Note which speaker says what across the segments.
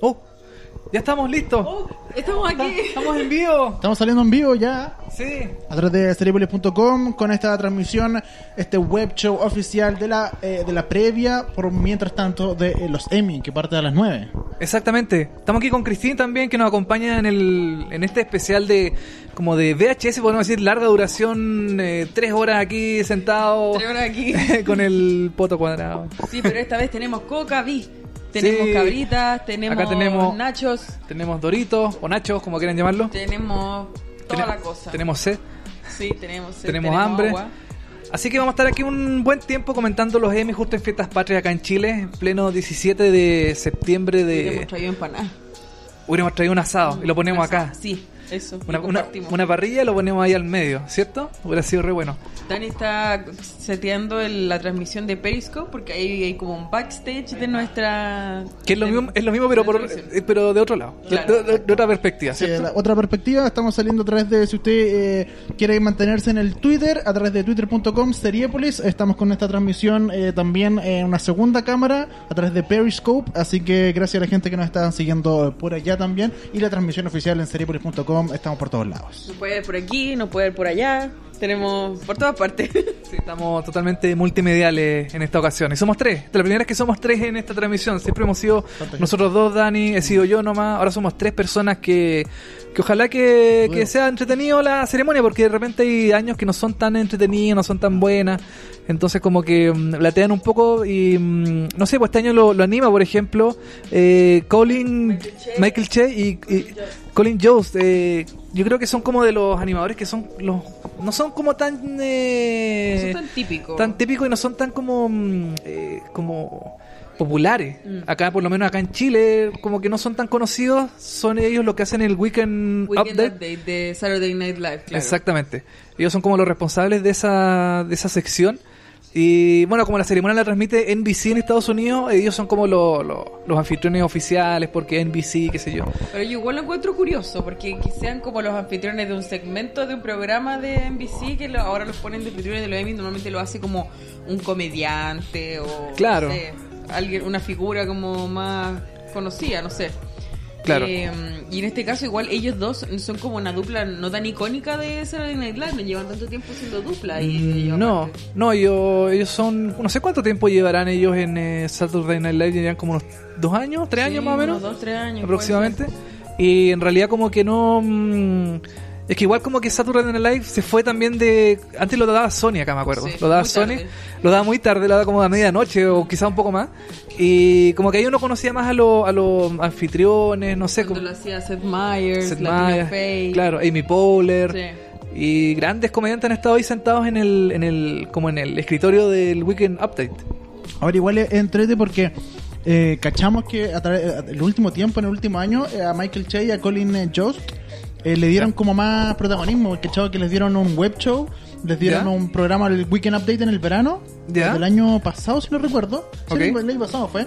Speaker 1: Oh, ya estamos listos.
Speaker 2: Oh, estamos aquí.
Speaker 1: Estamos en vivo.
Speaker 3: Estamos saliendo en vivo ya
Speaker 1: Sí.
Speaker 3: a través de seriepolis.com con esta transmisión, este web show oficial de la, eh, de la previa, por mientras tanto, de eh, los Emmy, que parte a las 9.
Speaker 1: Exactamente. Estamos aquí con Cristín también, que nos acompaña en, el, en este especial de como de VHS, podemos decir, larga duración, eh, tres horas aquí sentado
Speaker 2: Tres horas aquí.
Speaker 1: con el poto cuadrado.
Speaker 2: Sí, pero esta vez tenemos coca, vi. Tenemos
Speaker 1: Sí.
Speaker 2: cabritas, tenemos,
Speaker 1: Acá tenemos-
Speaker 2: nachos,
Speaker 1: Tenemos doritos o nachos, como quieran llamarlo.
Speaker 2: tenemos toda
Speaker 1: Tene-
Speaker 2: la cosa.
Speaker 1: Tenemos sed.
Speaker 2: sí, tenemos, sed,
Speaker 1: tenemos hambre.
Speaker 2: agua.
Speaker 1: Así que vamos a estar aquí un buen tiempo comentando los Emmy justo en Fiestas Patrias acá en Chile, en pleno 17 de septiembre
Speaker 2: Tenemos
Speaker 1: de...
Speaker 2: traído empanada.
Speaker 1: Hubiéramos traído un asado y lo ponemos acá.
Speaker 2: Sí, eso.
Speaker 1: Una,
Speaker 2: lo
Speaker 1: una-
Speaker 2: compartimos.
Speaker 1: una parrilla y lo ponemos ahí al medio, ¿cierto? Hubiera sido re bueno.
Speaker 2: Dani está seteando el- la transmisión de Periscope porque ahí hay como un backstage de nuestra.
Speaker 1: Que es lo,
Speaker 2: de-
Speaker 1: mismo, es lo mismo, pero,
Speaker 2: de
Speaker 1: por,
Speaker 2: televisión.
Speaker 1: eh, pero de otro lado, de-
Speaker 2: Claro.
Speaker 1: de, de otra perspectiva,
Speaker 3: Sí,
Speaker 1: ¿cierto?
Speaker 3: la otra perspectiva, estamos saliendo a través de, si usted eh, quiere mantenerse en el Twitter, a través de twitter.com Seriepolis, estamos con esta transmisión eh, también en una segunda cámara, a través de Periscope, así que gracias a la gente que nos está siguiendo eh, por allá también, y la transmisión oficial en seriepolis.com, estamos por todos lados.
Speaker 2: No puede ir por aquí, no puede ir por allá. Tenemos por todas partes.
Speaker 1: Sí, estamos totalmente multimediales en esta ocasión. Y somos tres. Esta es La primera vez que somos tres en esta transmisión. Siempre hemos sido
Speaker 3: Fantástico.
Speaker 1: nosotros dos, Dani, he sido yo nomás. Ahora somos tres personas que, que ojalá que, que
Speaker 3: Bueno.
Speaker 1: sea entretenido la ceremonia, porque de repente hay años que no son tan entretenidos, no son tan buenas. Entonces como que mm, latean un poco y mm, no sé, pues este año lo, lo anima, por ejemplo, eh, Colin,
Speaker 2: Michael Che.
Speaker 1: Michael Che y, y- Colin Jost. eh, yo creo que son como de los animadores que son los... No son como tan... eh,
Speaker 2: Eso es tan típico.
Speaker 1: tan típicos y no son tan como mm, eh, como populares.
Speaker 2: Mm.
Speaker 1: Acá, por lo menos acá en Chile, como que no son tan conocidos, son ellos los que hacen el Weekend,
Speaker 2: Weekend
Speaker 1: Update.
Speaker 2: update. de Saturday Night Live, claro.
Speaker 1: Exactamente. Ellos son como los responsables de esa, de esa sección. Y bueno, como la ceremonia la transmite NBC en Estados Unidos, ellos son como lo- lo- los anfitriones oficiales, porque NBC, qué sé yo.
Speaker 2: Pero yo igual lo encuentro curioso, porque que sean como los anfitriones de un segmento de un programa de NBC, que lo- ahora los ponen de anfitriones de los Emmy, normalmente lo hace como un comediante o... no
Speaker 1: Claro.
Speaker 2: sé, alguien, una figura como más conocida, no sé.
Speaker 1: Claro.
Speaker 2: Eh, y en este caso igual ellos dos son como una dupla no tan icónica de Saturday Night Live, no llevan tanto tiempo siendo dupla. Y, y
Speaker 1: Mm, No,
Speaker 2: aparte-
Speaker 1: no, yo, ellos son. No sé cuánto tiempo llevarán ellos en eh, Saturday Night Live. Llevan como unos dos años, tres
Speaker 2: Sí,
Speaker 1: años más o
Speaker 2: unos
Speaker 1: menos.
Speaker 2: dos, tres años.
Speaker 1: aproximadamente. Y en realidad como que no... mm, es que igual como que Saturday Night Live se fue también de... Antes lo daba Sony acá, me acuerdo.
Speaker 2: Sí,
Speaker 1: lo daba
Speaker 2: muy
Speaker 1: Sony.
Speaker 2: tarde.
Speaker 1: Lo daba muy tarde, lo daba como a medianoche o quizá un poco más. Y como que ahí uno conocía más a, los a los anfitriones, no sé,
Speaker 2: Cuando
Speaker 1: como...
Speaker 2: lo hacía Seth Meyers,
Speaker 1: Seth
Speaker 2: Latina
Speaker 1: Meyers,
Speaker 2: Faye.
Speaker 1: claro, Amy Powler
Speaker 2: Sí.
Speaker 1: y grandes comediantes han estado ahí sentados en el, en el, como en el escritorio del Weekend Update.
Speaker 3: Ahora igual es entrete porque eh, cachamos que a través- eh, el último tiempo, en el último año, eh, a Michael Che y a Colin eh, Jost eh, le dieron
Speaker 1: Ya.
Speaker 3: como más protagonismo. Cachado que les dieron un web show, les dieron
Speaker 1: Ya.
Speaker 3: un programa, el Weekend Update en el verano,
Speaker 1: Ya.
Speaker 3: del año pasado, si no recuerdo. Sí,
Speaker 1: Ok.
Speaker 3: el, el año pasado fue.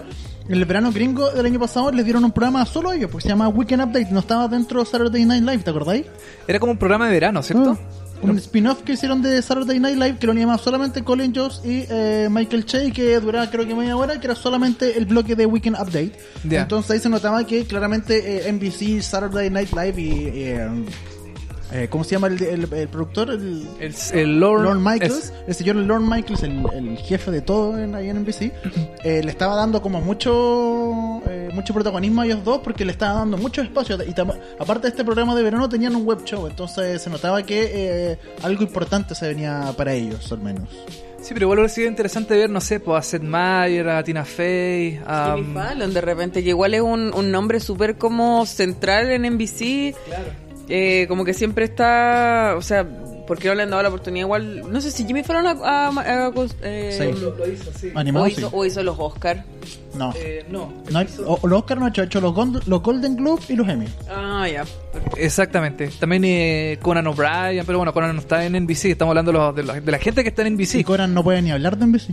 Speaker 3: En el verano gringo del año pasado les dieron un programa solo a ellos, porque se llamaba Weekend Update, no estaba dentro de Saturday Night Live, ¿te acordáis?
Speaker 1: Era como un programa de verano, ¿cierto?
Speaker 3: Ah, Un spin-off que hicieron de Saturday Night Live que lo animaba solamente Colin Jost y eh, Michael Che y que duraba creo que media hora, que era solamente el bloque de Weekend Update.
Speaker 1: Ya.
Speaker 3: Entonces ahí se notaba que claramente eh, NBC, Saturday Night Live y... eh, eh, ¿Cómo se llama el, el- el productor? El,
Speaker 1: El, el Lorne-
Speaker 3: Lorne Michaels,
Speaker 1: es-
Speaker 3: el señor Lorne Michaels, el, el jefe de todo en, ahí en NBC, eh, le estaba dando como mucho eh, mucho protagonismo a ellos dos porque le estaba dando mucho espacio. Y tam- aparte de este programa de verano tenían un web show, entonces se notaba que eh, algo importante se venía para ellos, al menos.
Speaker 1: Sí, pero igual hubiera sido interesante ver, no sé, pues a Seth Meyer, a Tina Fey, a... um,
Speaker 2: Jimmy Fallon, de repente, que igual es un, un nombre súper como central en NBC. Eh, como que siempre está. O sea, ¿por qué no le han dado la oportunidad? Igual. No sé si Jimmy Fallon a. a- a- eh,
Speaker 3: Sí.
Speaker 1: Lo hizo, sí.
Speaker 3: Animado,
Speaker 2: o,
Speaker 3: sí.
Speaker 2: hizo, o hizo los Oscar.
Speaker 3: No.
Speaker 1: Eh, no.
Speaker 3: No hay- o- los Oscar no ha hecho, ha hecho los, Gold- los Golden Globe y los Emmy.
Speaker 2: Ah, ya.
Speaker 1: Exactamente. También eh, Conan O'Brien, pero bueno, Conan no está en NBC. Estamos hablando de, los- de la, de la gente que está en
Speaker 3: Y
Speaker 1: NBC.
Speaker 3: Coran no puede ni hablar de NBC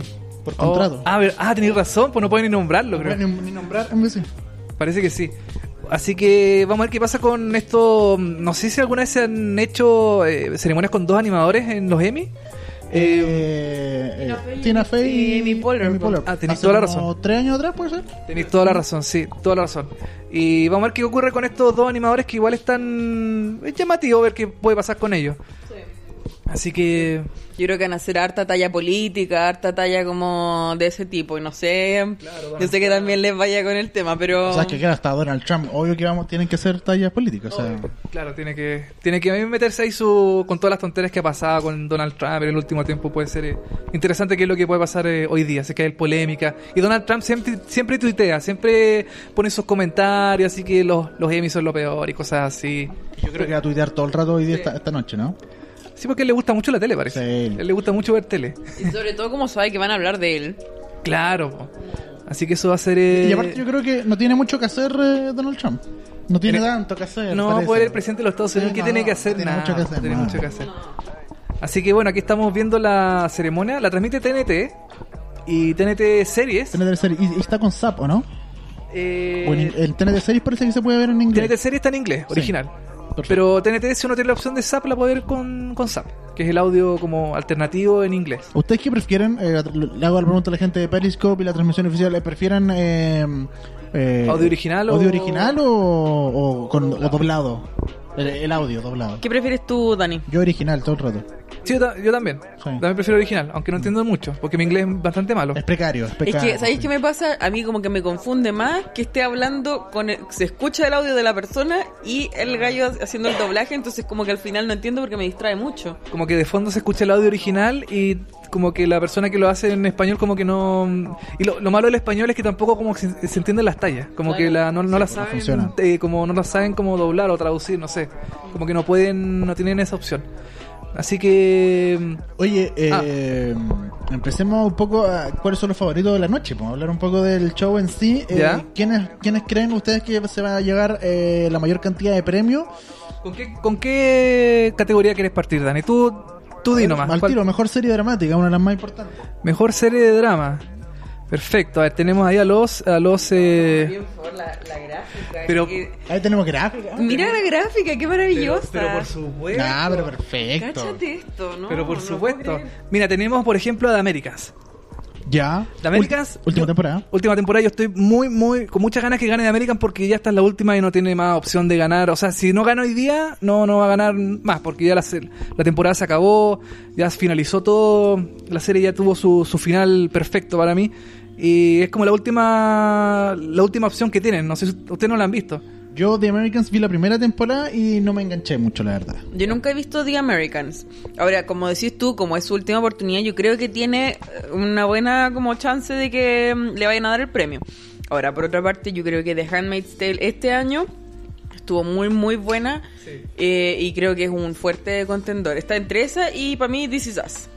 Speaker 3: por
Speaker 1: Oh,
Speaker 3: contrato.
Speaker 1: ah, ver- ah, tenéis razón, pues no pueden ni nombrarlo,
Speaker 3: no
Speaker 1: creo.
Speaker 3: puede ni, ni nombrar NBC.
Speaker 1: Parece que sí. Así que vamos a ver qué pasa con esto. No sé si alguna vez se han hecho eh, ceremonias con dos animadores en los Emmy.
Speaker 3: eh, eh, Tina Fey
Speaker 2: y Amy Poehler,
Speaker 3: Amy
Speaker 2: pues.
Speaker 1: Ah, tenés toda la
Speaker 3: como
Speaker 1: razón.
Speaker 3: tres años atrás, puede ser.
Speaker 1: Tenéis toda la razón, sí, toda la razón. Y vamos a ver qué ocurre con estos dos animadores que igual están... Es llamativo ver qué puede pasar con ellos. Así que...
Speaker 2: Yo creo que van a hacer harta talla política, harta talla como de ese tipo. Y no sé, yo sé que también les vaya con el tema, pero...
Speaker 1: Oh.
Speaker 3: O sea, que queda hasta Donald Trump. Obvio que vamos, tienen que ser tallas políticas. O sea,
Speaker 1: Claro, tiene que tiene que meterse ahí su, con todas las tonterías que ha pasado con Donald Trump en el último tiempo. Puede ser eh, interesante qué es lo que puede pasar eh, hoy día. Se cae polémica. Y Donald Trump siempre, siempre tuitea, siempre pone sus comentarios, así que los, los Emmy son lo peor y cosas así.
Speaker 3: yo creo que va a tuitear todo el rato hoy día esta, esta noche, ¿no?
Speaker 1: Sí, porque a él le gusta mucho la tele, parece.
Speaker 3: Sí.
Speaker 1: A él le gusta mucho ver tele.
Speaker 2: Y sobre todo como sabe que van a hablar de él.
Speaker 1: Claro. po. Así que eso va a ser... eh,
Speaker 3: Y aparte yo creo que no tiene mucho que hacer eh, Donald Trump. No tiene
Speaker 1: Tiene-
Speaker 3: tanto que hacer.
Speaker 1: No,
Speaker 3: parece.
Speaker 1: puede ser el presidente de los Estados Unidos
Speaker 3: Sí,
Speaker 1: que
Speaker 3: no,
Speaker 1: tiene que hacer
Speaker 3: tiene
Speaker 1: nada.
Speaker 3: mucho que hacer,
Speaker 1: tiene
Speaker 3: no.
Speaker 1: mucho que hacer. Así que bueno, aquí estamos viendo la ceremonia. La transmite TNT y TNT Series.
Speaker 3: TNT series. Y, y está con Zap, ¿o no?
Speaker 1: Eh,
Speaker 3: O en- el TNT Series parece que se puede ver en inglés.
Speaker 1: TNT Series está en inglés,
Speaker 3: Sí.
Speaker 1: original.
Speaker 3: Perfecto.
Speaker 1: Pero TNT, si uno tiene la opción de SAP, la puede ver con, con SAP, que es el audio como alternativo en inglés.
Speaker 3: ¿Ustedes qué prefieren? Eh, le hago la pregunta a la gente de Periscope y la transmisión oficial. eh, ¿Prefieren eh, eh,
Speaker 1: ¿Audio original o-
Speaker 3: audio original o, o con, o doblado? El, el audio doblado.
Speaker 2: ¿Qué prefieres tú, Dani?
Speaker 3: Yo original todo el rato.
Speaker 1: Sí, yo, ta- yo también. También prefiero original, aunque no entiendo mucho, porque mi inglés es bastante malo.
Speaker 3: Es precario, es
Speaker 2: Es
Speaker 3: precario.
Speaker 2: que, ¿sabéis qué me pasa? A mí como que me confunde más que esté hablando con... el- se escucha el audio de la persona y el gallo haciendo el doblaje, entonces como que al final no entiendo porque me distrae mucho.
Speaker 1: Como que de fondo se escucha el audio original y como que la persona que lo hace en español como que no... Y lo, lo malo del español es que tampoco como que se, se entienden las tallas, como
Speaker 2: Claro.
Speaker 1: que la, no, no las saben,
Speaker 3: funciona.
Speaker 1: eh, como no las saben como doblar o traducir, no sé. Como que no pueden, no tienen esa opción. Así que...
Speaker 3: Oye, eh,
Speaker 2: Ah.
Speaker 3: empecemos un poco a cuáles son los favoritos de la noche. Vamos a hablar un poco del show en sí. Eh,
Speaker 1: Ya.
Speaker 3: ¿quiénes, ¿Quiénes creen ustedes que se va a llegar eh, la mayor cantidad de premios?
Speaker 1: ¿Con qué, con qué categoría quieres partir, Dani? Tú, tú di nomás.
Speaker 3: Al
Speaker 1: ¿Cuál-
Speaker 3: tiro, mejor serie dramática, una de las más importantes.
Speaker 1: Mejor serie de drama. Perfecto. A ver, tenemos ahí a los... A los eh,
Speaker 2: la, gráfica.
Speaker 1: Pero-
Speaker 3: Ahí tenemos gráfica.
Speaker 2: Mira la gráfica, qué maravillosa.
Speaker 1: supuesto.
Speaker 3: Ah, pero perfecto.
Speaker 2: Cáchate esto, ¿no?
Speaker 1: Pero por
Speaker 2: no
Speaker 1: supuesto.
Speaker 2: puedo creer.
Speaker 1: Mira, tenemos por ejemplo a The Americans.
Speaker 3: Ya.
Speaker 1: The Americans.
Speaker 3: Ul- última
Speaker 1: yo-
Speaker 3: temporada.
Speaker 1: Última temporada, yo estoy muy, muy, con muchas ganas que gane The Americans porque ya esta es la última y no tiene más opción de ganar. O sea, si no gana hoy día, no, no va a ganar más porque ya la, se- la temporada se acabó, ya finalizó todo, la serie ya tuvo su, su final perfecto para mí. Y es como la última, la última opción que tienen. No sé si ustedes no la han visto.
Speaker 3: Yo The Americans vi la primera temporada y no me enganché mucho, la verdad.
Speaker 2: Yo nunca he visto The Americans. Ahora, como decís tú, como es su última oportunidad, yo creo que tiene eh, una buena como chance de que mm, le vayan a dar el premio. Ahora, por otra parte, yo creo que The Handmaid's Tale este año estuvo muy, muy buena eh, y creo que es un fuerte contendor. Está entre esa y para mí This Is Us.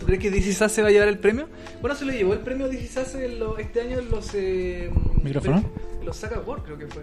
Speaker 1: ¿Tú crees que This Is Us se va a llevar el premio? Bueno, se lo llevó el premio This Is Us en lo- este año en los... Eh,
Speaker 3: ¿Micrófono?
Speaker 1: Los Saga Award creo que fue.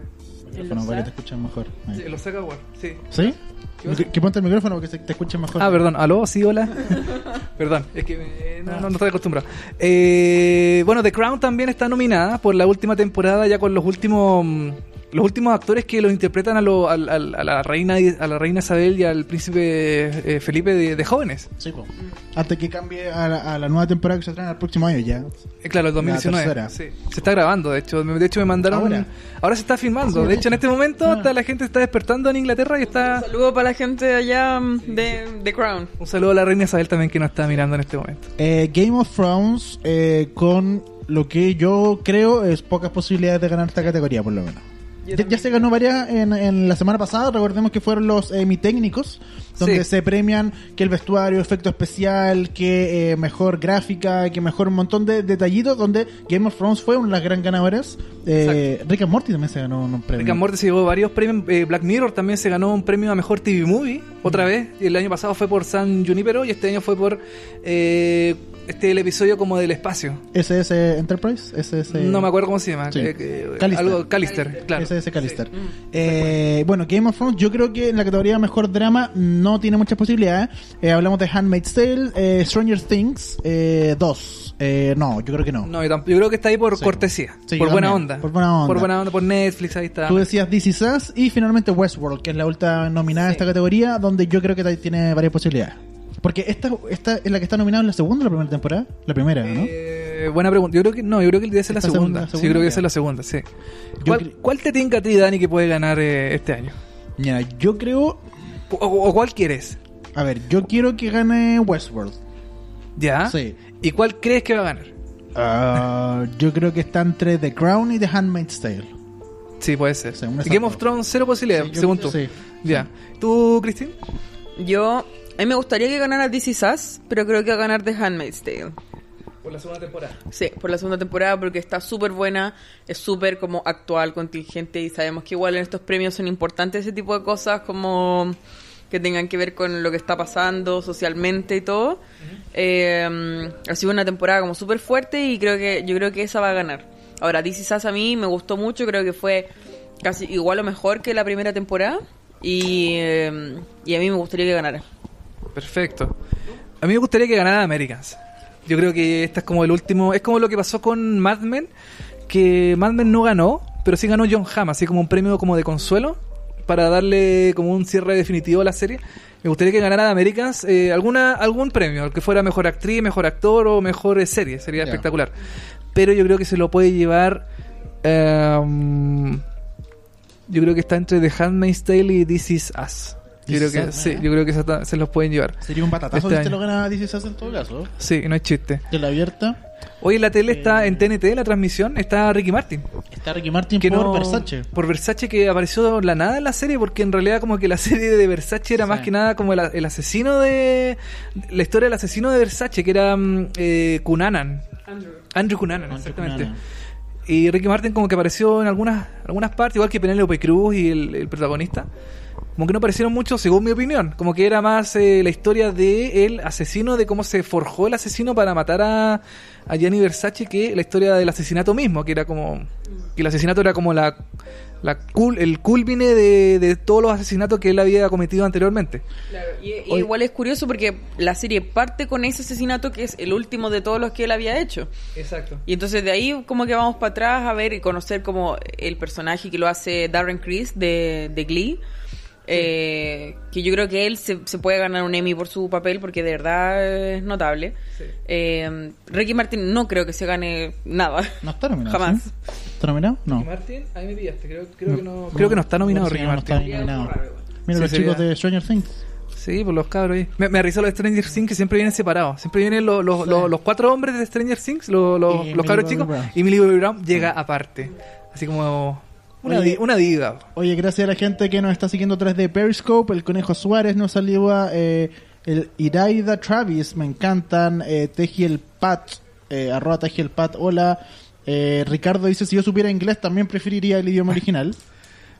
Speaker 3: Micrófono, para que te escuchen mejor. Ahí.
Speaker 1: Sí, los Saga Award, sí.
Speaker 3: ¿Sí?
Speaker 1: ¿Qué
Speaker 3: Que- Que ponte el micrófono porque se- te escuchen mejor.
Speaker 1: Ah, perdón, aló, sí, hola. perdón, es que eh, no, no, no estoy acostumbrado. Eh, bueno, The Crown también está nominada por la última temporada, ya con los últimos mm, los últimos actores que lo interpretan a, lo- al- al- a la reina y- a la reina Isabel y al príncipe eh, Felipe de, de jóvenes.
Speaker 3: Sí, po.
Speaker 1: Mm.
Speaker 3: Hasta que cambie a la, a la nueva temporada que se estrena el próximo año ya.
Speaker 1: Eh, claro, el 2019.
Speaker 3: tercera.
Speaker 1: Sí. Se está grabando, de hecho, me- de hecho me mandaron.
Speaker 3: Ahora. Ah.
Speaker 1: Ahora se está filmando. De hecho, en este momento hasta la gente está despertando en Inglaterra y está.
Speaker 2: Saludo para la gente de allá mm, de The Crown.
Speaker 1: Un saludo a la reina Isabel también que nos está mirando en este momento.
Speaker 3: Eh, Game of Thrones eh, con lo que yo creo es pocas posibilidades de ganar esta categoría, por lo menos. Ya, ya se ganó varias en, en la semana pasada, recordemos que fueron los eh, mi técnicos, donde
Speaker 1: Sí.
Speaker 3: se premian que el vestuario, efecto especial, que eh, mejor gráfica, que mejor un montón de detallitos, donde Game of Thrones fue una de las gran ganadoras. Eh, Rick and Morty también se ganó un premio.
Speaker 1: Rick and Morty se llevó varios premios. eh, Black Mirror también se ganó un premio a mejor TV Movie. Otra
Speaker 3: Mm.
Speaker 1: vez. El año pasado fue por San Junipero y este año fue por eh, este el episodio como del espacio.
Speaker 3: SS Enterprise, SS...
Speaker 1: no me acuerdo cómo se llama.
Speaker 3: sí.
Speaker 1: eh, eh,
Speaker 3: Callister.
Speaker 1: Algo Callister, claro. Mm.
Speaker 3: SS Callister. Eh, bueno, Game of Thrones, yo creo que en la categoría Mejor Drama no tiene muchas posibilidades. Eh, hablamos de Handmaid's Tale, eh, Stranger Things 2. no, yo creo que no.
Speaker 1: No, yo, tamp- yo creo que está ahí por
Speaker 3: Sí.
Speaker 1: cortesía.
Speaker 3: Sí,
Speaker 1: por
Speaker 3: yo
Speaker 1: buena
Speaker 3: también.
Speaker 1: onda.
Speaker 3: Por buena onda.
Speaker 1: Por buena onda, por Netflix, ahí está.
Speaker 3: Tú decías This Is Us y finalmente Westworld, que es la última nominada a esta categoría, donde yo creo que ta- tiene varias posibilidades. Porque esta, esta es la que está nominada en la segunda o la primera temporada. La primera, ¿no?
Speaker 1: Eh, buena pregunta. Yo creo que no, yo creo que debe ser la
Speaker 3: Esta
Speaker 1: segunda.
Speaker 3: segunda-
Speaker 1: Sí, creo que
Speaker 3: segunda,
Speaker 1: esa es la
Speaker 3: ya.
Speaker 1: segunda, sí.
Speaker 3: Yo
Speaker 1: ¿Cuál,
Speaker 3: cre-
Speaker 1: cuál te tinca a ti, Dani, que puede ganar eh, este año?
Speaker 3: Mira, yo creo.
Speaker 1: O, o- o cuál quieres?
Speaker 3: A ver, yo quiero que gane Westworld.
Speaker 1: ¿Ya?
Speaker 3: Sí.
Speaker 1: ¿Y cuál crees que va a ganar?
Speaker 3: Ah, yo creo que está entre The Crown y The Handmaid's Tale.
Speaker 1: Sí, puede ser.
Speaker 3: Sí, un
Speaker 1: Game
Speaker 3: exacto.
Speaker 1: of Thrones, cero posibilidad,
Speaker 3: Sí, yo-
Speaker 1: según tú.
Speaker 3: sí.
Speaker 1: Ya. ¿Tú, Cristín?
Speaker 2: Yo, a mí me gustaría que ganara This Is Us, pero creo que va a ganar The Handmaid's Tale.
Speaker 1: Por la segunda temporada.
Speaker 2: Sí, por la segunda temporada porque está súper buena, es súper como actual, contingente y sabemos que igual en estos premios son importantes ese tipo de cosas como que tengan que ver con lo que está pasando socialmente y todo. Eh, ha sido una temporada como súper fuerte y creo que yo creo que esa va a ganar. Ahora, This Is Us a mí me gustó mucho, creo que fue casi igual o mejor que la primera temporada y, eh, y a mí me gustaría que ganara.
Speaker 1: Perfecto. A mí me gustaría que ganara Americans. Yo creo que esta es como el último. Es como lo que pasó con Mad Men, que Mad Men no ganó, pero sí ganó John Hamm, así como un premio como de consuelo para darle como un cierre definitivo a la serie. Me gustaría que ganara Americans eh, alguna algún premio, que fuera mejor actriz, mejor actor o mejor eh, serie, sería
Speaker 3: Ya.
Speaker 1: espectacular. Pero yo creo que se lo puede llevar. em, yo creo que está entre The Handmaid's Tale y This Is Us. Yo
Speaker 3: This
Speaker 1: creo
Speaker 3: Is
Speaker 1: que
Speaker 3: Us, ¿eh?
Speaker 1: sí,
Speaker 3: ¿verdad?
Speaker 1: yo creo que esa ta- se los pueden llevar.
Speaker 3: Sería un patatazo
Speaker 1: Este
Speaker 3: si te
Speaker 1: año.
Speaker 3: lo gana DC Sass en todo caso.
Speaker 1: Sí, no es chiste.
Speaker 3: De la abierta
Speaker 1: Hoy en la tele está
Speaker 3: Eh.
Speaker 1: en TNT, la transmisión, está Ricky Martin.
Speaker 3: está Ricky Martin
Speaker 1: Que
Speaker 3: por
Speaker 1: no-
Speaker 3: Versace.
Speaker 1: Por Versace que apareció de la nada en la serie, porque en realidad como que la serie de Versace era
Speaker 3: Sí.
Speaker 1: más que nada como el, el asesino de... La historia del asesino de Versace, que era mm, eh, Cunanan. Andrew Cunanan, exactamente. Y Ricky Martin como que apareció en algunas algunas partes, igual que Penélope Cruz y el, el protagonista. Como que no aparecieron mucho, según mi opinión. Como que era más eh, la historia de el asesino, de cómo se forjó el asesino para matar a, a Gianni Versace, que la historia del asesinato mismo, que era como... Que el asesinato era como la, la cul- el culmine de, de todos los asesinatos que él había cometido anteriormente.
Speaker 2: Claro, y, y
Speaker 1: Hoy-
Speaker 2: igual es curioso porque la serie parte con ese asesinato que es el último de todos los que él había hecho.
Speaker 1: Exacto.
Speaker 2: Y entonces de ahí como que vamos para atrás a ver y conocer como el personaje que lo hace Darren Criss de, de Glee. eh, que yo creo que él se, se puede ganar un Emmy por su papel porque de verdad es notable.
Speaker 1: Sí.
Speaker 2: Eh, Ricky Martin no creo que se gane nada.
Speaker 3: No está nominado.
Speaker 2: Jamás.
Speaker 3: ¿sí? ¿Está nominado? No.
Speaker 1: Martin, ahí me pillaste, creo, que no... Creo que no está nominado
Speaker 3: Sí,
Speaker 1: Ricky
Speaker 3: no
Speaker 1: Martin.
Speaker 3: está nominado. Mira
Speaker 1: Sí,
Speaker 3: los
Speaker 1: sería-
Speaker 3: chicos de Stranger Things.
Speaker 1: Sí, por los cabros ahí. Me, me arriesgo los Stranger Things que siempre vienen separados. Siempre vienen los, los, los, los cuatro hombres de Stranger Things, los, los,
Speaker 3: Y
Speaker 1: los cabros
Speaker 3: Millie
Speaker 1: chicos,
Speaker 3: Bobby Brown.
Speaker 1: y Millie Bobby Brown llega aparte. Así como una,
Speaker 3: Oye.
Speaker 1: di- una diva.
Speaker 3: Oye, gracias a la gente que nos está siguiendo a través de Periscope. El Conejo Suárez nos saluda. eh, el Iraida Travis, me encantan. Eh, Teji el Pat, eh, arroba Teji el Pat, hola. Eh, Ricardo dice, si yo supiera inglés también preferiría el idioma original.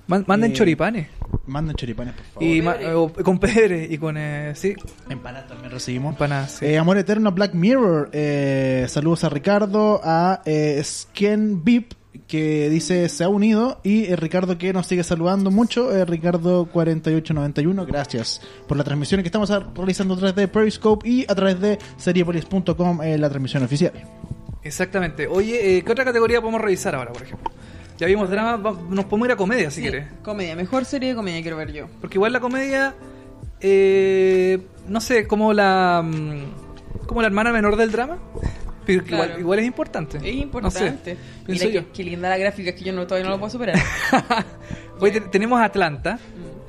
Speaker 1: Man- manden
Speaker 3: Eh,
Speaker 1: choripanes.
Speaker 3: Manden choripanes, por favor.
Speaker 1: Y ma- o- con pedre y con. eh, sí,
Speaker 3: Empanadas también recibimos.
Speaker 1: empanadas. sí.
Speaker 3: Eh, Amor Eterno Black Mirror. eh, saludos a Ricardo, a eh, Sken Vip que dice se ha unido y eh, Ricardo que nos sigue saludando mucho, eh, Ricardo 4891, gracias por la transmisión que estamos a- realizando a través de Periscope y a través de seriepolis.com eh, la transmisión oficial.
Speaker 1: Exactamente. Oye, eh, ¿qué otra categoría podemos revisar ahora, por ejemplo? Ya vimos drama, va- nos podemos ir a comedia si quieres.
Speaker 2: Comedia, mejor serie de comedia quiero ver yo.
Speaker 1: Porque igual la comedia, eh, no sé, como la mm, como la hermana menor del drama, pero que igual,
Speaker 2: Claro.
Speaker 1: igual es importante.
Speaker 2: Es
Speaker 1: No sé,
Speaker 2: importante.
Speaker 1: pienso
Speaker 2: Mira,
Speaker 1: yo.
Speaker 2: qué, qué linda la gráfica, es que yo no, todavía no lo puedo superar.
Speaker 1: Hoy te- tenemos a Atlanta,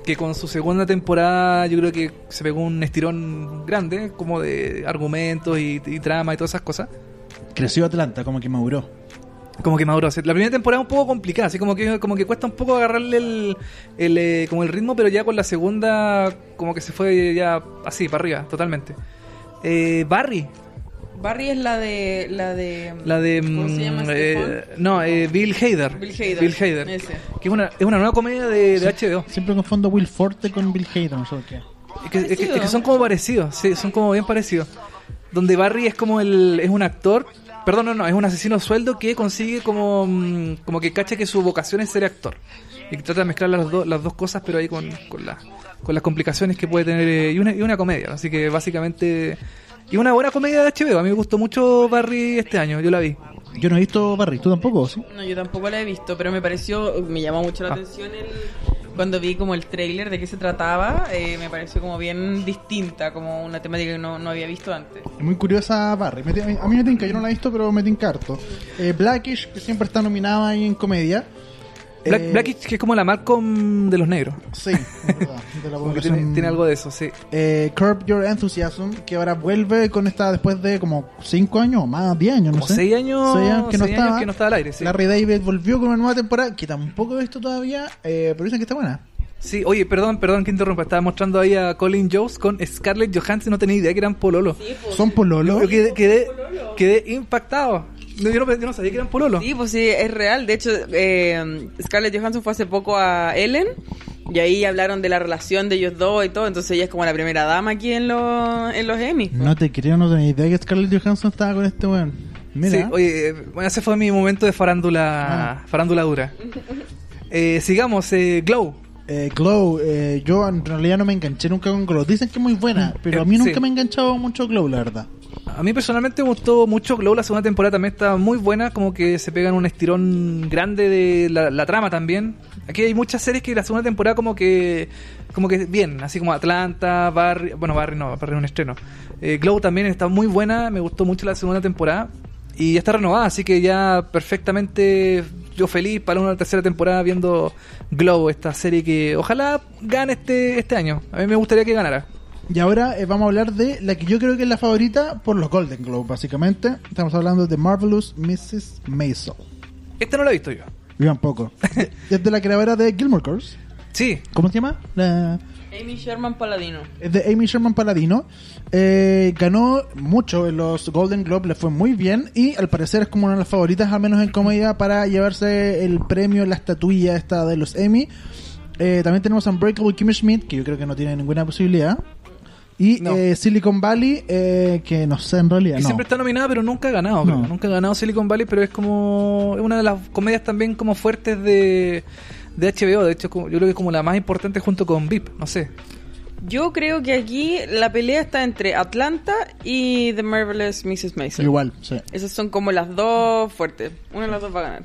Speaker 1: que con su segunda temporada yo creo que se pegó un estirón grande, como de argumentos y, y trama y todas esas cosas.
Speaker 3: Creció Atlanta, como que maduró.
Speaker 1: Como que maduró. La primera temporada un poco complicada, así como que como que cuesta un poco agarrarle el, el, eh, como el ritmo, pero ya con la segunda como que se fue ya así para arriba, totalmente. Eh, Barry,
Speaker 2: Barry es la de. La de,
Speaker 1: La de.
Speaker 2: ¿Cómo se llama
Speaker 1: mm,
Speaker 2: este
Speaker 1: eh, no, eh, Bill Hader.
Speaker 2: Bill Hader. Ese.
Speaker 1: Que es una, es una nueva comedia de, de HBO.
Speaker 3: Siempre confundo Will Forte con Bill Hayden, no sé por qué.
Speaker 1: Es que, es que- es que
Speaker 2: Parecido.
Speaker 1: son como parecidos, sí, son como bien parecidos. Donde Barry es como el. Es un actor. Perdón, no, no, es un asesino a sueldo que consigue como. mm, Como que cacha que su vocación es ser actor. Y que trata de mezclar las, do- las dos cosas, pero ahí con, con, la- con las complicaciones que puede tener. eh, y, una, y una comedia. Así que básicamente. Y una buena comedia de HBO. A mí me gustó mucho Barry este año, yo la vi.
Speaker 3: Yo no he visto Barry, ¿tú tampoco? ¿sí?
Speaker 2: No, yo tampoco la he visto, pero me pareció. Me llamó mucho la
Speaker 1: Ah.
Speaker 2: atención el, cuando vi como el tráiler de qué se trataba, eh, me pareció como bien distinta, como una temática que no, no había visto antes.
Speaker 3: Es muy curiosa Barry. Me tin- a mí me tinca, yo no la he visto, pero me tinca harto. Eh, Blackish, que siempre está nominada ahí en comedia.
Speaker 1: Black,
Speaker 3: Eh,
Speaker 1: Blackish, que es como la Malcolm de los negros.
Speaker 3: Sí, es verdad. de la
Speaker 1: Como que
Speaker 3: población-
Speaker 1: tiene, tiene algo de eso, sí.
Speaker 3: Eh, Curb Your Enthusiasm, que ahora vuelve con esta después de como 5 años o más, 10 años, no
Speaker 1: Como
Speaker 3: sé.
Speaker 1: seis años,
Speaker 3: Seis años que no
Speaker 1: seis
Speaker 3: estaba.
Speaker 1: años que no estaba al aire, sí.
Speaker 3: Larry David volvió con una nueva temporada que tampoco he visto todavía, eh, pero dicen que está buena.
Speaker 1: Sí, oye, perdón, perdón que interrumpa. Estaba mostrando ahí a Colin Jones con Scarlett Johansson. No tenía idea que eran pololo.
Speaker 3: Son pololo.
Speaker 1: Yo quedé, quedé, quedé impactado. No, yo, no, yo no sabía que eran pololo.
Speaker 2: Sí, pues sí, es real. De hecho, eh, Scarlett Johansson fue hace poco a Ellen y ahí hablaron de la relación de ellos dos y todo. Entonces ella es como la primera dama aquí en, los en los pues. Emmy.
Speaker 3: No te creo, no tenía idea que Scarlett Johansson estaba con este weón. Mira. Ah.
Speaker 1: Sí, oye, eh, bueno, ese fue mi momento de farándula, farándula dura. Eh, sigamos, eh, Glow.
Speaker 3: Eh, Glow, eh, yo en realidad no me enganché nunca con Glow. Dicen que es muy buena, pero a mí
Speaker 1: Eh,
Speaker 3: nunca
Speaker 1: sí.
Speaker 3: me ha enganchado mucho Glow, la verdad.
Speaker 1: A mí personalmente me gustó mucho Glow, la segunda temporada también está muy buena, como que se pegan un estirón grande de la, la trama también. Aquí hay muchas series que la segunda temporada como que como que bien, así como Atlanta, Barry, bueno Barry no, Barry es un estreno. Eh, Glow también está muy buena, me gustó mucho la segunda temporada y ya está renovada, así que ya perfectamente yo feliz para una tercera temporada viendo Glow, esta serie que ojalá gane este este año. A mí me gustaría que ganara.
Speaker 3: Y ahora eh, vamos a hablar de la que yo creo que es la favorita por los Golden Globe, básicamente. Estamos hablando de Marvelous Mrs. Maisel.
Speaker 1: Esta no la he visto yo.
Speaker 3: Yo tampoco. es de la creadora de Gilmore Girls.
Speaker 1: Sí,
Speaker 3: ¿Cómo se llama? La...
Speaker 2: Amy Sherman Paladino.
Speaker 3: Es de Amy Sherman Paladino. Eh, ganó mucho en los Golden Globe, le fue muy bien. Y al parecer es como una de las favoritas, al menos en comedia, para llevarse el premio, la estatuilla esta de los Emmy. Eh, también tenemos Unbreakable Kimmy Schmidt, que yo creo que no tiene ninguna posibilidad. Y
Speaker 1: No.
Speaker 3: eh, Silicon Valley, eh, que no sé en realidad.
Speaker 1: Que
Speaker 3: no.
Speaker 1: siempre está nominada, pero nunca ha ganado.
Speaker 3: No.
Speaker 1: creo. Nunca ha ganado Silicon Valley, pero es como. Es una de las comedias también como fuertes de, de HBO. De hecho, como- yo creo que es como la más importante junto con VIP. No sé.
Speaker 2: Yo creo que aquí la pelea está entre Atlanta y The Marvelous Mrs. Maisel.
Speaker 3: Igual, sí.
Speaker 2: Esas son como las dos fuertes. Una de las dos va a ganar.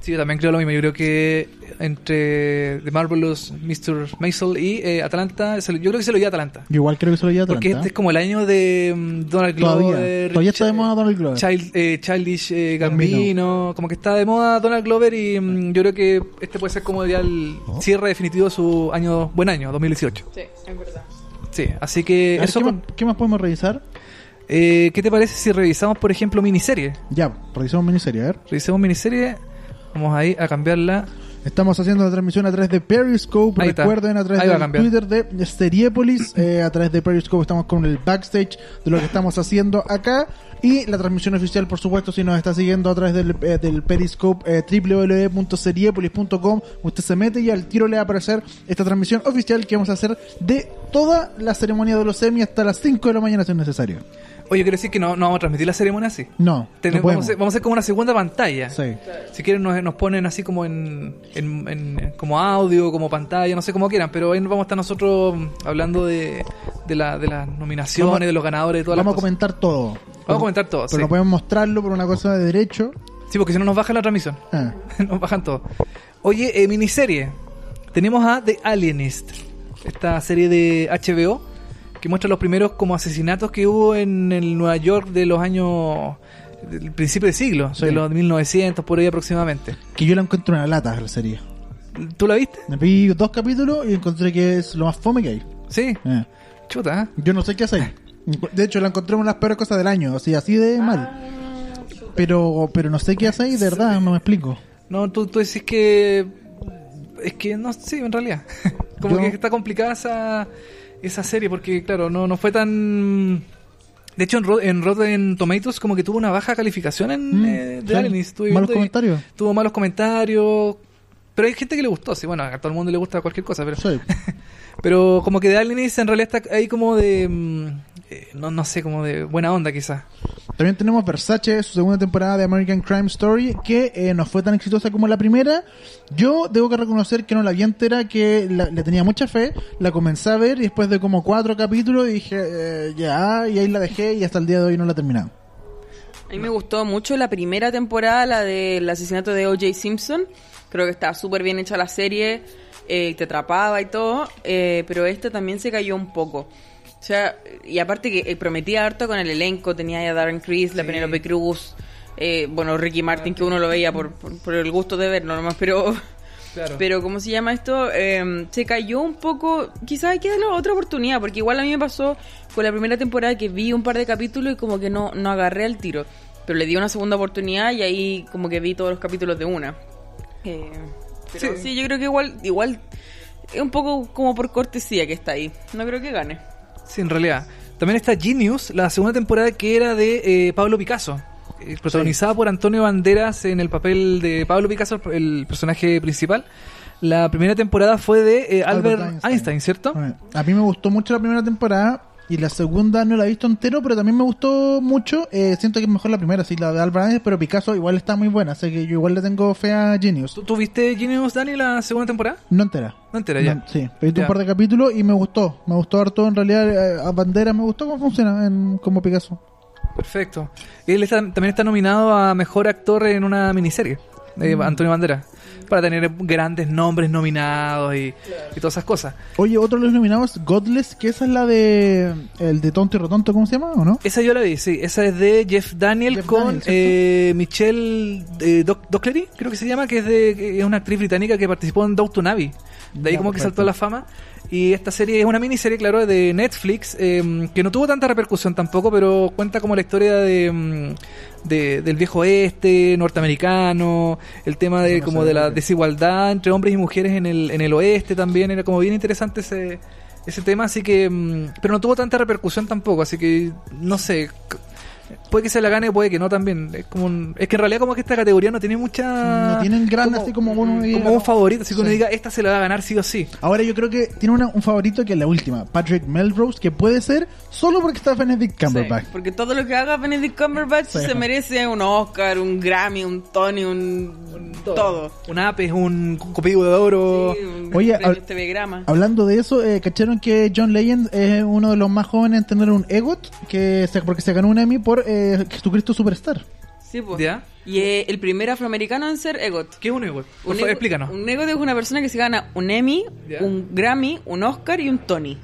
Speaker 1: Sí, yo también creo lo mismo. Yo creo que entre The Marvelous Mr. Maisel y eh, Atlanta. se lo- Yo creo que se lo dio a Atlanta.
Speaker 3: Yo igual creo que se lo lleva
Speaker 1: Porque
Speaker 3: Atlanta.
Speaker 1: este es como el año de mm, Donald
Speaker 3: Todavía.
Speaker 1: Glover.
Speaker 3: Todavía está de
Speaker 1: Ch-
Speaker 3: moda Donald Glover. Ah,
Speaker 1: Child- eh, Childish eh, Gambino. Como que está de moda Donald Glover y
Speaker 3: Ah.
Speaker 1: mm, yo creo que este puede ser como ya el
Speaker 3: Oh.
Speaker 1: cierre definitivo de su año, buen año, 2018.
Speaker 2: Sí, es verdad.
Speaker 1: Sí, así
Speaker 3: A
Speaker 1: que
Speaker 3: ver,
Speaker 1: eso.
Speaker 3: Ah, ¿qué,
Speaker 1: con-
Speaker 3: más, qué más podemos revisar?
Speaker 1: eh, ¿Qué te parece si revisamos, por ejemplo, miniserie?
Speaker 3: Ya, revisamos miniserie, a ver.
Speaker 1: Revisemos miniserie. Vamos ahí a cambiarla.
Speaker 3: Estamos haciendo la transmisión a través de Periscope.
Speaker 1: Ahí está.
Speaker 3: Recuerden a través
Speaker 1: Ahí va a
Speaker 3: del
Speaker 1: cambiar.
Speaker 3: Twitter de Seriepolis. eh, a través de Periscope estamos con el backstage de lo que estamos haciendo acá. Y la transmisión oficial, por supuesto, si nos está siguiendo a través del, eh, del Periscope eh, www.seriepolis.com, usted se mete y al tiro le va a aparecer esta transmisión oficial que vamos a hacer de toda la ceremonia de los Emmy hasta las 5 de la mañana, si es necesario.
Speaker 1: Oye, quiero decir que no, no vamos a transmitir la ceremonia así.
Speaker 3: No,
Speaker 1: Tenemos- vamos, a
Speaker 3: no podemos.
Speaker 1: hacer, vamos a hacer como una segunda pantalla.
Speaker 3: Sí.
Speaker 1: Si quieren nos, nos ponen así como en, en- en- como audio, como pantalla, no sé cómo quieran, pero ahí vamos a estar nosotros mm, hablando de, de, la- de las nominaciones,
Speaker 3: Vamos-
Speaker 1: de los ganadores, de todas
Speaker 3: Vamos a
Speaker 1: las cosas.
Speaker 3: comentar todo.
Speaker 1: Vamos a comentar todo,
Speaker 3: Pero
Speaker 1: sí.
Speaker 3: no podemos mostrarlo por una cosa de derecho.
Speaker 1: Sí, porque si no nos bajan la transmisión,
Speaker 3: Ah.
Speaker 1: nos bajan todo. Oye, eh, miniserie. Tenemos a The Alienist, esta serie de HBO que muestra los primeros como asesinatos que hubo en el Nueva York de los años del principio de siglo,
Speaker 3: Sí.
Speaker 1: de los 1900 por ahí aproximadamente.
Speaker 3: Que yo la encuentro una lata, la serie.
Speaker 1: ¿Tú la viste?
Speaker 3: Me vi dos capítulos y encontré que es lo más fome que hay.
Speaker 1: Sí,
Speaker 3: Eh,
Speaker 1: chuta. ¿eh?
Speaker 3: Yo no sé qué hacer. De hecho, la encontré una de las peores cosas del año, así, así de mal. Pero, pero no sé qué hacer y de verdad no me explico.
Speaker 1: No, tú, tú decís que. Es que no, sí, en realidad. Como
Speaker 3: Yo-
Speaker 1: que está complicada esa, esa serie, porque, claro, no, no fue tan. De hecho, en, Ro- en Rotten Tomatoes, como que tuvo una baja calificación en
Speaker 3: Mm,
Speaker 1: eh,
Speaker 3: sí.
Speaker 1: The Alienist. Estuve
Speaker 3: Malos
Speaker 1: viendo y
Speaker 3: comentarios.
Speaker 1: Tuvo malos comentarios. Pero hay gente que le gustó, sí, bueno, a todo el mundo le gusta cualquier cosa, pero.
Speaker 3: Sí.
Speaker 1: Pero como que The Alienist en realidad está ahí como de. mm, eh, no, no sé, como de buena onda, quizás.
Speaker 3: También tenemos Versace, su segunda temporada de American Crime Story, que eh, no fue tan exitosa como la primera. Yo debo que reconocer que no la vi entera, que la- le tenía mucha fe. La comencé a ver y después de como cuatro capítulos dije, eh, ya, y ahí la dejé y hasta el día de hoy no la he terminado.
Speaker 2: A mí me gustó mucho la primera temporada, la del asesinato de O.J. Simpson. Creo que estaba súper bien hecha la serie, eh, te atrapaba y todo, eh, pero esta también se cayó un poco. O sea, y aparte que eh, prometía harto con el elenco, tenía ahí a Darren Criss, la
Speaker 1: Sí.
Speaker 2: Penelope Cruz, eh, bueno, Ricky Martin, que uno lo veía por, por- por el gusto de verlo nomás, pero...
Speaker 1: Claro.
Speaker 2: Pero, ¿cómo se llama esto? Eh, se cayó un poco. Quizás hay que darle otra oportunidad, porque igual a mí me pasó con la primera temporada que vi un par de capítulos y como que no, no agarré al tiro. Pero le di una segunda oportunidad y ahí como que vi todos los capítulos de una. Eh, pero
Speaker 1: Sí.
Speaker 2: sí. yo creo que igual, igual es un poco como por cortesía que está ahí. No creo que gane.
Speaker 1: Sí, en realidad. También está Genius, la segunda temporada que era de eh, Pablo Picasso. eh, Protagonizada por Antonio Banderas en el papel de Pablo Picasso, el personaje principal. La primera temporada fue de eh, Albert,
Speaker 3: Albert
Speaker 1: Einstein.
Speaker 3: Einstein.
Speaker 1: ¿cierto?
Speaker 3: A mí me gustó mucho la primera temporada y la segunda no la he visto entero, pero también me gustó mucho. Eh, siento que es mejor la primera, sí, la de Albert Einstein, pero Picasso igual está muy buena, así que yo igual le tengo fe a Genius.
Speaker 1: ¿Tú, tú viste Genius, Dani, la segunda temporada?
Speaker 3: No entera.
Speaker 1: No entera ya.
Speaker 3: No, Mm, sí, he visto
Speaker 1: Ya.
Speaker 3: un par de capítulos y me gustó. Me gustó harto, en realidad, eh, a Bandera me gustó cómo funciona en, como Picasso.
Speaker 1: Perfecto. Él está- también está nominado a mejor actor en una miniserie, eh,
Speaker 3: Mm.
Speaker 1: Antonio Banderas. Para tener grandes nombres nominados y, y todas esas cosas.
Speaker 3: Oye, otro de los nominados, Godless, que esa es la de. El de Tonto y Rotonto, ¿cómo se llama o no?
Speaker 1: Esa yo la vi, sí. Esa es de Jeff Daniel
Speaker 3: Jeff
Speaker 1: con
Speaker 3: Daniel, ¿cierto?
Speaker 1: eh, Michelle eh, Doc- Dockery, creo que se llama, que es, de, que es una actriz británica que participó en Downton Abbey. De ahí
Speaker 3: Ya,
Speaker 1: como que
Speaker 3: perfecto.
Speaker 1: saltó a la fama. Y esta serie es una miniserie, claro, de Netflix, eh, que no tuvo tanta repercusión tampoco, pero cuenta como la historia de, mm, de- del viejo oeste, norteamericano, el tema de
Speaker 3: No
Speaker 1: como
Speaker 3: sé,
Speaker 1: de la
Speaker 3: ok.
Speaker 1: desigualdad entre hombres y mujeres en el, en el oeste también, era como bien interesante ese, ese tema, así que... mm, Pero no tuvo tanta repercusión tampoco, así que no sé, c- puede que se la gane, puede que no también. Es, como un- es que en realidad como que esta categoría no tiene mucha...
Speaker 3: No tienen gran, así como uno diga,
Speaker 1: Ah, como un
Speaker 3: no.
Speaker 1: favorito, así que uno
Speaker 3: Sí.
Speaker 1: diga, esta se la va a ganar sí o sí.
Speaker 3: Ahora yo creo que tiene una- un favorito que es la última, Patrick Melrose, que puede ser solo porque está Benedict Cumberbatch.
Speaker 2: Sí, porque todo lo que haga Benedict Cumberbatch
Speaker 3: Sí.
Speaker 2: se merece un Oscar, un Grammy, un Tony, un. todo.
Speaker 1: Un APES, un copillo de oro.
Speaker 2: Sí, un
Speaker 3: Oh. Oye,
Speaker 2: premio
Speaker 3: hab-
Speaker 2: TV Grama.
Speaker 3: Hablando de eso, eh, ¿cacharon que John Legend es uno de los más jóvenes en tener un EGOT? Que se- porque se ganó un Emmy por eh, Jesucristo Superstar.
Speaker 2: Sí, pues.
Speaker 1: ¿Ya?
Speaker 2: Y eh, el primer afroamericano en ser EGOT.
Speaker 1: ¿Qué es un ego? Por
Speaker 2: Un
Speaker 1: favor,
Speaker 2: EGOT-
Speaker 1: explícanos.
Speaker 2: Un EGOT es una persona que se gana un Emmy,
Speaker 1: Ya.
Speaker 2: un Grammy, un Oscar y un Tony.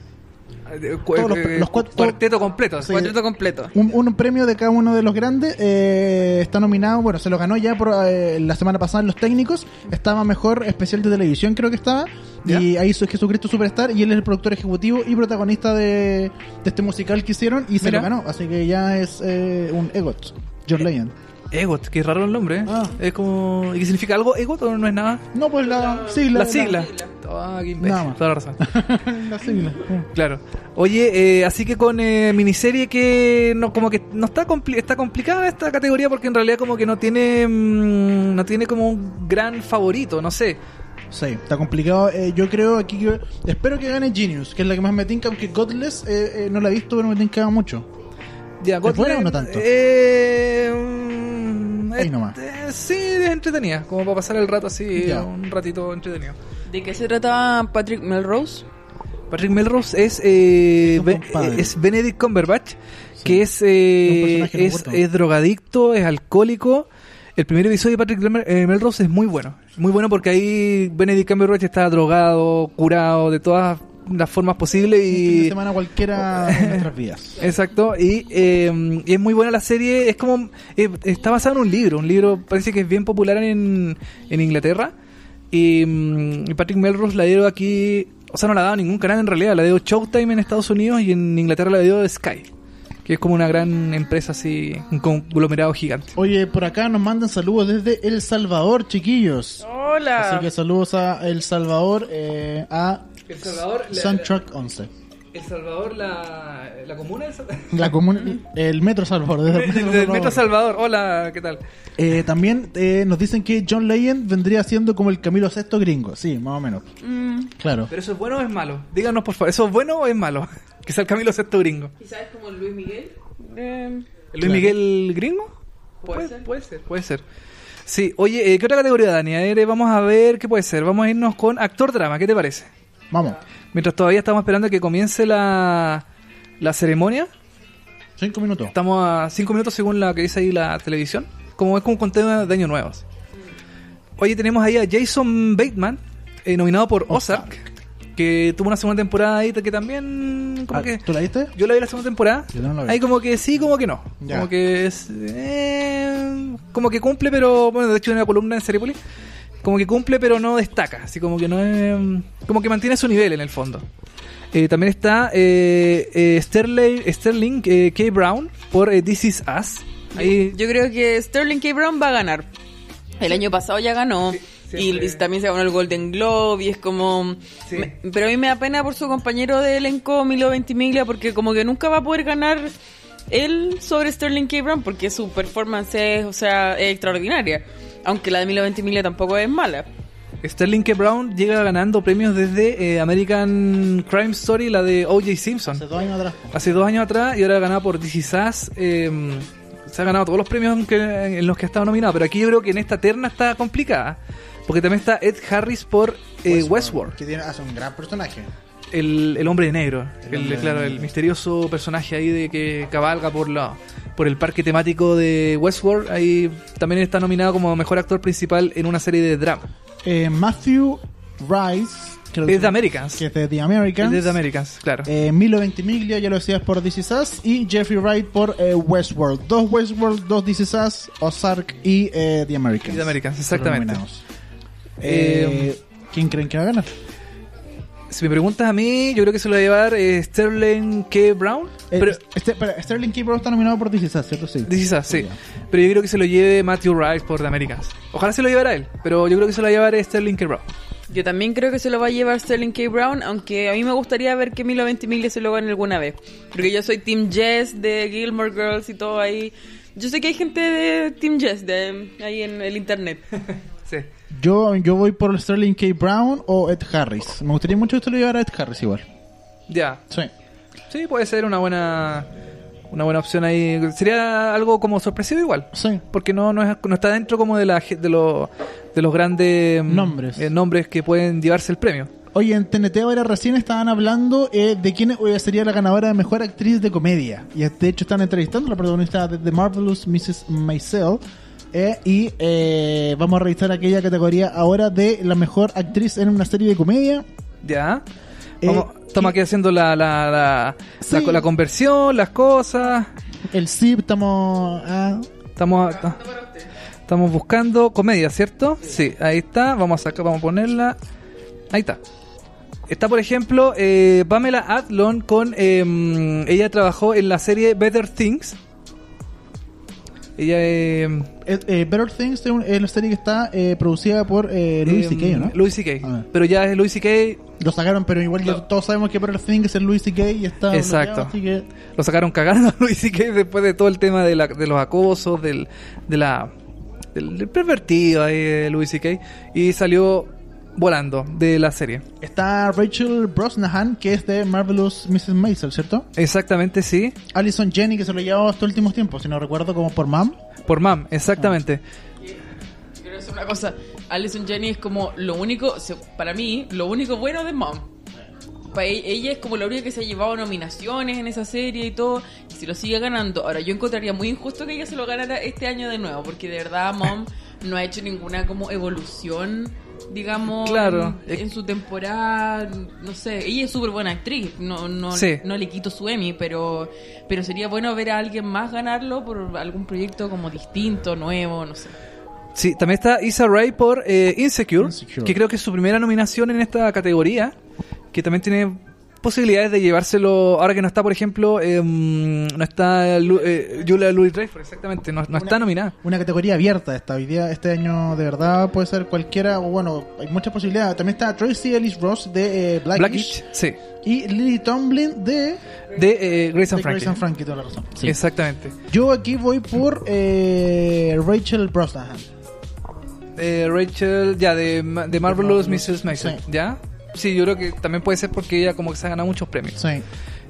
Speaker 1: Eh, cu-
Speaker 3: todos los-
Speaker 1: eh,
Speaker 3: los cuatro-
Speaker 1: cuarteto completo.
Speaker 3: Sí.
Speaker 2: Cuarteto completo.
Speaker 3: Un, un premio de cada uno de los grandes eh, está nominado, bueno, se lo ganó ya por eh, la semana pasada en los técnicos. Estaba mejor especial de televisión, creo que estaba. Y ahí hizo Jesucristo Superstar y él es el productor ejecutivo y protagonista de, de este musical que hicieron y se
Speaker 1: Mira.
Speaker 3: lo ganó. Así que ya es eh, un EGOT, John Legend.
Speaker 1: Egot, qué raro el nombre, ¿eh?
Speaker 3: Ah.
Speaker 1: Es como... ¿Y qué significa algo? ¿Egot o no es nada?
Speaker 3: No, pues la sigla.
Speaker 1: La sigla.
Speaker 2: sigla.
Speaker 1: Ah, qué imbécil.
Speaker 3: Nada más.
Speaker 1: Toda la razón.
Speaker 3: la sigla.
Speaker 1: Claro. Oye, eh, así que con eh, miniserie que no como que no está compli- está complicada esta categoría porque en realidad como que no tiene mm, no tiene como un gran favorito, no sé.
Speaker 3: Sí, está complicado. Eh, yo creo aquí que. Espero que gane Genius, que es la que más me tinca, aunque Godless eh, eh, no la he visto, pero me tinca mucho.
Speaker 1: Ya, Godland,
Speaker 3: buena o no tanto?
Speaker 1: eh, mm,
Speaker 3: Ahí nomás.
Speaker 1: este, sí, es entretenida, como para pasar el rato así,
Speaker 3: Ya.
Speaker 1: un ratito entretenido.
Speaker 2: ¿De qué se trataba Patrick Melrose?
Speaker 1: Patrick Melrose es eh,
Speaker 3: Es un
Speaker 1: Be-
Speaker 3: compadre.
Speaker 1: es Benedict Cumberbatch, que es
Speaker 3: Es un
Speaker 1: eh,
Speaker 3: personaje no
Speaker 1: es,
Speaker 3: muerto.
Speaker 1: es drogadicto, es alcohólico. El primer episodio de Patrick Mel- eh, Melrose es muy bueno, muy bueno porque ahí Benedict Cumberbatch está drogado, curado de todas las formas posibles
Speaker 3: Un fin de
Speaker 1: y
Speaker 3: semana cualquiera en nuestras vidas.
Speaker 1: Exacto, y, eh, y es muy buena la serie, es como, eh, está basada en un libro, un libro parece que es bien popular en, en Inglaterra, y, mm, y Patrick Melrose la dio aquí, o sea, no la ha dado ningún canal en realidad, la dio Showtime en Estados Unidos y en Inglaterra la dio Sky, que es como una gran empresa así, un conglomerado gigante.
Speaker 3: Oye, por acá nos mandan saludos desde El Salvador, chiquillos.
Speaker 2: Hola.
Speaker 3: Así que saludos a El Salvador, eh, a Soundtrack 11.
Speaker 1: la, comuna
Speaker 3: La común, el Metro Salvador. desde el Metro
Speaker 1: del Metro
Speaker 3: Salvador.
Speaker 1: Salvador, hola, ¿qué tal?
Speaker 3: Eh, también eh, nos dicen que John Legend vendría siendo como el Camilo VI gringo. Sí, más o menos.
Speaker 2: Mm.
Speaker 3: Claro.
Speaker 1: ¿Pero eso es bueno o es malo? Díganos por favor, ¿eso es bueno o es malo? Que sea el Camilo Sexto gringo.
Speaker 2: Quizás como Luis Miguel. Eh,
Speaker 1: ¿El
Speaker 3: Claro.
Speaker 1: Luis Miguel gringo?
Speaker 2: Puede ser.
Speaker 1: Puede ser. Puede ser. Sí, oye, eh, ¿qué otra categoría, Dani? A ver, eh, vamos a ver qué puede ser. Vamos a irnos con actor drama, ¿qué te parece?
Speaker 3: Vamos.
Speaker 1: Mientras todavía estamos esperando que comience la, la ceremonia,
Speaker 3: Cinco minutos.
Speaker 1: estamos a 5 minutos según la que dice ahí la televisión, como es como un conteo de año nuevos. Oye, tenemos ahí a Jason Bateman, eh, nominado por Ozark, que tuvo una segunda temporada ahí que también como
Speaker 3: Ah,
Speaker 1: que...
Speaker 3: ¿Tú la viste?
Speaker 1: Yo la vi la segunda temporada.
Speaker 3: Yo no la vi.
Speaker 1: Ahí como que sí, como que no.
Speaker 3: Ya.
Speaker 1: Como que es... eh, como que cumple, pero... Bueno, de hecho en una columna en Seripoli. Como que cumple, pero no destaca. Así como que no es... Como que mantiene su nivel en el fondo. Eh, también está eh, eh, Sterling, Sterling eh, K. Brown por eh, This Is Us. Ahí,
Speaker 2: Yo creo que Sterling K. Brown va a ganar. El año pasado ya ganó. y,
Speaker 1: siempre.
Speaker 2: y también se ganó el Golden Globe y es como...
Speaker 1: Sí.
Speaker 2: me- pero a mí me da pena por su compañero de elenco, Milo Ventimiglia, porque como que nunca va a poder ganar él sobre Sterling K. Brown porque su performance es, o sea, es extraordinaria. Aunque la de Milo Ventimiglia tampoco es mala.
Speaker 1: Sterling K. Brown llega ganando premios desde eh, American Crime Story, la de O.J. Simpson.
Speaker 3: Hace dos años atrás.
Speaker 1: hace dos años atrás y ahora ganado por DC Sass. eh, se ha ganado todos los premios que- en los que ha estado nominado, pero aquí yo creo que en esta terna está complicada. Porque también está Ed Harris por eh, Westworld,
Speaker 3: Que tiene, hace un gran personaje.
Speaker 1: el, el hombre de negro,
Speaker 3: El
Speaker 1: el,
Speaker 3: hombre de
Speaker 1: claro,
Speaker 3: negro.
Speaker 1: el misterioso personaje ahí de que cabalga por la por el parque temático de Westworld. Ahí también está nominado como mejor actor principal en una serie de drama.
Speaker 3: Eh, Matthew Rice. que lo-
Speaker 1: Es de Americans.
Speaker 3: Que es de The Americans.
Speaker 1: Es de Americans, claro.
Speaker 3: Eh, Milo Ventimiglia, ya lo decías por This Is Us, y Jeffrey Wright por eh, Westworld. Dos Westworld, dos This Is Us, Ozark y eh, The Americans.
Speaker 1: Y The Americans, exactamente.
Speaker 3: Fueron nominados. Eh, ¿Quién creen que va a ganar? Eh,
Speaker 1: Si me preguntas a mí, yo creo que se lo va a llevar eh, Sterling K. Brown.
Speaker 3: Eh,
Speaker 1: pero-
Speaker 3: este- espera, Sterling K. Brown está nominado por This Is Us, ¿cierto? Sí.
Speaker 1: This is Us, sí.
Speaker 3: Ya.
Speaker 1: Pero yo creo que se lo lleve Matthew Rice por The Americans. Ojalá se lo llevara él, pero yo creo que se lo va a llevar Sterling K. Brown.
Speaker 2: Yo también creo que se lo va a llevar Sterling K. Brown, aunque a mí me gustaría ver que Milo Ventimiglia se lo gane alguna vez. Porque yo soy Team Jess de Gilmore Girls y todo ahí. Yo sé que hay gente de Team Jess de, ahí en el internet.
Speaker 1: Sí.
Speaker 3: Yo, yo voy por Sterling K. Brown o Ed Harris. Me gustaría mucho que se lo llevara Ed Harris igual.
Speaker 1: Ya.
Speaker 3: Sí.
Speaker 1: Sí, puede ser una buena una buena opción ahí. Sería algo como sorpresivo igual.
Speaker 3: Sí.
Speaker 1: Porque no, no, es- no está dentro como de, la, ge- de, los de los grandes mm,
Speaker 3: Nombres.
Speaker 1: eh, nombres que pueden llevarse el premio.
Speaker 3: Oye, en TNT ahora recién estaban hablando eh, de quién eh, sería la ganadora de mejor actriz de comedia. Y de hecho están entrevistando a la protagonista de The Marvelous Mrs. Maisel. eh, y eh, vamos a revisar aquella categoría ahora de la mejor actriz en una serie de comedia.
Speaker 1: Ya.
Speaker 3: Eh,
Speaker 1: Vamos, estamos aquí haciendo la, la, la,
Speaker 3: Sí.
Speaker 1: la co- la conversión, las cosas.
Speaker 3: El CIP, estamos. ah,
Speaker 1: Estamos, estamos buscando comedia, ¿cierto? Sí. ahí está. Vamos a sacar, vamos a ponerla. Ahí está. Está, por ejemplo, eh, Pamela Adlon con... eh, ella trabajó en la serie Better Things. Ella... Eh,
Speaker 3: eh, eh, Better Things es un- es la serie que está eh, producida por eh, Louis
Speaker 1: eh,
Speaker 3: C.K., ¿o ¿no?
Speaker 1: Louis C.K.
Speaker 3: Ah.
Speaker 1: Pero ya es Louis C.K.
Speaker 3: Lo sacaron, pero igual ya todos sabemos que Better Things es Louis C.K. y está.
Speaker 1: Exacto.
Speaker 3: bloqueado, así que-
Speaker 1: Lo sacaron cagando a Louis C.K. después de todo el tema de, la- de los acosos, del, de la, del, del pervertido ahí de Louis C.K. Y salió volando de la serie.
Speaker 3: Está Rachel Brosnahan, que es de Marvelous Mrs. Maisel, ¿cierto?
Speaker 1: Exactamente, sí.
Speaker 3: Alison Jenny, que se lo llevaba estos últimos tiempos, si no recuerdo, como por Mam.
Speaker 1: Por Mam, exactamente.
Speaker 2: Quiero decir una cosa. Alison Jenny es como lo único, se- para mí, lo único bueno de Mom. Pa- e, Ella es como la única que se ha llevado nominaciones en esa serie y todo, y si lo sigue ganando. Ahora, yo encontraría muy injusto que ella se lo ganara este año de nuevo, porque de verdad Mom no ha hecho ninguna como evolución, digamos,
Speaker 1: Claro.
Speaker 2: en, en su temporada. No sé, ella es súper buena actriz, no, no,
Speaker 1: Sí.
Speaker 2: no le quito su Emmy, pero, pero sería bueno ver a alguien más ganarlo por algún proyecto como distinto, nuevo, no sé.
Speaker 1: Sí, también está Issa Rae por eh, Insecure,
Speaker 3: Insecure.
Speaker 1: que creo que es su primera nominación en esta categoría, que también tiene posibilidades de llevárselo, ahora que no está, por ejemplo, em, no está Lu- eh, Julia Louis-Dreyfus, exactamente, no, no está nominada.
Speaker 3: Una categoría abierta esta. Hoy día, este año, de verdad, puede ser cualquiera, o bueno, hay muchas posibilidades. También está Tracy Ellis Ross de eh, Blackish,
Speaker 1: Blackish, sí,
Speaker 3: y Lily Tomlin de,
Speaker 1: de eh, Grace and
Speaker 3: de Grace and
Speaker 1: Frankie.
Speaker 3: Frankie, toda la razón. Sí.
Speaker 1: Exactamente.
Speaker 3: Yo aquí voy por eh, Rachel Brosnahan.
Speaker 1: Eh, Rachel, ya, de, Ma- de Marvelous Mrs. Maisel,
Speaker 3: Sí.
Speaker 1: ¿ya? Sí, yo creo que también puede ser porque ella como que se ha ganado muchos premios.
Speaker 3: Sí.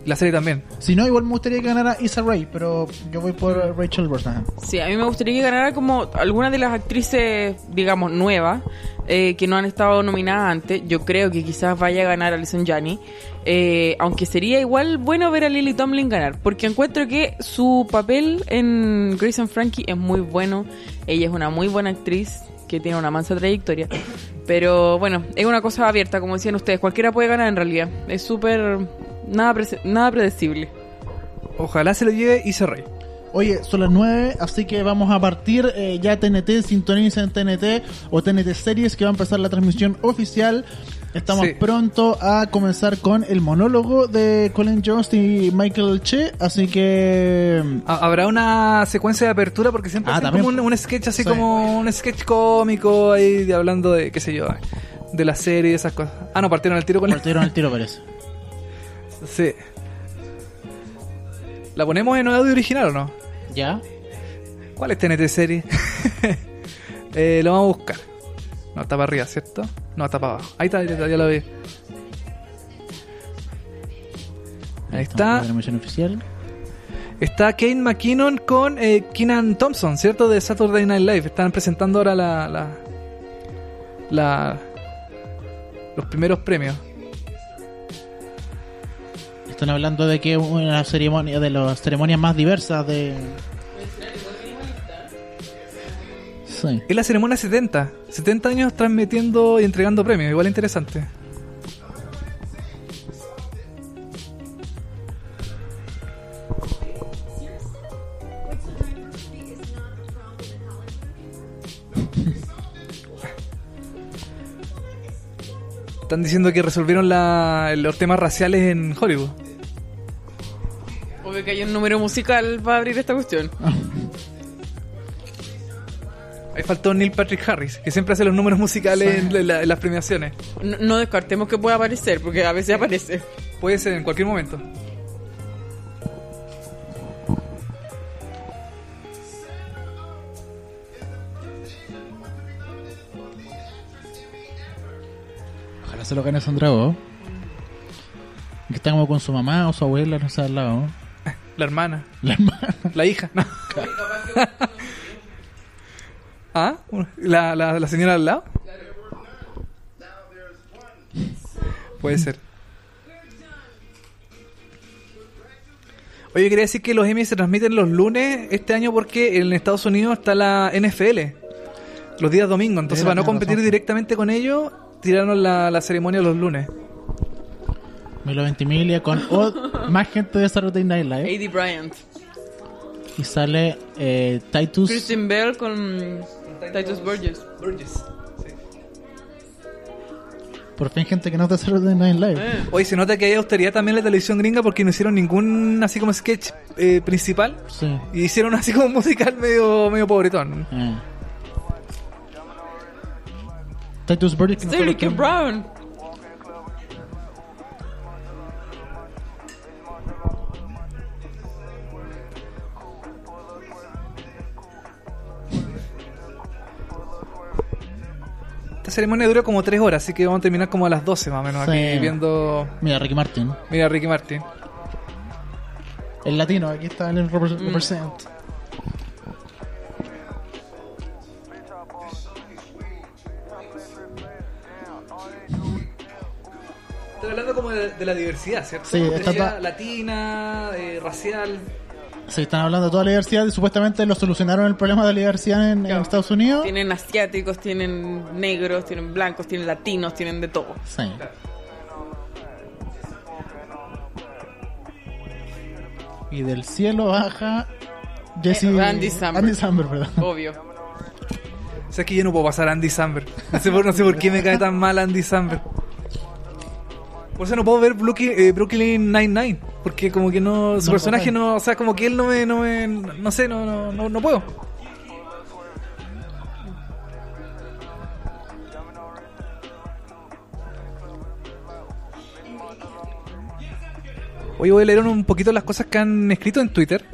Speaker 1: La serie también.
Speaker 3: Si no, igual me gustaría que ganara Issa Rae, pero yo voy por eh, Rachel Brosnahan.
Speaker 2: Sí, a mí me gustaría que ganara como alguna de las actrices, digamos, nuevas, eh, que no han estado nominadas antes. Yo creo que quizás vaya a ganar Alison Janney, eh, aunque sería igual bueno ver a Lily Tomlin ganar, porque encuentro que su papel en Grace and Frankie es muy bueno. Ella es una muy buena actriz. que tiene una mansa trayectoria. Pero bueno, es una cosa abierta, como decían ustedes. Cualquiera puede ganar en realidad. Es súper. Nada, prese- nada predecible.
Speaker 1: Ojalá se lo lleve y se rey.
Speaker 3: Oye, son las 9, así que vamos a partir eh, ya TNT, sintoniza en TNT o TNT Series que va a empezar la transmisión oficial. Estamos
Speaker 1: Sí.
Speaker 3: pronto a comenzar con el monólogo de Colin Jones y Michael Che, así que...
Speaker 1: Ha- Ah, Habrá una secuencia de apertura porque siempre
Speaker 3: Ah,
Speaker 1: hacen
Speaker 3: también,
Speaker 1: como un,
Speaker 3: po.
Speaker 1: un sketch así
Speaker 3: Sí.
Speaker 1: como un sketch cómico ahí de- hablando de qué sé yo, de la serie y esas cosas. Ah, no, partieron el tiro con la...
Speaker 3: Partieron el tiro, parece.
Speaker 1: Sí. ¿La ponemos en audio original o no?
Speaker 3: ¿Ya?
Speaker 1: ¿Cuál es TNT serie? Eh, lo vamos a buscar. No, está para arriba, ¿cierto? No, está para abajo. Ahí está, ahí está, ya lo vi. Ahí
Speaker 3: La
Speaker 1: está.
Speaker 3: transmisión oficial.
Speaker 1: Está Kane McKinnon con eh, Keenan Thompson, ¿cierto? De Saturday Night Live. Están presentando ahora la, la, la- los primeros premios.
Speaker 3: Están hablando de que una ceremonia de las ceremonias más diversas de...
Speaker 1: Pues,
Speaker 3: Sí.
Speaker 1: Es la ceremonia 70. 70 años transmitiendo y entregando premios. Igual interesante. Están diciendo que resolvieron la- los temas raciales en Hollywood.
Speaker 2: Obvio que hay un número musical para abrir esta cuestión.
Speaker 1: Ahí faltó Neil Patrick Harris, que siempre hace los números musicales en, la- en las premiaciones.
Speaker 2: No, no descartemos que pueda aparecer, porque a veces aparece.
Speaker 1: Puede ser en cualquier momento.
Speaker 3: Ojalá se lo gane Sandrago. Que está como con su mamá o su abuela, no sé, al lado.
Speaker 1: La hermana,
Speaker 3: La hermana.
Speaker 1: la hija. no. ¿Ah? ¿La, la, la señora al lado? Puede ser. Oye, quería decir que los Emmy se transmiten los lunes este año porque en Estados Unidos está la NFL. Los días domingo. Entonces,
Speaker 3: Mira,
Speaker 1: para no
Speaker 3: tienes
Speaker 1: competir
Speaker 3: razón.
Speaker 1: directamente con ellos, tiraron la, la ceremonia los lunes.
Speaker 3: Milo Ventimiglia con o- más gente de Saturday Night Live.
Speaker 2: A.D. Bryant.
Speaker 3: Y sale eh, Titus.
Speaker 2: Kristen Bell con Titus Burgess.
Speaker 3: Por fin, gente que no es de Saturday Night Live.
Speaker 2: Eh.
Speaker 1: Oye, se nota que hay austeridad también en la televisión gringa porque no hicieron ningún así como sketch eh, principal.
Speaker 3: Sí.
Speaker 1: Y hicieron así como un musical medio, medio pobretón.
Speaker 3: Eh. Titus Burdick. que no fue lo
Speaker 2: Sterling
Speaker 3: que-
Speaker 2: Brown.
Speaker 1: Esta ceremonia dura como tres horas, así que vamos a terminar como a las 12 más o menos
Speaker 3: Sí.
Speaker 1: aquí viendo.
Speaker 3: Mira, Ricky Martin.
Speaker 1: Mira, Ricky Martin.
Speaker 3: El latino, aquí está el repre- represent.
Speaker 1: Estoy hablando como de, de la diversidad, ¿cierto?
Speaker 3: Sí, está-
Speaker 1: Diversidad latina, eh, racial.
Speaker 3: Se están hablando de toda la diversidad y supuestamente lo solucionaron el problema de la diversidad en, en
Speaker 1: Claro.
Speaker 3: Estados Unidos.
Speaker 2: Tienen asiáticos, tienen negros, tienen blancos, tienen latinos, tienen de todo.
Speaker 3: Sí. Y del cielo baja Jesse
Speaker 2: Eh, Andy Samberg.
Speaker 3: Andy Samberg, perdón.
Speaker 2: Obvio.
Speaker 1: O sea, es que yo no puedo pasar a Andy Samberg. No sé por, no sé por qué me cae tan mal Andy Samberg. Por eso no puedo ver Brooklyn, eh, Brooklyn Nine-Nine. Porque como que no... Su
Speaker 3: No lo
Speaker 1: personaje
Speaker 3: puedo ver.
Speaker 1: no... O sea, como que él no me... No, me- no sé, no, no, no, no puedo. Hoy voy a leer un poquito las cosas que han escrito en Twitter.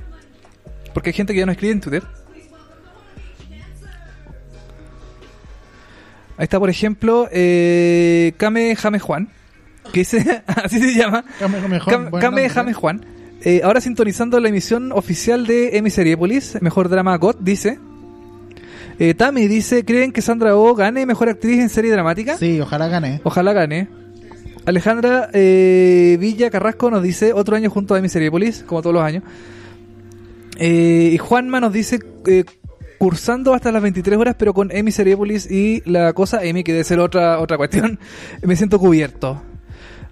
Speaker 1: Porque hay gente que ya no escribe en Twitter. Ahí está, por ejemplo, eh, Kame Jame Juan, que dice, así se llama.
Speaker 3: Came Jame Juan,
Speaker 1: Cam-
Speaker 3: buen
Speaker 1: Kame
Speaker 3: nombre.
Speaker 1: Jame Juan. Eh, ahora sintonizando la emisión oficial de Emiseriepolis, mejor drama God, dice. Eh, Tami dice, ¿creen que Sandra Oh gane mejor actriz en serie dramática?
Speaker 3: Sí, ojalá gane.
Speaker 1: Ojalá gane. Alejandra eh, Villa Carrasco nos dice otro año junto a Emiseriepolis, como todos los años. Eh, y Juanma nos dice eh, cursando hasta las 23 horas, pero con Emi Cerepolis y la cosa Emi, que debe ser otra, otra cuestión, me siento cubierto.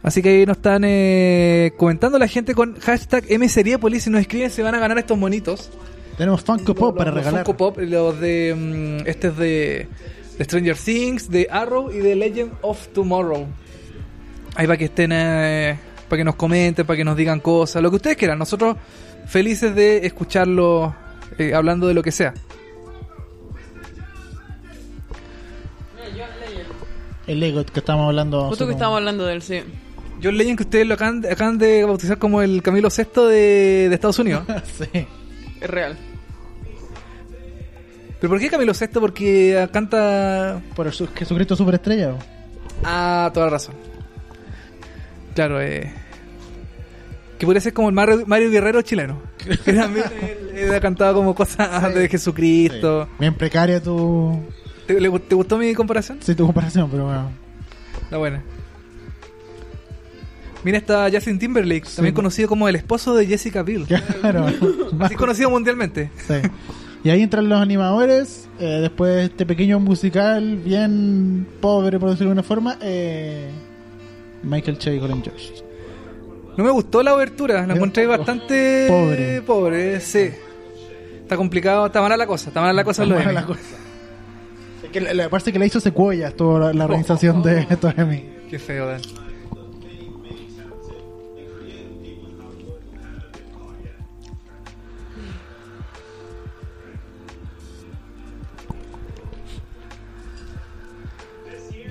Speaker 1: Así que ahí nos están eh, comentando la gente con hashtag Mseriepolis. Si nos escriben, se van a ganar estos monitos.
Speaker 3: Tenemos Funko Pop para
Speaker 1: Los
Speaker 3: regalar.
Speaker 1: Funko Pop, los de. mm, este es de, de Stranger Things, de Arrow y de Legend of Tomorrow. Ahí para que estén. eh, para que nos comenten, para que nos digan cosas, lo que ustedes quieran. Nosotros felices de escucharlo eh, hablando de lo que sea.
Speaker 3: El Lego que estábamos hablando. hace
Speaker 2: Justo que
Speaker 3: como-
Speaker 2: estábamos hablando de él, sí.
Speaker 1: John Legend, que ustedes lo acaban, acaban de bautizar como el Camilo VI de, de Estados Unidos.
Speaker 3: sí.
Speaker 2: Es real.
Speaker 1: ¿Pero por qué Camilo VI? Porque ah, canta
Speaker 3: Por el su- Jesucristo Superestrella. bo.
Speaker 1: Ah, toda la razón. Claro, eh. Que podría ser como el Mario, Mario Guerrero chileno. Que también él, él ha cantado como cosas de Jesucristo.
Speaker 3: Sí. Bien precaria tu,
Speaker 1: ¿Te, le- te gustó mi comparación?
Speaker 3: sí, tu comparación, pero bueno.
Speaker 1: La buena. Mira, está Justin Timberlake,
Speaker 3: Sí.
Speaker 1: también conocido como el esposo de Jessica Biel.
Speaker 3: Claro. Más
Speaker 1: Así conocido mundialmente.
Speaker 3: Sí. Y ahí entran los animadores, eh, después de este pequeño musical bien pobre, por decirlo de alguna forma, eh, Michael Che y Colin George.
Speaker 1: No me gustó la obertura, la
Speaker 3: Era
Speaker 1: encontré
Speaker 3: un poco
Speaker 1: bastante
Speaker 3: pobre.
Speaker 1: pobre, sí. Está complicado, está mala la cosa, está mala la cosa. en los
Speaker 3: Bueno,
Speaker 1: Emmy.
Speaker 3: la cosa. Es que la, la parte que le hizo secuoya toda la, la organización de estos Emmy.
Speaker 1: Qué feo, Dan.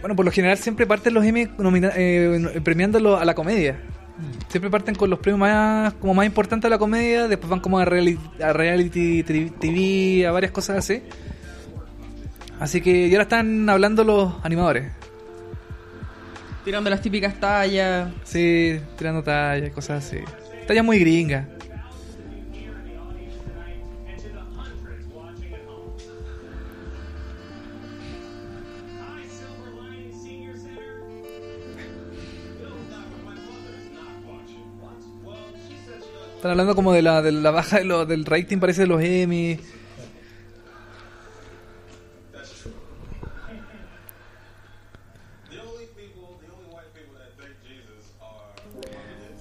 Speaker 1: Bueno, por lo general siempre parten los Emmy nomina- eh, premiándolo a la comedia. Siempre parten con los premios más como más importantes a la comedia, después van como a reality, a reality tri- TV, a varias cosas así. Así que y ahora están hablando los animadores.
Speaker 2: Tirando las típicas tallas.
Speaker 1: Sí, tirando tallas, cosas así. Talla muy gringa. Están hablando como de la, de la baja de lo- del rating, parece, de los Emmy.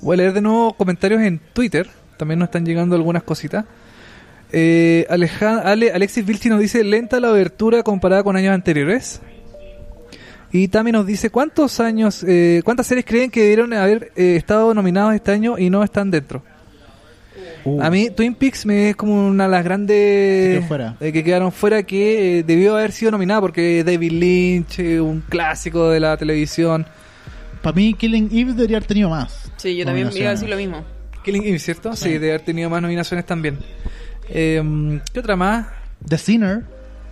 Speaker 1: Voy a leer de nuevo comentarios en Twitter. También nos están llegando algunas cositas. Eh, Aleja- Ale- Alexis Vilchi nos dice lenta la abertura comparada con años anteriores. Y Tami nos dice cuántos años, eh, cuántas series creen que debieron haber eh, estado nominados este año y no están dentro.
Speaker 3: Uh,
Speaker 1: A mí Twin Peaks me es como una de las
Speaker 3: Se
Speaker 1: grandes
Speaker 3: quedó fuera.
Speaker 1: eh, que quedaron fuera que eh, debió haber sido nominada porque David Lynch, eh, un clásico de la televisión.
Speaker 3: Para mí, Killing Eve debería haber tenido más.
Speaker 2: Sí, yo también iba a
Speaker 3: nominaciones.
Speaker 2: decir lo mismo.
Speaker 1: Killing Eve, ¿cierto? Sí, de haber tenido más nominaciones también. Eh, ¿Qué otra más?
Speaker 3: The Sinner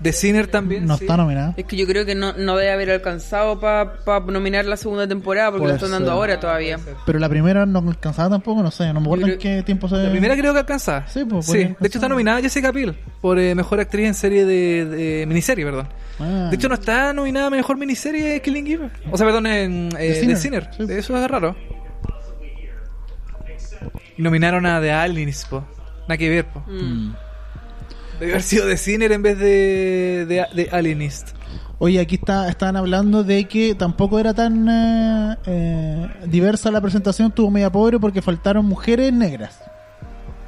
Speaker 1: The Sinner también.
Speaker 3: no
Speaker 1: sí.
Speaker 3: está nominada.
Speaker 2: Es que yo creo que no, no debe haber alcanzado para nominar la segunda temporada porque
Speaker 3: Puede
Speaker 2: la están dando
Speaker 3: ser.
Speaker 2: ahora todavía.
Speaker 3: Pero la primera no alcanzaba tampoco, no sé, no me acuerdo
Speaker 2: Yo
Speaker 3: en
Speaker 2: creo-
Speaker 3: qué tiempo se.
Speaker 1: La primera creo que alcanza.
Speaker 3: Sí, pues,
Speaker 1: sí.
Speaker 3: podría
Speaker 1: De hecho
Speaker 3: alcanzar.
Speaker 1: está nominada Jessica Biel por eh, mejor actriz en serie de, de- miniserie, perdón.
Speaker 3: Ah.
Speaker 1: De hecho no está nominada a mejor miniserie Killing Eve. O sea, perdón, en eh,
Speaker 3: The
Speaker 1: The
Speaker 3: Sinner,
Speaker 1: Sinner.
Speaker 3: sí.
Speaker 1: Eso es raro. Y nominaron a The Aliens, po. Nada que ver, po.
Speaker 2: Mm.
Speaker 1: Debe haber sido The Sinner en vez de, de, de Alienist.
Speaker 3: Oye, aquí está, estaban hablando de que tampoco era tan eh, eh, diversa la presentación, tuvo media pobre porque faltaron mujeres negras.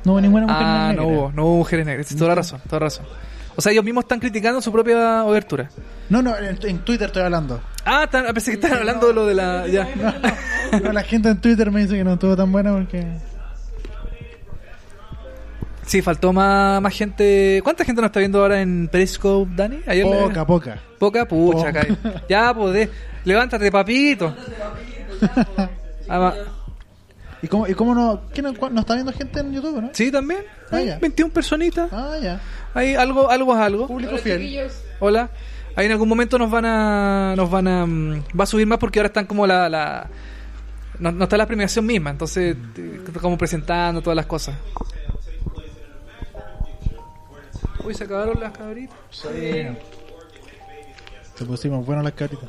Speaker 3: No hubo ninguna mujer
Speaker 1: Ah,
Speaker 3: negra. Mm.
Speaker 1: no hubo, no hubo mujeres negras. Tienes Toda la razón, toda la razón. O sea, ellos mismos están criticando su propia obertura.
Speaker 3: No, no, en, en Twitter estoy hablando.
Speaker 1: Ah, están- ah, pensé que estaban hablando de lo de la. Ya.
Speaker 3: No, la gente en Twitter me dice que no estuvo tan buena porque...
Speaker 1: Sí, faltó más, más gente. ¿Cuánta gente nos está viendo ahora en Periscope, Dani? Ayer le-
Speaker 3: Poca, poca.
Speaker 1: Poca, pucha,
Speaker 3: Poca.
Speaker 1: cae. Ya, pues, de- levántate, papito. Ah, va.
Speaker 3: ¿Y cómo, y cómo no, qué no, cua- no está viendo gente en YouTube, no?
Speaker 1: Sí, también.
Speaker 3: Ah, ya.
Speaker 1: 21 personitas.
Speaker 3: Ah, ya.
Speaker 1: Ahí algo, algo es algo.
Speaker 3: Público fiel.
Speaker 1: Hola. Ahí en algún momento nos van a. Nos van a. mm, Va a subir más porque ahora están como la. la- no, no está la premiación misma, entonces eh, como presentando todas las cosas. Uy, se acabaron las cabritas.
Speaker 3: Se pusimos buenas las caritas.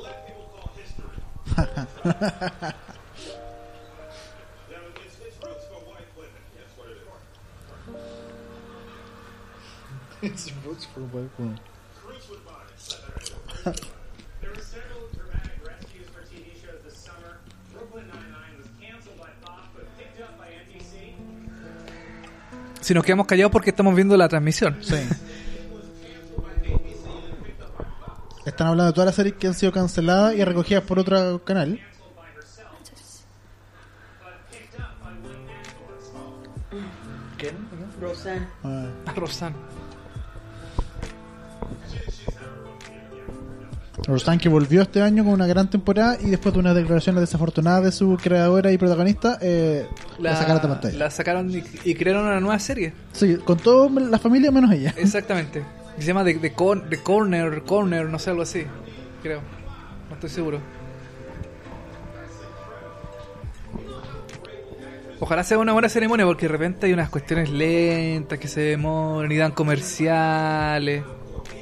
Speaker 3: It's Bruce for Wacom.
Speaker 4: There were several dramatic rescues for TV shows this summer. Brooklyn Nine-Nine was canceled by Fox but picked up by NBC.
Speaker 1: Si nos quedamos callados porque estamos viendo la transmisión.
Speaker 3: Sí. Están hablando de todas las series que han sido canceladas y recogidas por otro canal. Ah,
Speaker 1: Rosan.
Speaker 3: Roseanne que volvió este año con una gran temporada y después de unas declaraciones desafortunadas de su creadora y protagonista, eh, la, sacaron de pantalla.
Speaker 1: la sacaron y, y crearon una nueva serie.
Speaker 3: Sí, con toda la familia menos ella.
Speaker 1: Exactamente. Se llama The, The Cor- The Corner, Corner, no sé, algo así. Creo. No estoy seguro. Ojalá sea una buena ceremonia porque de repente hay unas cuestiones lentas que se demoran y dan comerciales.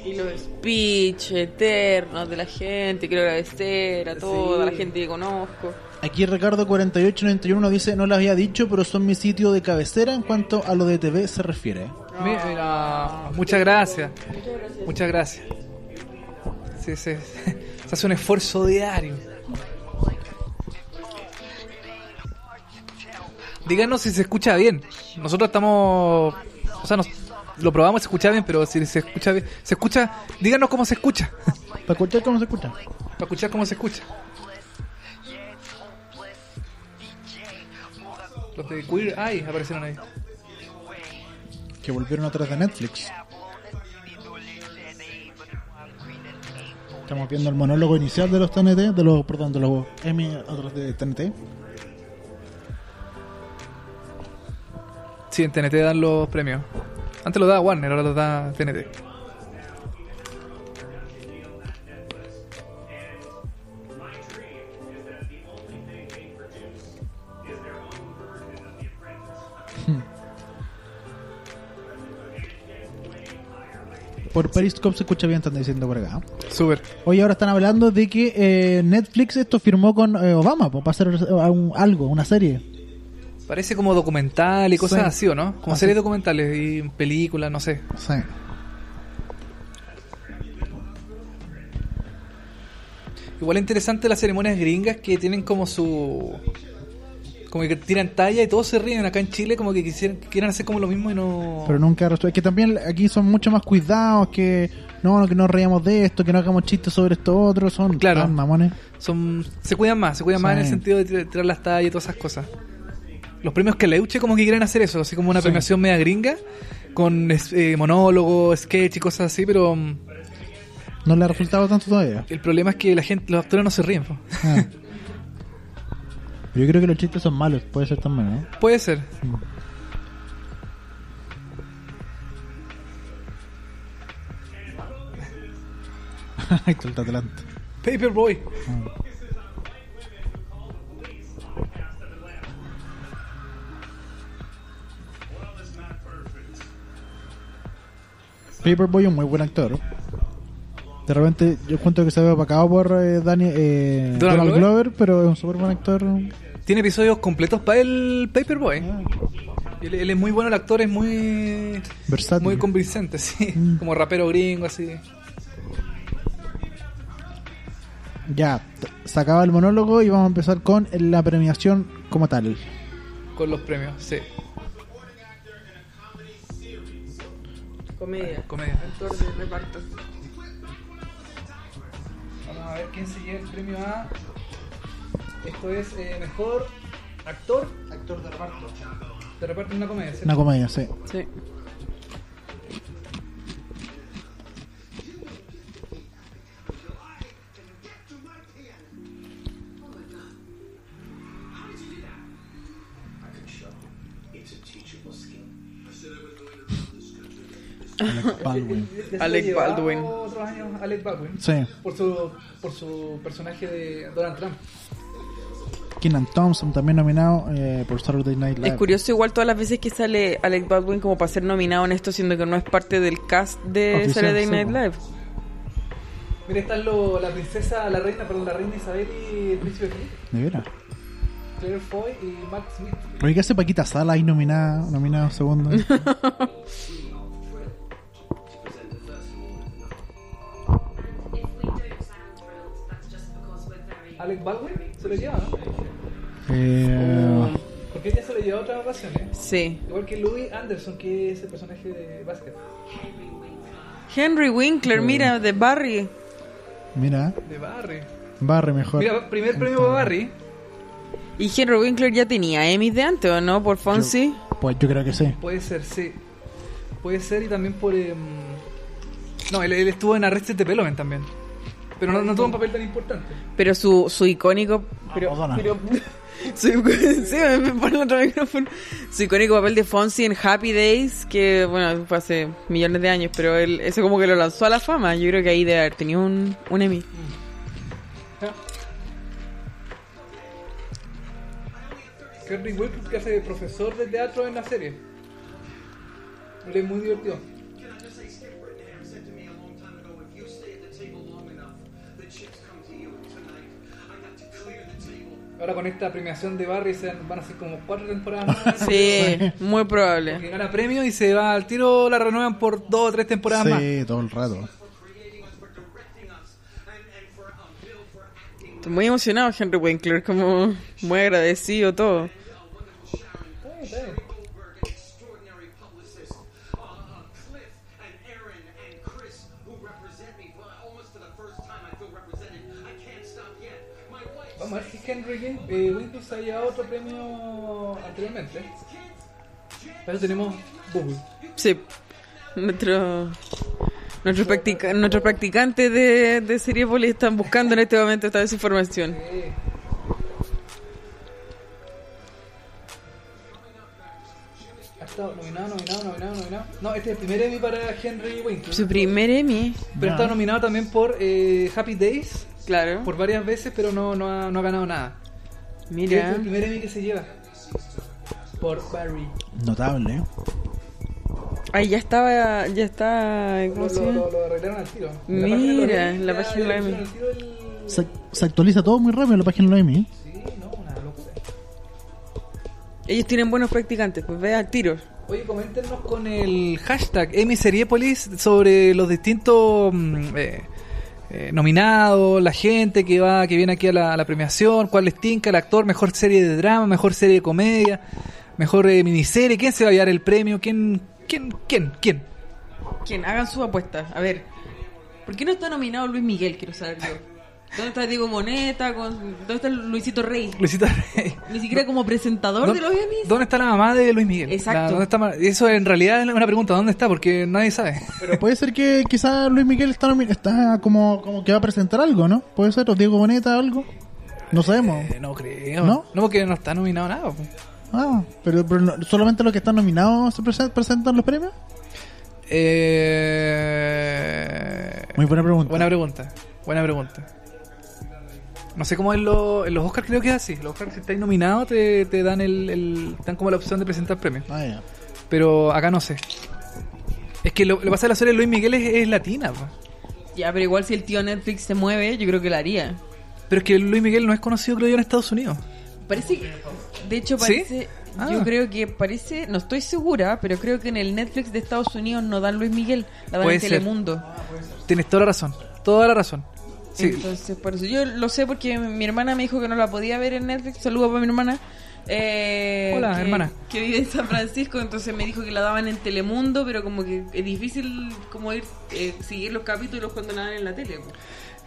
Speaker 2: Y los speech eternos de la gente, quiero agradecer a toda
Speaker 1: Sí.
Speaker 2: la gente que conozco.
Speaker 3: Aquí Ricardo 4891 dice, no lo había dicho, pero son mi sitio de cabecera en cuanto a lo de TV se refiere.
Speaker 1: Mi- mira, muchas gracias. Muchas gracias. Sí, sí. Se hace un esfuerzo diario. Díganos si se escucha bien. Nosotros estamos. O sea, nos- lo probamos, se escucha bien, pero si se escucha bien. Se escucha. Díganos cómo se escucha.
Speaker 3: Para escuchar cómo se escucha.
Speaker 1: Para escuchar cómo se escucha. Los de Queer Eye aparecieron ahí.
Speaker 3: Que volvieron atrás de Netflix. Estamos viendo el monólogo inicial de los TNT, de los, perdón, de los Emmy atrás de TNT.
Speaker 1: Sí, en TNT dan los premios. Antes los daba Warner, ahora los da TNT.
Speaker 3: Por Periscope se escucha bien, están diciendo por acá.
Speaker 1: Súper.
Speaker 3: Hoy ahora están hablando de que eh, Netflix esto firmó con eh, Obama, pues, para hacer eh, un- algo, una serie.
Speaker 1: Parece como documental y cosas
Speaker 3: Sí.
Speaker 1: así, ¿o no? Como
Speaker 3: Así.
Speaker 1: series documentales y películas, no sé.
Speaker 3: Sí.
Speaker 1: Igual es interesante las ceremonias gringas que tienen como su... Como que tiran talla y todos se ríen. Acá en Chile como que quisieran, quieran hacer como lo mismo y no...
Speaker 3: Pero nunca resulta. Es que también aquí son mucho más cuidados que no, no, que no reíamos de esto, que no hagamos chistes sobre esto otro, son
Speaker 1: Claro.
Speaker 3: tan mamones.
Speaker 1: Son, se cuidan más, se cuidan más
Speaker 3: Sí.
Speaker 1: en el sentido de tir- tirar las tallas y todas esas cosas. Los premios que leuche como que quieren hacer eso, así como una
Speaker 3: Sí.
Speaker 1: premiación media gringa, con es- eh, monólogo, sketch y cosas así, pero mm,
Speaker 3: No le ha resultado tanto todavía.
Speaker 1: el problema es que la gente, los actores no se ríen. po.
Speaker 3: Ah. Pero Yo creo que los chistes son malos, puede ser también, ¿no?
Speaker 1: Puede ser.
Speaker 3: Esto está adelante.
Speaker 1: Paperboy.
Speaker 3: Paperboy es un muy buen actor. De repente yo cuento que se ve opacado por eh, Dani- eh,
Speaker 1: ¿Donald
Speaker 3: Donald
Speaker 1: Glover?
Speaker 3: Glover, pero es un súper buen actor.
Speaker 1: Tiene episodios completos para el Paperboy.
Speaker 3: Ah,
Speaker 1: Él, él es muy bueno el actor, es muy
Speaker 3: Versátil.
Speaker 1: muy convincente, sí,
Speaker 3: Mm.
Speaker 1: como rapero gringo así.
Speaker 3: Ya, t- se acaba el monólogo y vamos a empezar con la premiación como tal.
Speaker 1: Con los premios, sí.
Speaker 2: Comedia.
Speaker 1: Ah, Comedia.
Speaker 2: Actor de reparto.
Speaker 1: Vamos a ver quién se lleva el premio A. Esto es eh, mejor actor. Actor de reparto. De reparto en una comedia, ¿cierto?
Speaker 3: Una comedia, sí.
Speaker 2: Sí.
Speaker 3: Alec Baldwin.
Speaker 2: Alec
Speaker 1: Después llevaba
Speaker 2: Baldwin.
Speaker 1: Otros años Alec Baldwin.
Speaker 3: Sí.
Speaker 1: Por su, por su personaje de Donald Trump.
Speaker 3: Keenan Thompson también nominado eh, por Saturday Night Live.
Speaker 2: Es curioso igual todas las veces que sale Alec Baldwin como para ser nominado en esto, siendo que no es parte del cast de
Speaker 3: Oficial,
Speaker 2: Saturday
Speaker 3: sí,
Speaker 2: Night
Speaker 3: po.
Speaker 2: Live.
Speaker 1: Mira, están lo- la princesa, la reina, perdón, la reina Isabel y el príncipe Felipe.
Speaker 3: De veras.
Speaker 1: Claire Foy y Matt Smith.
Speaker 3: Oye, ¿qué hace Paquita Sala ahí nominada, nominado segundo?
Speaker 1: Alec Baldwin se lo lleva, ¿no?
Speaker 3: Eh,
Speaker 1: Porque ella se lo lleva a otras ocasiones.
Speaker 2: Sí.
Speaker 1: Igual que Louis Anderson, que es el personaje de Basket.
Speaker 2: Henry Winkler, mira, de Barry.
Speaker 3: mira,
Speaker 1: De Barry.
Speaker 3: Barry mejor.
Speaker 1: Mira, primer premio para Barry.
Speaker 2: Y Henry Winkler ya tenía Emmys de antes, ¿o no? Por Fonzie.
Speaker 3: Pues yo creo que sí.
Speaker 1: Puede ser, sí. Puede ser y también por... em, No, él, él estuvo en Arrested Development también. Pero no, no tuvo un papel tan importante.
Speaker 2: Pero su, su icónico. Pero,
Speaker 3: Madonna.
Speaker 2: pero- su, sí, me- me pone otro micrófono. Su icónico papel de Fonzie en Happy Days, que bueno, fue hace millones de años, pero él, eso como que lo lanzó a la fama. Yo creo que ahí de haber tenido un, un Emmy.
Speaker 1: Henry Wilkins que hace de profesor de teatro en la serie. Él es muy divertido.
Speaker 4: Can I just say, Skip Brittenham said to me a long time ago, if you stay at the table long enough, the chips come to you tonight. I got to clear the table.
Speaker 1: Ahora con esta premiación de Barry se van a hacer como cuatro temporadas más.
Speaker 2: Sí, muy probable.
Speaker 1: Que gana premio y se va al tiro, la renuevan por dos o tres temporadas más.
Speaker 3: Sí, todo el rato.
Speaker 4: For creating us, for directing us, and, and for a bill for acting.
Speaker 2: Estoy muy emocionado, Henry Winkler, como muy agradecido todo.
Speaker 4: A wonderful Sharon, Sherry Goldberg, an extraordinary publicist. Uh, uh, Cliff and Aaron and Chris, who represent me for almost for the first time. I feel represented. I can't stop yet. My wife.
Speaker 1: Vamos a ver si Henry Gil- eh, Wilkins ha llevado otro premio anteriormente. Pero tenemos Google.
Speaker 2: Sí, nuestro, nuestro, practica- nuestro practicante de, de Seriepolis están buscando en este momento esta desinformación.
Speaker 1: Eh. Ha estado nominado, nominado, nominado, nominado. No, este es el primer Emmy para Henry Winkler.
Speaker 2: Su primer Emmy,
Speaker 1: Pero ha estado nominado también por eh, Happy Days
Speaker 2: claro.
Speaker 1: por varias veces, pero no, no, ha, no ha ganado nada. Este es
Speaker 2: Mira,
Speaker 1: el primer Emmy que se lleva. Por Barry.
Speaker 2: Ah,
Speaker 3: Notable, ¿eh?
Speaker 2: ahí ya estaba, ya está,
Speaker 1: Lo,
Speaker 2: ¿cómo se
Speaker 1: lo,
Speaker 2: llama?
Speaker 1: lo- lo arreglaron al tiro.
Speaker 2: Mira,
Speaker 1: En
Speaker 2: la página de
Speaker 1: de
Speaker 2: la
Speaker 1: los
Speaker 2: Emmy.
Speaker 1: Emmy ya le pusieron al tiro el-
Speaker 3: Se, se actualiza todo muy rápido en la página de la Emmy. ¿eh?
Speaker 1: Sí, no, una locura.
Speaker 2: Ellos tienen buenos practicantes, pues ve al tiro.
Speaker 1: Oye, coméntenos con el hashtag Emiseriepolis sobre los distintos mm, eh, eh, nominados, la gente que va, que viene aquí a la, a la premiación, cuál les tinca, el actor, mejor serie de drama, mejor serie de comedia, mejor eh, miniserie, quién se va a llevar el premio, quién, quién, quién, quién.
Speaker 2: ¿Quién? Hagan sus apuestas, a ver. ¿Por qué no está nominado Luis Miguel, quiero saber yo? ¿Dónde está Diego Moneta? Con- ¿Dónde está Luisito Rey?
Speaker 1: Luisita Rey.
Speaker 2: Ni siquiera como presentador de los
Speaker 1: ¿Dó-
Speaker 2: Emmys.
Speaker 1: ¿Dónde está la mamá de Luis Miguel?
Speaker 2: Exacto.
Speaker 1: La- ¿dónde está ma- eso en realidad es una pregunta, ¿dónde está? Porque nadie sabe.
Speaker 3: Pero puede ser que quizás Luis Miguel está, nomi- está como, como que va a presentar algo, ¿no? Puede ser, o Diego Boneta, algo. No sabemos.
Speaker 1: Eh, no creo.
Speaker 3: ¿No?
Speaker 1: No, porque no está nominado nada. pues.
Speaker 3: Ah, pero, pero no- solamente los que están nominados se presen- presentan los premios.
Speaker 1: Eh...
Speaker 3: Muy buena pregunta.
Speaker 1: Buena pregunta, buena pregunta. No sé cómo en, lo- en los Oscars creo que es así. Los Oscars si estáis nominados te, te dan el, el- te dan como la opción de presentar premios.
Speaker 3: Ah, ya.
Speaker 1: Pero acá no sé. Es que lo lo que pasa de la serie de Luis Miguel es, es latina. po.
Speaker 2: Ya, pero igual si el tío Netflix se mueve, yo creo que lo haría.
Speaker 1: Pero es que Luis Miguel no es conocido creo yo en Estados Unidos.
Speaker 2: Parece que, de hecho
Speaker 1: ¿Sí?
Speaker 2: parece,
Speaker 1: Ah.
Speaker 2: yo creo que parece, no estoy segura, pero creo que en el Netflix de Estados Unidos no dan Luis Miguel, la dan
Speaker 1: Puede
Speaker 2: en
Speaker 1: ser.
Speaker 2: Telemundo.
Speaker 1: Tienes toda la razón, toda la razón. Sí,
Speaker 2: Entonces, por eso yo lo sé porque mi hermana me dijo que no la podía ver en Netflix. Saludos para mi hermana. Eh,
Speaker 1: Hola,
Speaker 2: que-
Speaker 1: hermana.
Speaker 2: Que vive en San Francisco, entonces me dijo que la daban en Telemundo, pero como que es difícil como ir eh, seguir los capítulos cuando la dan en la tele. pues.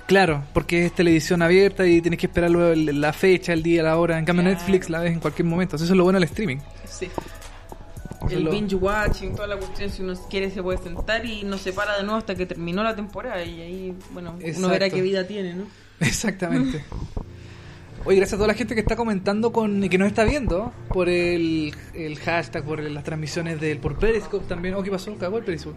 Speaker 1: claro, porque es televisión abierta y tienes que esperar luego el- la fecha, el día, la hora. En cambio en
Speaker 2: Claro.
Speaker 1: Netflix la ves en cualquier momento. Eso es lo bueno del streaming.
Speaker 2: Sí.
Speaker 1: Eso es
Speaker 2: El
Speaker 1: lo-
Speaker 2: binge watching, toda la cuestión, si uno quiere se puede sentar y no se para de nuevo hasta que terminó la temporada y ahí, bueno, uno
Speaker 1: Exacto.
Speaker 2: verá qué vida tiene, ¿no?
Speaker 1: Exactamente. Oye, gracias a toda la gente que está comentando con y que nos está viendo por el, el hashtag, por las transmisiones del por Periscope también. Oh, ¿qué pasó? ¿Cagó el Periscope?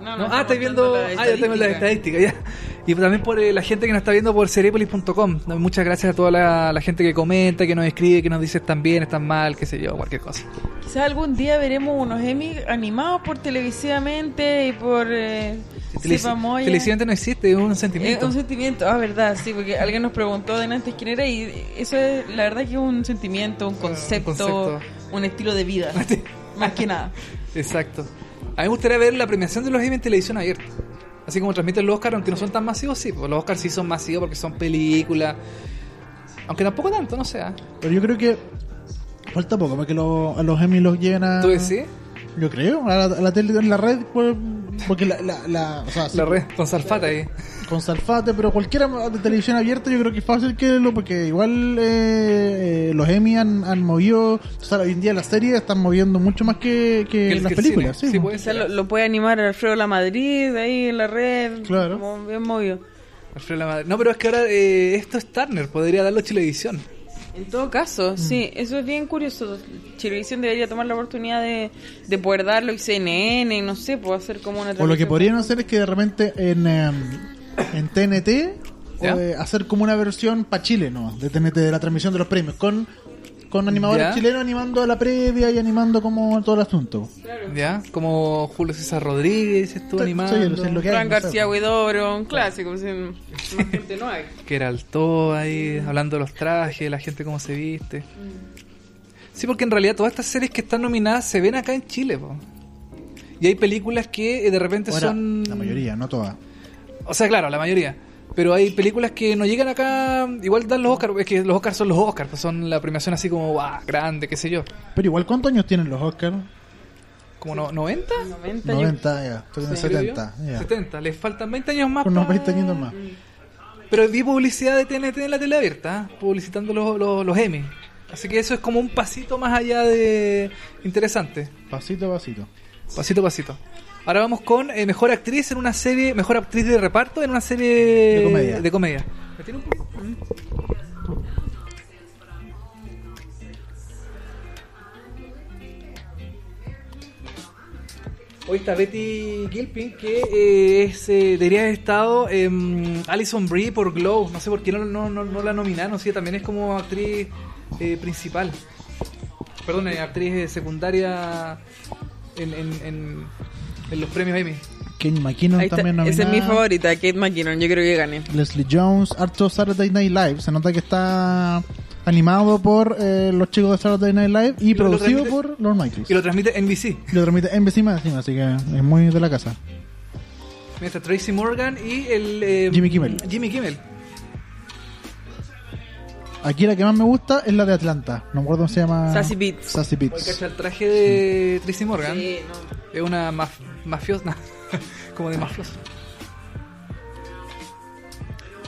Speaker 2: No,
Speaker 1: No, ah, estáis viendo.
Speaker 2: la
Speaker 1: Ah, ya tenemos las
Speaker 2: estadística.
Speaker 1: estadísticas, ya. Y también por eh, la gente que nos está viendo por seriepolis.com. No, Muchas gracias a toda la, la gente que comenta, que nos escribe, que nos dice están bien, están mal, qué sé yo, cualquier cosa.
Speaker 2: Quizás algún día veremos unos Emmy animados por televisivamente y por eh,
Speaker 1: Televisi-
Speaker 2: Sepa Moya.
Speaker 1: Televidente no existe, es un
Speaker 2: Eh,
Speaker 1: sentimiento.
Speaker 2: un sentimiento, ah, verdad, sí, porque alguien nos preguntó de antes quién era y eso es, la verdad que es un sentimiento, un concepto, un,
Speaker 1: Ah, concepto.
Speaker 2: estilo de vida, más que nada.
Speaker 1: Exacto. A mí me gustaría ver la premiación de los Emmy en televisión abierta. pues, Así como transmiten los Oscars, aunque no son tan masivos, sí. porque Los Oscars sí son masivos porque son películas. Aunque tampoco tanto, no ¿ah? sea.
Speaker 3: Pero yo creo que falta poco para que lo- a los Emmy los lleven a.
Speaker 1: ¿Tú decís?
Speaker 3: Yo creo, a la, a la tele, en la red, por- porque la. la, la- o sea, sí,
Speaker 1: La red con Salfata ahí.
Speaker 3: Con Salfate, pero cualquiera de televisión abierta, yo creo que es fácil que lo. Porque igual eh, eh, los Emmy han, han movido. O sea, hoy en día las series están moviendo mucho más que, que
Speaker 1: Que el-
Speaker 3: las
Speaker 1: que el
Speaker 3: películas.
Speaker 1: cine.
Speaker 3: sí.
Speaker 1: Sí, puede
Speaker 2: Quizás
Speaker 1: ser.
Speaker 2: lo, lo puede animar Alfredo La Madrid ahí en la red.
Speaker 3: Claro.
Speaker 2: Como bien movido.
Speaker 1: Alfredo la madre. No, pero es que ahora eh, esto es Turner, podría darlo Chilevisión.
Speaker 2: En todo caso,
Speaker 3: Mm.
Speaker 2: sí, eso es bien curioso. Chilevisión debería tomar la oportunidad de, de poder darlo y CNN, no sé, puede hacer como una
Speaker 3: O lo que
Speaker 2: transmisión.
Speaker 3: podrían hacer es que de repente en, em, en TNT
Speaker 1: ¿Ya?
Speaker 3: o, eh, hacer como una versión para Chile, ¿no? De TNT, de la transmisión de los premios, con, con animadores
Speaker 1: ¿Ya?
Speaker 3: chilenos animando a la previa y animando como todo el asunto.
Speaker 1: ¿Ya? Como Julio César Rodríguez estuvo
Speaker 3: Sí,
Speaker 1: animando.
Speaker 3: sí, lo que hay,
Speaker 2: Fran
Speaker 3: no sé.
Speaker 2: García Huidobro, un clásico, sin más gente no hay.
Speaker 1: Que era el todo ahí, hablando de los trajes, la gente cómo se viste. Sí, porque en realidad todas estas series que están nominadas se ven acá en Chile, po. Y hay películas que eh, de repente
Speaker 3: Ahora,
Speaker 1: son.
Speaker 3: La mayoría, no todas.
Speaker 1: O sea, claro, la mayoría. Pero hay películas que no llegan acá. Igual dan los Oscars. Es que los Oscars son los Oscars. pues son la premiación así como, guau, grande, qué sé yo.
Speaker 3: Pero igual, ¿cuántos años tienen los Oscars?
Speaker 1: ¿Como no- 90?
Speaker 2: 90 yo-
Speaker 3: 90, ya. Estoy en el 70,
Speaker 1: creo yo.
Speaker 3: ya.
Speaker 1: 70. Les faltan 20 años más.
Speaker 3: Unos
Speaker 1: pa-
Speaker 3: 20 años más.
Speaker 1: Pero vi publicidad de TNT en la tele abierta, ¿ah? publicitando los, los, los Emmy. Así que eso es como un pasito más allá de interesante.
Speaker 3: Pasito a pasito.
Speaker 1: Pasito a pasito. Ahora vamos con eh, mejor actriz en una serie, mejor actriz de reparto en una serie
Speaker 3: De comedia.
Speaker 1: comedia. ¿Me tiene un poco? Hoy está Betty Gilpin, que eh, es, eh, debería haber estado em, Alison Brie por Glow. No sé por qué no, no, no, no la nominaron, sí, también es como actriz eh, principal. Perdón, eh, actriz eh, secundaria en, en- en- en los premios Emmy.
Speaker 3: Ken McKinnon
Speaker 2: Ahí está,
Speaker 3: también
Speaker 2: Esa es mi
Speaker 3: nominada.
Speaker 2: favorita, Kate McKinnon, yo creo que gane.
Speaker 3: Leslie Jones, harto Saturday Night Live. Se nota que está animado por eh, los chicos de Saturday Night Live y,
Speaker 1: Y lo- lo
Speaker 3: producido
Speaker 1: transmite-
Speaker 3: por los Nighties.
Speaker 1: Y lo transmite NBC.
Speaker 3: Lo transmite en encima, encima, así que es muy de la casa.
Speaker 1: Mira, está Tracy Morgan y el... eh,
Speaker 3: Jimmy Kimmel.
Speaker 1: Jimmy Kimmel.
Speaker 3: Aquí la que más me gusta es la de Atlanta. No me acuerdo cómo se llama.
Speaker 2: Sassy Beats.
Speaker 3: Sassy
Speaker 1: Oye,
Speaker 3: Beats.
Speaker 1: cacha, el traje de Tracy Morgan
Speaker 2: Sí, no.
Speaker 1: es una maf mafiosa, como de mafioso.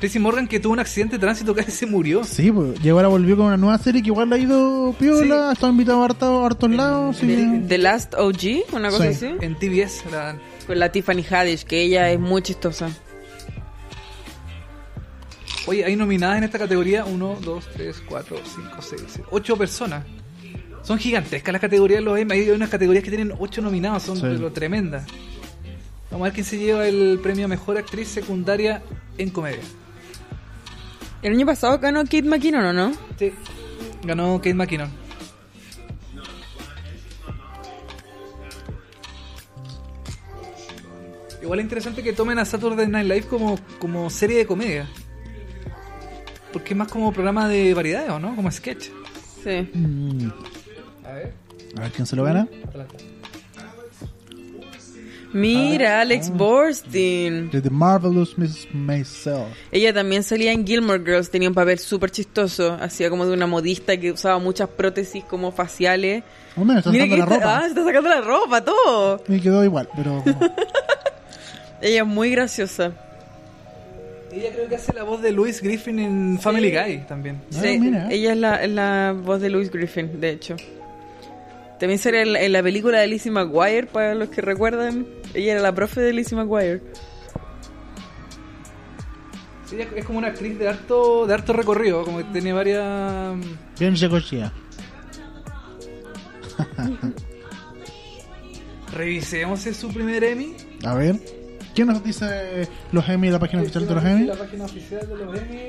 Speaker 1: Tracy Morgan que tuvo un accidente de tránsito casi se murió.
Speaker 3: Sí, pues, y ahora volvió con una nueva serie que igual la ha ido piola, ha estado invitado a harto- a hartos lados. sí.
Speaker 2: The- The Last OG, una cosa
Speaker 3: Sí.
Speaker 2: así.
Speaker 1: En TBS la dan.
Speaker 2: Con la Tiffany Haddish, que ella es muy chistosa.
Speaker 1: Oye, hay nominadas en esta categoría 1, 2, 3, 4, 5, 6, 8 personas. Son gigantescas las categorías de los Emmy. Hay unas categorías que tienen 8 nominados, son
Speaker 3: Sí.
Speaker 1: pero tremendas. Vamos a ver quién se lleva el premio a Mejor Actriz Secundaria en Comedia.
Speaker 2: El año pasado ganó Kate McKinnon, ¿o no?
Speaker 1: Sí. Ganó Kate McKinnon. Igual es interesante que tomen a Saturday Night Live como, como serie de comedia. Porque es más como programa de variedades, ¿o no? Como sketch.
Speaker 2: Sí.
Speaker 3: Mm,
Speaker 1: A ver.
Speaker 3: a ver quién se lo gana. Ah.
Speaker 2: Mira, Alex Borstein.
Speaker 3: De The Marvelous Miss Maisel.
Speaker 2: Ella también salía en Gilmore Girls, tenía un papel súper chistoso, hacía como de una modista que usaba muchas prótesis como faciales.
Speaker 3: Hombre, me está
Speaker 2: Mira
Speaker 3: sacando
Speaker 2: que ah. está-
Speaker 3: la ropa.
Speaker 2: ah, se está sacando la ropa, todo.
Speaker 3: Me quedó igual, pero.
Speaker 2: Ella es muy graciosa.
Speaker 1: Ella creo que hace la voz de Louis Griffin en Family Guy también.
Speaker 3: Ah,
Speaker 2: Sí,
Speaker 3: mira.
Speaker 2: Ella es la, es la voz de Louis Griffin, de hecho. También sale en, la- en la película de Lizzie McGuire, para los que recuerdan. Ella era la profe de Lizzie McGuire.
Speaker 1: Sí, Ella es como una actriz de harto, de harto recorrido, como que tiene varias... mm,
Speaker 3: Bien, Checochea. Revisemos
Speaker 1: Revisemos su primer Emmy.
Speaker 3: A ver. ¿Quién nos dice los Emmy, la página oficial de los Emmy?
Speaker 1: La página oficial de los Emmy.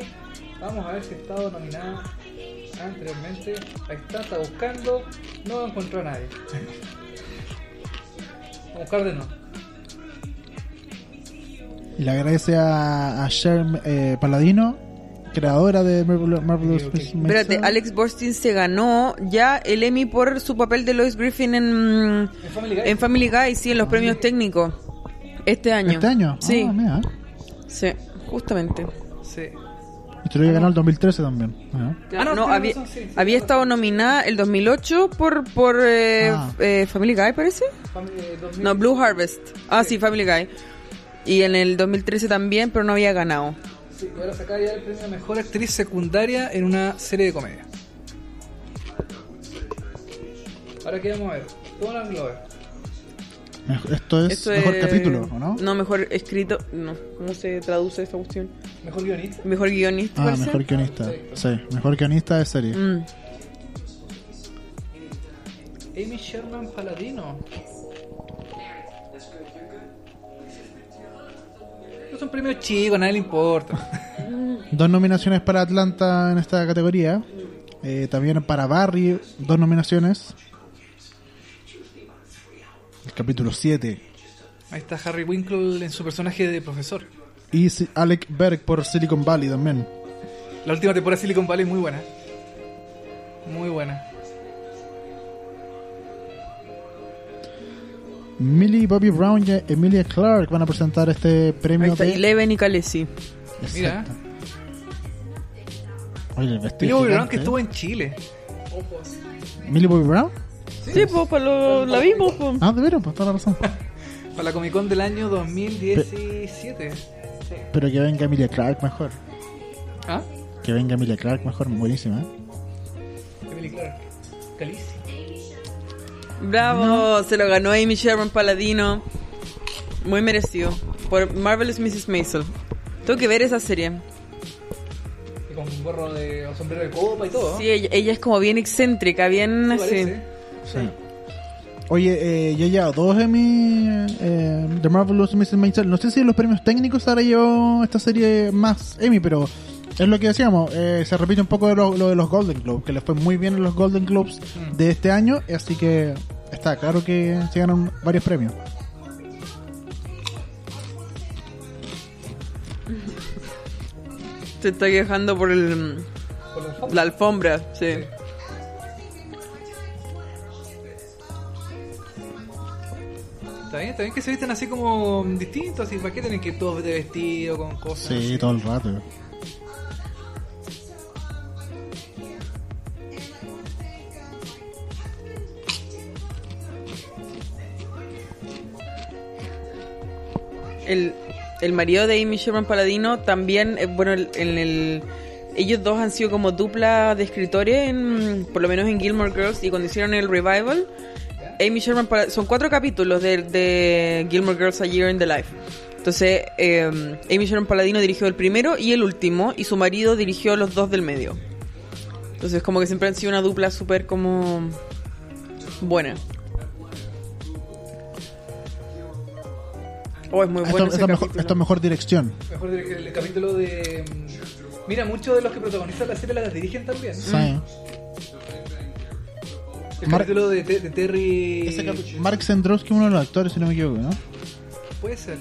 Speaker 1: Vamos a ver si ha estado nominada anteriormente. Ahí está, está buscando. No encontró a nadie. Vamos a buscar de nuevo.
Speaker 3: Y le agradece a, a Cher eh, Paladino, creadora de Marvel- Marvelous
Speaker 1: Ok.
Speaker 3: Miss Maisel.
Speaker 2: Espérate, Alex Borstein se ganó ya el Emmy por su papel de Louis Griffin en,
Speaker 1: En Family Guy.
Speaker 2: en Family Guy, sí, en los premios técnicos. Este año.
Speaker 3: ¿Este año?
Speaker 2: Sí,
Speaker 3: Ah, mira.
Speaker 2: sí, justamente.
Speaker 1: Sí.
Speaker 3: Estrella ganó el 2013 también. Ah.
Speaker 1: Ah, no,
Speaker 2: no,
Speaker 1: tiene
Speaker 2: había,
Speaker 1: razón, sí, sí,
Speaker 2: había estado nominada el 2008 por, por eh,
Speaker 3: Ah.
Speaker 2: eh, Family Guy, parece.
Speaker 1: eh,
Speaker 2: No, Blue Harvest. Ah, sí, Family Guy. Y en el 2013 también, pero no había ganado.
Speaker 1: Sí, y ahora sacar ya el premio a mejor actriz secundaria en una serie de comedia. Ahora que vamos a ver. ¿Cómo las Glover?
Speaker 3: Mejor- Esto es
Speaker 2: Esto
Speaker 3: mejor
Speaker 2: es-
Speaker 3: capítulo, ¿o no?
Speaker 2: No, mejor escrito. No, ¿cómo se traduce esta cuestión?
Speaker 1: Mejor guionista.
Speaker 2: Mejor guionista.
Speaker 3: Ah,
Speaker 2: parece.
Speaker 3: mejor guionista. Sí, mejor guionista de serie.
Speaker 2: Mm.
Speaker 1: Amy Sherman Paladino. Es un premio chico, a nadie le importa.
Speaker 3: Dos nominaciones para Atlanta en esta categoría. Eh, también para Barry, dos nominaciones. El capítulo 7.
Speaker 1: Ahí está Harry Winkle en su personaje de profesor.
Speaker 3: Y si- Alec Berg por Silicon Valley también.
Speaker 1: La última temporada de Silicon Valley es muy buena. Muy buena.
Speaker 3: Millie Bobby Brown y Emilia Clark van a presentar este
Speaker 2: Ahí
Speaker 3: premio.
Speaker 2: está,
Speaker 3: de-
Speaker 2: Eleven y Khaleesi.
Speaker 1: Mira.
Speaker 3: Exacto. Oye, el vestido
Speaker 1: Billy Bobby Brown
Speaker 3: gigante,
Speaker 1: que
Speaker 3: ¿eh?
Speaker 1: estuvo en Chile.
Speaker 3: ¿Millie Bobby Brown?
Speaker 2: Sí, pues, para lo- la vimos. pues.
Speaker 3: Ah, de veras, pues toda la razón.
Speaker 1: Para la Comic Con del año 2017.
Speaker 3: Pero que venga Emilia Clark mejor.
Speaker 1: ¿Ah?
Speaker 3: Que venga Emilia Clark mejor, buenísima. ¿eh?
Speaker 1: Emily Clark. Calice.
Speaker 2: Bravo, se lo ganó Amy Sherman Paladino. Muy merecido. Por Marvelous Mrs. Maisel. Tengo que ver esa serie.
Speaker 1: Y con un gorro de o sombrero de copa y
Speaker 3: Oh.
Speaker 1: todo.
Speaker 2: Sí, ella, ella es como bien excéntrica, bien
Speaker 1: ¿no?
Speaker 2: así.
Speaker 1: Parece.
Speaker 3: Sí. Oye, eh, ya lleva dos Emmy eh, The Marvelous Mrs. Maisel. No sé si en los premios técnicos ahora llevó esta serie más Emmy, pero es lo que decíamos. eh, se repite un poco de lo, lo de los Golden Globes, que les fue muy bien en los Golden Globes
Speaker 1: Mm.
Speaker 3: de este año, así que está claro que se ganan varios premios.
Speaker 2: Te estoy quejando por el,
Speaker 1: Con los
Speaker 2: la alfombra, sí.
Speaker 1: Está bien, está bien que se visten así como distintos. ¿Y para qué tienen que ir todos de vestido con cosas?
Speaker 3: Sí,
Speaker 1: así?
Speaker 3: todo el rato.
Speaker 2: El, el marido de Amy Sherman Paladino también, eh, bueno, el- en el... Ellos dos han sido como dupla de escritores, en, por lo menos en Gilmore Girls, y cuando hicieron el revival, Amy Sherman, Pala- son cuatro capítulos de, de Gilmore Girls A Year in the Life. Entonces, eh, Amy Sherman Paladino dirigió el primero y el último, y su marido dirigió los dos del medio. Entonces, como que siempre han sido una dupla súper como... buena. Oh, es muy
Speaker 3: Esto,
Speaker 2: bueno
Speaker 3: esto
Speaker 2: ese
Speaker 3: es mejor,
Speaker 2: capítulo.
Speaker 3: esto es mejor dirección.
Speaker 1: Mejor dirigir el capítulo de. mm, Mira, muchos de los que protagonizan la serie las dirigen también.
Speaker 3: Sí.
Speaker 1: El
Speaker 3: Mar-
Speaker 1: capítulo de, Te- de Terry.
Speaker 3: Ese cap- Mark Sandrowski, uno de los actores, si no me equivoco, ¿no?
Speaker 1: Puede ser.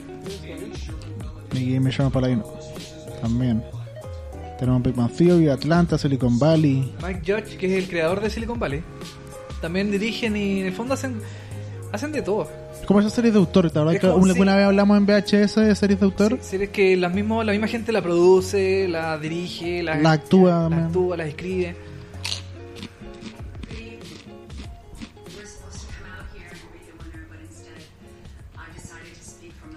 Speaker 3: Y me llama Paladino. También. Tenemos Big Bang Theory, Atlanta, Silicon Valley.
Speaker 1: Mike Judge, que es el creador de Silicon Valley. También dirigen y en el fondo hacen hacen de todo.
Speaker 3: Como esa serie de autor, ¿te acuerdas
Speaker 1: Es
Speaker 3: que
Speaker 1: como
Speaker 3: una,
Speaker 1: si-
Speaker 3: una vez hablamos en VHS de series de autor?
Speaker 1: Sí, series que la, mismo, la misma gente la produce, la dirige, la,
Speaker 3: La actúa,
Speaker 1: la
Speaker 3: man.
Speaker 1: actúa, la escribe.
Speaker 5: We're supposed to come out here and read the winner, but instead, I decided to speak from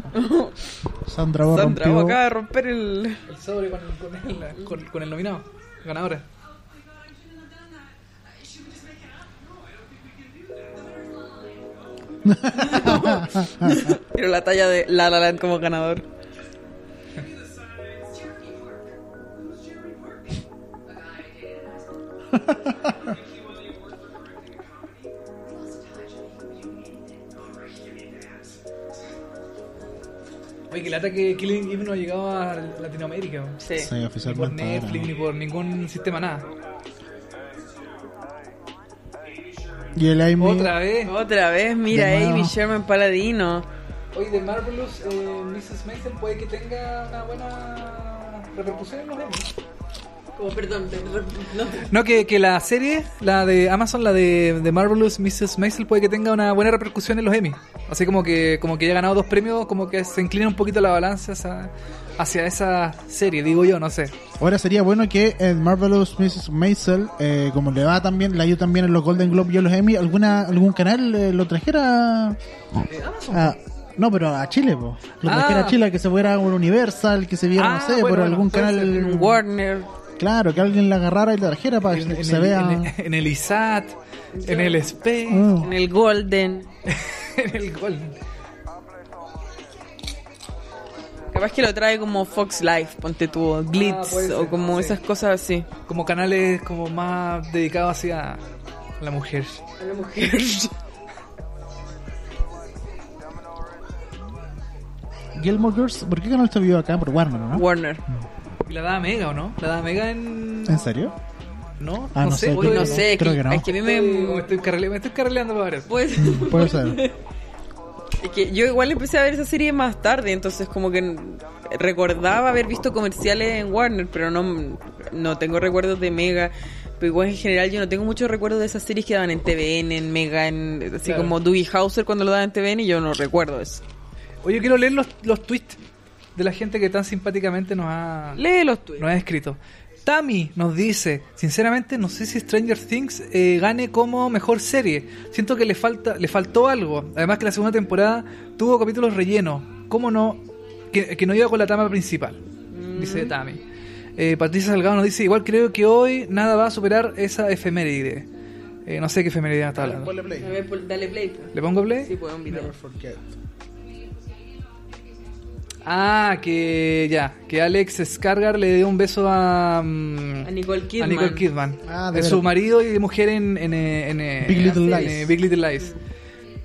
Speaker 5: the heart.
Speaker 3: Sandra Bo
Speaker 2: Sandra,
Speaker 3: rompió-
Speaker 2: acaba de romper el...
Speaker 1: El sobre con, con el, con- con el nominado, ganadora.
Speaker 3: Ah,
Speaker 2: Pero la talla de La La Land como ganador.
Speaker 1: Oye, que lata que Killing Eve no ha llegado a Latinoamérica. weón.
Speaker 2: Sí.
Speaker 3: Sí,
Speaker 1: Ni por
Speaker 3: oficialmente.
Speaker 1: Netflix, ni
Speaker 3: ahora.
Speaker 1: por ningún sistema, nada.
Speaker 3: Y el Amy.
Speaker 1: Otra vez.
Speaker 2: Otra vez, mira,
Speaker 3: De nuevo.
Speaker 2: Amy Sherman Paladino.
Speaker 1: Oye, de Marvelous, eh, Mrs. Mason puede que tenga una buena repercusión en los Emmy.
Speaker 2: Como, perdón, perdón. No.
Speaker 1: No, que, que la serie, la de Amazon, la de, de Marvelous Mrs. Maisel, puede que tenga una buena repercusión en los Emmy. Así como que como que ya ha ganado dos premios, como que se inclina un poquito la balanza hacia, hacia esa serie, digo yo, no sé.
Speaker 3: Ahora sería bueno que en Marvelous Mrs. Maisel, eh, como le va también, la ayuda también en los Golden Globe y en los Emmy, alguna algún canal eh, lo trajera a- a- no, pero a Chile, po. Lo
Speaker 1: Ah.
Speaker 3: trajera a Chile, que se fuera por Universal, que se viera,
Speaker 1: Ah,
Speaker 3: no sé,
Speaker 1: bueno,
Speaker 3: por
Speaker 1: bueno,
Speaker 3: algún
Speaker 1: puede
Speaker 3: canal.
Speaker 1: ser
Speaker 2: En Warner.
Speaker 3: Claro, que alguien la agarrara y la trajera para
Speaker 1: En,
Speaker 3: que
Speaker 1: en
Speaker 3: se
Speaker 1: el,
Speaker 3: vea.
Speaker 1: en el- en el ISAT, en el Space,
Speaker 3: Mm.
Speaker 2: En el Golden.
Speaker 3: Ah.
Speaker 1: en el Golden.
Speaker 2: Capaz que lo trae como Fox Life, ponte tú,
Speaker 1: Ah,
Speaker 2: Glitz
Speaker 1: puede ser,
Speaker 2: o como
Speaker 1: sí.
Speaker 2: esas cosas así.
Speaker 1: Como canales como más dedicados hacia la mujer.
Speaker 2: A la mujer.
Speaker 3: Gilmore Girls, ¿por qué canal se vio acá? Por Warner, ¿no?
Speaker 2: Warner.
Speaker 1: Y la daba Mega, ¿o no? La daba Mega en...
Speaker 3: ¿En serio?
Speaker 1: ¿No?
Speaker 3: Ah, no sé,
Speaker 1: Oye,
Speaker 2: Uy,
Speaker 3: creo
Speaker 2: no sé, es
Speaker 3: creo
Speaker 2: que,
Speaker 3: que no.
Speaker 2: es que a mí
Speaker 1: Estoy-
Speaker 2: me...
Speaker 1: estoy carrele- me estoy carreleando para ver.
Speaker 2: Pues,
Speaker 3: Puede ser.
Speaker 2: es que yo igual empecé a ver esa serie más tarde, entonces como que recordaba haber visto comerciales en Warner, pero no, no tengo recuerdos de Mega. Pero igual en general yo no tengo muchos recuerdos de esas series que daban en TVN, en Mega, en, así
Speaker 1: Claro.
Speaker 2: como Dewey Hauser cuando lo daban en TVN y yo no recuerdo eso.
Speaker 1: Oye, quiero leer los, los tweets de la gente que tan simpáticamente nos ha,
Speaker 2: Lee los
Speaker 1: nos
Speaker 2: tuyos.
Speaker 1: ha escrito. Tami nos dice, sinceramente no sé si Stranger Things eh, gane como mejor serie. Siento que le falta le faltó algo. Además que la segunda temporada tuvo capítulos rellenos. ¿Cómo no? Que, que no iba con la trama principal, dice Tami. Eh, Patricia Salgado nos dice, igual creo que hoy nada va a superar esa efeméride. Eh, no sé qué efeméride está hablando.
Speaker 2: A ver, pues, dale play. pues.
Speaker 1: ¿Le pongo play?
Speaker 2: Ah, Sí, pues un video.
Speaker 1: Ah, que ya, que Alex Skargar le dio un beso a, mm,
Speaker 2: A Nicole Kidman.
Speaker 1: a Nicole Kidman.
Speaker 3: Ah,
Speaker 1: de
Speaker 3: de
Speaker 1: su
Speaker 3: veras.
Speaker 1: marido y de mujer en, en, eh, en, eh,
Speaker 3: Big Little
Speaker 1: en,
Speaker 3: Lies.
Speaker 1: eh, Big Little Lies.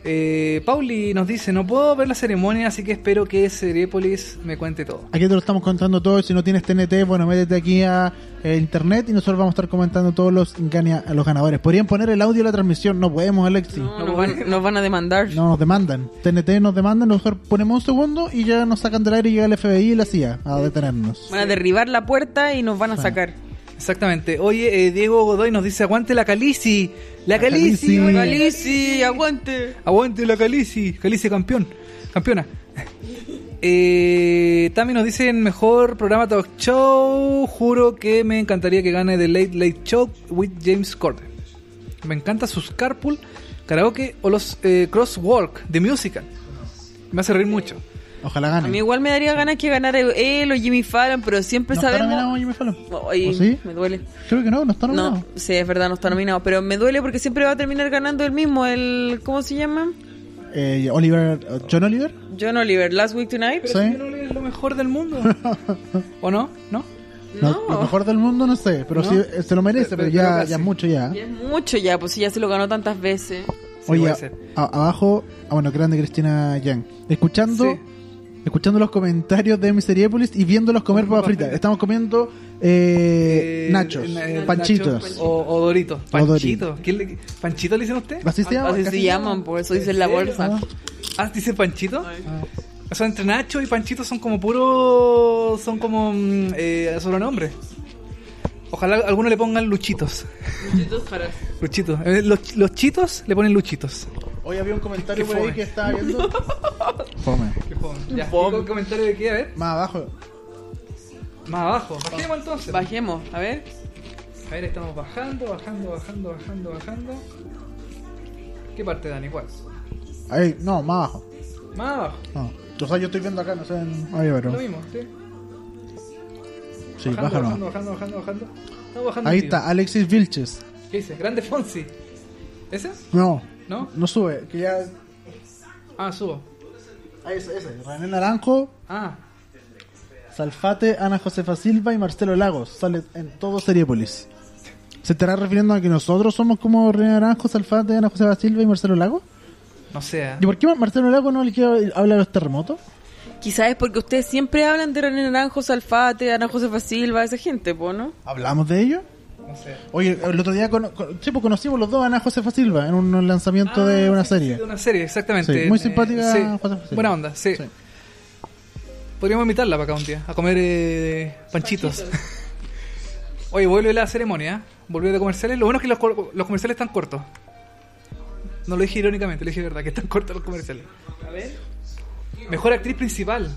Speaker 1: Eh, Pauli nos dice, no puedo ver la ceremonia, así que espero que Seriepolis me cuente todo.
Speaker 3: Aquí te lo estamos contando todo. Si no tienes TNT, bueno, métete aquí a eh, internet y nosotros vamos a estar comentando todos los, gana- los ganadores. Podrían poner el audio de la transmisión. No podemos, Alexi. No.
Speaker 2: No, nos, van, nos van a demandar.
Speaker 3: nos demandan. TNT nos demandan, nosotros ponemos un segundo y ya nos sacan del aire y llega el FBI y la CIA a detenernos.
Speaker 2: Van a derribar la puerta y nos van a
Speaker 3: Sí.
Speaker 2: sacar.
Speaker 1: Exactamente. Oye, eh, Diego Godoy nos dice, aguante la Calici. La Calici.
Speaker 3: Calici. Sí.
Speaker 2: Calici, aguante.
Speaker 1: Aguante la Calici, Calici campeón, campeona. Eh, Tami nos dicen mejor programa talk show. Juro que me encantaría que gane The Late Late Show with James Corden. Me encanta sus carpool, karaoke o los eh, crosswalk de musical. Me hace reír mucho.
Speaker 3: Ojalá
Speaker 2: A mí
Speaker 3: ganen.
Speaker 2: igual me daría ganas que ganara él o Jimmy Fallon, pero siempre
Speaker 3: ¿No está nominado
Speaker 2: sabemos.
Speaker 3: Jimmy Fallon?
Speaker 2: Ay,
Speaker 3: ¿O sí?
Speaker 2: me duele.
Speaker 3: Creo que no, no está nominado.
Speaker 2: No, sí, es verdad, no está nominado, pero me duele porque siempre va a terminar ganando el mismo, el ¿cómo se llama?
Speaker 3: Eh, Oliver, John Oliver.
Speaker 2: John Oliver, Last Week Tonight.
Speaker 3: Sí.
Speaker 1: Yo no leo lo mejor del mundo. ¿O no? ¿No?
Speaker 3: No,
Speaker 2: No.
Speaker 3: lo mejor del mundo no sé, pero
Speaker 1: No.
Speaker 3: sí eh, se lo merece,
Speaker 1: Pero-
Speaker 3: pero,
Speaker 1: pero
Speaker 3: ya,
Speaker 1: casi.
Speaker 3: ya mucho ya.
Speaker 2: Ya es mucho ya, pues sí, ya se lo ganó tantas veces.
Speaker 1: Sí,
Speaker 3: Oye,
Speaker 1: puede
Speaker 3: a-
Speaker 1: ser.
Speaker 3: a- abajo, ah, bueno, grande Cristina Yang. Escuchando,
Speaker 1: Sí.
Speaker 3: escuchando los comentarios de Miseriepolis y viéndolos comer papas fritas. Estamos comiendo eh,
Speaker 1: Eh,
Speaker 3: nachos, pues.
Speaker 1: eh,
Speaker 3: panchitos.
Speaker 1: nachos o, o Doritos.
Speaker 3: O Doritos.
Speaker 1: Panchito. ¿Quién le- ¿Panchito le dicen a usted?
Speaker 3: Así se llama.
Speaker 2: Así
Speaker 3: así
Speaker 2: se
Speaker 3: se
Speaker 2: llaman, por eso dicen la bolsa.
Speaker 3: llama.
Speaker 1: Ah, dice Panchito. O sea, entre Nacho y Panchito son como puro. Son como. mm, eh, sobrenombres. Ojalá alguno le pongan luchitos. Luchitos. Eh, los, los chitos le ponen luchitos.
Speaker 3: Hoy había un comentario
Speaker 1: Qué
Speaker 3: por ahí
Speaker 1: fome.
Speaker 3: que estaba viendo. Fome.
Speaker 1: Ya, ¿algún comentario de qué? A ver.
Speaker 3: Más abajo.
Speaker 1: Más abajo. Bajemos entonces.
Speaker 2: Bajemos, a ver.
Speaker 1: A ver, estamos bajando, bajando, bajando, bajando, bajando. ¿Qué parte, Dani? ¿Cuál?
Speaker 3: Ahí, no, más abajo.
Speaker 1: Más abajo.
Speaker 3: No. O sea, yo estoy viendo acá, no sé. en- Oye, pero.
Speaker 1: Lo mismo, ¿sí?
Speaker 3: Sí,
Speaker 1: Bajando,
Speaker 3: baja
Speaker 1: bajando,
Speaker 3: nomás.
Speaker 1: bajando, bajando, bajando. Estamos bajando.
Speaker 3: Ahí
Speaker 1: tío.
Speaker 3: está, Alexis Vilches.
Speaker 1: ¿Qué dice? Grande Fonsi. ¿Ese?
Speaker 3: No,
Speaker 1: ¿No?
Speaker 3: no sube. Que ya.
Speaker 1: Ah, subo.
Speaker 3: Ahí, ese, ese. René Naranjo,
Speaker 1: Ah,
Speaker 3: Salfate, Ana Josefa Silva y Marcelo Lagos. Sale en todo Seriepolis. ¿Se estará refiriendo a que nosotros somos como René Naranjo, Salfate, Ana Josefa Silva y Marcelo Lagos?
Speaker 1: no sé. ¿eh?
Speaker 3: ¿Y por qué Mar- Marcelo Lagos no le quiere hablar a los terremotos?
Speaker 2: Quizás es porque ustedes siempre hablan de René Naranjo, Salfate, Ana Josefa Silva, esa gente, po, ¿no?
Speaker 3: ¿Hablamos de ello?
Speaker 1: No sé.
Speaker 3: Oye, el otro día cono- con- sí, pues conocimos los dos a Ana Josefa Silva en un lanzamiento de
Speaker 1: Ah,
Speaker 3: una
Speaker 1: sí,
Speaker 3: serie.
Speaker 1: De una serie, exactamente.
Speaker 3: Sí, muy
Speaker 1: Eh,
Speaker 3: simpática,
Speaker 1: sí.
Speaker 3: José José.
Speaker 1: Buena onda, sí.
Speaker 3: Sí.
Speaker 1: Podríamos invitarla para acá un día, a comer eh, panchitos. Oye, vuelve la ceremonia, ¿eh? volvió de comerciales. Lo bueno es que los, cor- los comerciales están cortos. No lo dije irónicamente, lo dije de verdad, que están cortos los comerciales.
Speaker 2: A ver.
Speaker 1: Mejor actriz principal.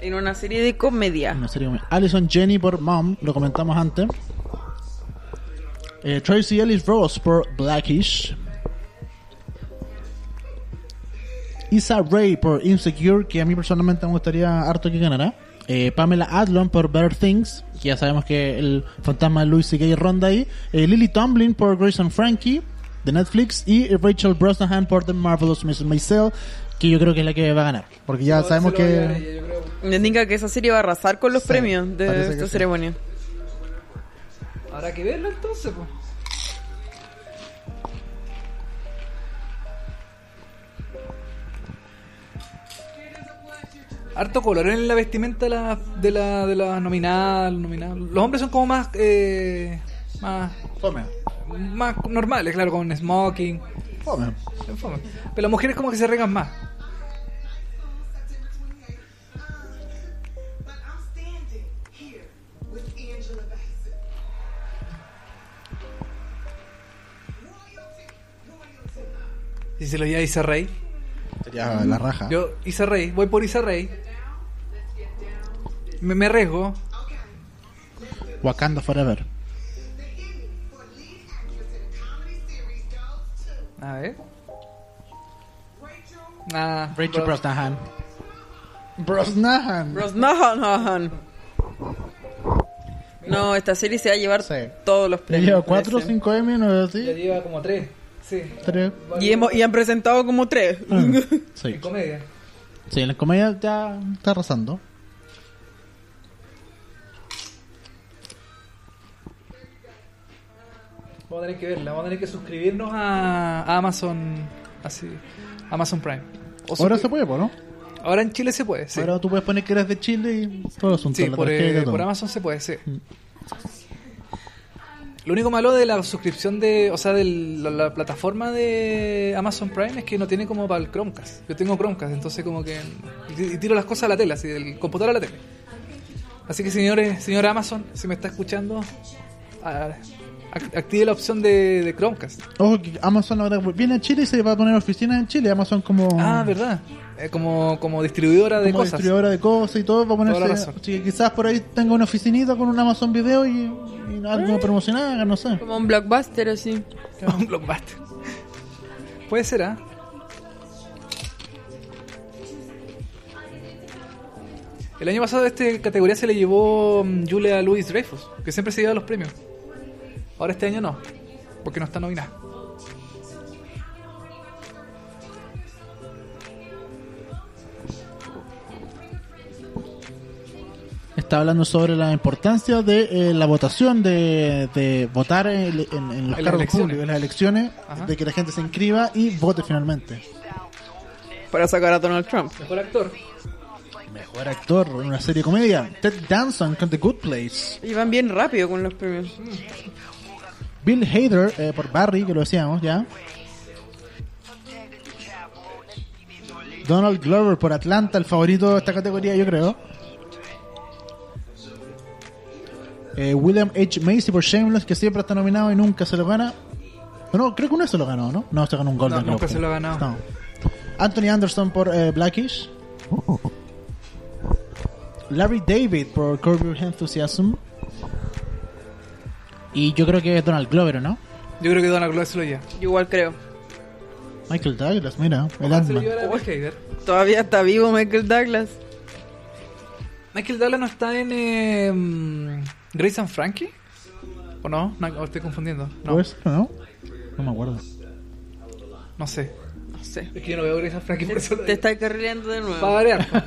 Speaker 2: En una serie de comedia.
Speaker 3: Una serie Ah, como- Alison Jenny por Mom, lo comentamos antes. Eh, Tracy Ellis Ross por Blackish. Isa Ray por Insecure, que a mí personalmente me gustaría harto que ganara. Eh, Pamela Adlon por Better Things, que ya sabemos que el fantasma de Louis C.K. ronda ahí. Eh, Lily Tomlin por Grace and Frankie, de Netflix. Y eh, Rachel Brosnahan por The Marvelous Mrs. Maisel, que yo creo que es la que va a ganar. Porque ya sabemos que...
Speaker 2: Me indica que esa serie va a arrasar con los
Speaker 3: Sí,
Speaker 2: premios de
Speaker 3: parece que
Speaker 2: esta
Speaker 3: sí.
Speaker 2: ceremonia.
Speaker 1: Habrá que verlo entonces, pues. Harto color en la vestimenta de la, de la, de la nominada, nominada. Los hombres son como más, eh, más,
Speaker 3: Fome,
Speaker 1: más normales, claro, con smoking.
Speaker 3: fome.
Speaker 1: en fome. Pero las mujeres como que se regan más.
Speaker 6: But I'm standing here with Angela Bassett. Royalty, royalty.
Speaker 1: Y se lo lleva Isa Rey.
Speaker 3: Sería la raja.
Speaker 1: Yo, Isa Rey, voy por Isa Rey. Me, me arriesgo.
Speaker 3: Wakanda Forever.
Speaker 6: The Emmy for lead actress in a comedy series goes to
Speaker 1: A ver.
Speaker 6: Rachel
Speaker 1: Ah,
Speaker 3: Rachel
Speaker 1: Ro-
Speaker 3: Brosnahan. Brosnahan.
Speaker 2: Brosnahan. No, esta serie se va a llevar
Speaker 3: Sí.
Speaker 2: todos los
Speaker 3: Le
Speaker 2: premios.
Speaker 3: lleva 4
Speaker 2: parece.
Speaker 3: 5 M, no es
Speaker 1: Ya
Speaker 3: así.
Speaker 1: lleva como tres. Sí.
Speaker 3: 3.
Speaker 2: Y, hemos- y han presentado como tres.
Speaker 3: Sí.
Speaker 1: En comedia.
Speaker 3: sí, en la comedia ya está arrasando.
Speaker 1: Vamos a tener que verla. Vamos a tener que suscribirnos a, a Amazon. Así. Amazon Prime. O
Speaker 3: Ahora
Speaker 1: suscri-
Speaker 3: se puede, po, ¿no?
Speaker 1: Ahora en Chile se puede, sí.
Speaker 3: Ahora tú puedes poner que eres de Chile y todo el asunto.
Speaker 1: Sí,
Speaker 3: la
Speaker 1: por,
Speaker 3: tarjeta y
Speaker 1: eh,
Speaker 3: todo. Mm.
Speaker 1: por Amazon se puede, sí. Lo único malo de la suscripción de, o sea, de la, la plataforma de Amazon Prime es que no tiene como para el Chromecast. Yo tengo Chromecast, entonces como que y tiro las cosas a la tela, así del computador a la tele. Así que señores, señor Amazon, si me está escuchando, a- ac- active la opción de, de Chromecast.
Speaker 3: Ojo que Amazon ahora viene a Chile y se va a poner oficinas en Chile. Amazon como,
Speaker 1: Ah, verdad. Eh, como como distribuidora de
Speaker 3: como
Speaker 1: cosas.
Speaker 3: distribuidora de cosas y todo. Va a
Speaker 1: la
Speaker 3: ponerse,
Speaker 1: razón.
Speaker 3: así que quizás por ahí tenga una oficinita con un Amazon Video y, y
Speaker 1: Eh,
Speaker 3: algo promocionado, no sé.
Speaker 2: Como un blockbuster así.
Speaker 1: Un blockbuster. Puede ser, ¿ah? El año pasado a esta categoría se le llevó mm, Julia Louis Dreyfus, que siempre se lleva los premios. Ahora este año no, porque no está nominada.
Speaker 3: está hablando sobre la importancia de eh, la votación, de, de votar en, en- en los
Speaker 1: las
Speaker 3: cargos
Speaker 1: elecciones.
Speaker 3: públicos, en las elecciones,
Speaker 1: Ajá.
Speaker 3: de que la gente se inscriba y vote finalmente.
Speaker 2: Para sacar a Donald Trump.
Speaker 1: Mejor actor.
Speaker 3: Mejor actor en una serie de comedia, Ted Danson con The Good Place,
Speaker 2: Y van bien rápido con los premios.
Speaker 3: Bill Hader eh, por Barry, que lo decíamos ya, Donald Glover por Atlanta, el favorito de esta categoría yo creo. Eh, William H. Macy por Shameless, que siempre está nominado y nunca se lo gana. No, creo que uno se lo ganó, ¿no? No, se ganó un Golden
Speaker 1: No, nunca
Speaker 3: Globe.
Speaker 1: se lo ha ganado.
Speaker 3: No. Anthony Anderson por eh, Blackish. Larry David por Curb Your Enthusiasm. Y yo creo que es Donald Glover, ¿o ¿no?
Speaker 1: Yo creo que Donald Glover se lo lleva.
Speaker 2: Yo igual creo.
Speaker 3: Michael Douglas, mira, el
Speaker 1: Se lo
Speaker 3: Ant-Man.
Speaker 1: lleva la Bill Hader.
Speaker 2: Todavía está vivo Michael Douglas.
Speaker 1: Michael Douglas no está en eh, mm, Grace and Frankie. ¿O no? No, o estoy confundiendo. No,
Speaker 3: ¿Puede ser o no? No me acuerdo.
Speaker 1: no sé.
Speaker 2: No sé.
Speaker 1: Es que yo no veo Grace and Frankie por eso.
Speaker 2: Te está carrileando de nuevo.
Speaker 1: Para variar.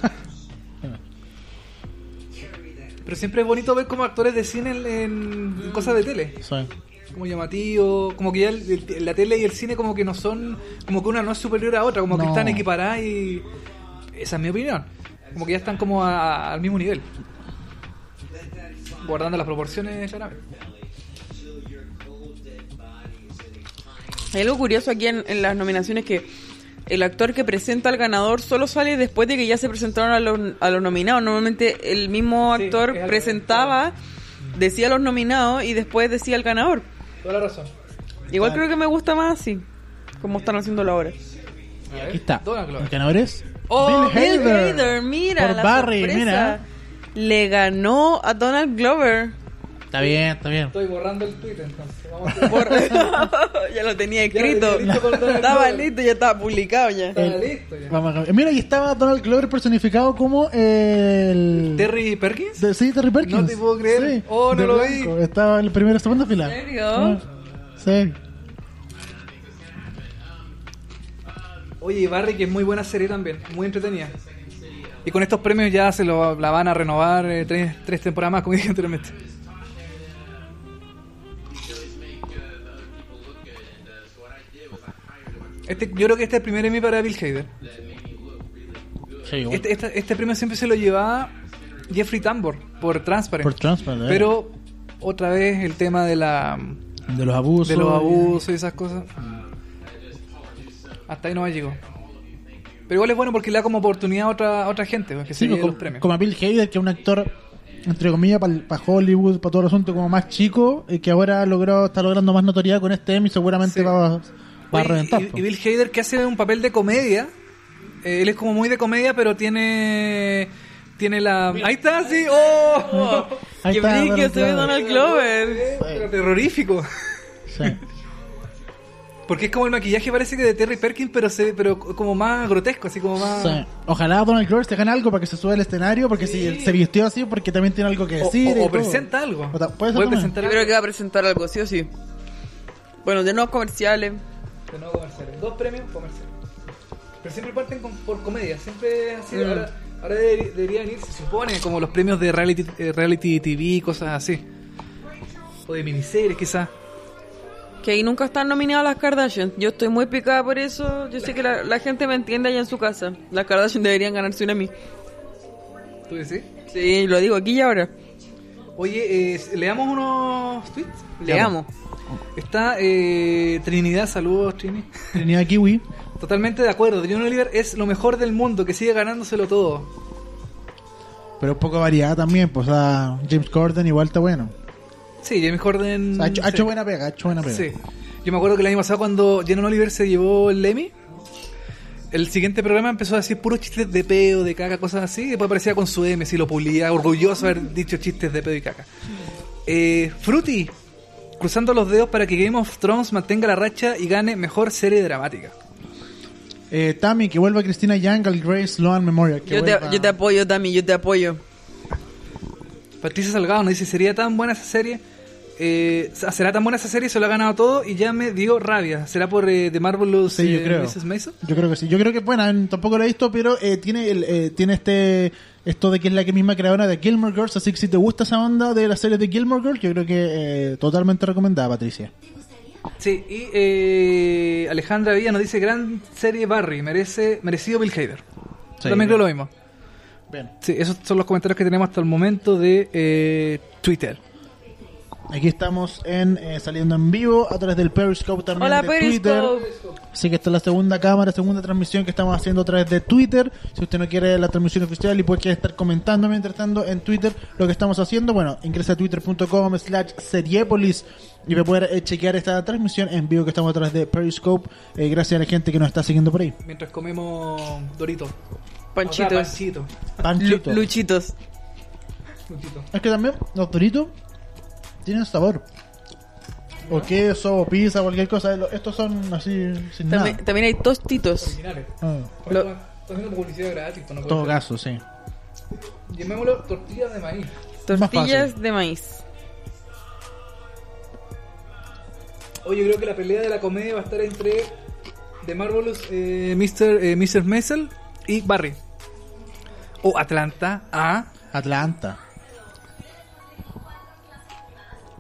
Speaker 1: Pero siempre es bonito ver como actores de cine en, en cosas de tele.
Speaker 3: Soy.
Speaker 1: Como llamativo, como que ya el- el- la tele y el cine como que no son, como que una no es superior a otra, como que
Speaker 3: No.
Speaker 1: están equiparadas y esa es mi opinión. Como que ya están como a- al mismo nivel. Guardando las proporciones, claramente.
Speaker 2: Hay algo curioso aquí en, en las nominaciones que el actor que presenta al ganador solo sale después de que ya se presentaron a los, a los nominados. Normalmente el mismo
Speaker 1: Sí,
Speaker 2: actor
Speaker 1: es algo
Speaker 2: presentaba decía los nominados y después decía el ganador.
Speaker 1: Toda la razón.
Speaker 2: Igual creo que me gusta más así, como están haciéndolo ahora.
Speaker 3: Aquí está.
Speaker 1: Dona Glover.
Speaker 3: El ganador es
Speaker 2: Oh,
Speaker 3: Bill
Speaker 2: Bill
Speaker 3: Hader.
Speaker 2: Hader, mira,
Speaker 3: Por
Speaker 2: la
Speaker 3: Barry,
Speaker 2: sorpresa.
Speaker 3: mira.
Speaker 2: Le ganó a Donald Glover.
Speaker 3: Está bien, está bien.
Speaker 1: Estoy borrando el Twitter entonces. Vamos a
Speaker 2: Por... ya lo tenía escrito.
Speaker 1: listo con Donald
Speaker 2: estaba
Speaker 1: Glover.
Speaker 2: listo, ya estaba publicado ya.
Speaker 1: Está listo ya.
Speaker 3: Vamos a cambiar. Mira, ahí estaba Donald Glover personificado como el...
Speaker 1: Terry Perkins.
Speaker 3: de, sí, Terry Perkins.
Speaker 1: No te puedo creer. Oh, no
Speaker 3: de
Speaker 1: lo vi.
Speaker 3: blanco. Estaba en la primera segunda fila.
Speaker 2: ¿En serio?
Speaker 3: Sí.
Speaker 1: Oye, y Barry, que es muy buena serie también, muy entretenida. Y con estos premios ya se lo, la van a renovar eh, tres, tres temporadas más, como dije anteriormente. Este, yo creo que este es el primer Emmy para Bill Hader.
Speaker 3: Sí, bueno.
Speaker 1: Este, este, este premio siempre se lo llevaba Jeffrey Tambor por Transparent.
Speaker 3: Por Transparent, eh.
Speaker 1: Pero otra vez el tema de la
Speaker 3: De los abusos.
Speaker 1: de los abusos y esas cosas. Hasta ahí no me llegó. Pero igual es bueno porque le da como oportunidad a otra, a otra gente pues, que
Speaker 3: Sí,
Speaker 1: se lleve
Speaker 3: como,
Speaker 1: los premios.
Speaker 3: como a Bill Hader, que es un actor, entre comillas, para Hollywood, para todo el asunto, como más chico, y que ahora ha logrado, está logrando más notoriedad con este Emmy, seguramente
Speaker 1: Sí.
Speaker 3: va, va a
Speaker 1: Oye,
Speaker 3: reventar.
Speaker 1: y,
Speaker 3: po.
Speaker 1: y Bill Hader que hace un papel de comedia. eh, él es como muy de comedia, pero tiene tiene la ahí está sí oh,
Speaker 3: Ahí
Speaker 2: Qué
Speaker 3: está,
Speaker 2: brillo
Speaker 3: Donald
Speaker 2: se ve
Speaker 3: Glover.
Speaker 2: Donald Glover.
Speaker 1: Eh, pero terrorífico.
Speaker 3: Sí.
Speaker 1: Porque es como el maquillaje parece que de Terry Perkins, pero se pero como más grotesco, así como más
Speaker 3: Sí. Ojalá Donald Glover se gane algo para que se suba al escenario, porque si se vistió así, porque también tiene algo que
Speaker 1: o, o-
Speaker 3: decir. y
Speaker 1: o
Speaker 3: todo.
Speaker 1: presenta algo.
Speaker 3: O ta- puede ser
Speaker 1: Puede
Speaker 3: también.
Speaker 1: presentar
Speaker 2: Yo
Speaker 1: algo.
Speaker 2: creo que va a presentar algo, sí o sí. Bueno, de nuevos comerciales.
Speaker 1: De nuevo comerciales. Dos premios comerciales. Pero siempre parten con- por comedia. Siempre es así.
Speaker 2: Mm.
Speaker 1: Ahora, ahora debería- deberían ir, se supone, como los premios de reality, eh, reality TV, cosas así. O de miniseries, quizás.
Speaker 2: Que ahí nunca están nominadas las Kardashian. Yo estoy muy picada por eso. Yo sé que la, la gente me entiende allá en su casa. Las Kardashian deberían ganarse una a mí.
Speaker 1: ¿Tú decís?
Speaker 2: Sí, lo digo aquí y ahora.
Speaker 1: Oye, eh, leamos unos tweets.
Speaker 2: Leamos.
Speaker 1: Está eh, Trinidad, saludos Trini.
Speaker 3: Trinidad Kiwi.
Speaker 1: Totalmente de acuerdo, John Oliver es lo mejor del mundo, que sigue ganándoselo todo.
Speaker 3: Pero un poco variada también, pues a James Corden igual está bueno.
Speaker 1: Sí, James Corden...
Speaker 3: O sea, ha, hecho, ha
Speaker 1: sí.
Speaker 3: hecho buena pega, ha hecho buena pega.
Speaker 1: Sí. Yo me acuerdo que el año pasado cuando Jenon Oliver se llevó el Emmy, el siguiente programa empezó a decir puros chistes de pedo, de caca, cosas así, y después aparecía con su M, si lo pulía, orgulloso de haber dicho chistes de pedo y caca. Eh, Fruity, cruzando los dedos para que Game of Thrones mantenga la racha y gane mejor serie dramática.
Speaker 3: Eh, Tammy, que vuelva Cristina Young al Grace Sloan Memorial. que
Speaker 2: Yo te,
Speaker 3: vuelva.
Speaker 2: yo te apoyo, Tami, yo te apoyo.
Speaker 1: Patricia Salgado nos dice, sería tan buena esa serie, eh, será tan buena esa serie, se lo ha ganado todo y ya me dio rabia. ¿Será por eh, The Marvelous
Speaker 3: Sí, yo
Speaker 1: eh,
Speaker 3: creo.
Speaker 1: Mrs. Mason?
Speaker 3: Yo creo que sí. Yo creo que es buena. Tampoco la he visto, pero eh, tiene el, eh, tiene este esto de que es la que misma creadora de Gilmore Girls. Así que si te gusta esa onda de la serie de Gilmore Girls, yo creo que eh, totalmente recomendada, Patricia.
Speaker 1: Sí, y eh, Alejandra Villa nos dice gran serie Barry, merece merecido Bill Hader.
Speaker 3: Sí.
Speaker 1: También creo lo mismo.
Speaker 3: Bien.
Speaker 1: Sí, esos son los comentarios que tenemos hasta el momento de eh, Twitter.
Speaker 3: Aquí estamos en eh, saliendo en vivo a través del Periscope también
Speaker 2: Hola,
Speaker 3: de
Speaker 2: Periscope.
Speaker 3: Twitter. Así que esta es la segunda cámara, segunda transmisión que estamos haciendo a través de Twitter. Si usted no quiere la transmisión oficial y puede quiere estar comentando mientras tanto en Twitter lo que estamos haciendo, bueno, ingresa a twitter.com slash seriepolis y va a poder eh, chequear esta transmisión en vivo que estamos a través de Periscope. Eh, gracias a la gente que nos está siguiendo por ahí.
Speaker 1: Mientras comemos Dorito. O sea,
Speaker 2: Panchitos.
Speaker 1: Panchito.
Speaker 3: Panchito.
Speaker 2: Lu- luchitos.
Speaker 1: Panchito.
Speaker 3: Es que también los doritos tienen sabor. O queso, o pizza, cualquier cosa. Lo- Estos son así, sin
Speaker 2: También,
Speaker 3: nada.
Speaker 2: también hay tostitos.
Speaker 1: Originales.
Speaker 3: Ah,
Speaker 2: Lo-
Speaker 1: Estamos haciendo publicidad gratis. pues no
Speaker 3: en
Speaker 1: puede
Speaker 3: todo
Speaker 1: ser.
Speaker 3: caso, sí.
Speaker 1: Llamémoslo tortillas de maíz.
Speaker 3: más
Speaker 2: Tortillas
Speaker 3: fácil.
Speaker 2: de maíz.
Speaker 1: Oye, creo que la pelea de la comedia va a estar entre The Marvelous, eh, Mr. eh, Mrs. Maisel y Barry. O Atlanta a...
Speaker 3: Atlanta.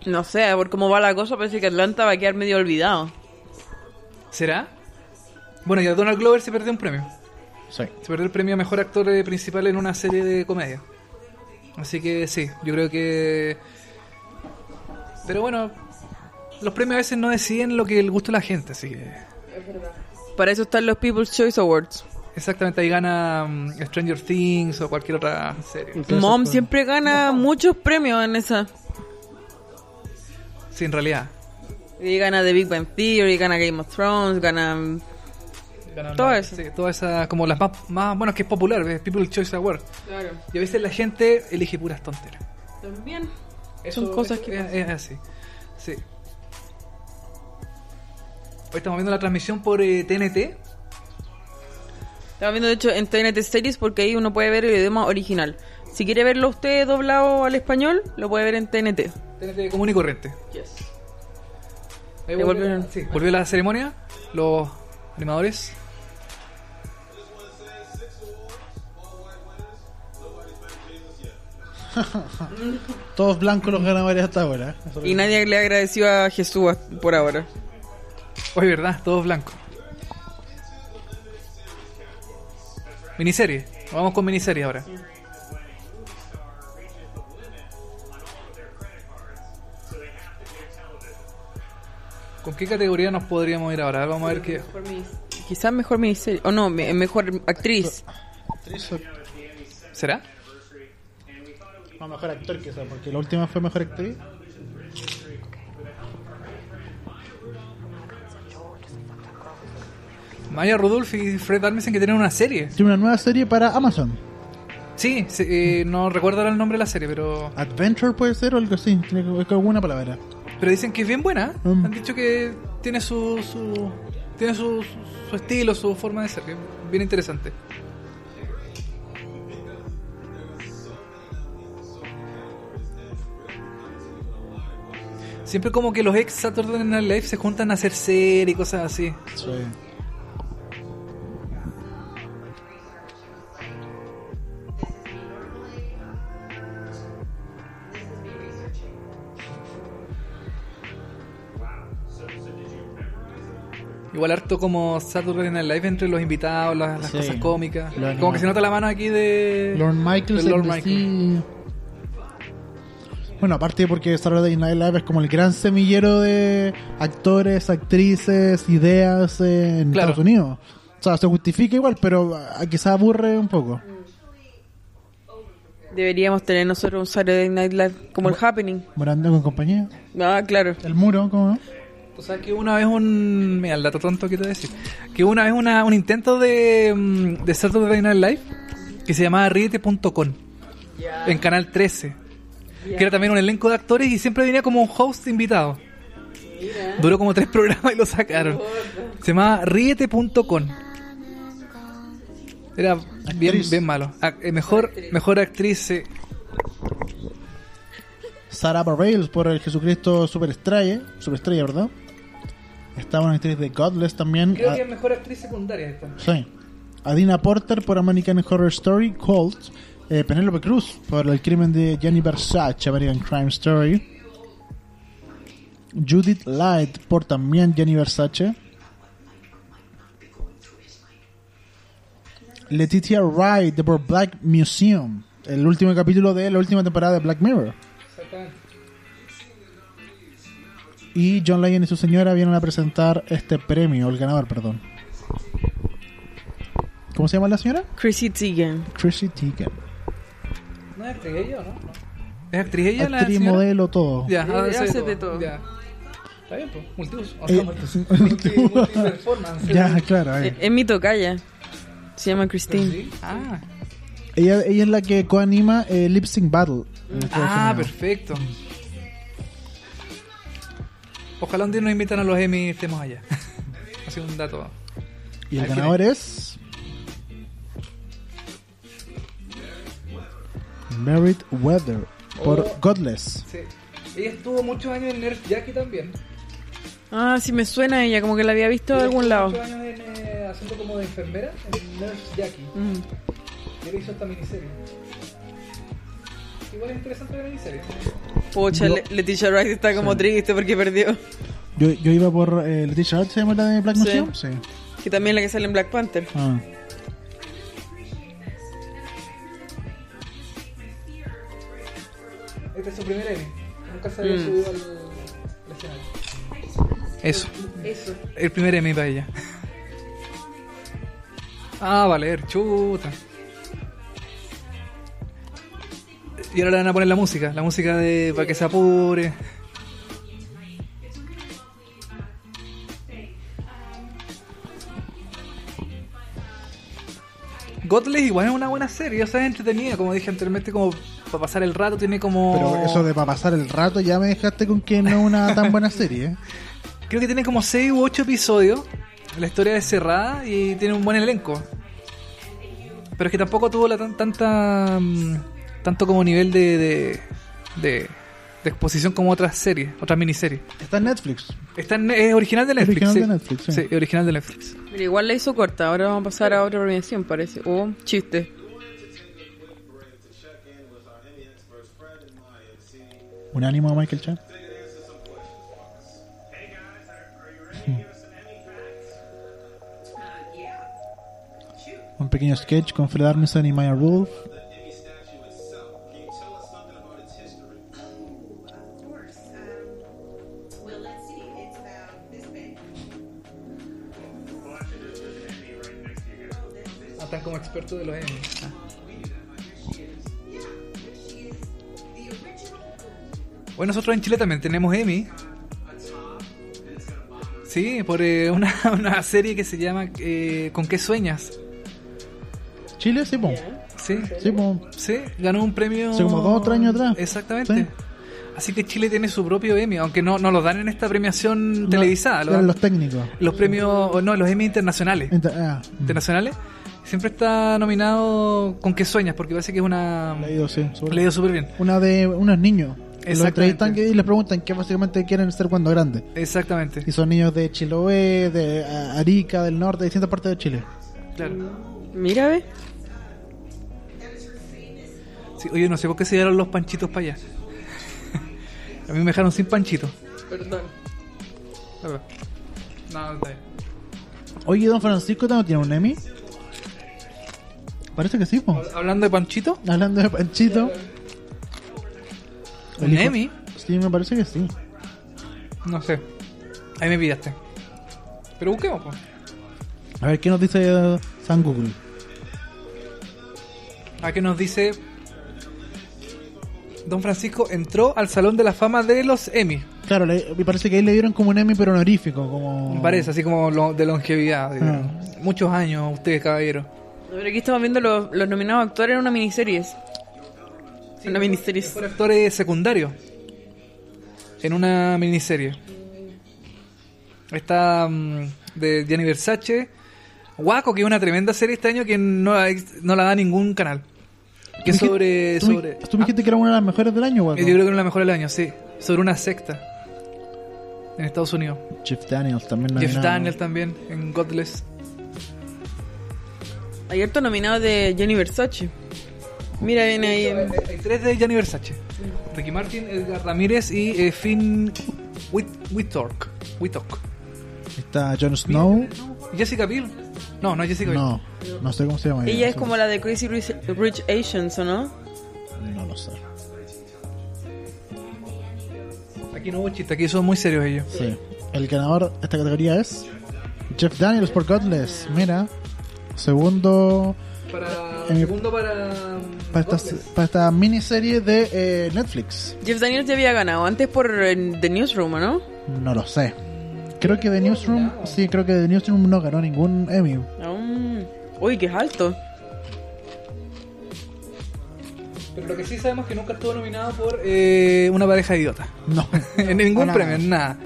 Speaker 2: No sé, por cómo va la cosa, parece que Atlanta va a quedar medio olvidado.
Speaker 1: ¿Será? Bueno, ya Donald Glover se perdió un premio.
Speaker 3: Sí.
Speaker 1: Se perdió el premio a mejor actor eh, principal en una serie de comedia. Así que sí, yo creo que. Pero bueno, los premios a veces no deciden lo que el gusto de la gente, así que.
Speaker 2: Para eso están los People's Choice Awards.
Speaker 1: Exactamente, ahí gana mm, Stranger Things o cualquier otra serie.
Speaker 3: Entonces,
Speaker 2: Mom
Speaker 3: pues,
Speaker 2: siempre gana muchos premios en esa.
Speaker 1: Sí, en realidad.
Speaker 2: Y gana The Big Bang Theory, gana Game of Thrones, gana... mm, Todo
Speaker 1: la-
Speaker 2: eso.
Speaker 1: sí, todas esas, como las más, más, bueno, que es popular, es People's Choice Award.
Speaker 2: Claro,
Speaker 1: Y a veces la gente elige puras tonteras.
Speaker 2: también.
Speaker 1: Eso-
Speaker 2: Son cosas
Speaker 1: eso
Speaker 2: que
Speaker 1: es-
Speaker 2: pasan.
Speaker 1: Es así. Sí. Hoy estamos viendo la transmisión por eh, TNT.
Speaker 2: Estaba viendo, de hecho, en TNT Series porque ahí uno puede ver el idioma original. Si quiere verlo usted doblado al español, lo puede ver en TNT.
Speaker 1: TNT común y corriente. Ahí
Speaker 2: Ahí
Speaker 1: volvió,
Speaker 2: volvieron.
Speaker 1: sí, volvió la ceremonia. Los animadores.
Speaker 3: Todos blancos los ganadores hasta ahora. Eso
Speaker 2: Y nadie le agradeció a Jesús a- por ahora.
Speaker 1: Hoy, ¿verdad? Todos blancos. Miniserie. Vamos con miniserie ahora. ¿Con qué categoría nos podríamos ir ahora? A ver, Vamos a ver qué.
Speaker 2: Quizás mejor miniserie. O no, me- mejor actriz.
Speaker 3: actriz o-
Speaker 1: ¿Será?
Speaker 3: no, mejor actor que sea, porque la última fue mejor actriz.
Speaker 1: Maya Rudolph y Fred Armisen que tienen una serie.
Speaker 3: Tiene una nueva serie para Amazon.
Speaker 1: Sí, sí, eh, no recuerdo ahora el nombre de la serie, pero
Speaker 3: Adventure puede ser o algo así. Tiene que es que alguna palabra.
Speaker 1: pero dicen que es bien buena. ¿eh?
Speaker 3: Mm.
Speaker 1: Han dicho que tiene su, su tiene su, su- su estilo, su forma de ser, que es bien interesante. Siempre como que los ex Saturday Night Live se juntan a hacer series y cosas así.
Speaker 3: Sí.
Speaker 1: Igual harto como Saturday Night Live entre los invitados, las, las
Speaker 3: Sí.
Speaker 1: cosas cómicas.
Speaker 3: Lo animado.
Speaker 1: Como que se nota la mano aquí de
Speaker 3: Lord Michaels.
Speaker 1: de Lord
Speaker 3: and the
Speaker 1: Michaels.
Speaker 3: Sea. Bueno, aparte porque Saturday Night Live es como el gran semillero de actores, actrices, ideas eh, en
Speaker 1: Claro.
Speaker 3: Estados Unidos. O sea, se justifica igual, pero ah, quizá aburre un poco.
Speaker 2: Deberíamos tener nosotros un Saturday Night Live como el Happening.
Speaker 3: Morando con compañía.
Speaker 2: Ah, claro.
Speaker 3: El muro, ¿cómo no?
Speaker 1: O sea, que una vez un. Mira, el dato tonto que te voy a decir. Que una vez una, un intento de, mm, de Saturday Night Live que se llamaba Riete.com en Canal 13. Que era también un elenco de actores y siempre venía como un host invitado. Duró como tres programas y lo sacaron. Se llamaba Riete.com. Era bien,
Speaker 3: Actriz.
Speaker 1: bien malo. Ac- eh, mejor, mejor actriz. eh,
Speaker 3: Sarah Bareilles por el Jesucristo Superestrella, Superestrella, ¿verdad? Está una actriz de Godless también. Ah,
Speaker 1: Creo
Speaker 3: A-
Speaker 1: que es mejor actriz secundaria esta.
Speaker 3: sí. Adina Porter por American Horror Story, Colt. Eh, Penélope Cruz por el crimen de Gianni Versace, American Crime Story. Judith Light por también Gianni Versace. Letitia Wright por Black Museum, el último capítulo de la última temporada de Black Mirror. Y John Lyon y su señora vienen a presentar este premio, el ganador, perdón. ¿Cómo se llama la señora?
Speaker 2: Chrissy Teigen.
Speaker 3: Chrissy Teigen.
Speaker 1: ¿No es actriz ella o no? ¿Es actriz ella la
Speaker 3: Actriz,
Speaker 1: señora?
Speaker 3: modelo, todo.
Speaker 1: Ya,
Speaker 2: Ya,
Speaker 1: hace
Speaker 2: hace
Speaker 1: todo,
Speaker 2: de todo.
Speaker 1: ya. Está bien, pues. Multius. O
Speaker 3: Eh,
Speaker 1: sea, multius. Multi, multi-performance.
Speaker 3: Ya, claro. a ver.
Speaker 1: Eh,
Speaker 2: Es mi tocaya. Se llama Christine.
Speaker 1: Sí. Ah,
Speaker 3: Ella, ella es la que coanima eh, Lip Sync Battle. en Estados
Speaker 1: ah
Speaker 3: Unidos.
Speaker 1: perfecto. Ojalá un día nos invitan a los Emmy y estemos allá. Así un dato.
Speaker 3: Y el
Speaker 1: Ahí tiene.
Speaker 3: ganador es. Merit Weather por
Speaker 1: Oh.
Speaker 3: Godless.
Speaker 1: Sí. Ella estuvo muchos años en Nerf Jackie también.
Speaker 2: Ah, sí me suena a ella, como que la había visto de algún lado.
Speaker 1: Muchos años en, eh, haciendo como de enfermera en Nerf Jackie.
Speaker 2: Mm.
Speaker 1: Y ella hizo esta miniserie. Igual es interesante la miniserie.
Speaker 2: Pocha,
Speaker 3: Yo-
Speaker 2: Le- Leticia Wright está como
Speaker 3: Sí.
Speaker 2: triste porque perdió.
Speaker 3: Yo, yo iba por eh, Letitia Wright, ¿se llama la de Black
Speaker 2: Sí.
Speaker 3: Museum? Sí.
Speaker 2: Que también es la que sale en Black Panther.
Speaker 3: Ah.
Speaker 1: Este es su primer Emmy. Nunca se había
Speaker 2: Mm.
Speaker 1: subido al, al escenario. Eso. El primer Emmy para ella. Ah, valer, chuta. Y ahora le van a poner la música, la música de para que se apure. Godless igual es una buena serie, o sea, es entretenida, como dije anteriormente, como para pasar el rato, tiene como...
Speaker 3: Pero eso de para pasar el rato ya me dejaste con que no es una tan buena serie. ¿eh?
Speaker 1: Creo que tiene como 6 u 8 episodios. La historia es cerrada y tiene un buen elenco. Pero es que tampoco tuvo la tan- tanta. mm, tanto como nivel de. de, de- de exposición como otras series, otras miniseries.
Speaker 3: Está en Netflix.
Speaker 1: Está en- es original de Netflix.
Speaker 3: Original
Speaker 1: sí.
Speaker 3: de Netflix, sí.
Speaker 1: Sí, original de Netflix.
Speaker 2: Pero igual la hizo corta, ahora vamos a pasar a otra premiación, parece. Oh, chiste.
Speaker 3: Un ánimo a Michael Chan. Un pequeño sketch con Fred Armisen y Maya Rudolph.
Speaker 6: Of course. Um, well, let's see. It's about this big.
Speaker 1: están Ah, como expertos de los Emmy. Bueno, nosotros en Chile también tenemos Emmy. Sí, por eh, una, una serie que se llama eh, ¿Con qué sueñas?
Speaker 3: Chile, sí, po.
Speaker 1: Sí.
Speaker 3: Sí, po.
Speaker 1: Sí, ganó un premio.
Speaker 3: Hace como dos o tres años atrás.
Speaker 1: Exactamente.
Speaker 3: Sí.
Speaker 1: Así que Chile tiene su propio Emmy, aunque no, no los dan en esta premiación televisada.
Speaker 3: No,
Speaker 1: Los,
Speaker 3: eran los técnicos.
Speaker 1: los premios, o no, los Emmy internacionales.
Speaker 3: Inter- ah,
Speaker 1: Internacionales. Siempre está nominado con qué sueñas, porque parece que es una.
Speaker 3: he ido, sí, sobre-
Speaker 1: Le ha ido súper bien.
Speaker 3: Una de unos niños. Los
Speaker 1: Exactamente.
Speaker 3: entrevistan que- y les preguntan qué básicamente quieren ser cuando grandes.
Speaker 1: Exactamente.
Speaker 3: Y son niños de Chiloé, de ah, Arica, del norte, de distintas partes de Chile.
Speaker 1: Claro.
Speaker 2: Mira, ve.
Speaker 1: Sí, oye, no sé por qué se dieron los panchitos para allá. A mí me dejaron sin panchito.
Speaker 2: Perdón.
Speaker 1: A ver. No, no está bien.
Speaker 3: Oye, don Francisco ¿no tiene un Emmy. Parece que sí, po.
Speaker 1: Hablando de panchito,
Speaker 3: Hablando de Panchito.
Speaker 1: un
Speaker 3: hijo-
Speaker 1: Emmy.
Speaker 3: Sí, me parece que sí.
Speaker 1: No sé. Ahí me pillaste. Pero busquemos, pues.
Speaker 3: A ver, ¿qué nos dice eh, San Google?
Speaker 1: A que nos dice. Don Francisco entró al Salón de la Fama de los Emmy.
Speaker 3: Claro, le- me parece que ahí le dieron como un Emmy, pero honorífico. Como...
Speaker 1: Me parece, así como lo- de longevidad. así que,
Speaker 3: Oh. Ah.
Speaker 1: Muchos años, ustedes, caballero.
Speaker 2: Pero aquí estamos viendo los, los nominados actores en una miniserie. En una miniserie.
Speaker 1: Por actores secundarios. En una miniserie. Está mm, de Gianni Versace. Guaco, que es una tremenda serie este año que no, la- no la da ningún canal. Que es
Speaker 3: Tú me
Speaker 1: sobre.
Speaker 3: dij- tú me-
Speaker 1: sobre ah.
Speaker 3: Tú me dijiste que era una de las mejores del año, guaco.
Speaker 1: Yo creo que no es la mejor del año, sí. Sobre una secta. En Estados Unidos.
Speaker 3: Jeff Daniels también.
Speaker 1: Jeff
Speaker 3: nominado.
Speaker 1: Daniel también, en Godless.
Speaker 2: Hay harto nominado de Jenny Versace. Mira, viene ahí. en-
Speaker 1: Hay tres de Gianni Versace. Ricky Martin, Edgar Ramírez y eh, Finn Whit- Whitlock. Whitlock.
Speaker 3: Está Jon Snow.
Speaker 1: Jessica Biel. No, no es Jessica Biel.
Speaker 3: No, no sé cómo se llama.
Speaker 2: Ella es como la de Crazy Rich, Rich Asians, ¿o no?
Speaker 3: No lo sé.
Speaker 1: Aquí no hubo chiste, aquí son muy serios ellos.
Speaker 3: Sí. El ganador de esta categoría es Jeff Daniels por Godless. Mira. Segundo
Speaker 1: Para,
Speaker 3: Eh,
Speaker 1: segundo para.
Speaker 3: para esta,
Speaker 1: Godless.
Speaker 3: para esta miniserie de eh, Netflix.
Speaker 2: Jeff Daniels ya había ganado antes por eh, The Newsroom, ¿o no?
Speaker 3: No lo sé. Creo que The Newsroom, sí, creo que The Newsroom no ganó ningún Emmy.
Speaker 2: Aún- Uy, que es alto.
Speaker 1: Pero lo que sí sabemos es que nunca estuvo nominado por eh, una pareja de idiota.
Speaker 3: No.
Speaker 1: en ningún
Speaker 3: Nada.
Speaker 1: premio, en nada.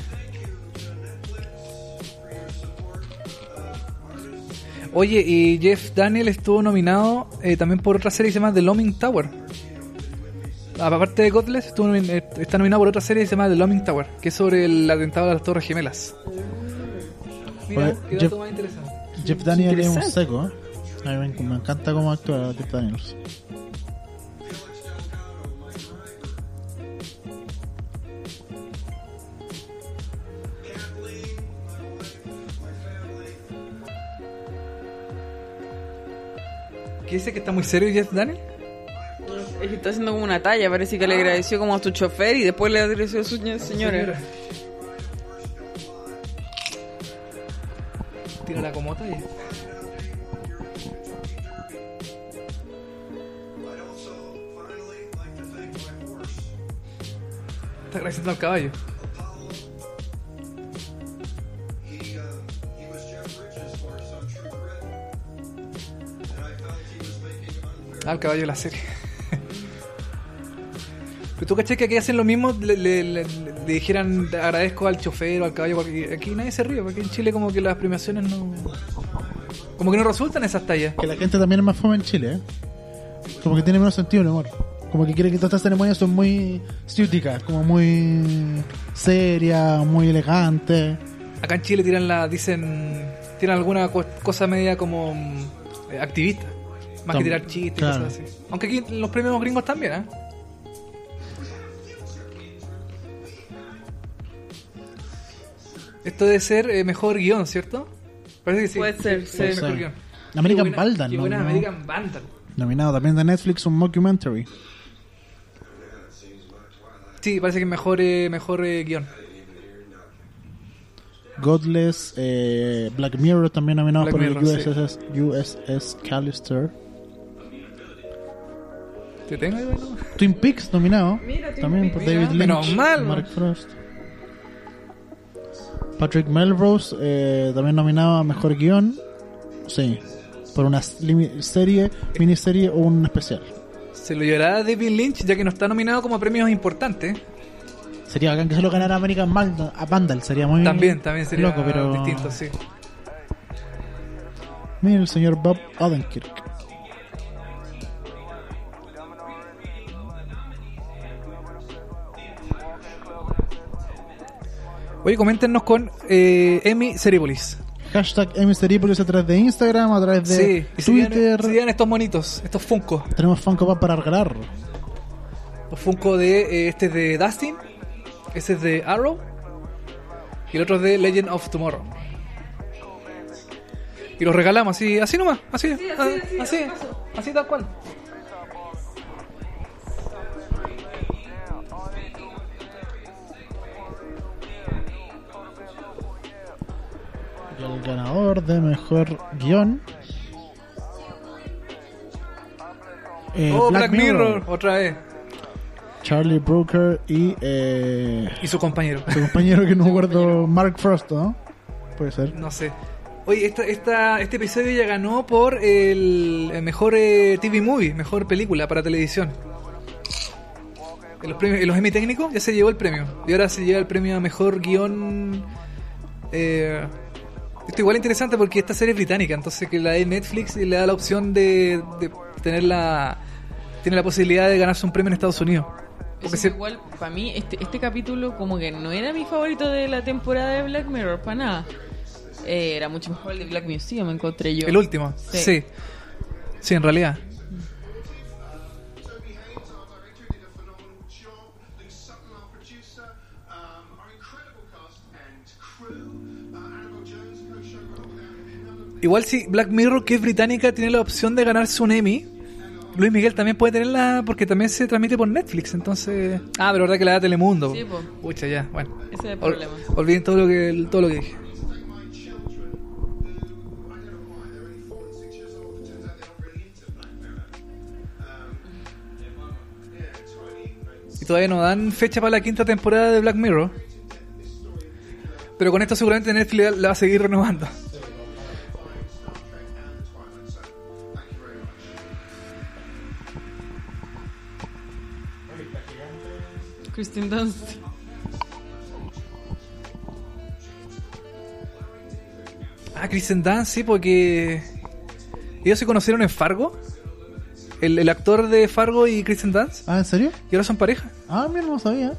Speaker 1: Oye, y Jeff Daniel estuvo nominado eh, también por otra serie que se llama The Looming Tower. Aparte de Godless, estuvo nomin- eh, está nominado por otra serie que se llama The Looming Tower, que es sobre el atentado a las Torres Gemelas. Mira,
Speaker 3: Oye,
Speaker 1: qué dato
Speaker 3: Jeff-
Speaker 1: más interesante.
Speaker 3: Jeff Daniels es un
Speaker 2: Interesante.
Speaker 3: seco. ¿eh? A mí me, me encanta cómo actúa Jeff Daniels.
Speaker 1: ¿Qué dice que está muy serio Jeff Daniel?
Speaker 2: Es que está haciendo como una talla, parece que le agradeció como a su chofer y después le agradeció a su señora.
Speaker 1: Tira la comota y... Está agradeciendo al caballo. Ah, el caballo de la serie. Pero tú caché que aquí hacen lo mismo, le, le- le- le- le dijeran agradezco al chofer o al caballo, porque aquí nadie se ríe, porque en Chile como que las premiaciones no... Como que no resultan esas tallas.
Speaker 3: Que la gente también es más fome en Chile, ¿eh? Como que tiene menos sentido el humor. Como que quiere que todas estas ceremonias son muy ciúticas, como muy serias, muy elegantes.
Speaker 1: Acá en Chile tiran la, dicen, tiran alguna co- cosa media como mm, eh, activista, más que
Speaker 3: Tam-
Speaker 1: tirar chistes y
Speaker 3: claro.
Speaker 1: cosas así. Aunque aquí los premios gringos también, ¿eh? Esto debe ser eh, mejor guión, ¿cierto? Parece que sí.
Speaker 2: Puede ser, sí.
Speaker 1: Mejor
Speaker 3: Sí.
Speaker 1: guión.
Speaker 3: American
Speaker 1: Qué buena-
Speaker 3: Vandal,
Speaker 1: qué
Speaker 3: ¿no?
Speaker 1: buena
Speaker 3: ¿no?
Speaker 1: American Vandal.
Speaker 3: Nominado también de Netflix un mockumentary.
Speaker 1: Sí, parece que mejor, eh, mejor eh, guión.
Speaker 3: Godless, eh, Black Mirror también nominado
Speaker 1: Black
Speaker 3: por el
Speaker 1: Mirror, sí.
Speaker 3: USS, USS Callister.
Speaker 1: ¿Te tengo ahí, bueno?
Speaker 3: Twin Peaks nominado.
Speaker 2: Mira, Twin
Speaker 3: también
Speaker 2: Peaks.
Speaker 3: por
Speaker 1: Mira.
Speaker 3: David Lynch.
Speaker 1: Menos mal.
Speaker 3: Mark Frost. Patrick Melrose eh, también nominado a mejor guión. Sí. Por una limi- serie, miniserie o un especial.
Speaker 1: Se lo llevará David Lynch, ya que no está nominado como a premios importantes.
Speaker 3: Sería bacán que se lo ganara American Vandal, a Vandal. Sería muy
Speaker 1: También, también sería
Speaker 3: Mm. loco, pero
Speaker 1: distinto, sí.
Speaker 3: Mira el señor Bob Odenkirk.
Speaker 1: Oye, coméntenos con eh, Emi Cerepolis.
Speaker 3: Hashtag MSTeripolis a través de Instagram, a través de
Speaker 1: y si
Speaker 3: Twitter.
Speaker 1: llegan- si llegan estos monitos, estos Funko.
Speaker 3: Tenemos Funko Pop para regalar.
Speaker 1: Los Funko de. eh, este es de Dustin, este es de Arrow, y el otro es de Legend of Tomorrow. Y los regalamos así, así nomás, así, ah, así, así, tal cual.
Speaker 3: Y el ganador de mejor guión. eh,
Speaker 1: oh, Black, Mirror. otra vez.
Speaker 3: Charlie Brooker y eh,
Speaker 1: Y su compañero.
Speaker 3: su compañero que no me acuerdo, Mark Frost, ¿no? Puede ser.
Speaker 1: No sé. Oye, esta, esta, este episodio ya ganó por el, el mejor eh, TV movie, mejor película para televisión. En los, premios, en los Emmy técnicos ya se llevó el premio. Y ahora se lleva el premio a mejor guión. Eh, esto igual es interesante porque esta serie es británica, entonces que la de Netflix y le da la opción de, de tener la. Tiene la posibilidad de ganarse un premio en Estados Unidos.
Speaker 2: Eso
Speaker 1: Porque
Speaker 2: es
Speaker 1: se-
Speaker 2: Igual, para mí, este, este capítulo como que no era mi favorito de la temporada de Black Mirror, para nada. Eh, era mucho mejor el de Black Museum, me encontré yo.
Speaker 1: el último,
Speaker 2: Sí.
Speaker 1: sí. Sí, en realidad.
Speaker 4: Toby Haynes, our director, did a phenomenal job. Lou Sutton, our producer, um, our incredible cast and crew. Uh, Annabelle Jones, co-showrunner, without whom none of
Speaker 1: Igual si Black Mirror, que es británica, tiene la opción de ganarse un Emmy, Luis Miguel también puede tenerla porque también se transmite por Netflix, entonces... Ah, pero verdad que la da Telemundo.
Speaker 2: Sí, po.
Speaker 1: Pucha, ya, bueno.
Speaker 2: Ese es el
Speaker 1: Ol-
Speaker 2: problema.
Speaker 1: olviden todo lo que, todo lo que dije.
Speaker 4: my children, who I don't know why they're only four and six years old. It turns out they're not really into Black Mirror. Um, yeah, tiny, great
Speaker 1: Y todavía no dan fecha para la quinta temporada de Black Mirror. Pero con esto seguramente Netflix la va a seguir renovando.
Speaker 4: and Twilight Zone. Thank you very much.
Speaker 2: Kristen Dunst.
Speaker 1: Ah, Kristen Dunst, sí, porque... Ellos se conocieron en Fargo. El, el actor de Fargo y Kristen Dunst.
Speaker 3: Ah, ¿en serio?
Speaker 1: Y ahora son pareja.
Speaker 3: Ah, mira, no sabía.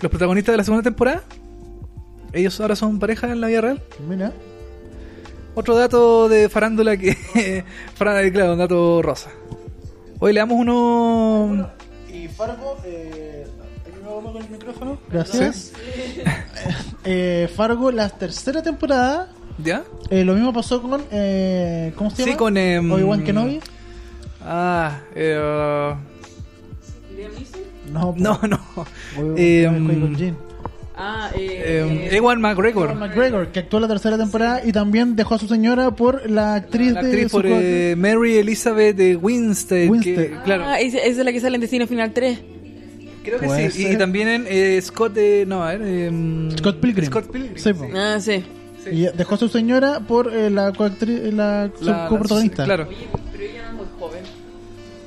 Speaker 1: los protagonistas de la segunda temporada, ellos ahora son pareja en la vida real.
Speaker 3: Mira.
Speaker 1: Otro dato de farándula que. farándula, claro, un dato rosa. Hoy le damos uno.
Speaker 3: Y Fargo, eh, con el micrófono. Gracias. Eh, Fargo, la tercera temporada.
Speaker 1: ¿Ya?
Speaker 3: eh, lo mismo pasó con. Eh, ¿Cómo se
Speaker 1: Sí,
Speaker 3: llama?
Speaker 1: con, em,
Speaker 3: Obi-Wan Kenobi.
Speaker 1: Ah, eh,
Speaker 3: No,
Speaker 1: no, no.
Speaker 3: Obi-Wan
Speaker 1: Eh,
Speaker 3: Kenobi fue con Jin.
Speaker 2: Ah, eh,
Speaker 1: eh,
Speaker 2: eh,
Speaker 1: Ewan McGregor,
Speaker 3: McGregor, que actuó la tercera temporada y también dejó a su señora por la actriz
Speaker 1: la
Speaker 3: de
Speaker 1: actriz
Speaker 3: su
Speaker 1: por
Speaker 3: co-
Speaker 1: eh, Mary Elizabeth de Winstead. que-
Speaker 3: Winstead.
Speaker 1: claro,
Speaker 2: ah, esa esa es la que sale en Destino Final 3.
Speaker 1: eh, creo que
Speaker 3: puede
Speaker 1: sí. Y
Speaker 3: ser.
Speaker 1: también en eh, Scott de. No, a ver. em,
Speaker 3: Scott Pilgrim.
Speaker 1: Scott Pilgrim.
Speaker 3: Sí, po.
Speaker 2: Ah, sí.
Speaker 3: Y dejó a su señora por eh, la coactri- la,
Speaker 1: La- la-
Speaker 3: coprotagonista.
Speaker 1: Claro.
Speaker 2: Oye, pero ella era muy joven.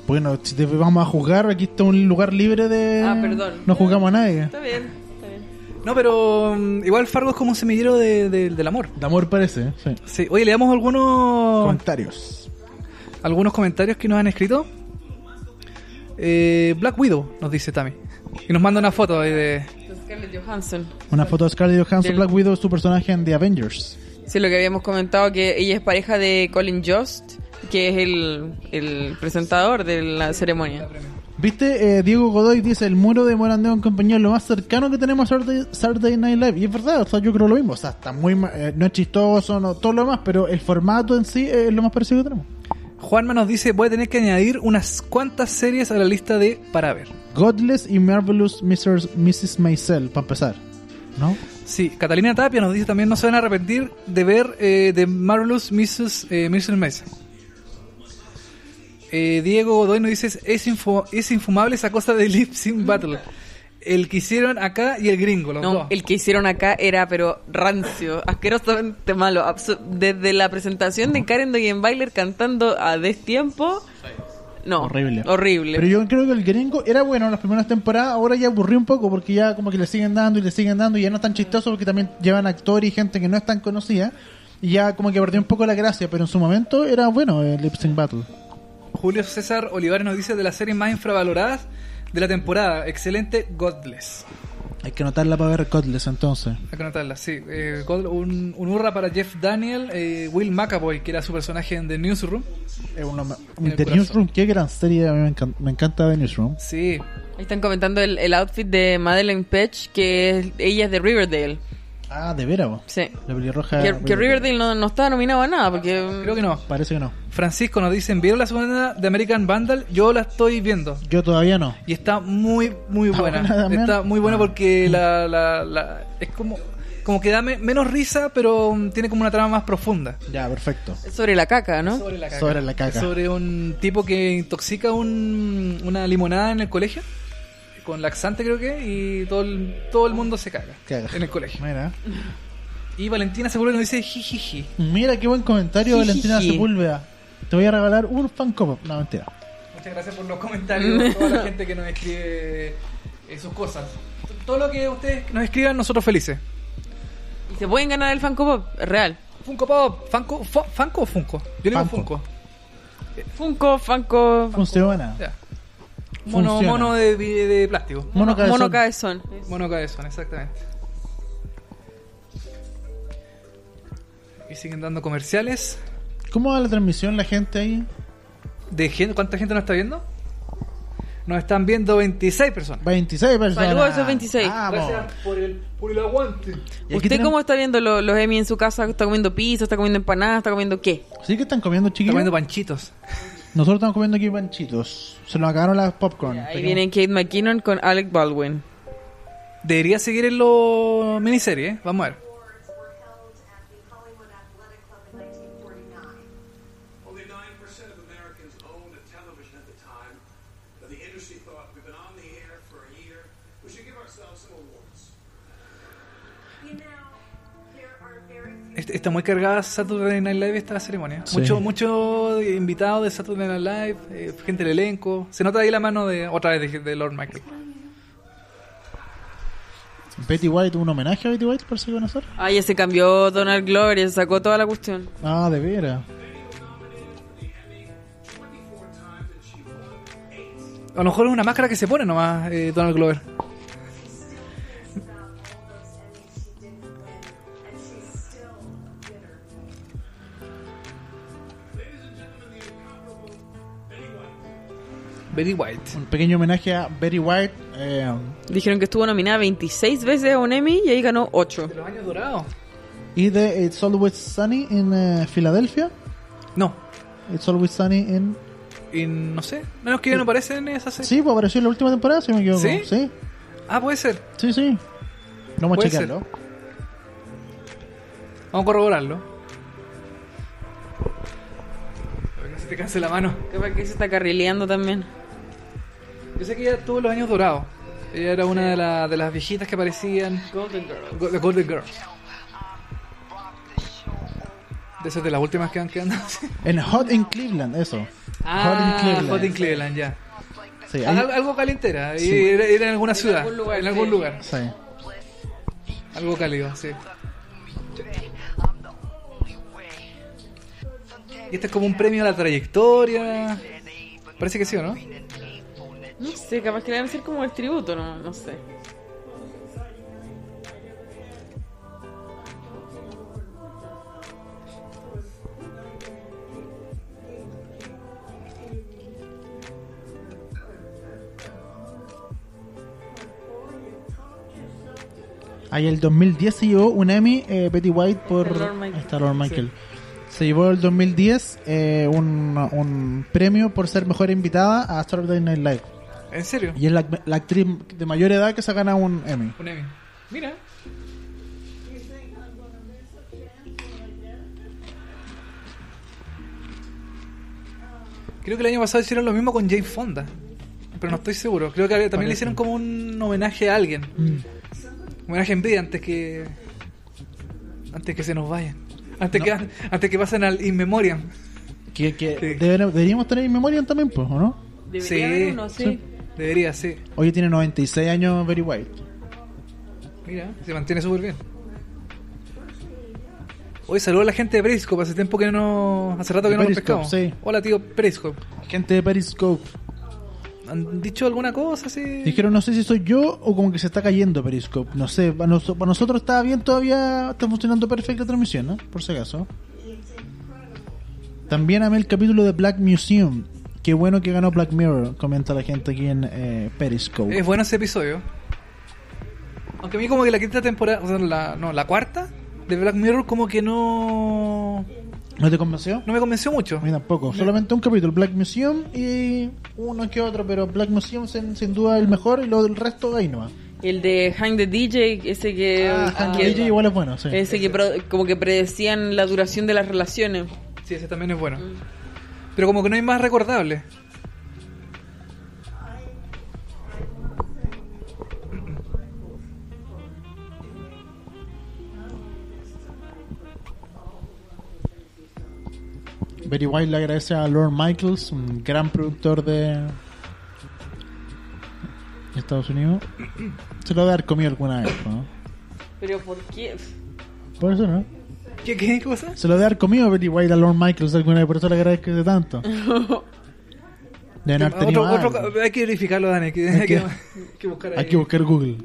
Speaker 3: Bueno, si te vamos a juzgar, aquí está un lugar libre de.
Speaker 2: Ah, perdón.
Speaker 3: No juzgamos a nadie.
Speaker 2: Está bien, está bien.
Speaker 1: No, pero mm, igual Fargo es como un semillero de- de- del amor.
Speaker 3: De amor parece, sí.
Speaker 1: Sí. Oye, le damos algunos,
Speaker 3: Comentarios.
Speaker 1: algunos comentarios que nos han escrito. Eh, Black Widow nos dice Tami. Y nos manda una foto ahí de...
Speaker 2: Scarlett Johansson.
Speaker 3: Una foto de Scarlett Johansson,
Speaker 2: Del-
Speaker 3: Black Widow, su personaje en The Avengers.
Speaker 2: Sí, lo que habíamos comentado, que ella es pareja de Colin Jost, que es el, el presentador de la ceremonia.
Speaker 3: ¿Viste? Eh, Diego Godoy dice, el muro de Morandeo en compañía es lo más cercano que tenemos a Saturday, Saturday Night Live. Y es verdad, o sea, yo creo lo mismo. O sea, está muy... ma- eh, no es chistoso, no, todo lo demás, pero el formato en sí es lo más parecido que tenemos.
Speaker 1: Juanma nos dice, voy a tener que añadir unas cuantas series a la lista de para ver.
Speaker 3: Godless y Marvelous Mrs. Mrs. Maisel, para empezar. ¿No?
Speaker 1: Sí, Catalina Tapia nos dice también, no se van a arrepentir de ver eh, The Marvelous Mrs. Eh, Mrs. Maisel". Eh, Diego Godoy nos dice, es, info- es infumable esa cosa de Lip Sync Battle. El que hicieron acá y el gringo, los dos.
Speaker 2: No, el que hicieron acá era, pero rancio, asquerosamente malo. absu- Desde la presentación de Karen Dogenbailer cantando a destiempo. No,
Speaker 3: Horrible.
Speaker 2: Horrible.
Speaker 3: Pero yo creo que el gringo era bueno en las primeras temporadas, ahora ya aburrió un poco porque ya como que le siguen dando y le siguen dando y ya no es tan chistoso porque también llevan actores y gente que no es tan conocida y ya como que perdió un poco la gracia, pero en su momento era bueno el Lip Sync Battle.
Speaker 1: Julio César Olivares nos dice, de las series más infravaloradas de la temporada. Excelente, Godless.
Speaker 3: Hay que anotarla para ver Cotles entonces.
Speaker 1: Hay que notarla, sí. Eh, God- un, un hurra para Jeff Daniel, eh, Will McAvoy, que era su personaje en The Newsroom.
Speaker 3: Es una,
Speaker 1: En el
Speaker 3: The
Speaker 1: corazón.
Speaker 3: Newsroom, qué gran serie, a mí me, encan- me encanta The Newsroom.
Speaker 1: Sí,
Speaker 2: Ahí están comentando el, el outfit de Madeleine Pech, que es- ella es de Riverdale.
Speaker 3: Ah, de veras, vos.
Speaker 2: Sí.
Speaker 3: La pelirroja.
Speaker 2: Que, que Riverdale no, no estaba nominado a nada, porque...
Speaker 1: creo que no.
Speaker 3: Parece que no.
Speaker 1: Francisco nos dicen, ¿vieron la segunda de American Vandal? Yo la estoy viendo.
Speaker 3: Yo todavía no.
Speaker 1: Y está muy, muy
Speaker 3: Está
Speaker 1: buena.
Speaker 3: buena también. Ah.
Speaker 1: está muy buena porque la, la- la- es como, como que da me- menos risa, pero mm, tiene como una trama más profunda.
Speaker 3: Ya, perfecto.
Speaker 2: Es sobre la caca, ¿no?
Speaker 1: Sobre la caca.
Speaker 3: Sobre la caca.
Speaker 1: Sobre un tipo que intoxica un- una limonada en el colegio, con laxante creo que, y todo el, todo el mundo se caga
Speaker 3: Caga.
Speaker 1: en el colegio.
Speaker 3: Mira.
Speaker 1: Y Valentina Seguro nos dice jijiji.
Speaker 3: Mira qué buen comentario, Valentina
Speaker 2: Jijiji.
Speaker 3: Sepúlveda. Te voy a regalar un fan cop. No, mentira.
Speaker 1: Muchas gracias por los comentarios, toda la gente que nos escribe eh, sus cosas. T- Todo lo que ustedes nos escriban, nosotros felices.
Speaker 2: Y se pueden ganar el Funko Pop, real.
Speaker 1: Funko Pop, Funko, Fu- Funko o Funko. Yo le digo
Speaker 3: Funko.
Speaker 1: Funko.
Speaker 2: Funko, Funko...
Speaker 3: Funciona.
Speaker 1: Ya. Mono,
Speaker 3: Funciona.
Speaker 1: mono de, vi- de plástico.
Speaker 3: Mono cabezón.
Speaker 2: Mono Cabezón.
Speaker 1: Mono cabezón, exactamente. Y siguen dando comerciales.
Speaker 3: ¿Cómo va la transmisión la gente ahí?
Speaker 1: De gente, ¿Cuánta gente nos está viendo? Nos están viendo 26 personas.
Speaker 3: 26 personas. Ah,
Speaker 2: Saludos a esos 26.
Speaker 3: Vamos.
Speaker 1: por el, por el aguante.
Speaker 3: Y aquí
Speaker 2: ¿Usted
Speaker 3: tenemos-
Speaker 2: cómo está viendo lo- los Emmy en su casa? ¿Está comiendo pizza? ¿Está comiendo empanadas? ¿Está comiendo qué?
Speaker 3: Sí que están comiendo
Speaker 1: Está
Speaker 3: chiquillos.
Speaker 1: comiendo panchitos.
Speaker 3: Nosotros estamos comiendo aquí panchitos. Se nos acabaron las popcorn.
Speaker 2: Ahí vienen Kate McKinnon con Alec Baldwin.
Speaker 1: Debería seguir en los miniseries, ¿eh? vamos a ver.
Speaker 5: Awards were held at the Hollywood Athletic Club in 1949.
Speaker 4: Only 9% of Americans owned a television at the time, but the industry thought we've been on the air for a year, we should give ourselves some awards.
Speaker 5: You know, there are very few
Speaker 1: Est- Está muy cargada Saturday Night Live esta ceremonia.
Speaker 3: Sí.
Speaker 1: Mucho, mucho invitado de Saturday Night Live, eh, gente del elenco. Se nota ahí la mano de otra vez de, de Lord Michael.
Speaker 3: Betty White, un homenaje a Betty White, parece que van a hacer.
Speaker 2: Ah, ya se cambió Donald Gloria, se sacó toda la cuestión.
Speaker 3: Ah, de veras.
Speaker 1: A lo mejor es una máscara que se pone nomás eh, Donald Glover. Betty White.
Speaker 3: Un pequeño homenaje a Betty White. eh,
Speaker 2: Dijeron que estuvo nominada 26 veces a un Emmy y ahí ganó 8.
Speaker 1: De los años dorados.
Speaker 3: y de It's Always Sunny en eh, Filadelfia.
Speaker 1: No.
Speaker 3: It's Always Sunny en.
Speaker 1: Y no sé. Menos que ya no aparecen en esa serie.
Speaker 3: Sí, pues apareció en la última temporada, si no me equivoco.
Speaker 1: ¿Sí?
Speaker 3: sí,
Speaker 1: Ah, puede ser.
Speaker 3: sí. sí. Vamos a
Speaker 1: Puede
Speaker 3: checarlo.
Speaker 1: Vamos a corroborarlo. A ver, no se te canse la mano.
Speaker 2: Que para que se está carrileando también.
Speaker 1: Yo sé que ella tuvo los años dorados. Ella era una de, la- de las viejitas que aparecían.
Speaker 2: Golden Girl.
Speaker 1: Go- The Golden Girls. De esas de las últimas que han quedado.
Speaker 3: En Hot in Cleveland, eso.
Speaker 2: Ah,
Speaker 3: Hot in Cleveland.
Speaker 1: Hot in Cleveland, ya.
Speaker 3: Sí, hay-
Speaker 1: Al- algo calentera, y
Speaker 3: Sí.
Speaker 1: era, era en alguna
Speaker 2: En
Speaker 1: ciudad,
Speaker 2: algún lugar,
Speaker 1: en algún
Speaker 2: sí.
Speaker 1: lugar.
Speaker 3: sí.
Speaker 1: Algo cálido, sí. Y este es como un premio a la trayectoria. Parece que sí, ¿o no?
Speaker 2: No sé, capaz que le deben ser como el tributo, no, no sé.
Speaker 3: Ahí el 2010 se llevó un Emmy eh, Betty White por
Speaker 2: Lord Michael.
Speaker 3: esta Lord Michael. Se llevó el 2010 eh, un, un premio por ser mejor invitada a Saturday Night Live.
Speaker 1: ¿En serio?
Speaker 3: Y es la, la actriz de mayor edad que se ha ganado un Emmy.
Speaker 1: Un Emmy. Mira. Creo que el año pasado hicieron lo mismo con Jane Fonda. Pero no estoy seguro. Creo que también le
Speaker 3: Parece.
Speaker 1: hicieron como un homenaje a alguien.
Speaker 3: Mm.
Speaker 1: Homenaje en vida antes que. Antes que se nos vayan. Antes, que, antes que pasen al In Memoriam.
Speaker 3: Que, que
Speaker 1: Sí.
Speaker 3: deber- deberíamos tener en memoria también, pues, ¿o no?
Speaker 2: Debería
Speaker 1: Sí.
Speaker 2: haber uno, sí.
Speaker 3: Sí.
Speaker 1: Debería, sí.
Speaker 3: Hoy tiene 96 años Betty White.
Speaker 1: Mira, se mantiene súper bien. Hoy saludo a la gente de Periscope. Hace tiempo que no. Hace rato que
Speaker 3: De
Speaker 1: no nos
Speaker 3: Periscope,
Speaker 1: pescamos.
Speaker 3: sí.
Speaker 1: Hola, tío Periscope.
Speaker 3: Gente de Periscope.
Speaker 1: ¿Han dicho alguna cosa así?
Speaker 3: Dijeron, no sé si soy yo o como que se está cayendo Periscope. No sé, para, noso- para nosotros está bien todavía, está funcionando perfecta la transmisión, ¿no? Por si acaso. También amé el capítulo de Black Museum. Qué bueno que ganó Black Mirror, comenta la gente aquí en eh, Periscope.
Speaker 1: Es bueno ese episodio. Aunque a mí como que la quinta temporada, o sea, la, no, la cuarta de Black Mirror como que no,
Speaker 3: ¿No te convenció?
Speaker 1: no me convenció mucho.
Speaker 3: A mí tampoco. Solamente un capítulo, Black Museum y uno que otro, pero Black Museum sin, sin duda el mejor y lo del resto ahí nomás.
Speaker 2: El de Hang the DJ, ese que.
Speaker 3: Ah, Hank
Speaker 2: que-
Speaker 3: DJ igual es bueno, sí.
Speaker 2: Ese que pro- como que predecían la duración de las relaciones.
Speaker 1: Sí, ese también es bueno. Pero como que no hay más recordable.
Speaker 3: Betty White le agradece a Lord Michaels, un gran productor de Estados Unidos. Se lo debe haber comido alguna vez, ¿no?
Speaker 2: Pero ¿por qué?
Speaker 3: Por eso, ¿no?
Speaker 1: ¿Qué, qué cosa?
Speaker 3: Se lo debe haber comido Betty White a Lord Michaels alguna vez, por eso le agradece tanto. Deben haber tenido
Speaker 1: Otro, otro-
Speaker 3: algo.
Speaker 1: hay que verificarlo, Dani. que- hay, que,
Speaker 3: que-
Speaker 1: hay que buscar ahí.
Speaker 3: Hay que buscar Google.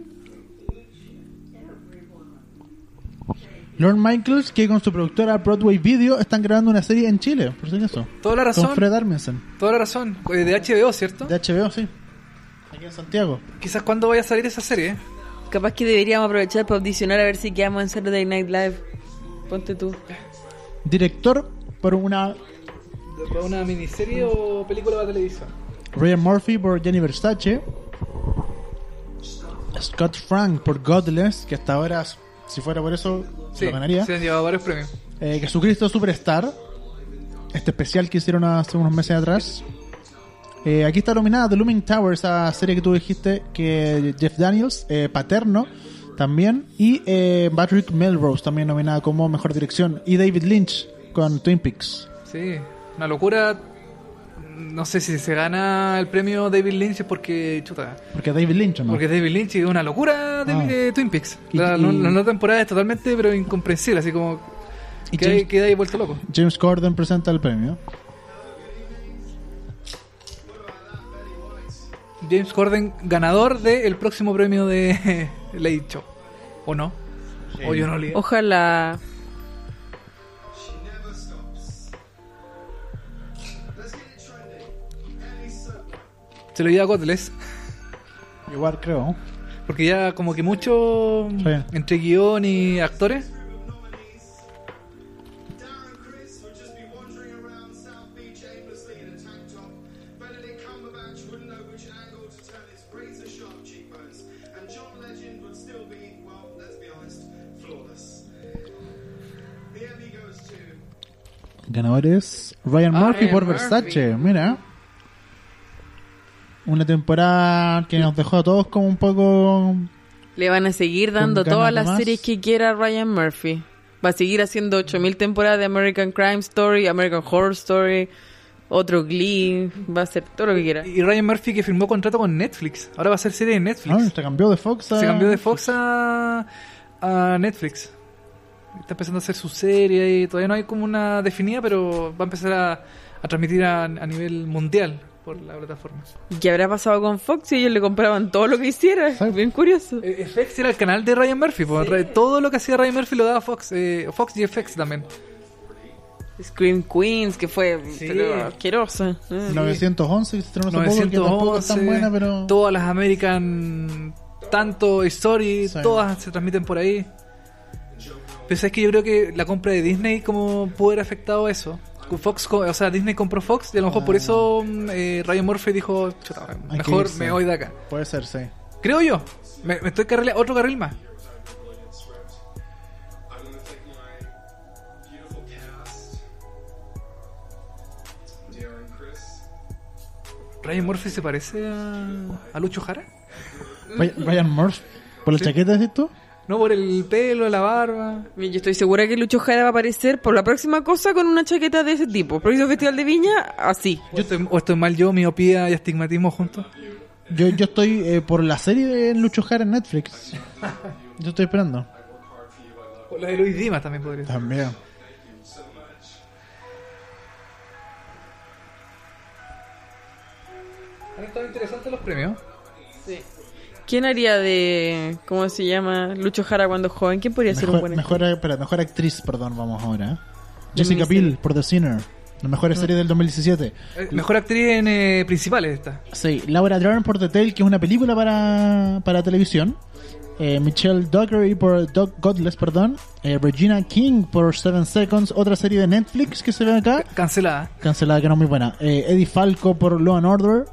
Speaker 3: Lord Michaels, que con su productora Broadway Video están grabando una serie en Chile, por si acaso.
Speaker 1: Toda la
Speaker 3: Con
Speaker 1: razón,
Speaker 3: Fred Armisen,
Speaker 1: toda la razón. Eh, De HBO, ¿cierto?
Speaker 3: de HBO, sí. Aquí en Santiago.
Speaker 1: Quizás cuándo vaya a salir esa serie. ¿eh?
Speaker 2: Capaz que deberíamos aprovechar para audicionar a ver si quedamos en Saturday Night Live. Ponte tú.
Speaker 3: Director por una
Speaker 1: ¿Para una miniserie o película para televisión?
Speaker 3: Ryan Murphy por Jenny Versace. Scott Frank por Godless, que hasta ahora, si fuera por eso, se
Speaker 1: Sí,
Speaker 3: lo ganaría.
Speaker 1: se han llevado varios premios.
Speaker 3: Eh, Jesucristo Superstar. Este especial que hicieron hace unos meses atrás. Eh, aquí está nominada The Looming Tower, esa serie que tú dijiste que Jeff Daniels, eh, Paterno también. Y eh, Patrick Melrose también nominada como mejor dirección. Y David Lynch con Twin Peaks.
Speaker 1: Sí, una locura. No sé si se gana el premio David Lynch es porque, chuta,
Speaker 3: Porque David Lynch, ¿o ¿no?
Speaker 1: porque David Lynch es una locura de
Speaker 3: Ah.
Speaker 1: de Twin Peaks.
Speaker 3: Y-
Speaker 1: La,
Speaker 3: y-
Speaker 1: la- la nueva temporada es totalmente pero incomprensible, así como
Speaker 3: Y
Speaker 1: queda,
Speaker 3: James-
Speaker 1: queda ahí vuelto loco.
Speaker 3: James Corden presenta el premio.
Speaker 1: James Corden, ganador del próximo premio de Late Show. ¿O no? O yo no leí.
Speaker 2: Ojalá.
Speaker 1: Se lo lleva Godless.
Speaker 3: Igual creo.
Speaker 1: Porque ya como que mucho
Speaker 3: Sí.
Speaker 1: entre guión y actores.
Speaker 4: Darren Chris would just be wandering around South Beach aimlessly in a tank top. Benedict Cumberbatch wouldn't know which angle to turn his razor sharp cheekbones. And John Legend would still be, well, let's be honest, flawless. The Emmy goes to.
Speaker 3: Ganadores Ryan
Speaker 2: Ah,
Speaker 3: Murphy
Speaker 2: Ryan
Speaker 3: por
Speaker 2: Murphy.
Speaker 3: Versace, mira. Una temporada que nos dejó a todos como un poco
Speaker 2: Le van a seguir dando
Speaker 3: Con ganas
Speaker 2: todas
Speaker 3: de
Speaker 2: las
Speaker 3: más.
Speaker 2: series que quiera Ryan Murphy. Va a seguir haciendo 8000 temporadas de American Crime Story, American Horror Story. otro Glee, va a ser todo lo que quiera.
Speaker 1: Y Ryan Murphy que firmó contrato con Netflix. Ahora va a ser serie de
Speaker 3: Ah,
Speaker 1: Netflix.
Speaker 3: se cambió de Fox a...
Speaker 1: Se cambió de Fox a, a Netflix. Está empezando a hacer su serie y todavía no hay como una definida, pero va a empezar a, a transmitir a, a nivel mundial por la plataforma.
Speaker 2: ¿Y qué habrá pasado con Fox si ellos le compraban todo lo que hiciera?
Speaker 3: Sí.
Speaker 2: Bien curioso.
Speaker 1: Eh, FX era el canal de Ryan Murphy. po. Re- Todo lo que hacía Ryan Murphy lo daba Fox, eh, Fox y FX también.
Speaker 2: Scream Queens, que fue
Speaker 1: Sí.
Speaker 2: pero asquerosa. Mm.
Speaker 3: 911 que se estrenó hace poco, que tampoco es
Speaker 1: 911,
Speaker 3: tan buena, pero...
Speaker 1: todas las American, tanto Story,
Speaker 3: Sí.
Speaker 1: todas se transmiten por ahí. Pero es que yo creo que la compra de Disney como pudo haber afectado eso. Fox, co- o sea, Disney compró Fox y a lo mejor por eso mm, eh, Ryan Murphy dijo, "Chuta,
Speaker 3: Ah. que
Speaker 1: mejor
Speaker 3: irse".
Speaker 1: me voy de acá.
Speaker 3: Puede ser, sí.
Speaker 1: Creo yo. Me, me estoy carril, otro carril más.
Speaker 4: I want to thank my beautiful cast, Darren, Chris,
Speaker 1: Ryan Murphy se parece a, a Lucho Jara.
Speaker 3: Ry- Ryan Murphy. ¿Por la chaqueta decís tú?
Speaker 1: No por el pelo, la barba.
Speaker 2: Yo estoy segura que Lucho Jara va a aparecer por la próxima cosa con una chaqueta de ese tipo. Próximo Festival de Viña, así.
Speaker 1: Yo estoy, o estoy mal yo, miopía y astigmatismo juntos.
Speaker 3: Yo, yo estoy eh, por la serie de Lucho Jara en Netflix. Yo estoy esperando.
Speaker 1: O la de Luis Dimas también podría ser.
Speaker 3: También.
Speaker 1: Han estado interesantes los premios.
Speaker 2: ¿Quién haría de, cómo se llama, Lucho Jara cuando joven? ¿Quién podría ser un
Speaker 3: Mejor,
Speaker 2: buen actor?
Speaker 3: mejor, espera, mejor actriz, perdón, vamos ahora. ¿eh?
Speaker 2: De
Speaker 3: Jessica
Speaker 2: miniserie. Mm.
Speaker 3: Biel por The Sinner. La mejor serie del 2017.
Speaker 1: Eh, Mejor actriz en eh, principales esta.
Speaker 3: Sí, Laura Dern por The Tale, que es una película para, para televisión. Eh, Michelle Dockery por Dog Godless, perdón. Eh, Regina King por Seven Seconds, otra serie de Netflix que se ve acá.
Speaker 1: Cancelada.
Speaker 3: Cancelada, que no es muy buena. Eh, Eddie Falco por Law and Order.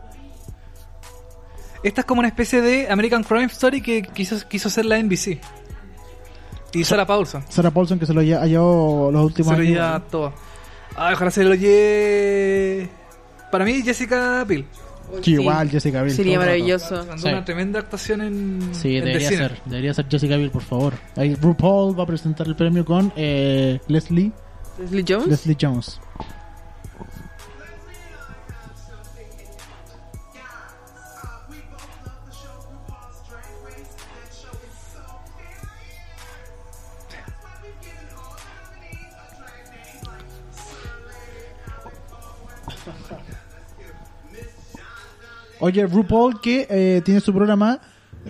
Speaker 1: Esta es como una especie de American Crime Story que quiso, quiso hacer la NBC. Y Sarah Paulson.
Speaker 3: Sarah Paulson, que se lo lle- ha llevado los últimos
Speaker 1: Se lo
Speaker 3: años.
Speaker 1: lleva todo. Ah, ojalá se lo lleve. Para mí, Jessica Bill.
Speaker 3: Sí, igual Jessica Biel.
Speaker 2: Sería
Speaker 3: todo el rato.
Speaker 2: maravilloso.
Speaker 3: Sí.
Speaker 1: Una tremenda actuación en.
Speaker 3: Sí,
Speaker 1: en
Speaker 3: debería
Speaker 1: The Sinner.
Speaker 3: ser. Debería ser Jessica Biel, por favor. Ahí RuPaul va a presentar el premio con eh, Leslie,
Speaker 2: Leslie Jones.
Speaker 3: Leslie Jones. Oye, RuPaul que eh, tiene su programa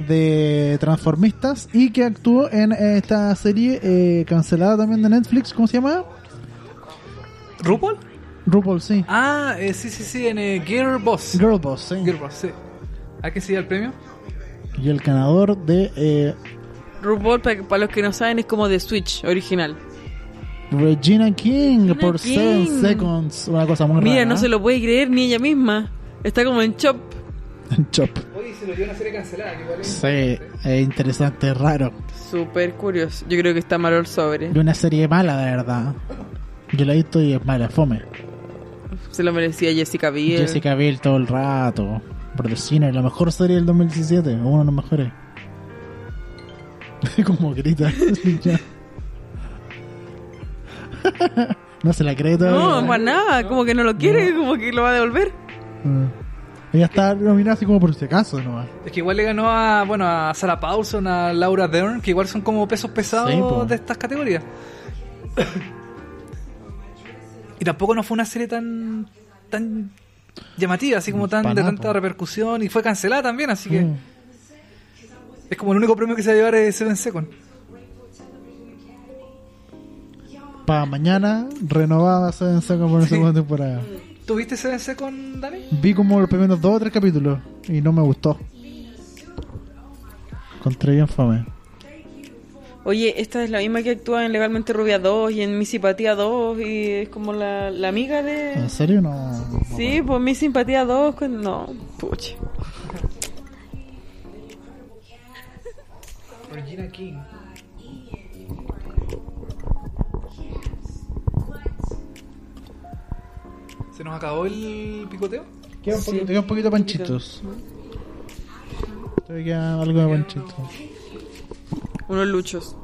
Speaker 3: de transformistas y que actuó en eh, esta serie eh, cancelada también de Netflix, ¿cómo se llama?
Speaker 1: ¿RuPaul?
Speaker 3: RuPaul, sí.
Speaker 1: Ah, eh, sí, sí, sí, en eh, Girl Boss.
Speaker 3: Girl Boss, sí.
Speaker 1: Girl Boss, sí. ¿A qué se lleva el premio?
Speaker 3: Y el ganador de eh,
Speaker 2: RuPaul, para, para los que no saben, es como de Switch original.
Speaker 3: Regina King
Speaker 2: Regina
Speaker 3: por
Speaker 2: King.
Speaker 3: Seven Seconds. Una cosa muy
Speaker 2: Mira,
Speaker 3: rara.
Speaker 2: no se lo puede creer ni ella misma. Está como en chop.
Speaker 3: Chop.
Speaker 1: Oye, se lo lleva una serie cancelada. Que igual
Speaker 3: Sí, eh, interesante, raro.
Speaker 2: Súper curioso. Yo creo que está malo el sobre.
Speaker 3: Y una serie mala, de verdad. Yo la he visto y es mala, fome.
Speaker 2: Se lo merecía Jessica Biel.
Speaker 3: Jessica Biel todo el rato. Por The Sinner, la mejor serie del 2017. Uno de los mejores. Como grita. Ya. no se la cree todavía.
Speaker 2: No, para nada. Como que no lo quiere, como que lo va a devolver.
Speaker 3: Mm. Ella está nominada así como por si acaso nomás.
Speaker 1: Es que igual le ganó a, bueno, a Sarah Paulson, a Laura Dern, que igual son como pesos pesados
Speaker 3: Sí, po.
Speaker 1: de estas categorías. y tampoco no fue una serie tan tan llamativa, así como tan
Speaker 3: Mm, Pa'
Speaker 1: de
Speaker 3: nada,
Speaker 1: tanta
Speaker 3: po.
Speaker 1: repercusión y fue cancelada también, así que
Speaker 3: Mm.
Speaker 1: es como el único premio que se va a llevar es Seven Seconds.
Speaker 3: Para mañana, renovada Seven Seconds por una
Speaker 1: Sí.
Speaker 3: segunda temporada.
Speaker 1: ¿Tuviste Seven Seconds, Dani?
Speaker 3: Vi como los primeros dos o tres capítulos y no me gustó. Encontré bien fome.
Speaker 2: Oye, esta es la misma que actúa en Legalmente Rubia 2 y en Mi Simpatía 2 y es como la, la amiga de...
Speaker 3: ¿En serio? No.
Speaker 2: Sí, pues Mi Simpatía 2, cu- no, pucha.
Speaker 1: Regina King. ¿Se nos acabó el picoteo?
Speaker 3: Queda un poquito, queda un poquito panchitos. Todavía queda algo de panchitos.
Speaker 2: Unos luchos.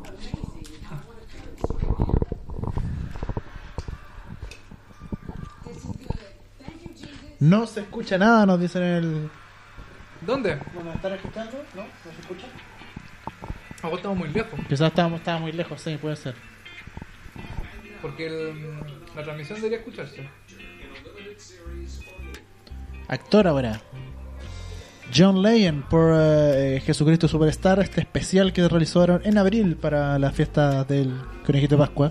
Speaker 3: No se escucha nada, nos dicen en el.
Speaker 1: ¿Dónde?
Speaker 3: ¿No nos están escuchando? ¿No? ¿No se escucha?
Speaker 1: Ahora estamos muy lejos.
Speaker 3: Quizás estábamos, estaba muy lejos, sí, puede ser.
Speaker 1: Porque mm, la transmisión debería escucharse.
Speaker 3: Actor ahora. John Legend por eh, Jesucristo Superstar, este especial que realizaron en abril para la fiesta del Conejito de Pascua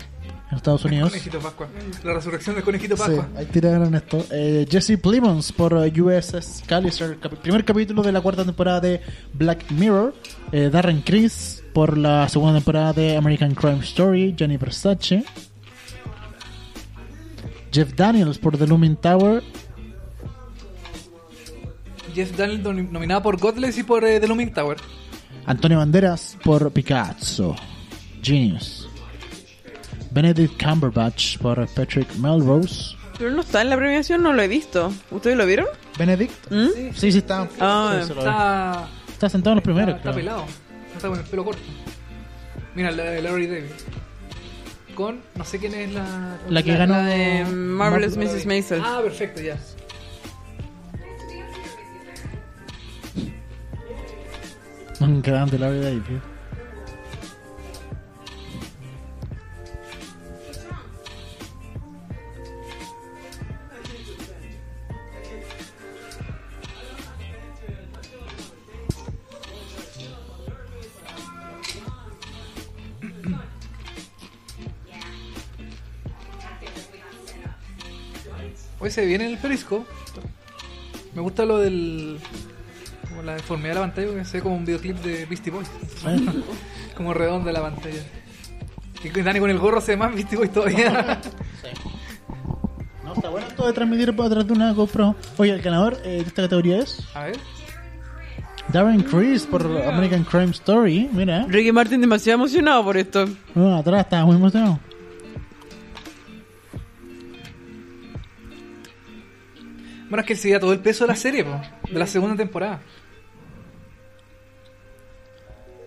Speaker 3: en Estados Unidos.
Speaker 1: Conejito Pascua. La resurrección del conejito
Speaker 3: Sí,
Speaker 1: Pascua.
Speaker 3: ahí tiraron esto. Eh, Jesse Plemons por eh, USS Callister, cap- primer capítulo de la cuarta temporada de Black Mirror. Eh, Darren Criss por la segunda temporada de American Crime Story, Jenny Versace. Jeff Daniels por The Looming Tower.
Speaker 1: Jeff Daniel nom- nominada por Godless y por eh, The Looming Tower.
Speaker 3: Antonio Banderas por Picasso. Genius. Benedict Cumberbatch por Patrick Melrose.
Speaker 2: Pero no está en la premiación, no lo he visto. ¿Ustedes lo vieron?
Speaker 3: ¿Benedict?
Speaker 2: ¿Mm?
Speaker 3: Sí, sí, está.
Speaker 2: Ah,
Speaker 3: sí, se lo ve.
Speaker 1: Está,
Speaker 3: Está sentado en los
Speaker 1: está,
Speaker 3: primeros,
Speaker 1: está
Speaker 3: creo.
Speaker 1: pelado. Está con el pelo corto. Mira, la de Larry David. Con, no sé quién es la...
Speaker 3: La que ganó.
Speaker 2: La de Marvelous Mrs. Maisel.
Speaker 1: Ah, perfecto, ya.
Speaker 3: Un grande Larry David.
Speaker 1: Hoy se viene el perisco. Me gusta lo del... Como la deformidad de la pantalla, que se ve como un videoclip de Beastie Boys. como redonda la pantalla. Y que Dani con el gorro se ve más Beastie Boys todavía.
Speaker 3: No, está bueno esto de transmitir por atrás de una GoPro. Oye, el ganador eh, de esta categoría es
Speaker 1: A ver.
Speaker 3: Darren Criss por American Crime Story. Mira,
Speaker 2: Ricky Martin demasiado emocionado por esto.
Speaker 3: Ah, atrás estaba muy emocionado.
Speaker 1: Bueno, es que se da todo el peso de la serie, po, de la segunda temporada.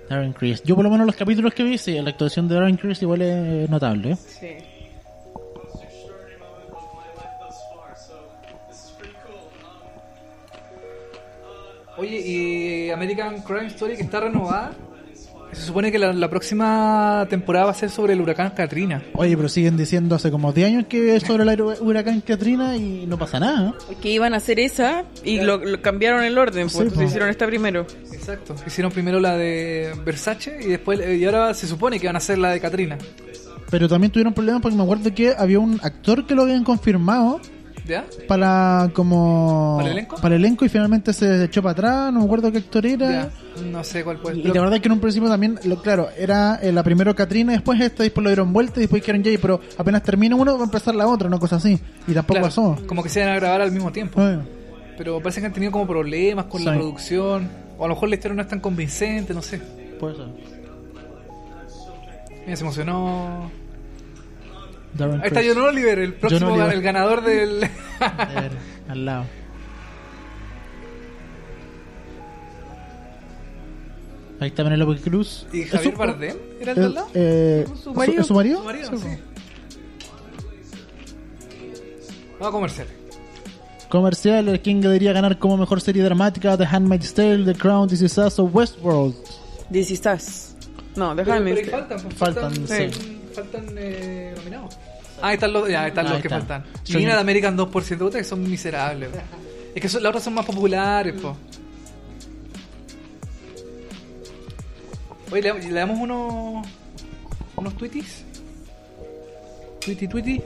Speaker 3: Darren Criss. Yo por lo menos los capítulos que vi, sí, la actuación de Darren Criss igual es notable. ¿eh?
Speaker 2: Sí.
Speaker 1: Oye, y American Crime Story que está renovada. Se supone que la, la próxima temporada va a ser sobre el huracán Katrina.
Speaker 3: Oye, pero siguen diciendo hace como 10 años que es sobre el aer- huracán Katrina y no pasa nada. ¿eh?
Speaker 2: Que iban a hacer esa y lo, lo cambiaron el orden, pues
Speaker 3: Sí,
Speaker 2: entonces
Speaker 3: pues.
Speaker 2: hicieron esta primero.
Speaker 1: Exacto. Hicieron primero la de Versace y después y ahora se supone que van a hacer la de Katrina.
Speaker 3: Pero también tuvieron problemas porque me acuerdo que había un actor que lo habían confirmado
Speaker 1: ¿Ya?
Speaker 3: para como...
Speaker 1: ¿Para el elenco?
Speaker 3: Para el elenco y finalmente se echó para atrás, no me acuerdo qué actor era.
Speaker 1: Ya. No sé cuál puede
Speaker 3: Y
Speaker 1: pero-
Speaker 3: la verdad es que en un principio también, lo, claro, era eh, la primero Katrina, después esta, después lo dieron vuelta, y después Karen Jay, pero apenas termina uno va a empezar la otra, una cosa así. Y tampoco
Speaker 1: claro,
Speaker 3: pasó.
Speaker 1: Como que se van a grabar al mismo tiempo.
Speaker 3: Eh,
Speaker 1: Pero parece que han tenido como problemas con la
Speaker 3: Sí.
Speaker 1: producción. O a lo mejor la historia no es tan convincente, no sé.
Speaker 3: puede ser.
Speaker 1: Mira, se emocionó.
Speaker 3: Darren
Speaker 1: Ahí está
Speaker 3: Criss.
Speaker 1: John Oliver, el próximo
Speaker 3: Oliver.
Speaker 1: el ganador del.
Speaker 3: A ver, al lado. Ahí está Penelope Cruz.
Speaker 1: ¿Y
Speaker 3: ¿Es
Speaker 1: Javier
Speaker 3: su-
Speaker 1: Bardem? ¿Era el de
Speaker 3: eh,
Speaker 1: al lado?
Speaker 3: eh,
Speaker 2: ¿Su
Speaker 3: ¿su-
Speaker 2: marido?
Speaker 3: ¿Es su marido?
Speaker 1: Su marido,
Speaker 3: Sí,
Speaker 1: sí.
Speaker 3: po.
Speaker 1: Vamos a comercial.
Speaker 3: Comercial, el King debería ganar como mejor serie dramática The Handmaid's Tale, The Crown, This Is Us o Westworld.
Speaker 2: This is Us. No,
Speaker 1: Pero,
Speaker 2: déjame.
Speaker 1: pero ahí faltan, pues,
Speaker 3: Faltan,
Speaker 1: faltan,
Speaker 3: sí.
Speaker 1: faltan, eh, nominados. Ah, ahí están los, ya, ahí están
Speaker 3: Ahí
Speaker 1: los que
Speaker 3: están.
Speaker 1: faltan. Y
Speaker 3: Son-
Speaker 1: Nina de American 2%, puta que son miserables. po. Es que son, las otras son más populares, po. Oye, le, le damos unos. unos tweetis. Tweety, tweety.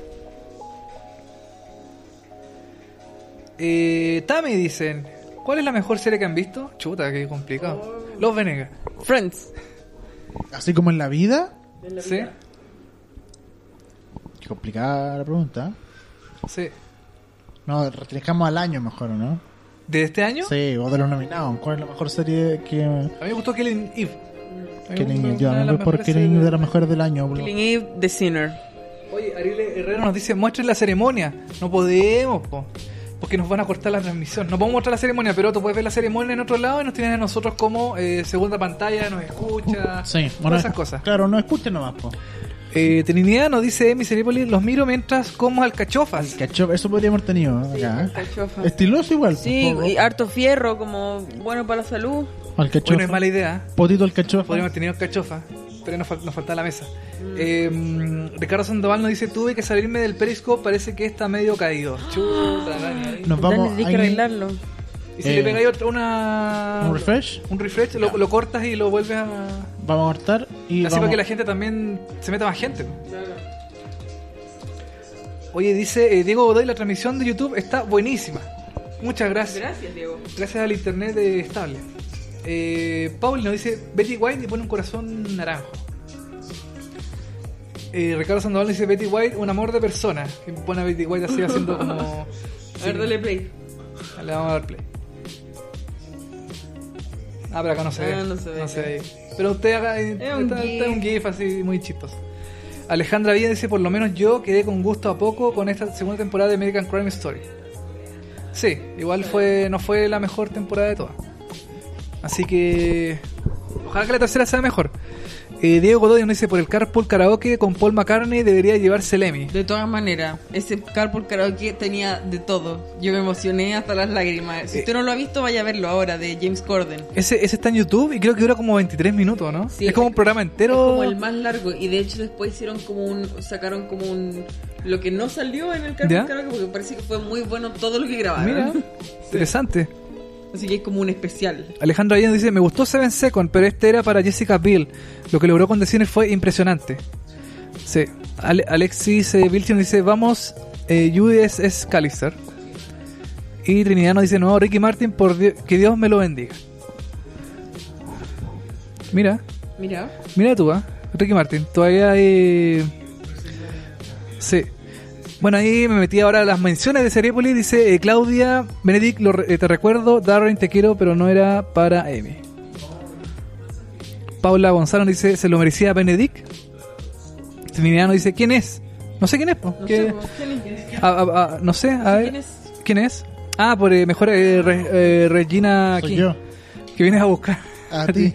Speaker 1: Eh, Tami dicen: ¿Cuál es la mejor serie que han visto? Chuta, qué complicado. Los Venegas.
Speaker 2: Friends.
Speaker 3: Así como en la vida.
Speaker 1: ¿Sí?
Speaker 3: Qué complicada la pregunta. ¿eh?
Speaker 1: Sí.
Speaker 3: No, restringamos al año mejor, ¿o no?
Speaker 1: ¿De este año?
Speaker 3: Sí, o de los nominados. ¿Cuál es la mejor serie que,
Speaker 1: A mí me gustó Killing Eve. A mí
Speaker 3: que
Speaker 1: me gustó
Speaker 3: Killing Eve? Yo,
Speaker 1: una de
Speaker 3: no
Speaker 1: las
Speaker 3: voy por
Speaker 1: mejores
Speaker 3: Killing Eve
Speaker 1: series.
Speaker 3: de las mejores del año, boludo.
Speaker 2: Killing Eve, The Sinner.
Speaker 1: Oye, Ariel Herrera nos dice, muestren la ceremonia. No podemos, po, porque nos van a cortar la transmisión. No podemos mostrar la ceremonia, pero tú puedes ver la ceremonia en otro lado y nos tienes a nosotros como eh, segunda pantalla, nos escucha,
Speaker 3: Sí,
Speaker 1: todas
Speaker 3: bueno,
Speaker 1: esas cosas.
Speaker 3: Claro, no escuchen nomás, po.
Speaker 1: Eh, Trinidad nos dice Emi Cereboli, los miro mientras como alcachofas.
Speaker 3: Cachofa, eso podríamos haber tenido acá. ¿eh?
Speaker 2: Alcachofa.
Speaker 3: Estiloso igual.
Speaker 2: Sí,
Speaker 3: po-
Speaker 2: y harto fierro, como bueno para la salud.
Speaker 3: Alcachofa.
Speaker 1: Bueno, es mala idea.
Speaker 3: Potito alcachofa.
Speaker 1: Podríamos haber tenido alcachofa, pero nos, fal- nos faltaba la mesa. Eh, Ricardo Sandoval nos dice, tuve que salirme del periscope, parece que está medio caído. Chuta, Dani, ahí.
Speaker 3: Nos vamos
Speaker 2: Dale, hay que
Speaker 3: ahí.
Speaker 2: arreglarlo.
Speaker 1: Y si
Speaker 3: Eh,
Speaker 1: le pegáis otra- una...
Speaker 3: un refresh.
Speaker 1: Un refresh, lo, lo cortas y lo vuelves a...
Speaker 3: Vamos a cortar y
Speaker 1: Así
Speaker 3: vamos-
Speaker 1: para que la gente también se meta más gente. Oye, dice eh, Diego Godoy, la transmisión de YouTube está buenísima. Muchas gracias.
Speaker 2: Gracias, Diego.
Speaker 1: Gracias al internet de estable. Eh, Paul nos dice Betty White y pone un corazón naranjo. Eh, Ricardo Sandoval dice Betty White, un amor de persona. Que pone a Betty White así haciendo como.
Speaker 2: A ver, dale play.
Speaker 1: Le vamos a dar play. Ah, pero acá no se ve.
Speaker 2: Ah, no se ve.
Speaker 1: ve. Pero usted haga.
Speaker 2: Es un
Speaker 1: está,
Speaker 2: gif.
Speaker 1: está un GIF así muy chistoso. Alejandra Villa dice: Por lo menos yo quedé con gusto a poco con esta segunda temporada de American Crime Story. Sí, igual fue no fue la mejor temporada de todas. Así que. Ojalá que la tercera sea mejor. Eh, Diego Godoy nos dice: Por el carpool karaoke con Paul McCartney debería llevarse el Emmy.
Speaker 2: De todas maneras, ese Carpool Karaoke tenía de todo. Yo me emocioné hasta las lágrimas. Si usted no lo ha visto, vaya a verlo ahora, de James Corden.
Speaker 1: Ese, ese está en YouTube y creo que dura como 23 minutos, ¿no?
Speaker 2: Sí,
Speaker 1: es como un programa entero.
Speaker 2: Es como el más largo. Y de hecho después hicieron como un... Sacaron como un... Lo que no salió en el Carpool
Speaker 1: ¿Ya?
Speaker 2: Karaoke porque parece que fue muy bueno todo lo que
Speaker 1: Mira,
Speaker 2: grabaron.
Speaker 1: interesante.
Speaker 2: Así que es como un especial.
Speaker 1: Alejandro Allende dice, me gustó Seven Second, pero este era para Jessica Biel. Lo que logró con The Sinner fue impresionante. Sí. Ale- Alexis eh, Vilchen dice, vamos, eh, UDS Callister. Y Trinidad nos dice, no, Ricky Martin, por Dios- que Dios me lo bendiga. Mira,
Speaker 2: Mira.
Speaker 1: mira tú, ¿ah? Ricky Martin, todavía hay... Sí. Bueno, ahí me metí ahora a las menciones de Serépoli. Dice eh, Claudia, Benedict, lo re- eh, te recuerdo, Darren, te quiero, pero no era para Amy. Paula Gonzalo dice, se lo merecía Benedict. Trinidad nos dice, ¿quién es? No sé quién es, po.
Speaker 2: No
Speaker 1: ¿Qué-
Speaker 2: sé, ¿quién es?
Speaker 1: a- a- a- no sé, a ver.
Speaker 2: ¿Quién es?
Speaker 1: ¿Quién es? Ah, por eh, mejor eh, Re- eh, Regina
Speaker 3: Soy
Speaker 1: King,
Speaker 3: yo.
Speaker 1: que vienes a buscar.
Speaker 3: A ti.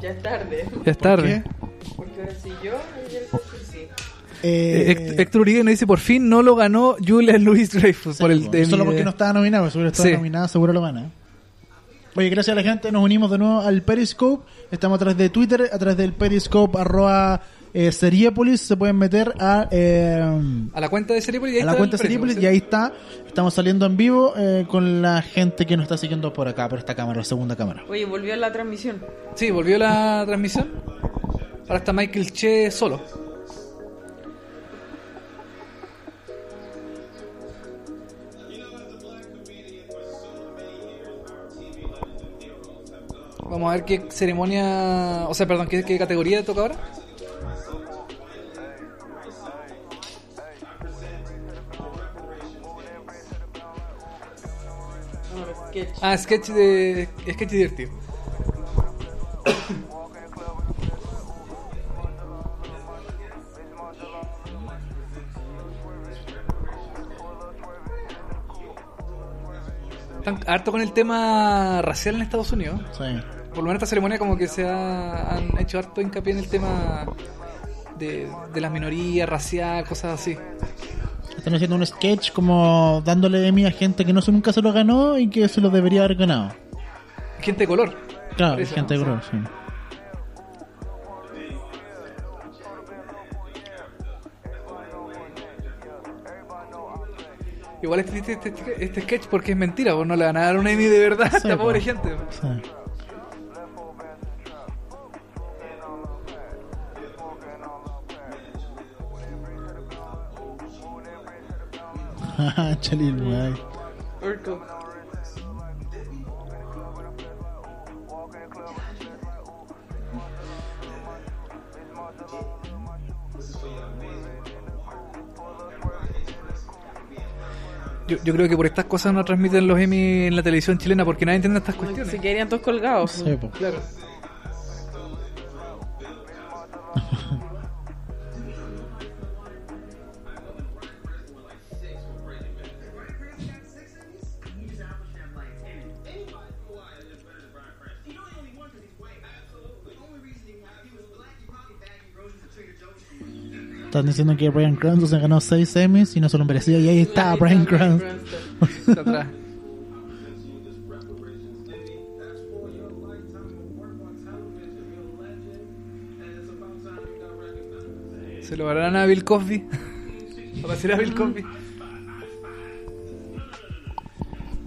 Speaker 2: Ya es tarde.
Speaker 1: Ya es tarde.
Speaker 3: ¿Qué?
Speaker 2: Porque ahora sí yo... y el otro sí.
Speaker 1: Eh,
Speaker 3: Eh,
Speaker 1: Héct- Héctor Uribe nos dice, por fin no lo ganó Julian Luis Dreyfus por el de-
Speaker 3: Solo porque no estaba nominado, pues, seguro estaba
Speaker 1: Sí.
Speaker 3: nominado, seguro lo gana. Oye, gracias a la gente, nos unimos de nuevo al Periscope. Estamos atrás de Twitter, atrás del Periscope arroba eh, Seriepolis. Se pueden meter a, eh,
Speaker 1: A la cuenta de Serépoli y ahí
Speaker 3: a la
Speaker 1: está
Speaker 3: cuenta
Speaker 1: el precio,
Speaker 3: Seriepolis
Speaker 1: ¿sí?
Speaker 3: y ahí está. Estamos saliendo en vivo eh, con la gente que nos está siguiendo por acá, por esta cámara, la segunda cámara.
Speaker 2: Oye, volvió la transmisión.
Speaker 1: Sí, volvió la transmisión. Ahora está Michael Che solo. Vamos a ver qué ceremonia, o sea, perdón, qué, qué categoría toca ahora.
Speaker 2: Sketch.
Speaker 1: Ah, sketch de sketch divertido. Están harto con el tema racial en Estados Unidos.
Speaker 3: Sí.
Speaker 1: Por lo menos esta ceremonia como que se ha, han hecho harto hincapié en el tema de, de las minorías, racial, cosas así.
Speaker 3: Están haciendo un sketch como dándole Emmy a gente que no se, nunca se lo ganó y que se lo debería haber ganado.
Speaker 1: Gente de color.
Speaker 3: Claro,
Speaker 1: Eso,
Speaker 3: gente
Speaker 1: ¿no?
Speaker 3: grosa. sí.
Speaker 1: Igual es triste este, este- este sketch porque es mentira, vos no le ganaron un Emmy de verdad a esta
Speaker 3: po.
Speaker 1: pobre gente.
Speaker 3: Sí. Ah, Chalil White.
Speaker 2: Urco.
Speaker 1: Yo, yo creo que por estas cosas no transmiten los Emmy en la televisión chilena porque nadie entiende estas cuestiones.
Speaker 2: Se quedarían todos colgados.
Speaker 3: Sí, po.
Speaker 1: Claro.
Speaker 6: Only reason he wanted he was black, he probably bagging roses at Trader Joe's
Speaker 3: Están diciendo que Brian Cranston ganó 6 Emmys y no se lo merecía. Y ahí está Brian Cranston.
Speaker 1: Está atrás. ¿Se lo harán a Bill Cosby? ¿Aparecerá Bill Cosby?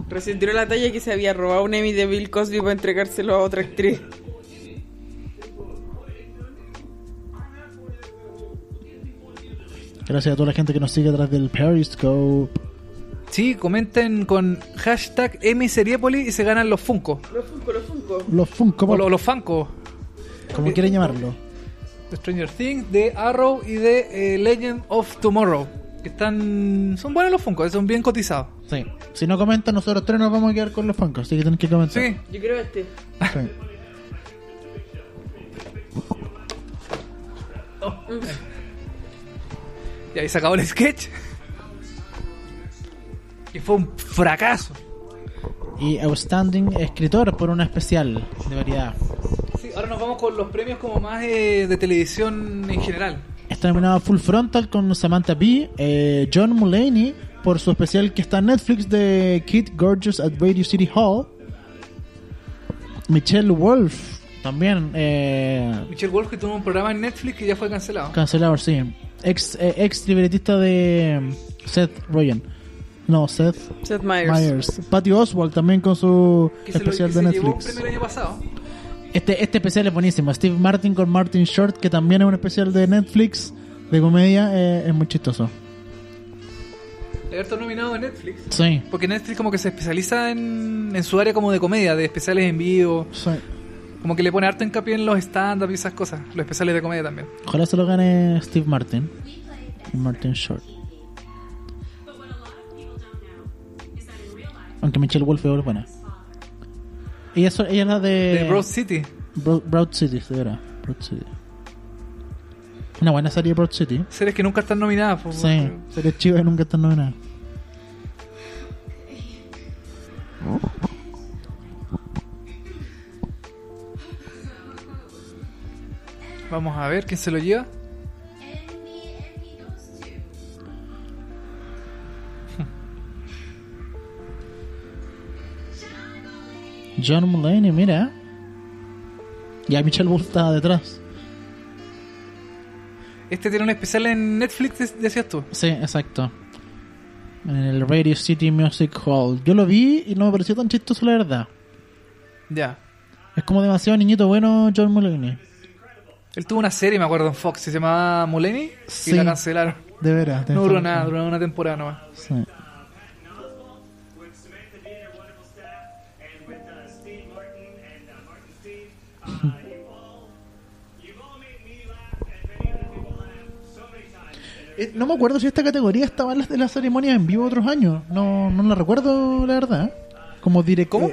Speaker 2: Recién tiró la talla que se había robado un Emmy de Bill Cosby para entregárselo a otra actriz.
Speaker 3: Gracias a toda la gente que nos sigue atrás del Periscope.
Speaker 1: Sí, comenten con hashtag MSeriepoli y se ganan los Funko.
Speaker 2: Los Funko, los Funko.
Speaker 3: Los Funko
Speaker 1: O
Speaker 3: Pop,
Speaker 1: lo- los Funko.
Speaker 3: como quieren llamarlo.
Speaker 1: de Stranger Things, de Arrow y de eh, Legend of Tomorrow. Que están. Son buenos los Funko, eh, son bien cotizados.
Speaker 3: Sí. Si no comentan, nosotros tres nos vamos a quedar con los Funko. Así que tienen que comentar.
Speaker 1: Sí.
Speaker 2: Yo creo este.
Speaker 3: Sí.
Speaker 1: Y ahí se acabó el sketch. Y fue un fracaso.
Speaker 3: Y Outstanding Escritor por una especial de variedad.
Speaker 1: Sí, ahora nos vamos con los premios como más eh, de televisión en general.
Speaker 3: Está nominado Full Frontal con Samantha Bee, eh, John Mulaney por su especial que está en Netflix de Kid Gorgeous at Radio City Hall, Michelle Wolf también eh,
Speaker 1: Michelle Wolf que tuvo un programa en Netflix que ya fue cancelado.
Speaker 3: cancelado, sí, ex, eh, ex libretista de mm, Seth Rogen, no Seth
Speaker 2: Seth Meyers.
Speaker 3: Myers, Patty Oswald también con su
Speaker 1: Que se, lo, que
Speaker 3: especial de
Speaker 1: se llevó un
Speaker 3: Netflix.
Speaker 1: premio el año pasado.
Speaker 3: Este, este especial es buenísimo. Steve Martin con Martin Short, que también es un especial de Netflix de comedia, eh, es muy chistoso.
Speaker 1: De haber estado nominado en Netflix.
Speaker 3: Sí,
Speaker 1: Porque Netflix como que se especializa en, en su área como de comedia, de especiales en vivo.
Speaker 3: sí.
Speaker 1: Como que le pone harto hincapié en los stand-up y esas cosas. Los especiales de comedia también.
Speaker 3: Ojalá se lo gane Steve Martin. Y Martin Short.
Speaker 5: But what a lot of people don't know is that in real life,
Speaker 3: Aunque Michelle Wolf es buena. Ella, es- ella es la de.
Speaker 1: De Broad City.
Speaker 3: Bro- Broad City, sí, era. Broad City. Una buena serie Broad City.
Speaker 1: Series que nunca están nominadas. pues, po.
Speaker 3: Sí, serie chiva y nunca está nominada.
Speaker 1: Vamos a ver quién se lo lleva.
Speaker 3: John Mulaney, mira. Y ahí Michelle Wolf está detrás.
Speaker 1: Este tiene un especial en Netflix, de- decías tú.
Speaker 3: Sí, exacto. En el Radio City Music Hall. Yo lo vi y no me pareció tan chistoso, la verdad.
Speaker 1: Ya.
Speaker 3: Es como demasiado niñito bueno John Mulaney.
Speaker 1: Él tuvo una serie, me acuerdo, en Fox. Se llamaba Mulaney.
Speaker 3: Sí.
Speaker 1: Y la cancelaron.
Speaker 3: De veras.
Speaker 1: No duró nada, duró una temporada nomás.
Speaker 3: Sí.
Speaker 7: with Samantha Bee and her wonderful staff, and with uh, Steve Martin and uh, Martin Steve. Uh, you've all you've all made me laugh, and many other people laugh so many times.
Speaker 3: Eh, no me acuerdo si esta categoría estaba en las de las ceremonias en vivo otros años. No, no la recuerdo, la verdad. Como director.
Speaker 1: ¿Cómo?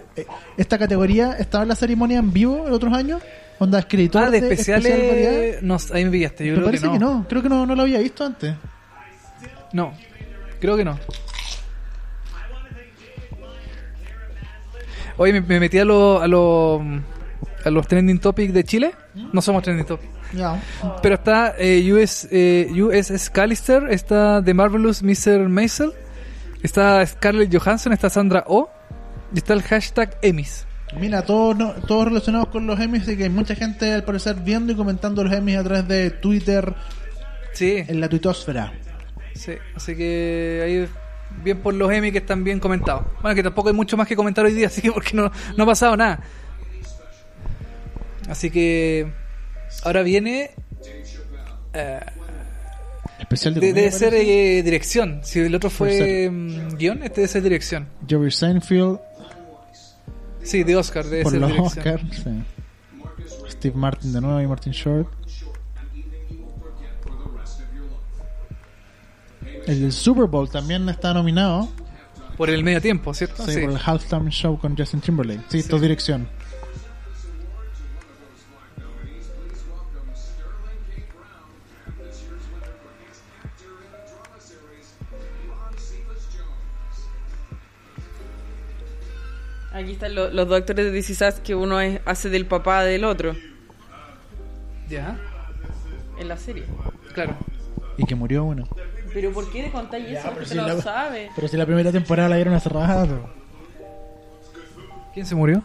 Speaker 3: esta categoría estaba en la ceremonia en vivo en otros años. Onda escritor
Speaker 1: Ah, de
Speaker 3: especial variedad.
Speaker 1: especiales. No, ahí me pillaste. Yo
Speaker 3: me
Speaker 1: creo
Speaker 3: parece que no. Creo que no, no lo había visto antes.
Speaker 1: No, creo que no. Oye, me, me metí a, lo- a, lo- a los trending topics de Chile. No somos trending topics.
Speaker 3: Ya.
Speaker 1: Pero está eh, US, eh, USS Callister, está The Marvelous Mr. Maisel, está Scarlett Johansson, está Sandra O, y está el hashtag Emmys.
Speaker 3: Mira, todos no- todos relacionados con los Emmys y que hay mucha gente al parecer viendo y comentando los Emmys a través de Twitter
Speaker 1: Sí,
Speaker 3: en la tuitosfera.
Speaker 1: sí. Así que ahí bien por los Emmys que están bien comentados. Bueno, que tampoco hay mucho más que comentar hoy día, así que porque no, no ha pasado nada. Así que ahora viene... eh,
Speaker 3: Especial de,
Speaker 1: de-
Speaker 3: comedia,
Speaker 1: debe ser
Speaker 3: parece.
Speaker 1: eh, dirección. Si el otro
Speaker 3: Puede
Speaker 1: fue mm, guión, este debe ser dirección.
Speaker 3: Jerry Seinfeld
Speaker 1: Sí, de Oscar, debe
Speaker 3: por
Speaker 1: ser
Speaker 3: los
Speaker 1: dirección.
Speaker 3: Oscars. sí. Steve Martin de nuevo y Martin Short. El del Super Bowl también está nominado.
Speaker 1: Por el medio tiempo, ¿cierto?
Speaker 3: sí, por el Halftime Show con Justin Timberlake. Sí, esto es dirección.
Speaker 2: Aquí están lo- los dos actores de This Is Us que uno es- hace del papá del otro
Speaker 1: Ya,
Speaker 2: en la serie.
Speaker 1: claro.
Speaker 3: Y que murió uno.
Speaker 2: Pero ¿por qué le contáis eso? Porque
Speaker 3: si
Speaker 2: lo
Speaker 3: la-
Speaker 2: sabe.
Speaker 3: Pero si la primera temporada la dieron hace rato.
Speaker 1: ¿Quién se murió?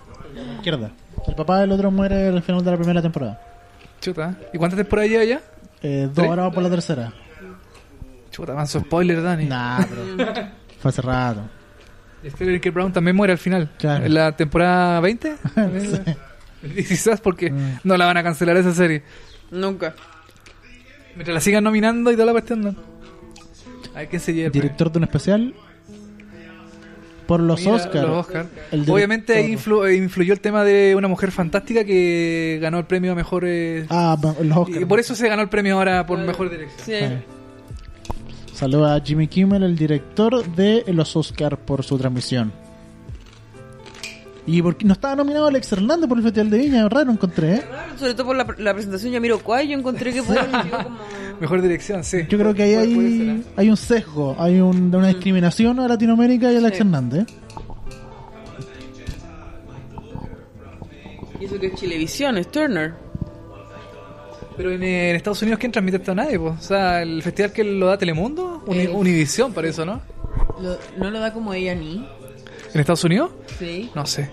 Speaker 3: Izquierda. El papá del otro muere al final de la primera temporada.
Speaker 1: Chuta. ¿Y cuántas temporadas lleva ya?
Speaker 3: Eh, dos
Speaker 1: Tres.
Speaker 3: horas por la tercera.
Speaker 1: Chuta, manso spoiler, Dani.
Speaker 3: Nah, pero. Fue hace rato.
Speaker 1: Y Spoiler que Brown también muere al final.
Speaker 3: Claro.
Speaker 1: ¿En la temporada 20? Y Quizás porque
Speaker 3: Mm.
Speaker 1: no la van a cancelar esa serie.
Speaker 2: Nunca.
Speaker 1: Mientras la sigan nominando y toda la cuestión, no. A ver quién se lleva. el premio.
Speaker 3: Director de un especial. Por los
Speaker 1: Mira,
Speaker 3: Oscars.
Speaker 1: los Oscar.
Speaker 3: El director-
Speaker 1: Obviamente ahí influ- eh, influyó el tema de una mujer fantástica que ganó el premio a mejor. eh,
Speaker 3: Ah, va- los Oscars.
Speaker 1: y por eso se ganó el premio ahora por mejor dirección.
Speaker 2: Sí.
Speaker 3: Eh. Saluda a Jimmy Kimmel, el director de los Oscars, por su transmisión. Y porque no estaba nominado Alex Hernández por el Festival de Viña, raro encontré, ¿eh?
Speaker 2: Claro, Sobre todo por la, la presentación yo miro cuál, yo encontré que fue digo, como...
Speaker 1: Mejor dirección, sí.
Speaker 3: Yo creo que ahí
Speaker 1: Puede- puede ser,
Speaker 3: hay,
Speaker 1: ¿eh? Mm.
Speaker 3: hay un sesgo, hay un- una discriminación a Latinoamérica y a Alex
Speaker 2: Sí.
Speaker 3: Hernández.
Speaker 2: Y eso que es Chilevisión, es Turner.
Speaker 1: Pero en, eh, en Estados Unidos, ¿quién transmite esto? Nadie, pues. O sea, el festival que lo da Telemundo, Uni-
Speaker 8: Eh.
Speaker 1: Univisión, para eso, ¿no?
Speaker 8: Lo- no lo da como ella ni.
Speaker 1: ¿En Estados Unidos?
Speaker 8: Sí.
Speaker 1: No sé.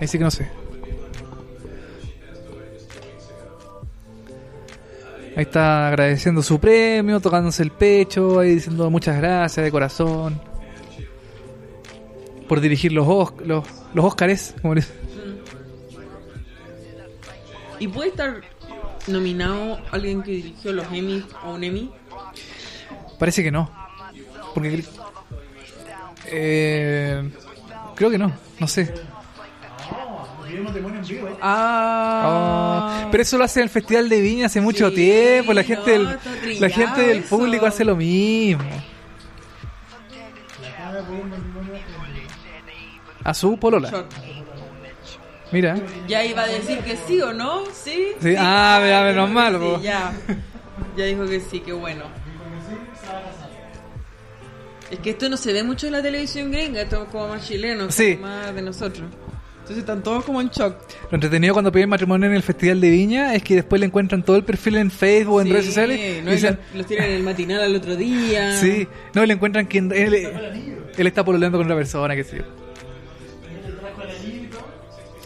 Speaker 1: Ahí sí que no sé. Ahí está agradeciendo su premio, tocándose el pecho, ahí diciendo muchas gracias de corazón. Por dirigir los, Osc- los, los Óscares, como le-
Speaker 2: ¿Y puede estar nominado alguien que dirigió los Emmy o un Emmy?
Speaker 1: Parece que no. Porque. eh, creo que no, no sé. eh.
Speaker 2: Ah,
Speaker 1: Ah, pero eso lo hace en el Festival de Viña hace mucho
Speaker 2: Sí,
Speaker 1: tiempo. La gente,
Speaker 2: no,
Speaker 1: del-
Speaker 2: está
Speaker 1: la
Speaker 2: trillado
Speaker 1: gente del
Speaker 2: eso.
Speaker 1: público hace lo mismo. A su polola.
Speaker 2: short.
Speaker 1: Mira.
Speaker 2: Ya iba a decir que sí o no, ¿sí?
Speaker 1: Sí, ah, vea, menos
Speaker 2: Sí,
Speaker 1: mal, po.
Speaker 2: ya. ya dijo que sí, qué bueno. Es que esto no se ve mucho en la televisión gringa, esto es como más chileno,
Speaker 1: Sí.
Speaker 2: como más de nosotros. Entonces están todos como en shock.
Speaker 1: Lo entretenido cuando piden matrimonio en el Festival de Viña es que después le encuentran todo el perfil en Facebook, en
Speaker 2: Sí,
Speaker 1: redes sociales.
Speaker 2: no,
Speaker 1: y
Speaker 2: Y
Speaker 1: dicen,
Speaker 2: los, los tiran en el matinal al otro día.
Speaker 1: sí, no, le encuentran que él, él está pololeando con otra persona, qué sé yo.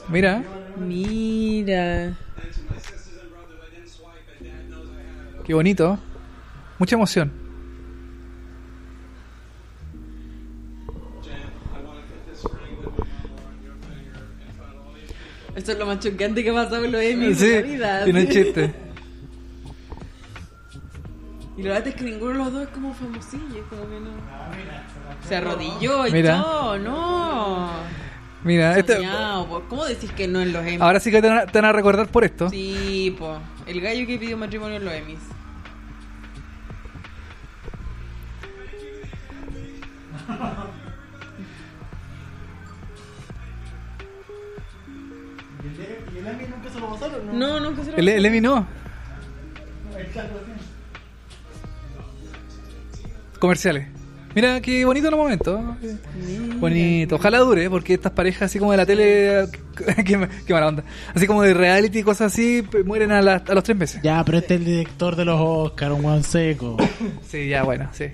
Speaker 1: Mira,
Speaker 2: Mira.
Speaker 1: qué bonito. Mucha emoción.
Speaker 2: Esto es lo más chocante que ha pasado con los Emmys
Speaker 1: Sí,
Speaker 2: en la vida.
Speaker 1: y no es
Speaker 2: sí.
Speaker 1: chiste.
Speaker 2: Y la verdad es que ninguno de los dos es como famosillo, es como que no. Se arrodilló y
Speaker 1: Mira.
Speaker 2: todo, no.
Speaker 1: Mira, este- Ah.
Speaker 2: Soñado, po. ¿Cómo decís que no en los Emmys?
Speaker 1: ahora sí que te van, a, te van a recordar por esto.
Speaker 2: Sí, po. El gallo que pidió matrimonio en los Emmys. No, nunca se lo
Speaker 1: El, el Emi no. Comerciales. Mira, qué bonito el momento. Bonito. Ojalá dure, porque estas parejas así como de la tele... qué, ma- qué mala onda. Así como de reality y cosas así, pues, mueren a, las- a los tres meses.
Speaker 3: Ya, pero este es el director de los Oscars, un guan seco.
Speaker 1: Sí, ya, bueno, sí.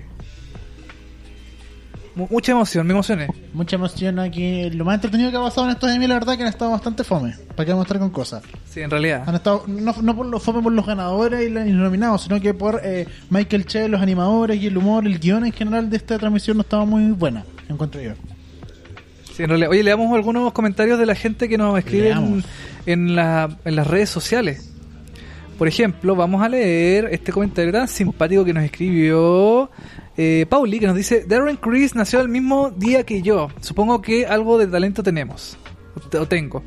Speaker 1: Mu- mucha emoción, me emocioné.
Speaker 3: Mucha emoción aquí. Lo más entretenido que ha pasado en estos Emmy, la verdad, que han estado bastante fome. ¿Para qué vamos a estar con cosas?
Speaker 1: Sí, en realidad.
Speaker 3: Han estado, no, no por los fome por los ganadores y los nominados, sino que por eh, Michael Che, los animadores y el humor, el guión en general de esta transmisión no estaba muy buena, encuentro yo.
Speaker 1: Sí, en realidad. Oye, le damos algunos comentarios de la gente que nos escribe en,
Speaker 3: Leamos.
Speaker 1: en la- en las redes sociales. Por ejemplo, vamos a leer este comentario tan simpático que nos escribió eh, Pauli, que nos dice, Darren Criss nació el mismo día que yo. Supongo que algo de talento tenemos, o te- o tengo.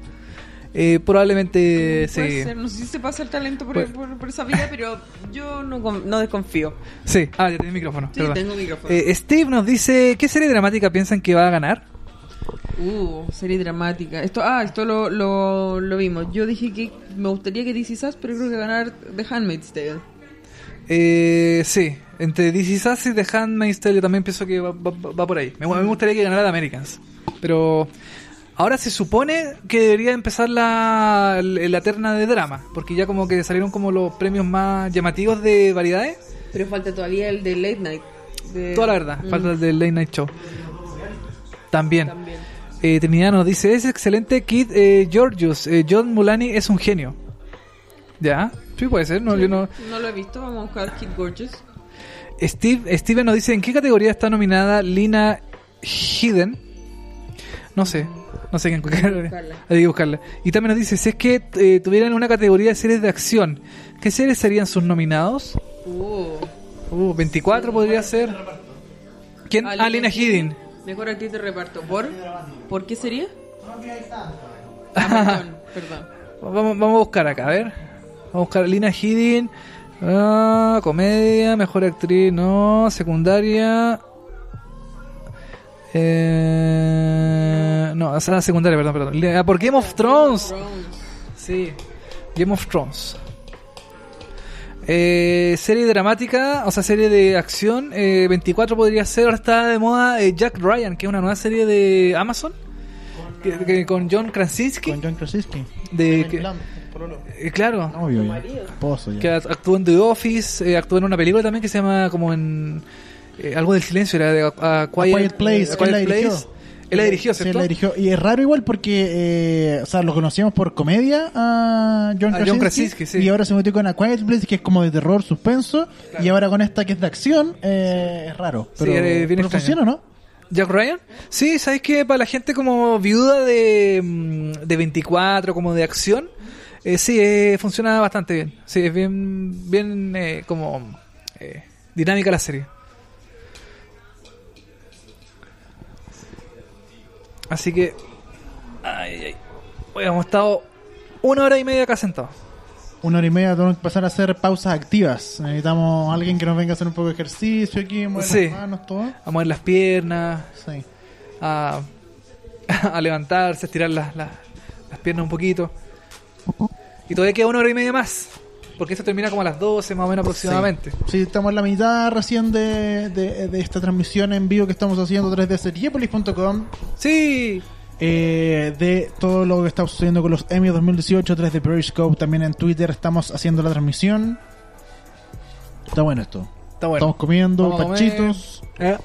Speaker 1: Eh, probablemente
Speaker 2: Puede
Speaker 1: sí. Pues-
Speaker 2: ser, no sé si se pasa el talento por,
Speaker 1: Puede-
Speaker 2: por- por esa vida, pero yo no, con- no desconfío.
Speaker 1: Sí, ah, ya tiene micrófono.
Speaker 2: Sí,
Speaker 1: perdón.
Speaker 2: tengo micrófono.
Speaker 1: Eh, Steve nos dice, ¿qué serie dramática piensan que va a ganar?
Speaker 2: Uh, serie dramática. Esto, ah, esto lo, lo, lo vimos. Yo dije que me gustaría que DC Sass, pero creo que ganar The Handmaid's Tale.
Speaker 1: Eh, sí, entre This Is Us y The Handmaid's Tale yo también pienso que va, va- va por ahí. Me, me gustaría que ganara The Americans. Pero ahora se supone que debería empezar la, la terna de drama, porque ya como que salieron como los premios más llamativos de variedades. Eh,
Speaker 2: Pero falta todavía el de Late Night. de-
Speaker 1: Toda la verdad,
Speaker 2: Mm,
Speaker 1: falta el del Late Night Show. También.
Speaker 2: También.
Speaker 1: Eh, Trinidad nos dice, es excelente Kid eh, Georgius, eh, John Mulani es un genio. Ya, sí puede ser, no, yo no...
Speaker 2: No lo he visto, vamos a buscar Kid Gorgeous.
Speaker 1: Steve, Steven nos dice, ¿en qué categoría está nominada Lina Hidden? No sé, no sé en qué categoría.
Speaker 2: buscarla.
Speaker 1: Hay que buscarla. Y también nos dice, si es que eh, tuvieran una categoría de series de acción, ¿qué series serían sus nominados?
Speaker 2: Uh,
Speaker 1: Uh, 24 podría ser. ¿Quién?
Speaker 2: Ah,
Speaker 1: Ah, Lina
Speaker 2: Lina
Speaker 1: Hidden.
Speaker 2: mejor actriz de reparto. ¿Por? ¿Por qué sería? Ah, perdón, perdón.
Speaker 1: Vamos, vamos a buscar acá, a ver. Vamos a buscar Lina Hidden. Ah, comedia, mejor actriz, no. Secundaria. Eh, no, o sea, secundaria, perdón, perdón. Le- ah, Por Game of Thrones. Sí, Game of Thrones. Eh, serie dramática, o sea, serie de acción. eh, 24 podría ser. Ahora está de moda eh, Jack Ryan, que es una nueva serie de Amazon. que- que- con John Krasinski.
Speaker 3: Con John Krasinski.
Speaker 1: de, que-
Speaker 3: Blanco, pololo.
Speaker 1: eh, claro,
Speaker 3: Eh, Obvio, ya. Pozo ya.
Speaker 1: que act- actuó en The Office, eh, actuó en una película también que se llama como en eh, algo del silencio, era de A, A Quiet, eh,
Speaker 3: Quiet Place,
Speaker 1: A
Speaker 3: él la
Speaker 1: Quiet Place.
Speaker 3: dirigió.
Speaker 1: Él la dirigió,
Speaker 3: Eh, Sí,
Speaker 1: ¿cierto?
Speaker 3: la dirigió. Y es raro igual porque, eh, o sea, lo conocíamos por comedia a John
Speaker 1: A
Speaker 3: Krasinski.
Speaker 1: John Krasinski, sí.
Speaker 3: Y ahora se metió con A Quiet Place, que es como de terror, suspenso. Y ahora con esta que es de acción, eh, es raro. Pero,
Speaker 1: eh, bien
Speaker 3: pero
Speaker 1: extraño.
Speaker 3: funciona, ¿no?
Speaker 1: Jack Ryan. Sí, ¿sabes qué? Para la gente como viuda de, mm, de 24, como de acción, eh, sí, eh, funciona bastante bien. Sí, es bien, bien eh, como eh, dinámica la serie. Así que, ay, ay. Oye, hemos estado una hora y media acá sentados.
Speaker 3: Una hora y media tenemos que pasar a hacer pausas activas. Necesitamos a alguien que nos venga a hacer un poco de ejercicio aquí, mover
Speaker 1: Sí.
Speaker 3: las manos, todo.
Speaker 1: A mover las piernas,
Speaker 3: Sí.
Speaker 1: a, a levantarse, a estirar las, las- las piernas un poquito. Y todavía queda una hora y media más. Porque esto termina como a las 12 más o menos aproximadamente.
Speaker 3: Sí. Sí, estamos en la mitad recién de, de- de esta transmisión en vivo que estamos haciendo a través de seriepolis.com.
Speaker 1: Sí.
Speaker 3: eh, de todo lo que está sucediendo con los Emmy 2018 a través de Periscope. También en Twitter estamos haciendo la transmisión. Está bueno esto.
Speaker 1: Está bueno.
Speaker 3: Estamos comiendo
Speaker 1: Vamos a comer.
Speaker 3: panchitos.
Speaker 1: Eh,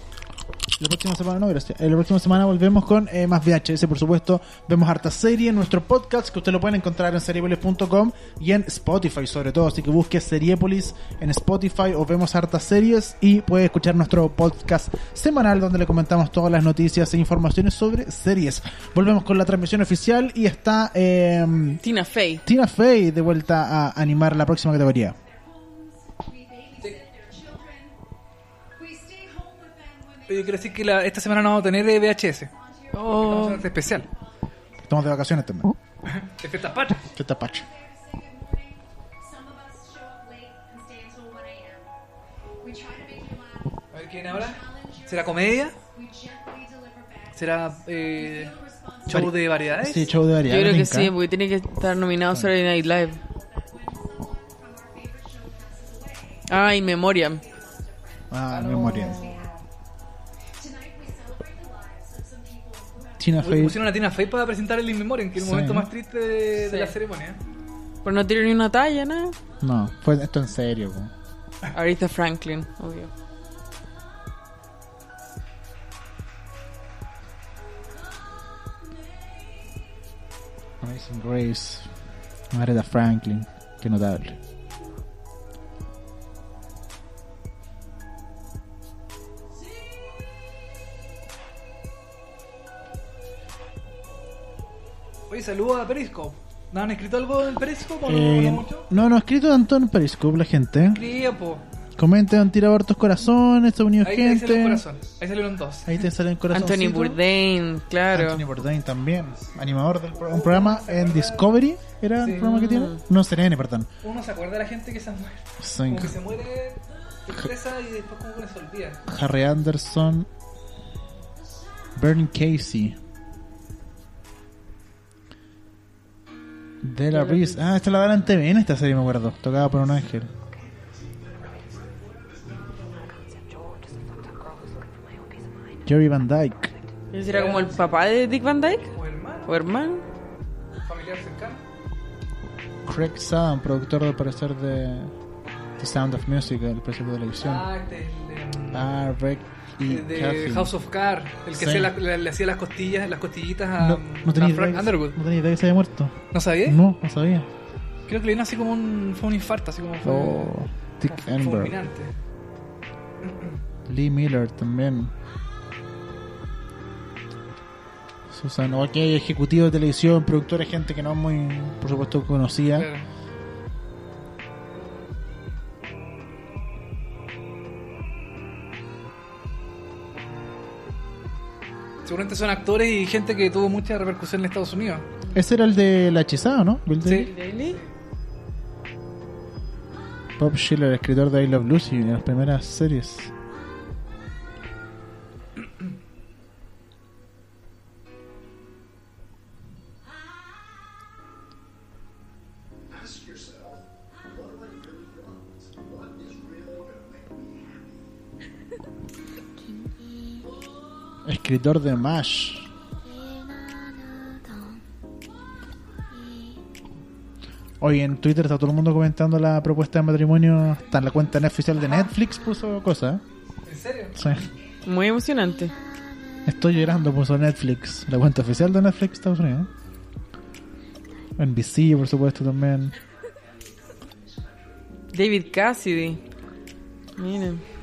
Speaker 3: La próxima semana, no, gracias. Eh, La próxima semana volvemos con eh, más VHS, por supuesto. Vemos harta serie en nuestro podcast, que usted lo pueden encontrar en seriepolis.com y en Spotify, sobre todo. Así que busque Seriepolis en Spotify o vemos hartas series y puede escuchar nuestro podcast semanal, donde le comentamos todas las noticias e informaciones sobre series. Volvemos con la transmisión oficial y está eh,
Speaker 2: Tina Fey.
Speaker 3: Tina Fey de vuelta a animar la próxima categoría.
Speaker 5: We babysit their children. We stay home with them when
Speaker 1: Yo
Speaker 5: they
Speaker 1: quiero decir que la- esta semana no vamos a tener eh, VHS. Vamos a
Speaker 2: Oh,
Speaker 1: hacer este especial.
Speaker 3: Estamos de vacaciones también.
Speaker 1: De fiestas patrias.
Speaker 3: ¿Qué te pacha?
Speaker 5: there to say good morning. Some of us show up late and stay until 1 a.m. We try to make you laugh.
Speaker 1: A ver quién ahora.
Speaker 5: Challenge your
Speaker 1: ¿Será comedia?
Speaker 5: We gently deliver back.
Speaker 1: ¿Será eh,
Speaker 5: No response
Speaker 1: show de variedades?
Speaker 3: Sí, show de
Speaker 2: yo
Speaker 3: variedades.
Speaker 2: creo
Speaker 3: me
Speaker 2: que
Speaker 3: encanta.
Speaker 2: sí, porque tiene que estar nominado Saturday Night Live.
Speaker 5: from our favorite show passes away.
Speaker 2: Ah, In Memoriam.
Speaker 3: Ah, memoria.
Speaker 5: Tonight we celebrate the lives of some people who have
Speaker 3: Tina
Speaker 1: Uy,
Speaker 3: Fey.
Speaker 1: Pusieron a Tina Fey para presentar el In Memoriam, que es el
Speaker 3: Sí.
Speaker 1: momento más triste de, de
Speaker 2: Sí.
Speaker 1: la ceremonia.
Speaker 2: Pero no tiene ni una talla, nada.
Speaker 3: No, fue esto en serio. po.
Speaker 2: Aretha Franklin, obvio.
Speaker 3: Amazing Grace. Aretha Franklin. Qué notable.
Speaker 1: Oye, saludos a Periscope. ¿No han escrito algo en Periscope? ¿O no-
Speaker 3: Eh,
Speaker 1: no mucho?
Speaker 3: no, no, escrito tanto en Periscope la gente.
Speaker 1: Escribe, po.
Speaker 3: Comenten, han tirado hartos corazones, se ha unido
Speaker 1: Ahí te
Speaker 3: gente.
Speaker 1: salió un corazón. Ahí salieron dos.
Speaker 3: Ahí te salen corazones.
Speaker 2: Anthony Bourdain, claro.
Speaker 3: Anthony Bourdain también, animador del pro- un programa en Discovery, era
Speaker 1: Sí.
Speaker 3: el programa que tiene.
Speaker 2: Mm.
Speaker 3: No, CNN, perdón.
Speaker 1: Uno se acuerda de la gente que se muere.
Speaker 3: Sí.
Speaker 1: Como que se muere expresa y después como que se olvida.
Speaker 3: Harry Anderson, Bernie Casey, De la Reese. Ah, esta la dan en TVN esta serie, me acuerdo. Tocada por un ángel. Jerry Van Dyke.
Speaker 2: ¿Ese ¿Era como el papá de Dick Van Dyke?
Speaker 1: O hermano,
Speaker 2: ¿O hermano?
Speaker 1: familiar cercano.
Speaker 3: Craig Sadan, productor del parecer de The Sound of Music, el precio de televisión. Ah,
Speaker 1: Ah, del,
Speaker 3: Rick y
Speaker 1: de, de
Speaker 3: Kathy.
Speaker 1: House of Cards, el que
Speaker 3: Sí.
Speaker 1: hacía la- la- le hacía las costillas, las costillitas a,
Speaker 3: No, no tenía
Speaker 1: a
Speaker 3: idea
Speaker 1: Frank
Speaker 3: que-
Speaker 1: Underwood.
Speaker 3: No tenía idea que se había muerto.
Speaker 1: ¿No sabía?
Speaker 3: No, no sabía.
Speaker 1: Creo que le vino así como un, fue un infarto, así como fue,
Speaker 3: Oh, Dick
Speaker 1: fue
Speaker 3: Enberg.
Speaker 1: fulminante.
Speaker 3: Lee Miller también. Susan, o aquí hay ejecutivo de televisión, productores, gente que no es muy, por supuesto, conocida.
Speaker 1: Claro. Seguramente son actores y gente que tuvo mucha repercusión en Estados Unidos.
Speaker 3: Ese era el de La Hechizada, ¿no? Bill Daly.
Speaker 1: Sí.
Speaker 8: ¿Daily?
Speaker 3: Bob Schiller, escritor de I Love Lucy, en las primeras series.
Speaker 4: Ask yourself, what do I really want? What is really going to make me happy?
Speaker 3: Escritor de MASH. Hoy en Twitter está todo el mundo comentando la propuesta de matrimonio. Está en la cuenta oficial de Netflix, puso cosas.
Speaker 1: ¿En serio?
Speaker 3: Sí.
Speaker 2: Muy emocionante.
Speaker 3: Estoy llorando, puso Netflix. La cuenta oficial de Netflix Estados Unidos. NBC, por supuesto, también.
Speaker 2: David Cassidy. Miren.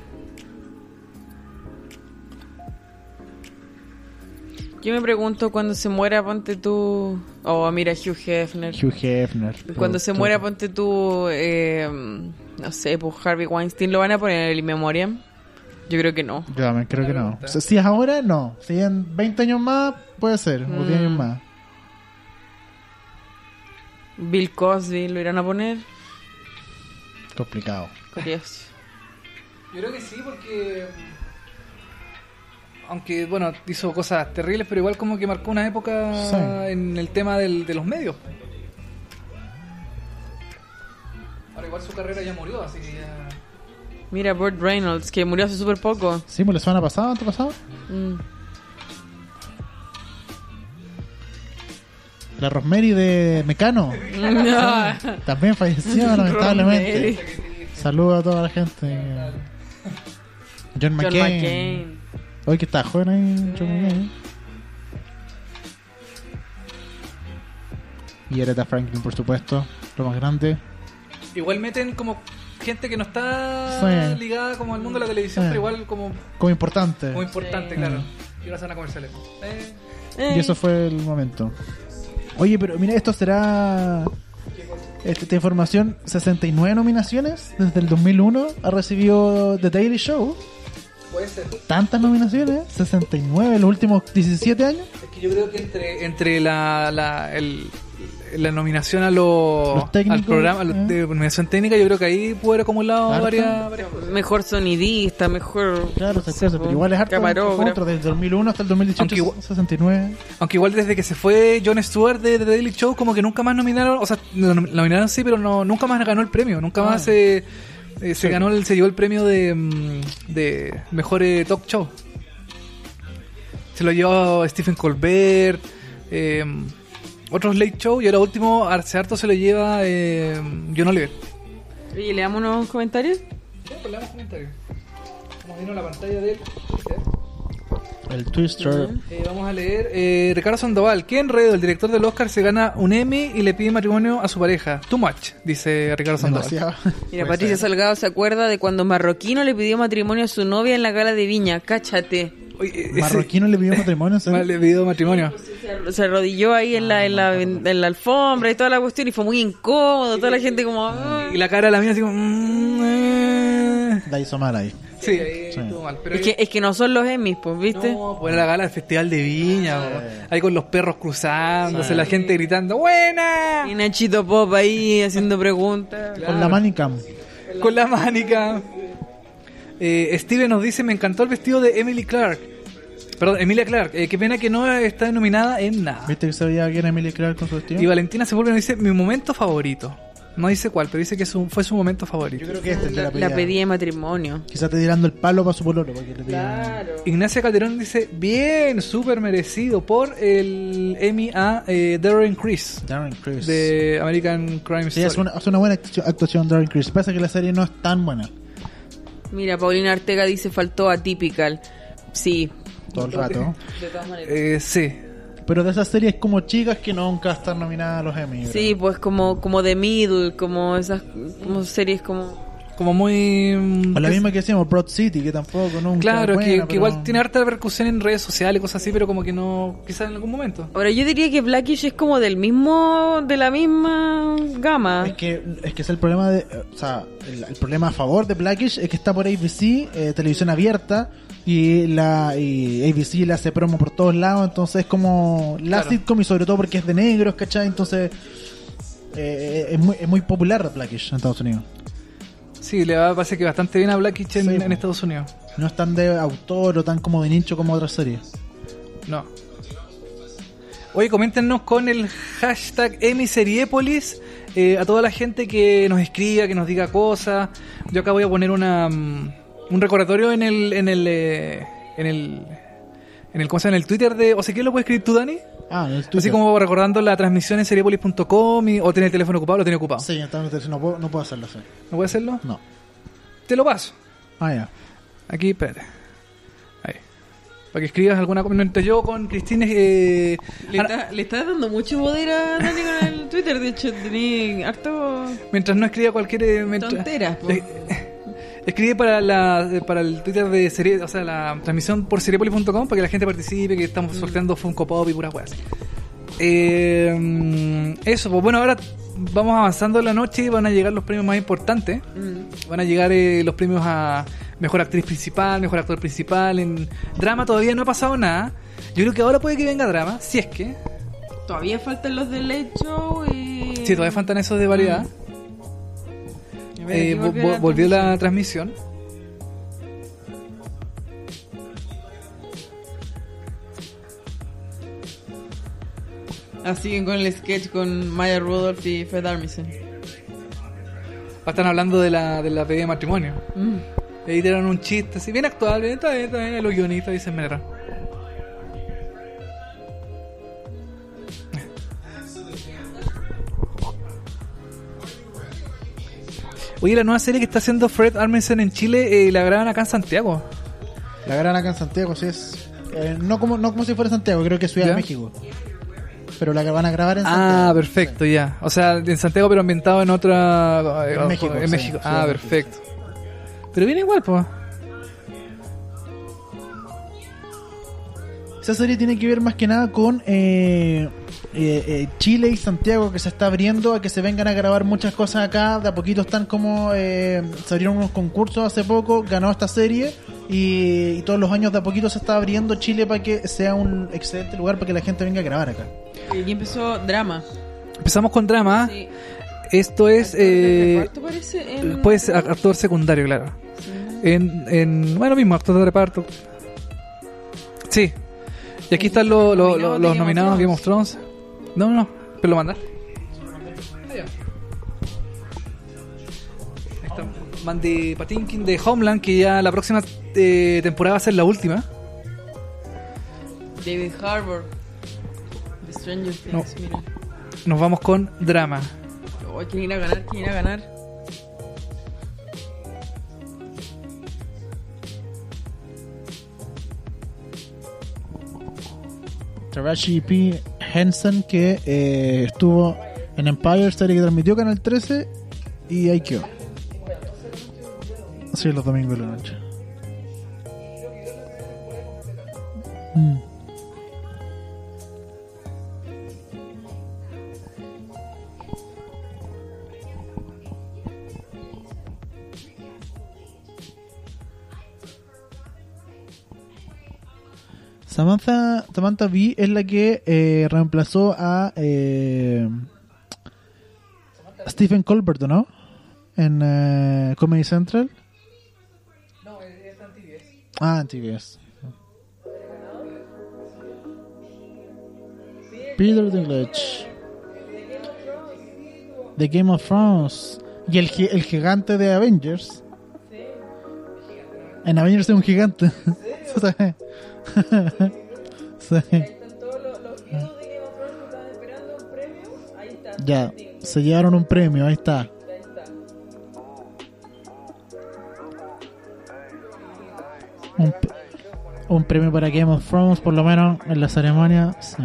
Speaker 2: Yo me pregunto cuando se muera, ponte tú. Oh, mira, Hugh Hefner.
Speaker 3: Hugh Hefner.
Speaker 2: Cuando se
Speaker 3: productor.
Speaker 2: muera, pues, ponte tú. eh, no sé, pues Harvey Weinstein. ¿Lo van a poner en el In Memoriam? Yo creo que no.
Speaker 3: Yo también creo que no. O sea, si es ahora, no. Si en 20 años más, puede ser. O 10
Speaker 2: Mm.
Speaker 3: años más.
Speaker 2: Bill Cosby, ¿lo irán a poner?
Speaker 3: Complicado.
Speaker 2: Curioso.
Speaker 1: Yo creo que sí, porque. mm, Aunque, bueno, hizo cosas terribles, pero igual como que marcó una época
Speaker 3: Sí.
Speaker 1: en el tema del- de los medios. Ahora, igual su carrera ya murió, así que ya.
Speaker 2: Mira, Burt Reynolds, que murió hace súper poco.
Speaker 3: Sí, pues la semana pasada, antepasada.
Speaker 2: Mm.
Speaker 3: La Rosemary de Mecano. También falleció, lamentablemente.
Speaker 2: Rosemary.
Speaker 3: Saludos a toda la gente. John
Speaker 2: John
Speaker 3: McCain.
Speaker 2: McCain.
Speaker 3: Hoy que está joven ahí, ¿eh? John McCain. Y Aretha Franklin, por supuesto. Lo más grande.
Speaker 1: Igual meten como gente que no está
Speaker 3: Sí.
Speaker 1: ligada como al mundo de la televisión,
Speaker 3: Sí.
Speaker 1: pero igual como
Speaker 3: Como importante.
Speaker 1: muy importante,
Speaker 3: Sí. Mm.
Speaker 1: claro. Y ahora se van a comerciales. Eh,
Speaker 3: Y eso fue el momento. Oye, pero mira, esto será. Este, esta información: 69 nominaciones desde el 2001 ha recibido The Daily Show.
Speaker 1: puede ser.
Speaker 3: Tantas nominaciones, 69 en los últimos 17 años.
Speaker 1: Es que yo creo que entre, entre la, la, el- la nominación a los,
Speaker 3: Los técnicos,
Speaker 1: al programa, a los-
Speaker 3: ¿eh?
Speaker 1: de nominación técnica, yo creo que ahí pudo haber acumulado
Speaker 3: Harto.
Speaker 1: varias, varias cosas.
Speaker 2: Mejor sonidista, mejor.
Speaker 3: Claro, se acuerda, pero igual es harto
Speaker 2: Camarógrafo.
Speaker 3: otro, desde el 2001 hasta el 2018,
Speaker 1: pues, Aunque igual-
Speaker 3: 69.
Speaker 1: Aunque igual desde que se fue Jon Stewart de The Daily Show, como que nunca más nominaron, o sea, lo nom- nominaron sí, pero no, nunca más ganó el premio, nunca más se, eh, se ganó el, se llevó el premio de, mm, de mejor eh, talk show. Se lo llevó Stephen Colbert, eh, otros late show, y ahora último, hace harto se lo lleva eh, John Oliver.
Speaker 2: Oye, le damos unos comentarios.
Speaker 1: Ya, pues leamos comentarios. Vamos a irnos a la pantalla de él.
Speaker 3: El Twister.
Speaker 1: Eh, vamos a leer. eh, Ricardo Sandoval. ¿Qué enredo? El director del Oscar se gana un Emmy y le pide matrimonio a su pareja. Too much, dice Ricardo Sandoval.
Speaker 3: Demasiado.
Speaker 2: Mira,
Speaker 3: Puede
Speaker 2: Patricia
Speaker 3: ser.
Speaker 2: Salgado se acuerda de cuando Marroquino le pidió matrimonio a su novia en la gala de Viña. Cáchate.
Speaker 1: Oye, eh, ese-
Speaker 3: Marroquino le pidió matrimonio, ¿sabes?
Speaker 1: Ma- Le pidió matrimonio.
Speaker 2: Se- Se arrodilló ahí en la, en, la, en la alfombra y toda la cuestión y fue muy incómodo. Toda la gente como... "Ah".
Speaker 1: Y la cara de la mina así como... mm, eh.
Speaker 3: La hizo mal ahí.
Speaker 1: Sí, ahí
Speaker 3: Sí.
Speaker 1: estuvo mal. Pero
Speaker 2: Es que, es que no son los Emmys, pues, ¿viste?
Speaker 1: No, pues era la gala del Festival de Viña. po. Ahí con los perros cruzándose, la gente gritando ¡Buena!
Speaker 2: Y Nachito Pop ahí haciendo preguntas.
Speaker 3: Con la Manicam.
Speaker 1: Con la manica. Eh, Steven nos dice, me encantó el vestido de Emily Clark. Perdón, Emilia Clark. Eh, qué pena que no está nominada en nada.
Speaker 3: ¿Viste que sabía quién era Emily Clark con su vestido?
Speaker 1: Y Valentina se vuelve y nos dice, mi momento favorito. No dice cuál, pero dice que su- fue su momento
Speaker 3: Yo
Speaker 1: favorito.
Speaker 3: creo que este te
Speaker 2: La,
Speaker 3: la,
Speaker 2: la pedí
Speaker 3: pedía.
Speaker 2: en matrimonio.
Speaker 3: Quizás te tirando el palo para su pololo. Porque le pedía-
Speaker 2: Claro.
Speaker 1: Ignacia Calderón dice, bien, súper merecido por el Emmy a eh, Darren Criss
Speaker 3: Darren Criss.
Speaker 1: de American Crime
Speaker 3: Sí,
Speaker 1: Story.
Speaker 3: es una, es una buena actu- actuación Darren Criss. Pasa que la serie no es tan buena
Speaker 2: Mira, Paulina Ortega dice faltó Atypical. Sí.
Speaker 3: todo el rato.
Speaker 2: De todas maneras.
Speaker 1: Eh, sí.
Speaker 3: Pero de esas series como chicas que nunca están nominadas a los Emmy. ¿verdad?
Speaker 2: Sí, pues como, como The Middle, como esas como series como...
Speaker 1: Como muy... mm,
Speaker 3: O la
Speaker 1: que-
Speaker 3: misma que decíamos, Broad City, que tampoco nunca.
Speaker 1: Claro,
Speaker 3: es
Speaker 1: que,
Speaker 3: buena,
Speaker 1: que
Speaker 3: pero-
Speaker 1: igual tiene harta repercusión en redes sociales, cosas así, pero como que no... Quizás en algún momento.
Speaker 2: Ahora, yo diría que Blackish es como del mismo... de la misma gama.
Speaker 3: Es que, es que es el problema de, o sea, el, el problema a favor de Blackish es que está por ABC, eh, televisión abierta, y la y ABC le hace promo por todos lados, entonces es como la
Speaker 1: Claro.
Speaker 3: sitcom y sobre todo porque es de negros, ¿cachai? Entonces eh, es, muy, es muy popular Blackish en Estados Unidos.
Speaker 1: Sí, le va, parece que bastante bien a Black Kitchen
Speaker 3: Sí,
Speaker 1: en,
Speaker 3: po.
Speaker 1: Estados Unidos.
Speaker 3: No es tan de autor o tan como de nicho como otras series.
Speaker 1: No. Oye, coméntenos con el hashtag Emiseriépolis eh, a toda la gente que nos escriba, que nos diga cosas. Yo acá voy a poner una, mm, un recordatorio en el, en el, eh, en el, en el, ¿cómo se llama? En el Twitter de, o sea, ¿quién lo puede escribir tú, Dani?
Speaker 3: Ah, el
Speaker 1: Así
Speaker 3: Twitter.
Speaker 1: como recordando la transmisión en seriepolis.com y- o tiene el teléfono ocupado, lo tiene ocupado.
Speaker 3: Sí, entonces no puedo, no puedo hacerlo así.
Speaker 1: ¿No puede hacerlo?
Speaker 3: No.
Speaker 1: Te lo paso.
Speaker 3: Ah, ya.
Speaker 1: Aquí, espérate. Ahí. Para que escribas alguna cosa. Mientras Yo con Cristina. Eh,
Speaker 2: Le,
Speaker 1: ahora-
Speaker 2: está- le estás dando mucho poder a Dani con el Twitter, de hecho, tenés harto...
Speaker 1: mientras no escriba cualquier. eh, mientras-
Speaker 2: Tonteras, po.
Speaker 1: Eh, Escribe para, la, eh, para el Twitter de serie, o sea, la transmisión por seriepolis.com para que la gente participe, que estamos sorteando Funko Pop y puras weas. Eh, mm, eso, pues bueno, ahora vamos avanzando en la noche y van a llegar los premios más importantes.
Speaker 2: Mm.
Speaker 1: Van a llegar eh, los premios a mejor actriz principal, mejor actor principal. En drama todavía no ha pasado nada. Yo creo que ahora puede que venga drama, si es que.
Speaker 2: Todavía faltan los del hecho y...
Speaker 1: Si todavía faltan esos de variedad.
Speaker 2: A ver, aquí
Speaker 1: Eh, vo- vo- volvió la transmisión.
Speaker 2: Ah, siguen con el sketch con Maya Rudolph y Fred Armisen.
Speaker 1: Están hablando de la, de la pedida de matrimonio.
Speaker 2: Mm.
Speaker 1: Y ahí dieron un chiste así, bien actual, bien, está bien, está bien, los guionistas dicen, mira. Oye, la nueva serie que está haciendo Fred Armisen en Chile, eh, la graban acá en Santiago.
Speaker 3: La gran acá en Santiago, sí es. eh, no, como, no como si fuera Santiago, creo que es Ciudad
Speaker 1: ¿Ya?
Speaker 3: de México. Pero la que van a grabar en Santiago.
Speaker 1: Ah, perfecto, ya. O sea, en Santiago, pero ambientado en otra.
Speaker 3: En México,
Speaker 1: En
Speaker 3: sí,
Speaker 1: México.
Speaker 3: sí,
Speaker 1: Ah,
Speaker 3: sí.
Speaker 1: perfecto. Pero viene igual, pues.
Speaker 3: Esa serie tiene que ver más que nada con eh, eh, eh, Chile y Santiago que se está abriendo a que se vengan a grabar muchas cosas acá. De a poquito están como eh, se abrieron unos concursos hace poco, ganó esta serie y, y todos los años de a poquito se está abriendo Chile para que sea un excelente lugar para que la gente venga a grabar acá.
Speaker 2: Y aquí empezó drama.
Speaker 1: Empezamos con drama.
Speaker 2: Sí.
Speaker 1: Esto Ah, es.
Speaker 2: Actor de
Speaker 1: Eh,
Speaker 2: reparto, parece, en-
Speaker 1: Pues a- actor secundario, claro.
Speaker 2: Sí.
Speaker 1: En, en, bueno, mismo, actor de reparto. Sí. Y aquí están lo- lo- lo-
Speaker 2: Nominados de
Speaker 1: los
Speaker 2: Game of
Speaker 1: nominados Game of
Speaker 2: Thrones.
Speaker 1: Thrones. No, no, no. Pero lo mandaste. Ahí está. Mandy Patinkin de Homeland, que ya la próxima eh, temporada va a ser la última.
Speaker 2: David Harbour. The Stranger Things, mira.
Speaker 1: Nos vamos con drama.
Speaker 2: Oh, ¿Quién irá a ganar? ¿Quién irá a ganar?
Speaker 3: Taraji P. Henson que eh, estuvo en Empire, serie que transmitió Canal 13 y IQ. Sí, los domingos de la noche. Mm. Samantha, Samantha Bee es la que eh, reemplazó a eh, Stephen Colbert, ¿o ¿no? En eh, Comedy Central. No, es en TBS. Ah, en TBS. Peter Dinklage. de Game of Thrones y el, gi- el gigante de Avengers. En Avengers es un gigante. Sí.
Speaker 2: Están todos los, los
Speaker 1: Ah.
Speaker 2: viudos de Game of Thrones que estaban esperando un premio. Ahí está.
Speaker 3: Ya, se llevaron un premio, ahí está.
Speaker 2: Ahí está.
Speaker 3: Un, p- un premio para Game of Thrones, por lo menos en la ceremonia. Sí.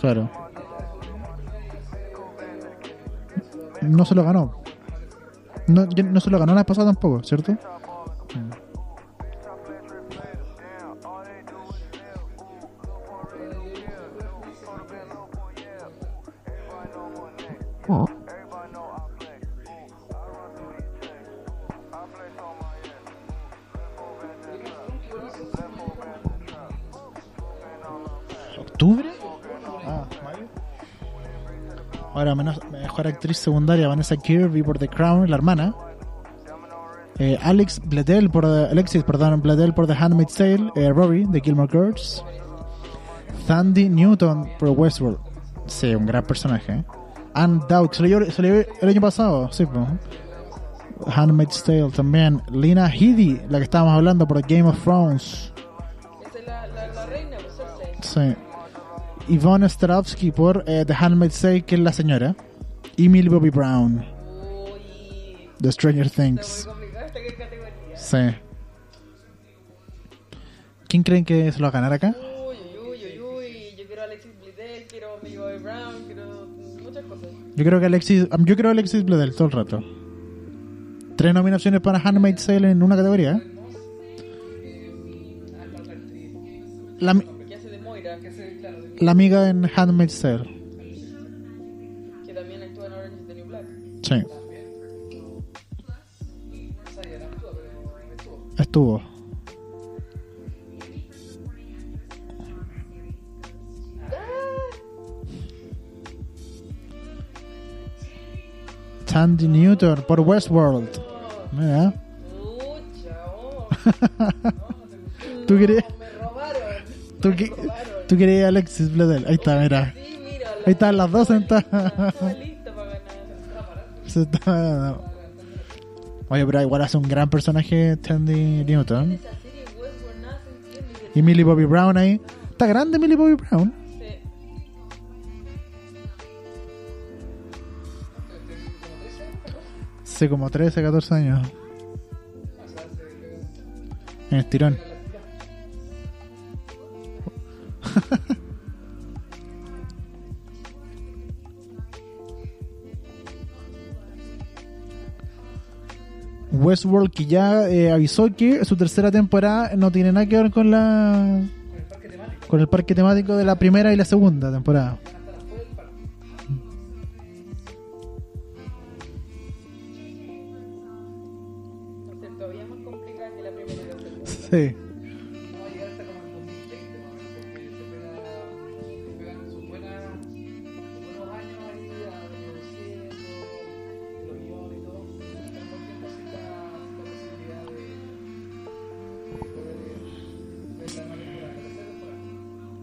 Speaker 3: Claro. No se lo ganó. No, yo- no se lo ganó la vez pasada tampoco, ¿cierto? Mm. ¿Octubre? Ah, mayo. Ahora, menos- mejor actriz secundaria, Vanessa Kirby por The Crown, la hermana. Eh, Alex Bledel por The- Alexis, perdón, Bledel por The Handmaid's Tale. Eh, Rory de Gilmore Girls. Sandy Newton por Westworld. Sí, un gran personaje. ¿eh? Anne Dowd, se leyó, se leyó el año pasado, sí. po. Handmaid's Tale también. Lina Headey, la que estábamos hablando por Game of Thrones.
Speaker 2: Esa es la, la, la reina, pues Cersei.
Speaker 3: Sí. Yvonne Strahovski por eh, The Handmaid's Tale, que es la señora. Y Millie Bobby Brown,
Speaker 2: Uy,
Speaker 3: The Stranger
Speaker 2: muy
Speaker 3: Things.
Speaker 2: complicado esta que categoría.
Speaker 3: Sí. ¿Quién creen que se lo va a ganar acá?
Speaker 2: Uy, uy, uy, uy, uy. Yo quiero a Alexis Bledel, quiero a Millie Bobby Brown, quiero muchas cosas.
Speaker 3: Yo creo que Alexis, am- yo creo Alexis Bledel todo el rato. Tres nominaciones para Handmaid's Tale en una categoría. ¿eh? La, mi-
Speaker 2: Que hace de Moira, que, hace, claro, de-
Speaker 3: la amiga en Handmaid's Tale.
Speaker 2: que también actúa en Orange is the New Black.
Speaker 3: Sí. Estuvo. Tandy Newton por Westworld. Mira.
Speaker 2: Pucha, oh,
Speaker 3: ¿Tú querías,
Speaker 2: me robaron.
Speaker 3: tú, que- tú querías Alexis Bledel? Ahí está, mira.
Speaker 2: Sí, mira,
Speaker 3: Ahí están las dos
Speaker 2: la
Speaker 3: sentadas.
Speaker 2: toda lista para ganar.
Speaker 3: Se está- Oye, pero igual hace un gran personaje Tandy Newton.
Speaker 2: Esa serie Westworld nada se entiende.
Speaker 3: Y Millie Bobby Brown ahí. Está grande Millie Bobby Brown.
Speaker 2: Sí.
Speaker 3: Hace como 13, 14 años. En el tirón. Westworld que ya eh, avisó que su tercera temporada no tiene nada que ver con la con el parque temático de la primera y la segunda temporada.
Speaker 2: Va a ser todavía más complicada que la primera y la segunda.
Speaker 3: Sí.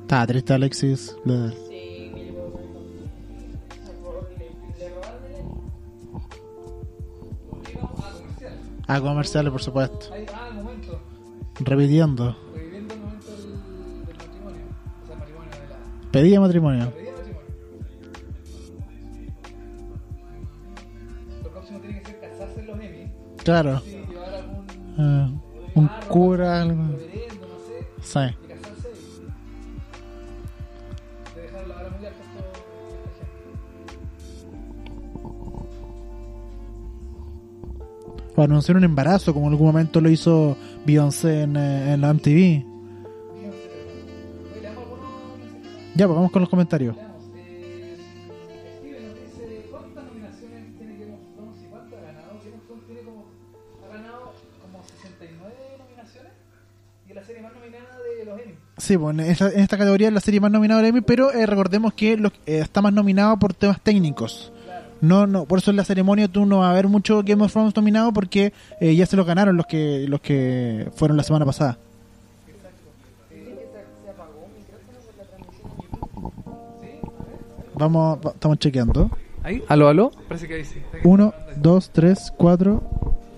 Speaker 3: Está triste Alexis. Bledel.
Speaker 2: Sí, Millie Bobby Brown. Le- le robaron el-
Speaker 3: A comerciales, por supuesto. Repitiendo. Pedía matrimonio. Claro. Ah, un cura, algo. Sí. O anunciar un embarazo, como en algún momento lo hizo Beyoncé en, eh, en la MTV. Ya, pues vamos con los comentarios.
Speaker 1: ha ganado como 69 nominaciones y la serie más nominada
Speaker 3: Sí, bueno, en esta, en esta categoría es la serie más nominada al Emmy, pero eh, recordemos que los- eh, está más nominado por temas técnicos. No, no, por eso en la ceremonia tú no vas a ver mucho Game of Thrones nominado porque eh, ya se los ganaron los que los que fueron la semana pasada. Vamos, va- estamos chequeando.
Speaker 1: ¿Ahí? ¿Aló, aló? Parece que ahí sí.
Speaker 3: Uno, dos, tres, cuatro,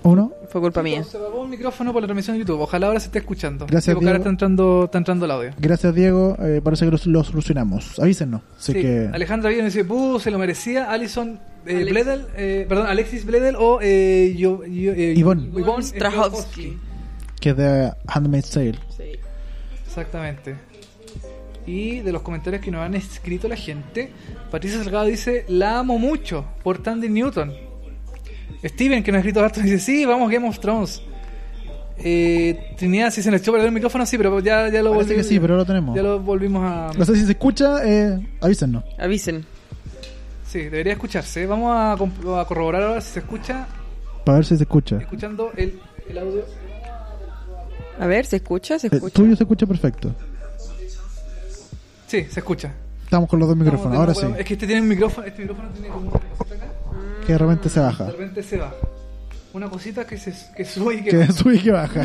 Speaker 3: uno.
Speaker 2: Fue culpa mía.
Speaker 1: Se apagó el micrófono por la transmisión de YouTube. Ojalá ahora se esté escuchando.
Speaker 3: Gracias,
Speaker 1: Sí, porque ahora
Speaker 3: Diego.
Speaker 1: está entrando, está entrando el audio.
Speaker 3: Gracias Diego, eh, parece que lo, lo solucionamos. Avísenos. Así
Speaker 1: Sí,
Speaker 3: que...
Speaker 1: Alejandra Villan dice, "Buh, se lo merecía. Alison eh,
Speaker 2: Alexis.
Speaker 1: Bledel, eh, perdón, Alexis Bledel o eh, yo, yo- eh,
Speaker 3: Ivonne.
Speaker 2: Strahovski.
Speaker 3: que es de Handmaid's Tale.
Speaker 8: Sí.
Speaker 1: Exactamente. Y de los comentarios que nos han escrito la gente, Patricia Salgado dice, la amo mucho por Tandy Newton. Steven, que nos ha escrito harto, dice, sí, vamos Game of Thrones. Eh, Trinidad, si se nos echó para el micrófono, sí, pero ya, ya lo
Speaker 3: Parece que
Speaker 1: volvimos.
Speaker 3: sí, pero lo tenemos.
Speaker 1: Ya lo volvimos a...
Speaker 3: No sé si se escucha, eh, avísenos.
Speaker 2: Avisen.
Speaker 1: Sí, debería escucharse. Vamos a, comp- a corroborar ahora si se escucha,
Speaker 3: Para ver si se escucha.
Speaker 1: escuchando el, el audio.
Speaker 2: A ver, ¿se escucha? ¿Se
Speaker 3: El
Speaker 2: escucha?
Speaker 3: tuyo se escucha perfecto.
Speaker 1: Sí, se escucha.
Speaker 3: Estamos con los dos micrófonos, ahora
Speaker 1: Estamos
Speaker 3: sí.
Speaker 1: de nuevo- Es que este tiene un micrófono, este micrófono tiene como una cosita acá,
Speaker 3: Que de repente se
Speaker 1: de
Speaker 3: baja.
Speaker 1: repente se va. Una cosita que se que sube y que,
Speaker 3: Que sube y que baja.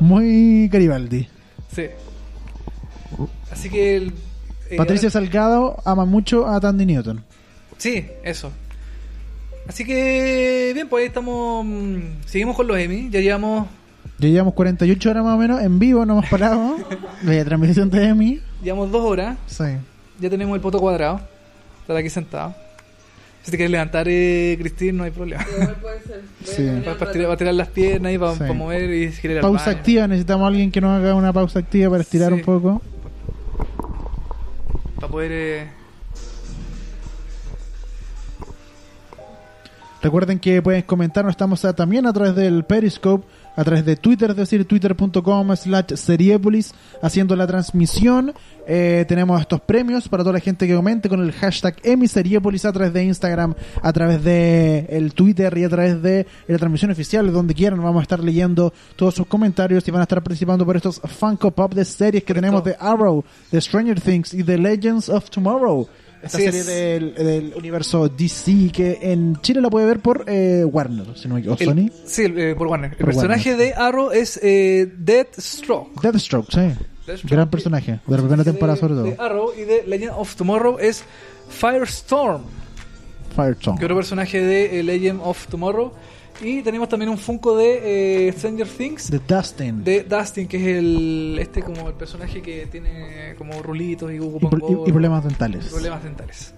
Speaker 3: Muy Garibaldi.
Speaker 1: Sí. Así que el, eh,
Speaker 3: Uh. Patricia
Speaker 1: ahora-
Speaker 3: Salgado ama mucho a Tandy Newton.
Speaker 1: Sí, eso. Así que bien, pues ahí estamos mm, seguimos con los Emmy, ya llevamos
Speaker 3: Ya llevamos 48 horas más o menos en vivo, no hemos parado. de transmisión de Emmy.
Speaker 1: llevamos dos horas,
Speaker 3: Sí.
Speaker 1: ya tenemos el poto cuadrado. Está aquí sentado. Si te quieres levantar, eh, Cristín, no hay problema.
Speaker 8: Igual puede ser. Voy a
Speaker 3: Sí.
Speaker 8: caminar
Speaker 1: Para,
Speaker 8: un
Speaker 1: para
Speaker 8: rato.
Speaker 1: tirar, para tirar las piernas y para,
Speaker 3: Sí.
Speaker 1: para mover y girar al
Speaker 3: Pausa
Speaker 1: baño.
Speaker 3: activa, necesitamos a alguien que nos haga una pausa activa para estirar
Speaker 1: Sí.
Speaker 3: un poco.
Speaker 1: Para poder. eh,
Speaker 3: Recuerden que pueden comentarnos, estamos a- también a través del Periscope, a través de Twitter, es decir, twitter.com slash seriepolis, haciendo la transmisión. Eh, tenemos estos premios para toda la gente que comente con el hashtag emiseriepolis a través de Instagram, a través de el Twitter y a través de la transmisión oficial, donde quieran. Vamos a estar leyendo todos sus comentarios y van a estar participando por estos Funko Pop de series que tenemos de Arrow, de Stranger Things y de Legends of Tomorrow. Esta
Speaker 1: Así
Speaker 3: serie
Speaker 1: es.
Speaker 3: del, del universo DC que en Chile la puede ver por eh, Warner, si no me equivoco,
Speaker 1: el-
Speaker 3: Sony.
Speaker 1: sí, el- eh, por Warner. El
Speaker 3: Por
Speaker 1: personaje de Arrow es eh, Deathstroke.
Speaker 3: Deathstroke, sí.
Speaker 1: Deathstroke.
Speaker 3: Gran personaje, de la primera temporada
Speaker 1: de,
Speaker 3: sobre todo.
Speaker 1: de Arrow y de Legend of Tomorrow es Firestorm, Ah. que
Speaker 3: Firestorm.
Speaker 1: otro personaje de eh, Legend of Tomorrow. Y tenemos también un Funko de eh, Stranger Things
Speaker 3: De Dustin.
Speaker 1: de Dustin, que es el este como el personaje que tiene como rulitos y,
Speaker 3: y,
Speaker 1: ocupa
Speaker 3: pro- y- y
Speaker 1: gorro.
Speaker 3: problemas dentales.
Speaker 1: Y problemas dentales.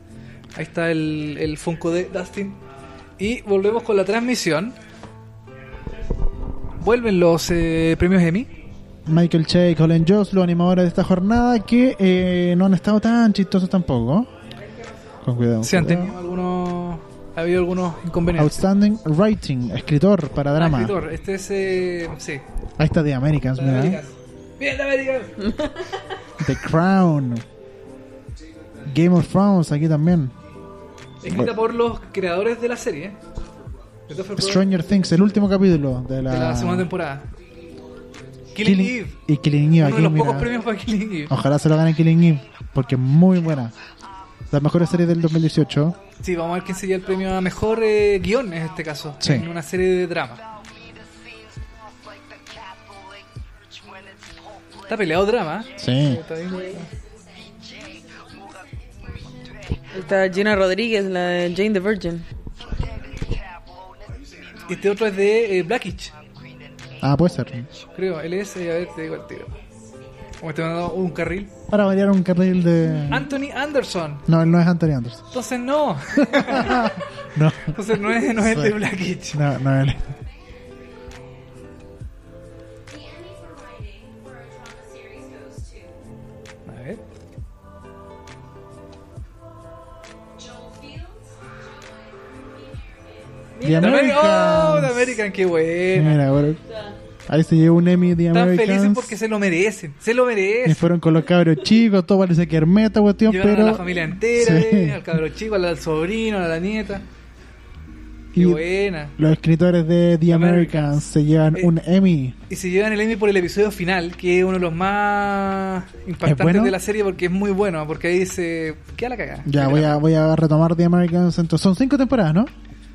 Speaker 1: Ahí está el, el Funko de Dustin. Y volvemos con la transmisión. Vuelven los eh, premios Emmy.
Speaker 3: Michael Che y Colin Jost, los animadores de esta jornada, que eh, no han estado tan chistosos tampoco. Con cuidado.
Speaker 1: Se han
Speaker 3: cuidado.
Speaker 1: tenido algunos. Ha habido algunos inconvenientes.
Speaker 3: Outstanding Writing, escritor para
Speaker 1: Ah,
Speaker 3: drama.
Speaker 1: escritor, este es. eh, sí.
Speaker 3: Ahí está The Americans,
Speaker 1: La de
Speaker 3: mira.
Speaker 1: Américas. ¡Bien, la Américas!
Speaker 3: The Crown. Game of Thrones, aquí también.
Speaker 1: Escrita por los creadores de la serie. Esto fue el programa
Speaker 3: Stranger Things, el último capítulo de la,
Speaker 1: de la segunda temporada. Killing,
Speaker 3: Killing
Speaker 1: Eve.
Speaker 3: Y Killing Eve,
Speaker 1: Uno de
Speaker 3: aquí,
Speaker 1: los
Speaker 3: mira. Oh.
Speaker 1: pocos premios para Killing Eve.
Speaker 3: Ojalá se lo gane Killing Eve, porque es muy buena. Las mejores series del 2018.
Speaker 1: Sí, vamos a ver quién sería el premio a mejor eh, guión en este caso.
Speaker 3: Sí.
Speaker 1: En una serie de drama. Está peleado drama. ¿eh?
Speaker 3: Sí.
Speaker 1: Está bien.
Speaker 2: Está Gina Rodríguez, la de Jane the Virgin.
Speaker 1: Y este otro es de eh, Blackish,
Speaker 3: Ah, puede ser.
Speaker 1: creo. Él es, eh, a ver, te digo el tiro. Como te he mandado un carril.
Speaker 3: Para variar un carril de.
Speaker 1: Anthony Anderson.
Speaker 3: No, él no es Anthony Anderson.
Speaker 1: Entonces no.
Speaker 3: No,
Speaker 1: Entonces no es, no es el de
Speaker 3: Sí.
Speaker 1: Blackish.
Speaker 3: no, no él.
Speaker 5: The Emmy for writing for a drama series goes to
Speaker 1: A ver.
Speaker 5: Joel Fields, Joel, The American,
Speaker 3: The
Speaker 1: The Ameri- ¡Oh! The
Speaker 3: Americans.
Speaker 1: American, qué bueno.
Speaker 3: Mira, bueno. Ahí se llevó un Emmy The
Speaker 1: Están felices
Speaker 3: Americans.
Speaker 1: porque se lo merecen. Se lo
Speaker 3: Y
Speaker 1: merecen.
Speaker 3: fueron con los cabros chicos, todo parece que hermeta, cuestión,
Speaker 1: Llevaron
Speaker 3: pero.
Speaker 1: eh, a la familia entera,
Speaker 3: Sí.
Speaker 1: eh, al cabro chico, al, al sobrino, a la nieta. Qué
Speaker 3: Y
Speaker 1: buena.
Speaker 3: los escritores de The
Speaker 1: Americans.
Speaker 3: Americans se llevan
Speaker 1: Eh,
Speaker 3: un Emmy.
Speaker 1: Y se llevan el Emmy por el episodio final, que es uno de los más impactantes
Speaker 3: bueno?
Speaker 1: de la serie porque es muy bueno, porque ahí dice, ¿qué a la cagada?
Speaker 3: Ya, voy a, voy a retomar The Americans. Entonces, son cinco temporadas, ¿no?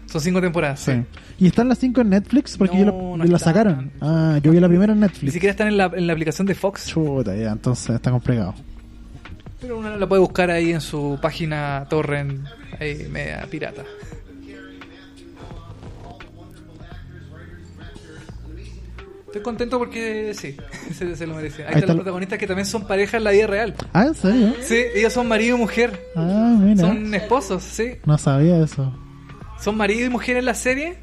Speaker 1: Son cinco temporadas.
Speaker 3: Sí.
Speaker 1: sí.
Speaker 3: ¿Y están las cinco en Netflix? Porque
Speaker 1: No,
Speaker 3: yo la,
Speaker 1: no
Speaker 3: la
Speaker 1: están.
Speaker 3: sacaron. Ah, yo vi la primera en
Speaker 1: Ni
Speaker 3: Netflix.
Speaker 1: siquiera están en la, en la aplicación de Fox,
Speaker 3: Chuta, ya, entonces está complicado.
Speaker 1: pero uno la puede buscar ahí en su página torrent, ahí media pirata. Estoy contento porque sí, se, se lo merecen. Ahí,
Speaker 3: Ahí está
Speaker 1: están
Speaker 3: lo-
Speaker 1: los protagonistas que también son pareja en la vida real.
Speaker 3: Ah, ¿en serio?
Speaker 1: Sí, ellos son marido y mujer.
Speaker 3: Ah, mira.
Speaker 1: Son esposos, sí.
Speaker 3: No sabía eso.
Speaker 1: Son marido y mujer en la serie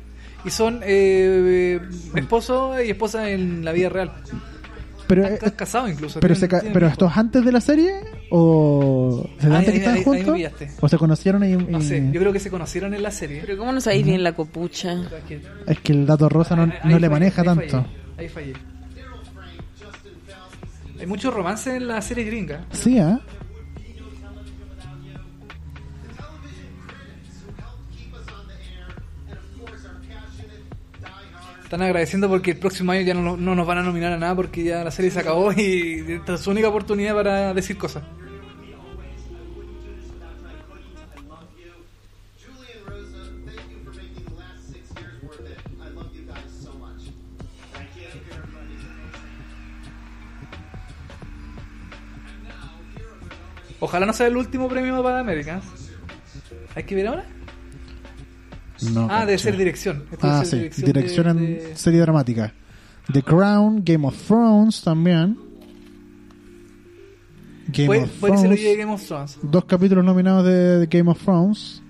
Speaker 1: y son eh, esposo y esposa en la vida real.
Speaker 3: Pero, eh,
Speaker 1: Están casados incluso.
Speaker 3: pero,
Speaker 1: tienen-
Speaker 3: se ca-
Speaker 1: tienen
Speaker 3: pero
Speaker 1: hijos.
Speaker 3: esto es antes de la serie o se
Speaker 1: Ahí-
Speaker 3: antes que
Speaker 1: ahí-
Speaker 3: estaban
Speaker 1: ahí- ahí me
Speaker 3: juntos
Speaker 1: pillaste.
Speaker 3: o se conocieron y,
Speaker 1: No
Speaker 3: y-
Speaker 1: sé, yo creo que se conocieron en la serie.
Speaker 2: Pero ¿cómo no sabéis bien la copucha?
Speaker 3: es que el dato rosa no,
Speaker 1: Ahí-
Speaker 3: no
Speaker 1: ahí
Speaker 3: le
Speaker 1: fallé,
Speaker 3: maneja
Speaker 1: ahí
Speaker 3: tanto.
Speaker 1: fallé, ahí fallé. Hay mucho romance en la serie gringa.
Speaker 3: Sí, ¿eh?
Speaker 1: Están agradeciendo porque el próximo año ya no, no nos van a nominar a nada porque ya la serie se acabó y esta es su única oportunidad para decir cosas.
Speaker 4: Julie and Rosa, thank you for making the last six years worth it. I love you guys so much. Thank you.
Speaker 1: Ojalá no sea el último premio para América. ¿Hay que ver ahora?
Speaker 3: No,
Speaker 1: Ah, debe
Speaker 3: cacho.
Speaker 1: ser dirección. Esto debe
Speaker 3: Ah,
Speaker 1: ser
Speaker 3: sí,
Speaker 1: dirección
Speaker 3: dirección,
Speaker 1: de-
Speaker 3: en
Speaker 1: de-
Speaker 3: serie dramática. The Crown, Game of Thrones también. Game
Speaker 1: Puede,
Speaker 3: of
Speaker 1: puede que se lo lleve
Speaker 3: Thrones.
Speaker 1: Game of Thrones.
Speaker 3: Dos capítulos nominados de, de Game of Thrones.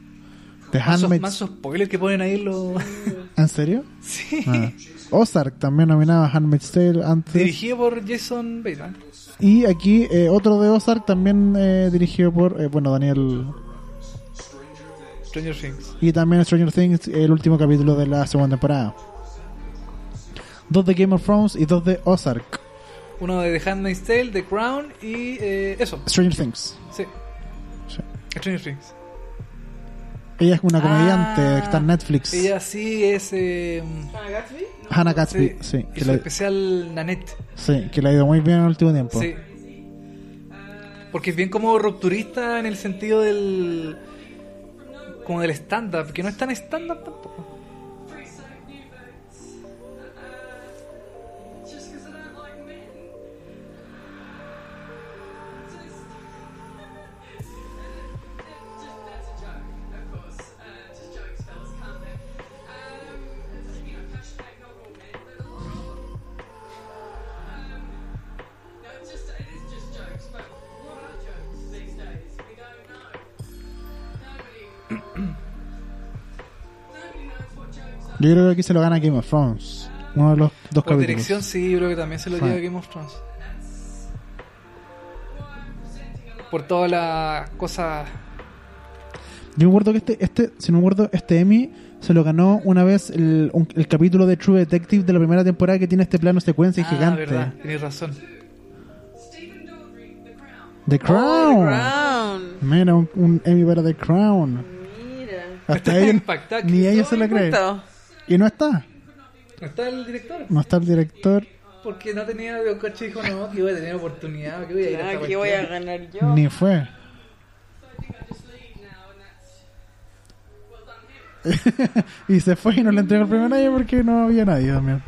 Speaker 3: The
Speaker 1: Mansos,
Speaker 3: Handmaid's... Ah.
Speaker 1: mansos spoilers que ponen ahí los...
Speaker 3: ¿En serio?
Speaker 1: sí.
Speaker 3: Ah. Ozark también nominado a Handmaid's Tale antes.
Speaker 1: Dirigido por Jason Bateman.
Speaker 3: Y aquí eh, otro de Ozark también eh, dirigido por, eh, bueno, Daniel.
Speaker 1: Stranger Things.
Speaker 3: Y también Stranger Things, el último capítulo de la segunda temporada. Dos de Game of Thrones y dos de Ozark.
Speaker 1: Uno de The Handmaid's Tale, The Crown y eh, eso.
Speaker 3: Stranger Things.
Speaker 1: Sí.
Speaker 3: Sí.
Speaker 1: Stranger Things.
Speaker 3: Ella es una comediante
Speaker 1: Ah,
Speaker 3: que está en Netflix.
Speaker 1: Ella sí es... eh,
Speaker 8: ¿Ah, Gatsby?
Speaker 3: Hannah Gatsby, sí. que
Speaker 1: Hizo
Speaker 3: le,
Speaker 1: especial Nanette.
Speaker 3: sí, que le ha ido muy bien en el último tiempo.
Speaker 1: Sí. Porque es bien como rupturista en el sentido del. como del stand-up, que no es tan stand-up tampoco.
Speaker 3: Yo creo que aquí se lo gana Game of Thrones. Uno de los dos
Speaker 1: Por
Speaker 3: capítulos.
Speaker 1: dirección, sí, yo creo que también se lo
Speaker 3: Sí.
Speaker 1: lleva Game of Thrones. Por toda la cosa.
Speaker 3: Yo me acuerdo que este, este, si no me acuerdo, este Emmy se lo ganó una vez el, un- el capítulo de True Detective de la primera temporada que tiene este plano secuencia
Speaker 1: ah,
Speaker 3: gigante.
Speaker 1: verdad, tienes razón.
Speaker 3: The Crown.
Speaker 2: Oh, The Crown.
Speaker 3: Mira, un, un Emmy para The Crown.
Speaker 8: Mira.
Speaker 3: Hasta
Speaker 1: Está
Speaker 3: ella,
Speaker 1: impactada.
Speaker 3: ni ella se
Speaker 2: No
Speaker 3: la
Speaker 2: me
Speaker 3: cree.
Speaker 2: cuento.
Speaker 3: Y no está.
Speaker 1: ¿No está el director?
Speaker 3: No está el director,
Speaker 1: Porque no tenía. El coche dijo, no, que voy a tener oportunidad, que voy a ir a
Speaker 2: Ah,
Speaker 1: esta
Speaker 2: ¿qué voy
Speaker 1: cuestión".
Speaker 2: a ganar yo?
Speaker 3: ni fue. y se fue y no le entregó el premio a nadie porque no había nadie también.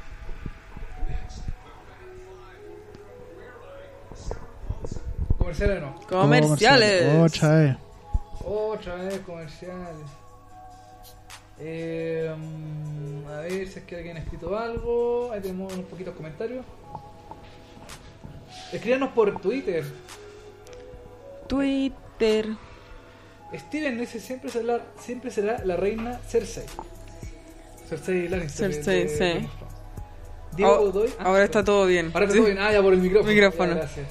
Speaker 1: Comerciales no.
Speaker 2: Comerciales.
Speaker 3: Otra vez.
Speaker 1: Otra vez comerciales. Eh, mm, a ver si es que alguien ha escrito algo. Ahí tenemos unos poquitos comentarios. Escríbanos por Twitter.
Speaker 2: Twitter.
Speaker 1: Steven dice siempre será, siempre será la reina Cersei. Cersei Lannister. eh,
Speaker 2: Cersei, sí.
Speaker 1: Diego
Speaker 2: Ah,
Speaker 1: Godoy. ah,
Speaker 2: ahora está todo bien.
Speaker 1: Ahora te
Speaker 2: Sí.
Speaker 1: suben, ah, ya por el micrófono.
Speaker 2: Micrófono.
Speaker 1: Ya, gracias.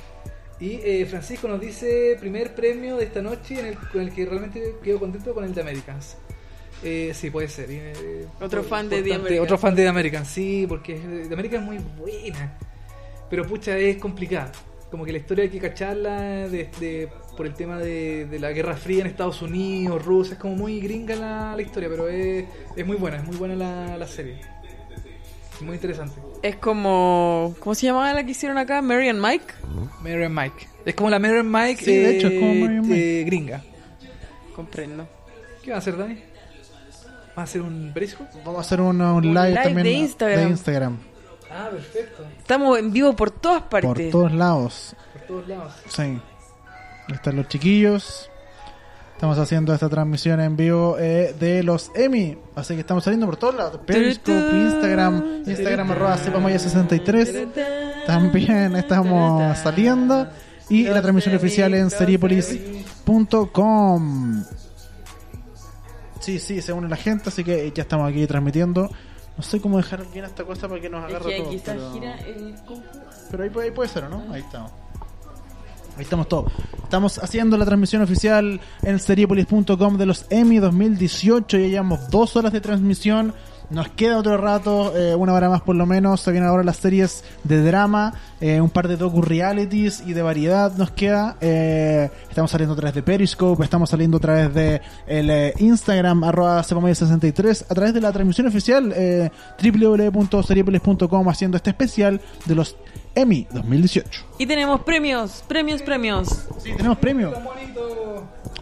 Speaker 1: Y eh, Francisco nos dice, primer premio de esta noche en el, con el que realmente quedo contento con el de Americans. Eh, sí, puede ser. y, eh,
Speaker 2: Otro
Speaker 1: por-
Speaker 2: fan de The
Speaker 1: importante,
Speaker 2: Americans.
Speaker 1: Otro fan de The Americans, sí, porque eh, The Americans es muy buena. Pero pucha, es complicada. Como que la historia hay que cacharla de, de por el tema de, de la Guerra Fría en Estados Unidos, Rusia, es como muy gringa la, la historia, pero es, es muy buena, es muy buena la, la serie. Muy interesante.
Speaker 2: Es como. ¿Cómo se llamaba la que hicieron acá? ¿Mary and Mike?
Speaker 1: Mary and Mike. Es como la Mary and Mike,
Speaker 3: Sí, de hecho, es como Mary and
Speaker 1: eh,
Speaker 3: Mike.
Speaker 1: eh, gringa.
Speaker 2: Comprendo.
Speaker 1: ¿Qué va a hacer, Dani? ¿Va a hacer un brisco?
Speaker 3: Vamos a hacer un, un live,
Speaker 2: live
Speaker 3: también
Speaker 2: de Instagram.
Speaker 3: de Instagram,
Speaker 1: Ah, perfecto.
Speaker 2: Estamos en vivo por todas
Speaker 3: por
Speaker 2: partes.
Speaker 3: todos lados.
Speaker 1: Por todos lados.
Speaker 3: Sí. Ahí están los chiquillos. Estamos haciendo esta transmisión en vivo eh, de los Emmy. Así que estamos saliendo por todos lados. Periscope, Instagram, Instagram arroba sepamaya63. También estamos saliendo. Y la transmisión oficial en seriepolis.com. Sí, sí, se une la gente, así que ya estamos aquí transmitiendo. No sé cómo dejar bien esta cosa para que nos
Speaker 2: Es
Speaker 3: agarre
Speaker 2: que
Speaker 3: todo.
Speaker 2: quizás
Speaker 3: pero-
Speaker 2: gira el conjunto.
Speaker 3: pero ahí, puede- ahí puede ser, ¿o ¿no? Ahí estamos. Ahí estamos todos. Estamos haciendo la transmisión oficial en seriepolis.com de los Emmy 2018. Ya llevamos dos horas de transmisión. Nos queda otro rato, eh, una hora más por lo menos. Se vienen ahora las series de drama, eh, un par de docu-realities y de variedad nos queda. Eh, estamos saliendo a través de Periscope, estamos saliendo a través de el eh, Instagram, arroba sepamaya63, a través de la transmisión oficial eh, www.seriepolis.com haciendo este especial de los Emmy 2018.
Speaker 2: Y tenemos premios, premios, premios.
Speaker 3: Sí, tenemos premio.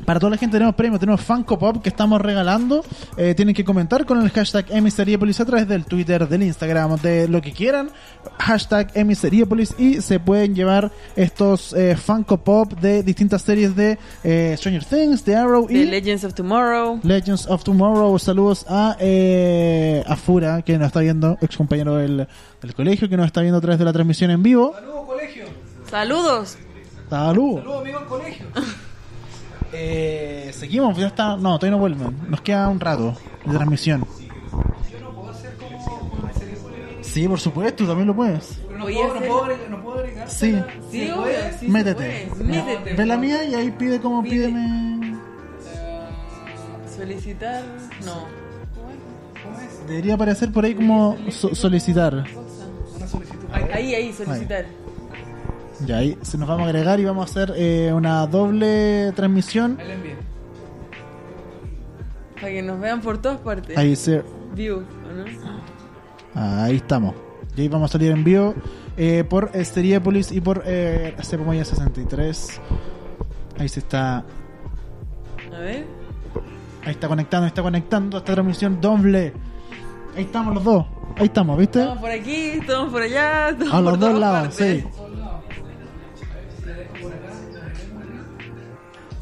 Speaker 3: Para toda la gente tenemos premio, tenemos Funko Pop que estamos regalando. Eh, tienen que comentar con el hashtag Emisariepolis a través del Twitter, del Instagram, de lo que quieran. Hashtag Emisariepolis y se pueden llevar estos eh, Funko Pop de distintas series de eh, Stranger Things, The Arrow
Speaker 2: The
Speaker 3: y
Speaker 2: Legends of Tomorrow.
Speaker 3: Legends of Tomorrow. Saludos a, eh, a Fura que nos está viendo, ex compañero del, del colegio que nos está viendo a través de la transmisión en vivo.
Speaker 1: Saludos, colegio.
Speaker 2: Saludos.
Speaker 3: Saludos.
Speaker 1: Saludos, amigos del colegio.
Speaker 3: Eh, seguimos, ya está. No, todavía no vuelven. Nos queda un rato de transmisión. Sí, por supuesto, también lo puedes.
Speaker 1: Pero no
Speaker 2: Voy
Speaker 1: puedo,
Speaker 2: a
Speaker 1: no
Speaker 2: hacer-
Speaker 1: puedo, agregar- no puedo agregar.
Speaker 3: Sí,
Speaker 2: Sí,
Speaker 1: ¿Se
Speaker 2: obvio,
Speaker 1: puede?
Speaker 2: sí se
Speaker 3: métete.
Speaker 2: puede. Métete.
Speaker 3: Ve la mía y ahí pide como
Speaker 2: Pide.
Speaker 3: pídeme.
Speaker 2: Solicitar. No.
Speaker 3: Debería aparecer por ahí como so- solicitar.
Speaker 2: Ahí, ahí, solicitar.
Speaker 3: Ya ahí se nos vamos a agregar y vamos a hacer eh, una doble transmisión.
Speaker 1: Ahí le envié.
Speaker 2: Para que nos vean por todas partes.
Speaker 3: Ahí se
Speaker 2: View, ¿o no?
Speaker 3: Ahí estamos. Y ahí vamos a salir en vivo eh, por Estereopolis y por eh, Cepamoya 63. Ahí se está
Speaker 2: A ver.
Speaker 3: Ahí está conectando, ahí está conectando esta transmisión doble. Ahí estamos los dos. Ahí estamos, ¿viste?
Speaker 2: Estamos por aquí, estamos por allá. Estamos
Speaker 3: A los
Speaker 2: por
Speaker 3: dos
Speaker 2: todas
Speaker 3: lados,
Speaker 2: partes.
Speaker 3: sí.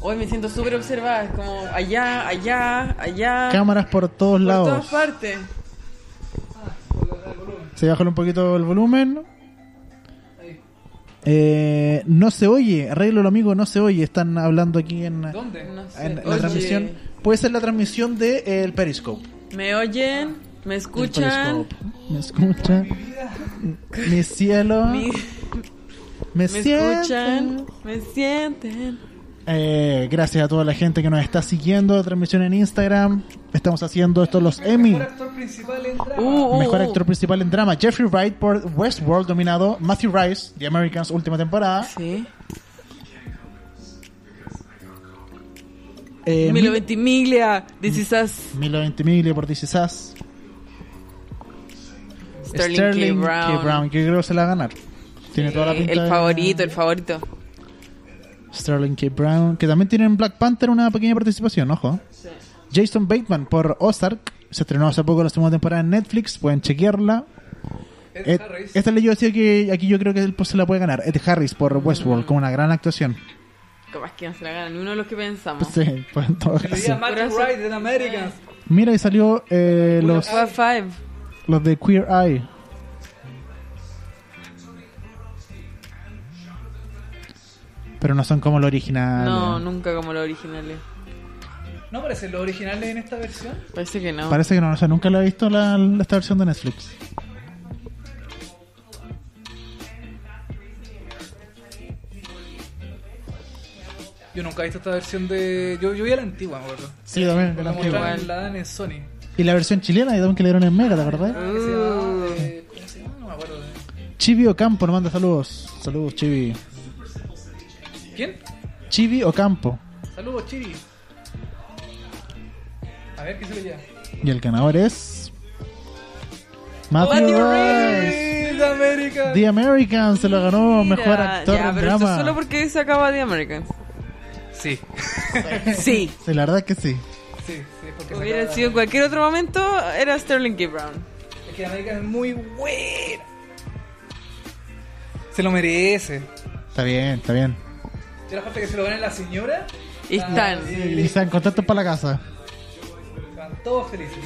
Speaker 2: Hoy me siento súper observada. Es como allá, allá, allá.
Speaker 3: Cámaras por todos
Speaker 2: por
Speaker 3: lados.
Speaker 2: todas partes.
Speaker 3: Se bajó un poquito el volumen. Eh, no se oye, arreglo lo amigo, no se oye. Están hablando aquí en, en
Speaker 1: ¿Dónde?
Speaker 2: No sé.
Speaker 3: la
Speaker 2: Oye,
Speaker 3: transmisión. Puede ser la transmisión del el Periscope.
Speaker 2: ¿Me oyen? ¿Me
Speaker 3: El
Speaker 2: escuchan?
Speaker 3: Periscope. Me escuchan. Mi cielo.
Speaker 2: Mi- ¿Me
Speaker 3: Me, siento.
Speaker 2: escuchan? ¿Me sienten?
Speaker 3: Eh, gracias a toda la gente que nos está siguiendo. La transmisión en Instagram. Estamos haciendo esto los Emmy.
Speaker 1: Mejor actor principal en
Speaker 2: Uh,
Speaker 1: drama.
Speaker 2: uh,
Speaker 3: Mejor
Speaker 2: uh.
Speaker 3: actor principal en drama, Jeffrey Wright por Westworld, dominado Matthew Rice, The Americans, última temporada.
Speaker 2: Sí.
Speaker 3: Eh,
Speaker 2: Milo
Speaker 3: Mil-
Speaker 2: Ventimiglia, This is Us,
Speaker 3: Milo Ventimiglia por This Is Us.
Speaker 2: Sterling, K.
Speaker 3: Sterling
Speaker 2: Brown.
Speaker 3: que creo que se la va a ganar. Tiene toda la
Speaker 2: Eh,
Speaker 3: pinta
Speaker 2: el
Speaker 3: de-
Speaker 2: favorito, el favorito.
Speaker 3: Sterling K. Brown, que también tiene en Black Panther una pequeña participación, ojo. Jason Bateman por Ozark, se estrenó hace poco la segunda temporada en Netflix, pueden chequearla.
Speaker 1: Ed
Speaker 3: Ed-
Speaker 1: Harris.
Speaker 3: esta le yo decía que aquí yo creo que él pues, se la puede ganar. Ed Harris por Westworld, con una gran actuación.
Speaker 2: Capaz que no se la gana ni uno de los que pensamos.
Speaker 3: Pues, sí, pues, en todo
Speaker 1: Le di
Speaker 3: caso.
Speaker 1: a Matt
Speaker 2: Corazón.
Speaker 1: Wright en Americans.
Speaker 3: Mira, y salió eh, los,
Speaker 2: Five Five.
Speaker 3: los de Queer Eye. Pero no son como lo original.
Speaker 2: No, nunca como los originales.
Speaker 1: ¿No aparecen los originales en esta versión?
Speaker 2: Parece que no.
Speaker 3: Parece que no, o sea, nunca la he visto la, la- esta versión de Netflix.
Speaker 1: Yo nunca he visto esta versión de. Yo, yo vi a la antigua, me acuerdo.
Speaker 3: Sí, también, de la
Speaker 1: La
Speaker 3: antigua.
Speaker 1: mostraron, la dan en Sony.
Speaker 3: Y la versión chilena, y también que le dieron en Mega, ¿te acordás?
Speaker 1: Que se
Speaker 3: Mm.
Speaker 1: llama, eh, ¿Cómo se llama? No me acuerdo.
Speaker 3: Chibi Ocampo nos manda saludos. Saludos, Chibi.
Speaker 1: ¿Quién?
Speaker 3: Chivi Ocampo.
Speaker 1: Saludos, Chiri. A ver qué se le lleva.
Speaker 3: Y el ganador es. Matthew
Speaker 2: Matthew
Speaker 3: Rice.
Speaker 1: ¡Feliz América!
Speaker 3: The American se lo ganó mejor
Speaker 2: Ya,
Speaker 3: actor
Speaker 2: ya,
Speaker 3: en
Speaker 2: pero esto es
Speaker 3: drama.
Speaker 2: solo porque se acaba The Americans.
Speaker 1: Sí,
Speaker 2: Sí.
Speaker 3: Sí, la verdad que sí.
Speaker 1: sí, sí, porque se
Speaker 2: Hubiera
Speaker 1: acaba
Speaker 2: sido en cualquier otro momento, era Sterling K. Brown.
Speaker 1: la- Es que América es muy buena. Se lo merece.
Speaker 3: Está bien, está bien.
Speaker 1: Y ahora falta que se lo ganen la señora.
Speaker 2: Y están.
Speaker 1: Ah,
Speaker 3: Y están contentos para la casa.
Speaker 1: Están todos felices.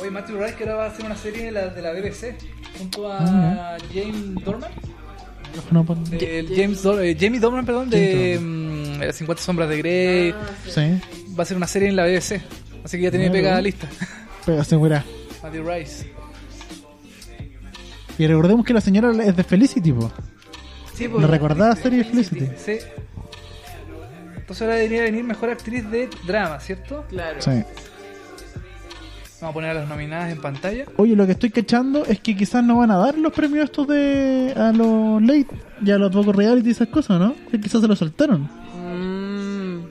Speaker 1: Oye, Matthew Rice que ahora va a hacer una serie de la, de la BBC junto
Speaker 3: Ah,
Speaker 1: a James Dorman.
Speaker 3: No, pues, pon-
Speaker 1: de- James Dor- eh, Jamie Dorman, perdón, de
Speaker 3: James
Speaker 1: mm, eh, 50 sombras de Grey.
Speaker 3: Sí,
Speaker 1: Va a ser una serie en la BBC. Así que ya tiene
Speaker 3: Mira,
Speaker 1: pegada
Speaker 3: bueno.
Speaker 1: lista.
Speaker 3: pero segura.
Speaker 1: Matthew Rice.
Speaker 3: Y recordemos que la señora es de Felicity, po.
Speaker 1: Sí, pues,
Speaker 3: ¿Lo recordaba serie de Felicity?
Speaker 1: Sí. Entonces ahora debería venir mejor actriz de drama, ¿cierto?
Speaker 2: Claro.
Speaker 3: Sí.
Speaker 1: Vamos a poner a las nominadas en pantalla.
Speaker 3: Oye, lo que estoy cachando es que quizás no van a dar los premios estos de a los late y a los pocos reality y esas cosas, ¿no? Que quizás se los saltaron.
Speaker 2: Mm.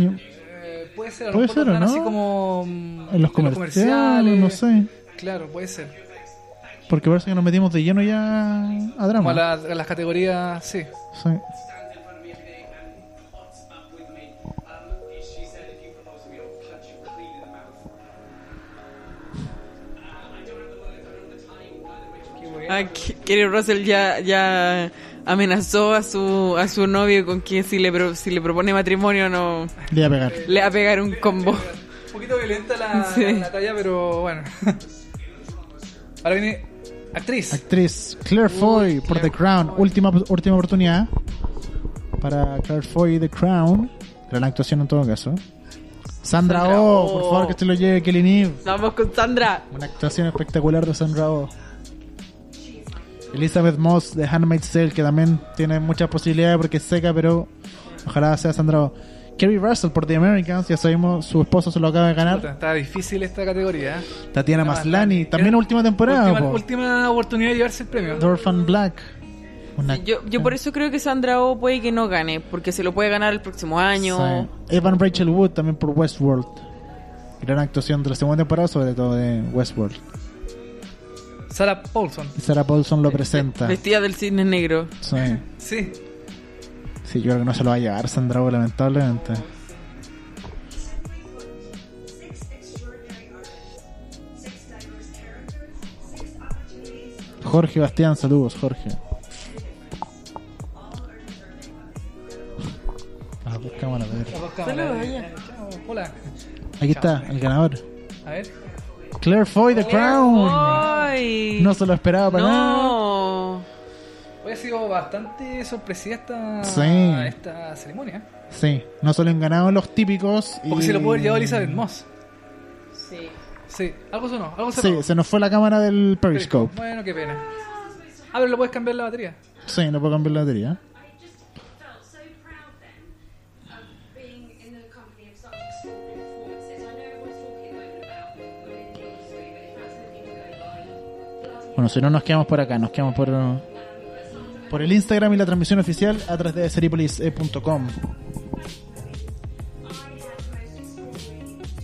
Speaker 3: Y
Speaker 1: Eh, puede ser, a lo
Speaker 3: Puede
Speaker 1: mejor
Speaker 3: ser,
Speaker 1: nos dan
Speaker 3: ¿o no?
Speaker 1: así como mm,
Speaker 3: en los
Speaker 1: de
Speaker 3: comerciales, no sé. Ah,
Speaker 1: Claro, puede ser.
Speaker 3: Porque parece que nos metimos de lleno ya a
Speaker 1: Como
Speaker 3: drama.
Speaker 1: a, la- a las categorías, sí.
Speaker 3: Sí.
Speaker 4: stands in front of me today and pots up with me. Um, she said, if you propose to me, I'll punch you clean in the mouth. Uh, I don't have the words, I don't have the time, neither of which
Speaker 1: Qué bueno.
Speaker 2: Ah, que- que Russell ya, ya amenazó a su, a su novio con que si le, pro- si le propone matrimonio no
Speaker 3: Le iba a pegar.
Speaker 2: le va a pegar un combo.
Speaker 1: Un poquito violenta la,
Speaker 2: Sí.
Speaker 1: la talla, pero bueno. Ahora viene actriz.
Speaker 3: Actriz Claire Foy por The Crown. Última, última oportunidad para Claire Foy The Crown. Gran actuación en todo caso. Sandra,
Speaker 2: Sandra
Speaker 3: Oh,
Speaker 2: Oh.
Speaker 3: por favor que se lo lleve Kelly Neve.
Speaker 2: Vamos con Sandra.
Speaker 3: Una actuación espectacular de Sandra Oh. Elizabeth Moss de Handmaid's Tale, que también tiene muchas posibilidades porque es seca, pero ojalá sea Sandra Oh. Kerry Russell por The Americans, ya sabemos, su esposo se lo acaba de
Speaker 1: Puta,
Speaker 3: ganar.
Speaker 1: Está difícil esta categoría. ¿eh?
Speaker 3: Tatiana Maslany, también última temporada.
Speaker 1: Última,
Speaker 3: po.
Speaker 1: última oportunidad de llevarse el premio.
Speaker 3: The Orphan Black. Una-
Speaker 2: Yo, yo por eso creo que Sandra O puede que no gane, porque se lo puede ganar el próximo año.
Speaker 3: Sí. Evan Rachel Wood también por Westworld. Gran actuación de la segunda temporada, sobre todo de Westworld.
Speaker 1: Sarah Paulson.
Speaker 3: Y Sarah Paulson lo presenta.
Speaker 2: Vestida del cisne negro.
Speaker 3: Sí.
Speaker 1: Sí.
Speaker 3: Sí, yo creo que no se lo va a llevar Sandra Oh, lamentablemente.
Speaker 5: Six extraordinary artists, six diverse characters, six opportunities for
Speaker 3: Jorge Bastián, saludos, Jorge.
Speaker 5: all are deserving of this incredible.
Speaker 3: Las dos cámaras, pues, a ver.
Speaker 1: Las dos cámaras.
Speaker 2: Saludos,
Speaker 1: Eh,
Speaker 2: ella.
Speaker 1: chao, Hola.
Speaker 3: Aquí está, el ganador.
Speaker 1: A ver.
Speaker 3: Claire Foy, The Crown.
Speaker 2: ¡Ay!
Speaker 3: No se lo esperaba para nada.
Speaker 2: No.
Speaker 1: Hoy ha sido bastante sorpresiva esta,
Speaker 3: Sí.
Speaker 1: esta ceremonia.
Speaker 3: Sí, no solo han ganado los típicos. y-
Speaker 1: Porque se lo pudo haber llevado Elizabeth Moss.
Speaker 8: Sí.
Speaker 1: Sí, algo sonó, algo sonó.
Speaker 3: Sí, se nos fue la cámara del Periscope.
Speaker 1: Bueno, qué pena. Ah, pero lo puedes cambiar la batería.
Speaker 3: Sí, no puedo cambiar la batería.
Speaker 5: I just felt so proud then of being in the company of such extraordinary performances. I know everyone's talking at the moment about women in the industry, but if that's something to go by, the last
Speaker 3: Bueno, si no nos quedamos por acá, nos quedamos por, por el Instagram y la transmisión oficial a través de seripolis.com.
Speaker 5: I had the most extraordinary two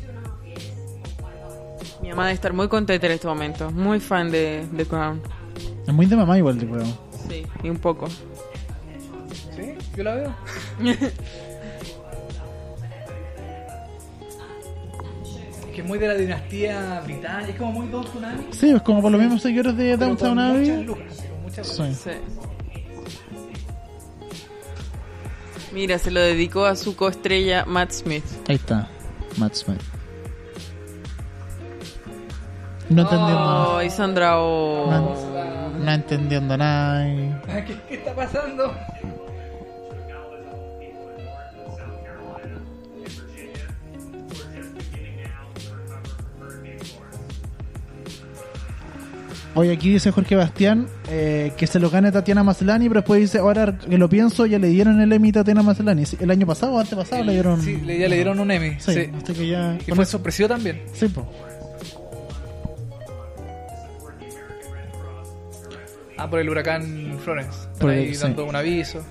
Speaker 5: and a half years of my life.
Speaker 2: Mi mamá debe estar muy contenta en este momento. Muy fan de The Crown.
Speaker 3: Es muy de mamá igual, yo creo.
Speaker 2: Sí. Y un poco.
Speaker 1: Sí, yo la veo. Es que es muy de la dinastía británica, es como muy Don Tsunami.
Speaker 3: Sí, es como por los mismos seguidores de
Speaker 1: pero con
Speaker 3: Downtown
Speaker 1: muchas
Speaker 3: Abbey.
Speaker 1: lucas, con muchas lucas.
Speaker 3: Sí.
Speaker 2: Sí. Mira, se lo dedicó a su coestrella Matt Smith.
Speaker 3: Ahí está, Matt Smith. No entendiendo,
Speaker 2: Ay, Sandra Oh.
Speaker 3: no, no entendiendo nada.
Speaker 1: ¿Qué, qué está pasando?
Speaker 3: Hoy aquí dice Jorge Bastián eh, que se lo gane Tatiana Maslany, pero después dice, ahora que lo pienso, ya le dieron el Emmy a Tatiana Maslany. Sí, El año pasado o antepasado le dieron...
Speaker 1: Sí, le- ya le dieron un Emmy.
Speaker 3: Sí,
Speaker 1: Sí.
Speaker 3: así que ya...
Speaker 1: Y fue sorpresivo también.
Speaker 3: Sí, po.
Speaker 1: Ah, por el huracán Florence. Están
Speaker 3: Por el-
Speaker 1: ahí
Speaker 3: sí.
Speaker 1: dando un aviso.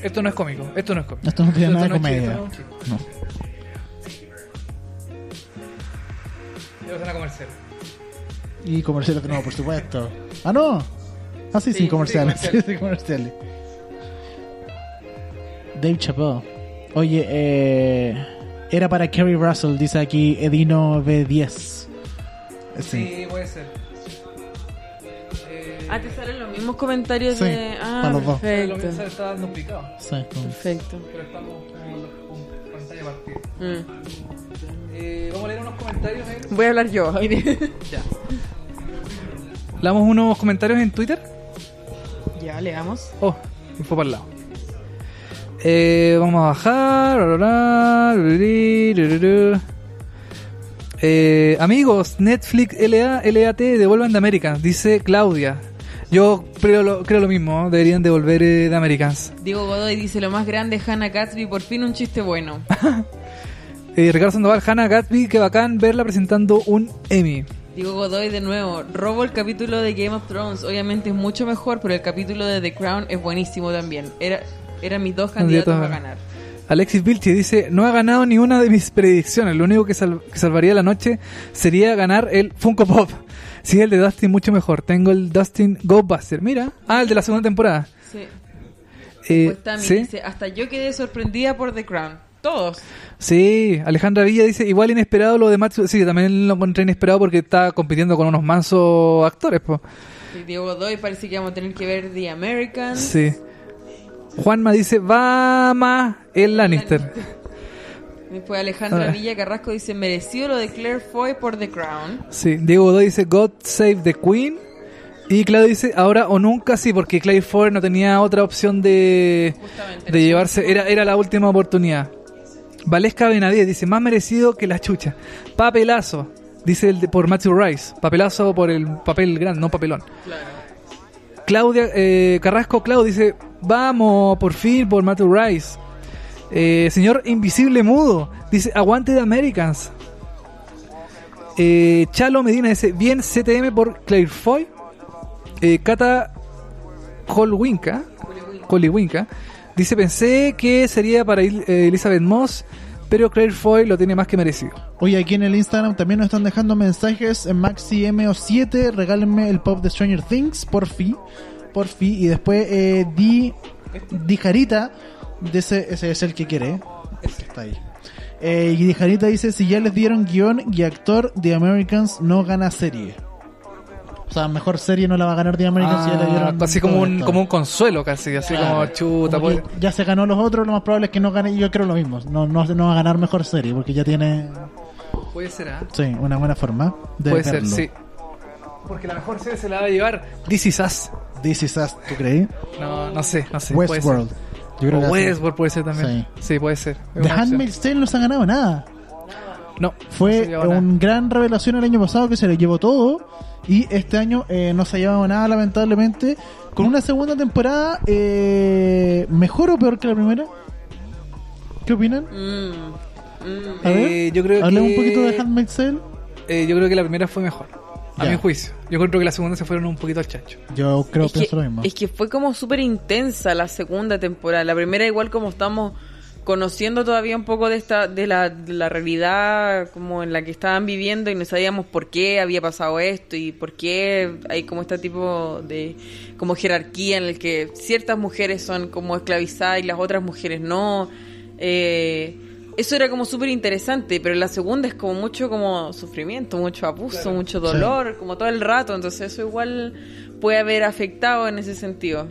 Speaker 1: Esto no es cómico, esto no es cómico.
Speaker 3: Esto no tiene nada de
Speaker 1: es chiste,
Speaker 3: comedia.
Speaker 1: esto no es un chiste.
Speaker 3: No.
Speaker 1: Ya pasan a comercial.
Speaker 3: Y comerciales de nuevo, por supuesto. Ah, no. Ah, sí, sí,
Speaker 2: Sí,
Speaker 3: comerciales.
Speaker 1: sí,
Speaker 3: Sí, sí, comerciales. Dave Chappelle. Oye, eh, era para Kerry Russell, dice aquí Edino B10. Sí.
Speaker 1: Sí, puede ser. Eh,
Speaker 2: Ah, te salen los mismos comentarios
Speaker 3: Sí,
Speaker 2: de. Ah,
Speaker 3: para los dos.
Speaker 1: lo mismo
Speaker 2: perfecto.
Speaker 1: está dando picado,
Speaker 3: sí, como-
Speaker 2: Perfecto.
Speaker 1: pero estamos con, con pantalla partida.
Speaker 2: Mm.
Speaker 1: Eh, vamos a leer unos comentarios. En...
Speaker 2: Voy a hablar yo. ya.
Speaker 1: ¿Leamos unos comentarios en Twitter?
Speaker 2: Ya, leamos.
Speaker 1: Oh, me fue para el lado. Eh, vamos a bajar. ra, ra, ra, ri, ri, ri, ri. Eh, amigos, Netflix LA, LAT, devuelvan de América, dice Claudia. Yo creo lo, creo lo mismo, ¿no? deberían devolver eh, de Americans.
Speaker 2: Diego Godoy dice: Lo más grande, Hannah Gatsby, por fin un chiste bueno.
Speaker 1: Eh, Ricardo Sandoval, Hannah Gatsby, qué bacán verla presentando un Emmy.
Speaker 2: Diego Godoy de nuevo, robo el capítulo de Game of Thrones, obviamente es mucho mejor, pero el capítulo de The Crown es buenísimo también. Era, eran mis dos candidatos a ganar.
Speaker 1: Alexis Vilche dice, no ha ganado ni una de mis predicciones. Lo único que, sal- que salvaría la noche sería ganar el Funko Pop. Si es el de Dustin, mucho mejor. Tengo el Dustin Ghostbuster. Mira. Ah, el de la segunda temporada.
Speaker 2: Sí.
Speaker 1: Eh,
Speaker 2: Pues Tami
Speaker 1: ¿sí?
Speaker 2: dice, hasta yo quedé sorprendida por The Crown. Todos.
Speaker 1: sí, Alejandra Villa dice, igual inesperado lo de Matsu. Sí, también lo encontré inesperado porque está compitiendo con unos mansos actores. po.
Speaker 2: Y Diego Godoy parece que vamos a tener que ver The American.
Speaker 1: Sí. Juanma dice, Vama el Lannister.
Speaker 2: Después Alejandra
Speaker 1: Ah.
Speaker 2: Villa Carrasco dice, merecido lo de Claire Foy por The Crown.
Speaker 1: Sí, Diego Godoy dice God Save the Queen. Y Claudio dice ahora o nunca, sí, porque Clay Ford no tenía otra opción de,
Speaker 2: Justamente.
Speaker 1: de llevarse. Era, era la última oportunidad. Valesca Benavides dice más merecido que la chucha. Papelazo, dice el de- por Matthew Rice. Papelazo por el papel grande, no papelón. Claudia eh, Carrasco Clau dice vamos por fin por Matthew Rice. Eh, señor Invisible Mudo dice aguante de Americans. Eh, Chalo Medina dice bien CTM por Claire Foy. Eh, Cata Holwinka, Coliwinka dice pensé que sería para Il- eh, Elizabeth Moss, pero Claire Foy lo tiene más que merecido.
Speaker 3: Oye, aquí en el Instagram también nos están dejando mensajes eh, en MaxiMO7. Regálenme el pop de Stranger Things, por fin. Por fin. Y después, eh, Di, Di Jarita, de ese, ese es el que quiere. El
Speaker 1: Este.
Speaker 3: que está ahí. Eh, y Di Jarita dice: Si ya les dieron guión y actor, The Americans no gana serie. O sea, mejor serie no la va a ganar The Americans si ya le dieron.
Speaker 1: Ah, así como
Speaker 3: todo
Speaker 1: un,
Speaker 3: esto.
Speaker 1: como un consuelo casi, así como chuta.
Speaker 3: Como que
Speaker 1: pues.
Speaker 3: Ya se ganó los otros, lo más probable es que no gane. y Yo creo lo mismo. No, no, no va a ganar mejor serie porque ya tiene.
Speaker 1: Puede ser, ¿ah?
Speaker 3: Sí, una buena forma de
Speaker 1: Puede
Speaker 3: verlo.
Speaker 1: ser, sí. Porque la mejor serie se la va a llevar This Is Us.
Speaker 3: This is Us, ¿tú crees?
Speaker 1: No, no sé, no sé. puede ser.
Speaker 3: Westworld. Yo
Speaker 1: O
Speaker 3: que-
Speaker 1: Westworld puede ser también. Sí, puede ser. Es
Speaker 3: The
Speaker 1: una opción.
Speaker 3: Handmaid's Tale no se ha ganado nada.
Speaker 1: No. no se
Speaker 3: Fue
Speaker 1: lleva nada.
Speaker 3: un gran revelación el año pasado que se le llevó todo y este año eh, no se ha llevado nada, lamentablemente. Con una segunda temporada eh, mejor o peor que la primera. ¿Qué opinan?
Speaker 2: Mm, mm.
Speaker 3: A ver,
Speaker 1: Eh, yo creo
Speaker 3: hablemos
Speaker 1: que-
Speaker 3: un poquito de Handmaid's Tale.
Speaker 1: Eh, yo creo que la primera fue mejor. A
Speaker 3: Ya.
Speaker 1: mi juicio. Yo creo que la segunda se fueron un poquito al chancho.
Speaker 3: Yo creo
Speaker 2: es
Speaker 3: que
Speaker 2: que,
Speaker 3: pienso lo mismo.
Speaker 2: es que fue como súper intensa la segunda temporada. La primera igual como estamos conociendo todavía un poco de esta de la, de la realidad como en la que estaban viviendo y no sabíamos por qué había pasado esto y por qué hay como este tipo de como jerarquía en el que ciertas mujeres son como esclavizadas y las otras mujeres no. Eh, eso era como súper interesante, pero la segunda es como mucho como sufrimiento, mucho abuso, mucho dolor, como todo el rato, entonces eso igual puede haber afectado en ese sentido.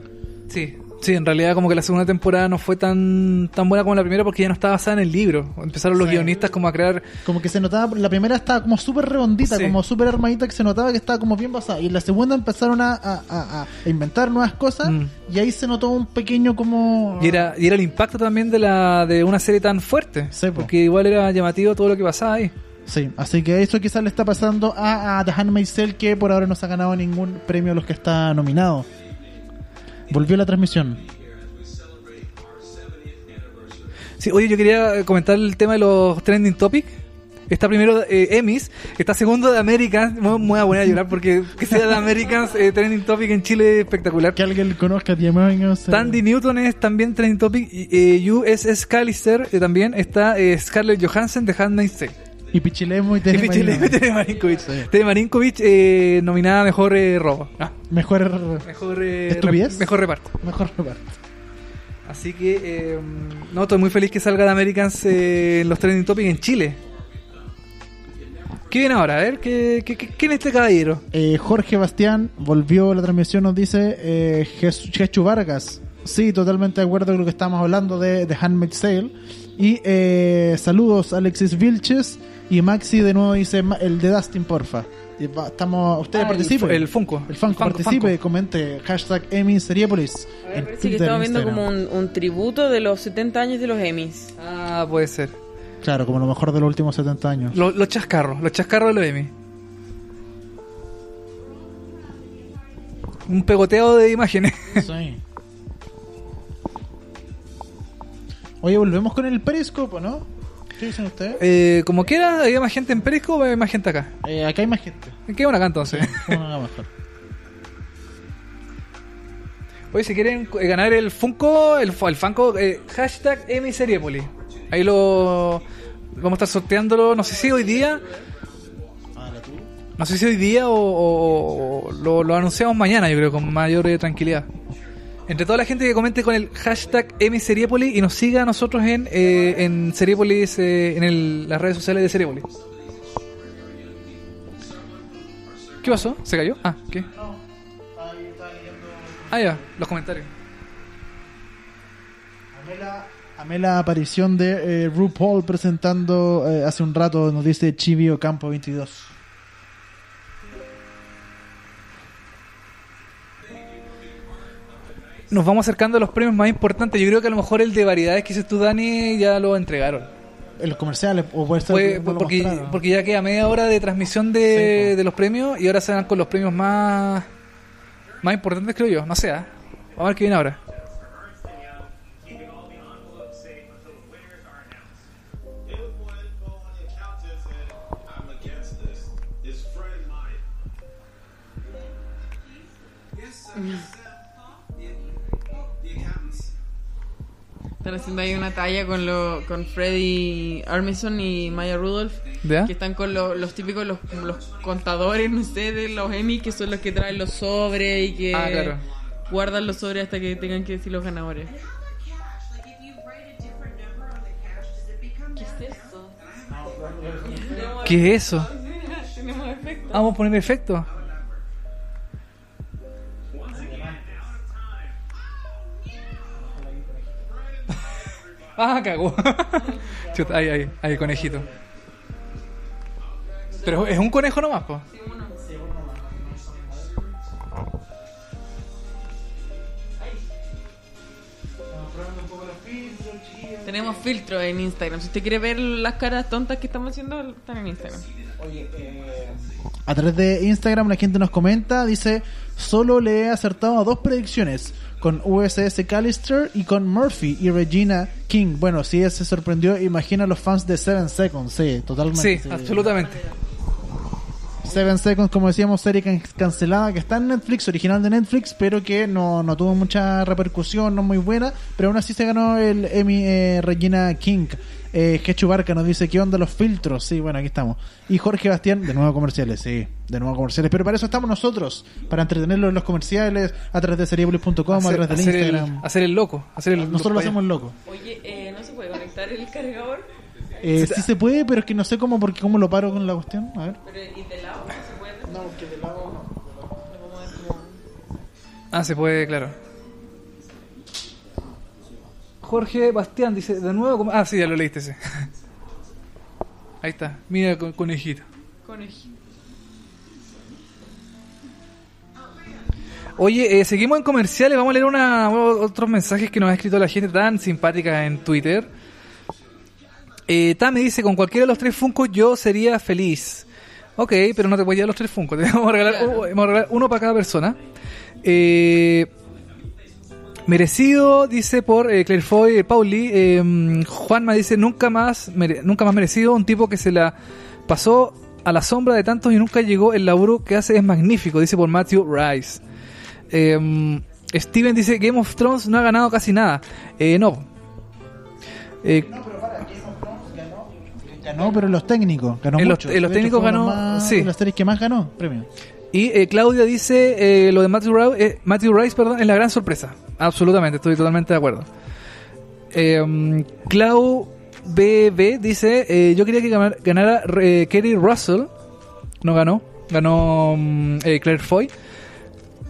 Speaker 1: Sí. Sí, en realidad como que la segunda temporada no fue tan, tan buena como la primera porque ya no estaba basada en el libro. Empezaron los
Speaker 3: Sí.
Speaker 1: guionistas como a crear
Speaker 3: Como que se notaba, la primera estaba como súper redondita,
Speaker 1: Sí.
Speaker 3: como súper armadita, que se notaba que estaba como bien basada. Y en la segunda empezaron a, a- a- a inventar nuevas cosas
Speaker 1: Mm.
Speaker 3: y ahí se notó un pequeño como...
Speaker 1: Y era, y era el impacto también de la de una serie tan fuerte.
Speaker 3: Sí, po.
Speaker 1: porque igual era llamativo todo lo que pasaba ahí.
Speaker 3: Sí, así que eso quizás le está pasando a, a The Handmaid's Tale, que por ahora no se ha ganado ningún premio a los que está nominado. Volvió la transmisión.
Speaker 1: Sí, oye, yo quería eh, comentar el tema de los trending topics. Está primero eh, Emmys, está segundo de Americans. Me me voy a poner a llorar porque que sea de Americans eh, trending topic en Chile es espectacular.
Speaker 3: Que alguien lo conozca, eh, te amigos.
Speaker 1: Tandy Newton es también trending topic. y, Eh, USS Callister eh, también está eh, Scarlett Johansson de Handmaid's Tale.
Speaker 3: Y Pichilemo y Tere
Speaker 1: Es mi chile,
Speaker 3: Marino.
Speaker 1: Tere Marinkovic.
Speaker 3: Sí.
Speaker 1: Tere Marinkovic eh, nominada a mejor eh, robo. Ah,
Speaker 3: Mejor.
Speaker 1: mejor, eh,
Speaker 3: ¿Estupidez?
Speaker 1: rep- mejor reparto.
Speaker 3: Mejor reparto.
Speaker 1: Así que, eh, no, estoy muy feliz que salga de Americans eh, en los trending topics en Chile. ¿Qué viene ahora? A ver, ¿qué, qué, qué- quién es este caballero?
Speaker 3: Eh, Jorge Bastián volvió a la transmisión, nos dice eh, Jes- Chechu Vargas. Sí, totalmente de acuerdo con lo que estábamos hablando de, de Handmaid's Tale. Y eh, saludos Alexis Vilches y Maxi de nuevo dice "Ma- el de Dustin, porfa. Y va- estamos, ustedes
Speaker 1: Ah, el
Speaker 3: participen.
Speaker 1: fu- el Funko.
Speaker 3: El Funko,
Speaker 1: Funko,
Speaker 3: participe,
Speaker 1: Funko.
Speaker 3: comente hashtag Emi Seriepolis.
Speaker 2: A ver,
Speaker 3: en
Speaker 2: parece que
Speaker 3: Twitter,
Speaker 2: estamos viendo
Speaker 3: Instagram.
Speaker 2: como un, un tributo de los 70 años de los Emmys.
Speaker 1: Ah, puede ser.
Speaker 3: Claro, como lo mejor de los últimos 70 años.
Speaker 1: Lo- Los, chascarros, los chascarros de los Emmy. Un pegoteo de imágenes.
Speaker 3: Sí. Oye, volvemos con el periscopo, ¿no? ¿Qué dicen ustedes?
Speaker 1: Eh, como quiera, había más gente en Periscope, había más gente acá.
Speaker 3: Eh, acá hay más gente.
Speaker 1: Qué bueno acá entonces.
Speaker 3: Bueno, nada mejor.
Speaker 1: Oye, si quieren eh, ganar el Funko, el, fu- el Funko, eh, hashtag Emiseriepoli. Ahí lo vamos a estar sorteándolo, no sé si hoy día,
Speaker 3: Ahora tú.
Speaker 1: no sé si hoy día o, o- o lo, lo anunciamos mañana, yo creo, con mayor eh, tranquilidad. Entre toda la gente que comente con el hashtag Emiseriepoli y nos siga a nosotros en, eh, en Seriepolis, eh, en el- las redes sociales de Seriepolis. ¿Qué pasó? ¿Se cayó? Ah, ¿qué?
Speaker 3: Ahí estaba leyendo
Speaker 1: Ah, ya, los comentarios.
Speaker 3: Amé la- Amé la aparición de eh, RuPaul presentando eh, hace un rato, nos dice Chibi Ocampo 22.
Speaker 1: nos vamos acercando a los premios más importantes. Yo creo que a lo mejor el de variedades que dices tú, Dani, ya lo entregaron.
Speaker 3: En los comerciales, o puede ser
Speaker 1: Fue-
Speaker 3: que no
Speaker 1: fue
Speaker 3: lo
Speaker 1: porque,
Speaker 3: mostraron.
Speaker 1: porque ya queda media hora de transmisión de, de los premios y ahora se van con los premios más, más importantes, creo yo. No sé, ah. vamos a ver qué viene ahora.
Speaker 4: It was one phone and counter said, I'm against this. His friend lied. Yes, sir. Yes, sir. The, the accountants.
Speaker 2: Están haciendo ahí una talla con, lo, con Freddy Armisen y Maya Rudolph,
Speaker 1: ¿Ya?
Speaker 2: que están con lo- los típicos, los, como los contadores, no sé, de los Emmy, que son los que traen los sobres y que
Speaker 1: Ah, claro.
Speaker 2: guardan los sobres hasta que tengan que decir los ganadores. ¿Qué es eso?
Speaker 1: ¿Qué es eso?
Speaker 2: Tenemos efecto.
Speaker 1: Vamos a poner efecto. Ah, cagó. Chuta, ahí, ahí, ahí, conejito. Pero es un conejo nomás, po.
Speaker 2: Tenemos filtro en Instagram. Si usted quiere ver las caras tontas que estamos haciendo, están en Instagram.
Speaker 3: A través de Instagram la gente nos comenta, dice, solo le he acertado a dos predicciones, con USS Callister y con Murphy y Regina King. Bueno, si ella se sorprendió, imagina a los fans de Seven Seconds, sí, totalmente.
Speaker 1: Sí, absolutamente.
Speaker 3: Seven Seconds, como decíamos, serie can- cancelada que está en Netflix, original de Netflix, pero que no, no tuvo mucha repercusión, no muy buena, pero aún así se ganó el Emmy eh, Regina King. Eh, Jechu Barca nos dice, ¿qué onda los filtros? Sí, bueno, aquí estamos. Y Jorge Bastián, de nuevo comerciales, sí, de nuevo comerciales. Pero para eso estamos nosotros, para entretenerlos en los comerciales, a través de seriepolis.com, a
Speaker 1: Hacer,
Speaker 3: través del
Speaker 1: hacer el,
Speaker 3: Instagram.
Speaker 1: hacer el loco. Hacer el
Speaker 3: Nosotros lo
Speaker 1: loco.
Speaker 3: hacemos loco.
Speaker 2: Oye, eh, ¿no se puede conectar el cargador?
Speaker 3: Eh, sí se puede, pero es que no sé cómo, porque cómo lo paro con la cuestión. A ver.
Speaker 2: Pero, ¿Y de lado? ¿No se puede?
Speaker 1: Ah, se puede, claro. Jorge Bastián dice, de nuevo... com- Ah, sí, ya lo leíste, sí. Ahí está, mira con- conejito.
Speaker 2: Conejito.
Speaker 1: Oye, eh, seguimos en comerciales, vamos a leer una, otros mensajes que nos ha escrito la gente tan simpática en Twitter. Eh, Tami dice, con cualquiera de los tres Funko yo sería feliz. Ok, pero no te voy a llevar los tres Funko, te vamos a regalar,
Speaker 2: Claro.
Speaker 1: uh, vamos a regalar uno para cada persona. Eh, Merecido, dice por eh, Claire Foy, eh, Pauli. eh, Juanma dice, nunca más, mere- nunca más merecido. Un tipo que se la pasó a la sombra de tantos y nunca llegó. El laburo que hace es magnífico, dice por Matthew Rice. Eh, Steven dice, Game of Thrones no ha ganado casi nada. Eh, no. Eh,
Speaker 3: Ganó, pero en los técnicos. Ganó
Speaker 1: En los-
Speaker 3: mucho.
Speaker 1: en los
Speaker 3: De hecho,
Speaker 1: técnicos
Speaker 3: fue uno
Speaker 1: ganó-
Speaker 3: Más,
Speaker 1: sí.
Speaker 3: de las series que más ganó premio.
Speaker 1: Y eh, Claudia dice eh, lo de Matthew, Rau- eh, Matthew Rice perdón, es la gran sorpresa. Absolutamente, estoy totalmente de acuerdo. Eh, Clau BB dice, eh, yo quería que ganar- ganara eh, Kerry Russell. No ganó, ganó mm, eh, Claire Foy.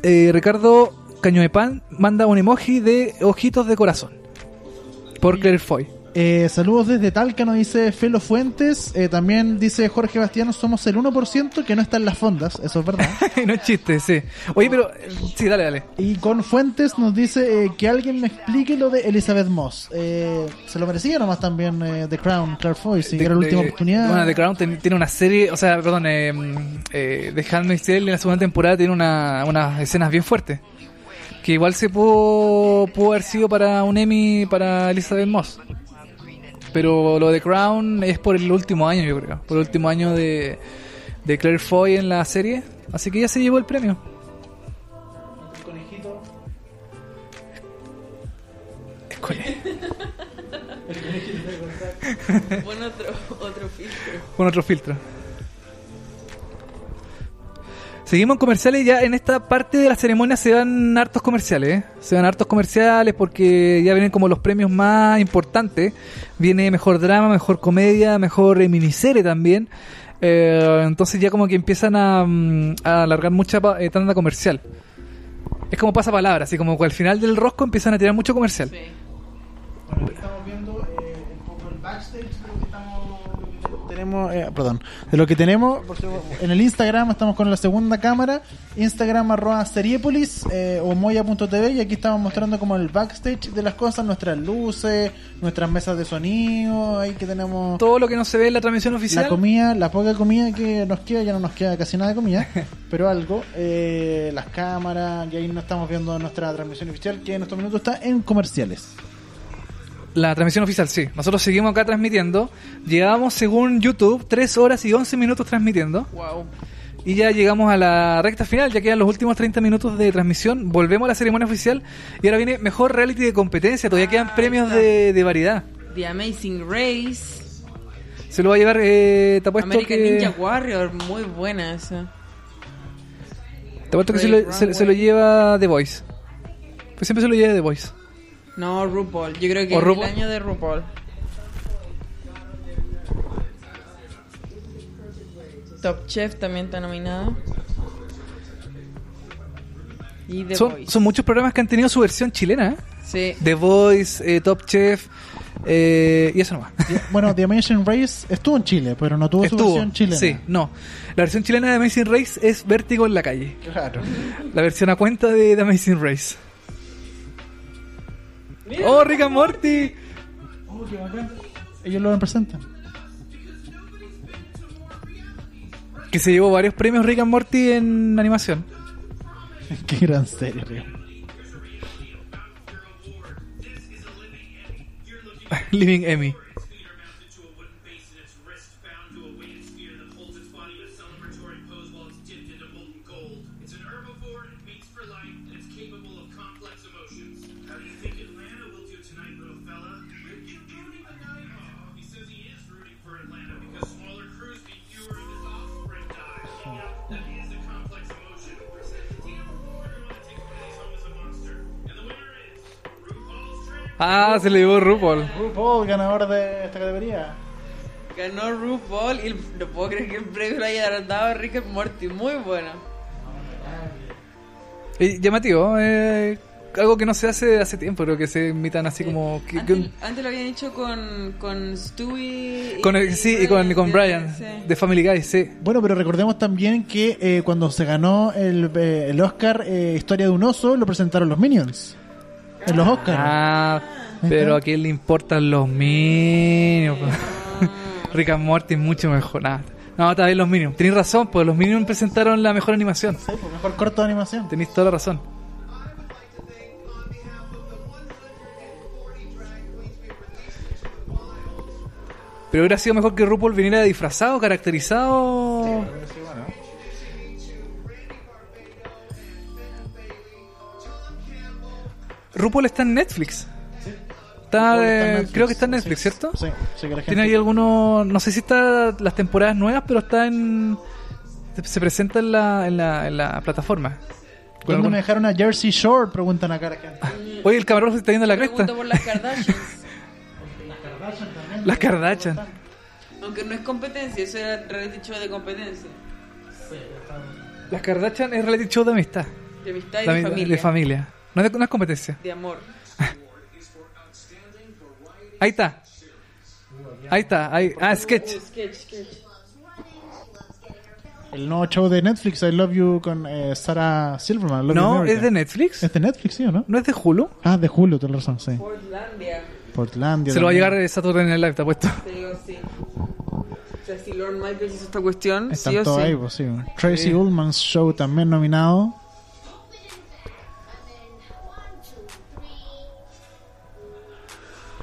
Speaker 1: Eh, Ricardo Caño de Pan manda un emoji de ojitos de corazón. Por Claire Foy.
Speaker 3: Eh, saludos desde Talca, nos dice Felo Fuentes. Eh, también dice Jorge Bastiano, somos el 1% que no está en las fondas, eso es verdad.
Speaker 1: no es chiste, sí. Oye, pero... eh, Sí, dale, dale.
Speaker 3: y con Fuentes nos dice eh, que alguien me explique lo de Elizabeth Moss. Eh, se lo merecía nomás también eh, The Crown, Claire Foy, si
Speaker 1: de-
Speaker 3: era la última
Speaker 1: de-
Speaker 3: oportunidad.
Speaker 1: Bueno, The Crown ten- tiene una serie, o sea, perdón, eh, eh, The Handmaid's Tale en la segunda temporada tiene una, unas escenas bien fuertes. Que igual se pudo, pudo haber sido para un Emmy para Elizabeth Moss. Pero lo de Crown es por el último año, yo creo. Por el último año de, de Claire Foy en la serie. Así que ya se llevó el premio. El conejito.
Speaker 8: Pon otro, otro filtro.
Speaker 1: con otro filtro. Seguimos en comerciales ya en esta parte de la ceremonia se dan hartos comerciales, ¿eh? se dan hartos comerciales porque ya vienen como los premios más importantes, viene mejor drama, mejor comedia, mejor eh, miniserie también, Eh, entonces ya como que empiezan a, mm, a alargar mucha pa- eh, tanda comercial. Es como pasa palabra, así como que al final del rosco empiezan a tirar mucho comercial.
Speaker 8: Sí.
Speaker 3: Bueno, aquí estamos viendo eh, un poco el backstage de lo que estamos- lo que tenemos, eh, perdón, de lo que tenemos por si- en el Instagram estamos con la segunda cámara, Instagram arroba seriepolis eh, o moya.tv y aquí estamos mostrando como el backstage de las cosas, nuestras luces, nuestras mesas de sonido, ahí que tenemos
Speaker 1: Todo lo que no se ve en la transmisión oficial.
Speaker 3: la comida, la poca comida que nos queda, ya no nos queda casi nada de comida, pero algo, eh, las cámaras, y ahí no estamos viendo nuestra transmisión oficial que en estos minutos está en comerciales.
Speaker 1: La transmisión oficial, sí. Nosotros seguimos acá transmitiendo. Llevábamos, según YouTube, 3 horas y 11 minutos transmitiendo.
Speaker 2: Wow.
Speaker 1: Y ya llegamos a la recta final, ya quedan los últimos 30 minutos de transmisión. Volvemos a la ceremonia oficial. Y ahora viene mejor reality de competencia. Todavía
Speaker 2: Ah,
Speaker 1: quedan premios de, de variedad.
Speaker 2: The Amazing Race.
Speaker 1: Se lo va a llevar, eh, te apuesto
Speaker 2: American
Speaker 1: que...
Speaker 2: Ninja Warrior. Muy buena esa.
Speaker 1: Te apuesto que se lo, se- se lo lleva The Voice. Pues siempre se lo lleva The Voice.
Speaker 2: No, RuPaul. Yo creo que
Speaker 1: ¿O
Speaker 2: es
Speaker 1: RuPaul?
Speaker 2: el año de RuPaul. Top Chef también está nominado. Y The
Speaker 1: Son,
Speaker 2: Voice.
Speaker 1: son muchos programas que han tenido su versión chilena. ¿eh?
Speaker 2: Sí.
Speaker 1: The Voice, eh, Top Chef eh, y eso nomás.
Speaker 3: Bueno, The Amazing Race estuvo en Chile, pero no tuvo su
Speaker 1: Estuvo.
Speaker 3: versión chilena.
Speaker 1: Sí, no. La versión chilena de Amazing Race es Vértigo en la calle.
Speaker 3: Claro.
Speaker 1: La versión a cuenta de The Amazing Race. ¡Oh, Rick and Morty!
Speaker 3: Ellos lo representan.
Speaker 1: Que se llevó varios premios Rick and Morty en animación.
Speaker 3: Qué gran serie, tío.
Speaker 1: Living Emmy. Ah, se le llevó RuPaul.
Speaker 3: RuPaul, ganador de esta categoría.
Speaker 2: Ganó RuPaul y no puedo creer que el premio lo haya dado Rick and Morty. Muy bueno.
Speaker 1: Eh, llamativo, eh, algo que no se hace hace tiempo, creo que se imitan así como... que- que
Speaker 2: antes,
Speaker 1: un-
Speaker 2: antes lo habían hecho con, con Stewie.
Speaker 1: con el- sí, y con, con
Speaker 2: de-
Speaker 1: Brian,
Speaker 2: sí.
Speaker 1: de Family Guy, sí.
Speaker 3: Bueno, pero recordemos también que eh, cuando se ganó el, eh, el Oscar eh, Historia de un oso, lo presentaron los Minions. En los Oscars.
Speaker 1: Ah, pero a quién le importan los minions. Rick and Morty es mucho mejor. Nah, No, está bien los minions. Tenéis razón, pues los minions presentaron la mejor animación.
Speaker 3: Sí, por mejor corto pues, de animación.
Speaker 1: Tenéis toda la razón.
Speaker 6: I would like to thank, on behalf of the
Speaker 1: Pero hubiera sido mejor que RuPaul viniera disfrazado, caracterizado. RuPaul está en Netflix. Está,
Speaker 3: Está en
Speaker 1: eh,
Speaker 3: Netflix.
Speaker 1: creo que está en
Speaker 3: Sí,
Speaker 1: Netflix, ¿cierto?
Speaker 3: Sí, sí, que la
Speaker 1: Tiene
Speaker 3: gente-
Speaker 1: ahí algunos, no sé si está las temporadas nuevas, pero está en se presenta en la, en la, en la plataforma. Con
Speaker 3: ¿Dónde me
Speaker 1: alguna-
Speaker 3: dejaron a Jersey Shore? Preguntan acá la gente.
Speaker 1: Oye, el camarón se está yendo a la cresta.
Speaker 2: Pregunto por las Kardashians.
Speaker 1: Las Kardashian.
Speaker 2: Aunque no es competencia, eso era reality show de competencia.
Speaker 1: Las Kardashian es reality show de amistad.
Speaker 2: De amistad y
Speaker 1: De
Speaker 2: de,
Speaker 1: ami-
Speaker 2: familia.
Speaker 1: de familia. No es, no es competencia.
Speaker 2: De amor.
Speaker 1: Ahí está. Ahí está. Ahí. Ah, sketch.
Speaker 2: Uh, sketch, sketch.
Speaker 3: El nuevo show de Netflix, I Love You, con eh, Sarah Silverman. I Love You
Speaker 1: No,
Speaker 3: America.
Speaker 1: es de Netflix.
Speaker 3: ¿Es de Netflix, sí o no?
Speaker 1: No es de Hulu.
Speaker 3: Ah, de Hulu, tenés razón, sí.
Speaker 2: Portlandia,
Speaker 3: Portlandia.
Speaker 1: Se lo va a
Speaker 3: también.
Speaker 1: llegar eh, Saturday Night Live, te apuesto.
Speaker 2: te digo sí. O sea, si Lord Michaels hizo esta cuestión,
Speaker 3: Están
Speaker 2: sí o
Speaker 3: todos
Speaker 2: sí.
Speaker 3: ahí, pues, sí. Tracy Ullman's show también nominado.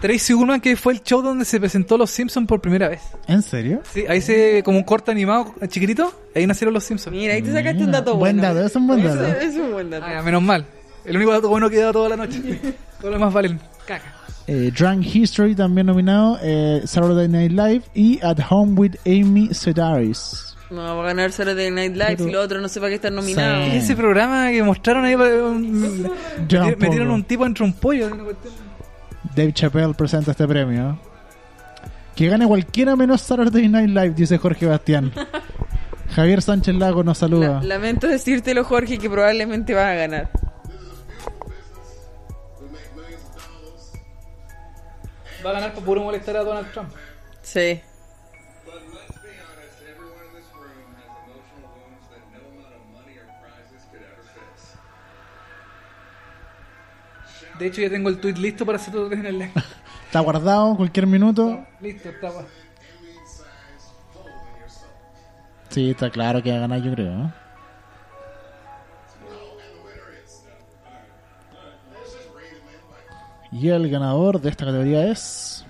Speaker 1: Tracy Ullman, que fue el show donde se presentó Los Simpsons por primera vez.
Speaker 3: ¿En serio?
Speaker 1: Sí, ahí se, como un corto animado chiquitito, ahí nacieron Los Simpsons.
Speaker 2: Mira, ahí te sacaste un
Speaker 3: Mira.
Speaker 2: dato
Speaker 3: Buen
Speaker 2: bueno.
Speaker 3: dato, es un buen dato.
Speaker 2: Ese- Es, un buen dato.
Speaker 1: Ah, menos mal. El único dato bueno que he dado toda la noche. Todo lo demás valen caca.
Speaker 3: Eh, Drunk History también nominado. eh, Saturday Night Live y At Home with Amy Sedaris.
Speaker 2: No, va a ganar Saturday Night Live
Speaker 3: Pero-
Speaker 2: y lo otro no sé para qué están nominados.
Speaker 1: ¿Qué es ese programa que mostraron ahí? para- un-
Speaker 3: Yo
Speaker 1: meti- Metieron
Speaker 3: tampoco.
Speaker 1: un tipo entre un pollo.
Speaker 3: Dave Chappelle presenta este premio. Que gane cualquiera menos Saturday Night Live, dice Jorge Bastián. Javier Sánchez Lago nos saluda.
Speaker 2: La- lamento decírtelo, Jorge, que probablemente vas a ganar.
Speaker 1: Va a ganar por puro molestar a Donald Trump.
Speaker 2: Sí.
Speaker 4: But let's be honest, everyone in this room has emotional wounds that no amount of money or prizes could ever fix.
Speaker 1: De hecho, ya tengo el tweet listo para hacer todo en el
Speaker 3: Está guardado cualquier minuto.
Speaker 1: Listo, está guay.
Speaker 3: Sí, está claro que va a ganar, yo creo. ¿eh? Y el ganador de esta categoría es.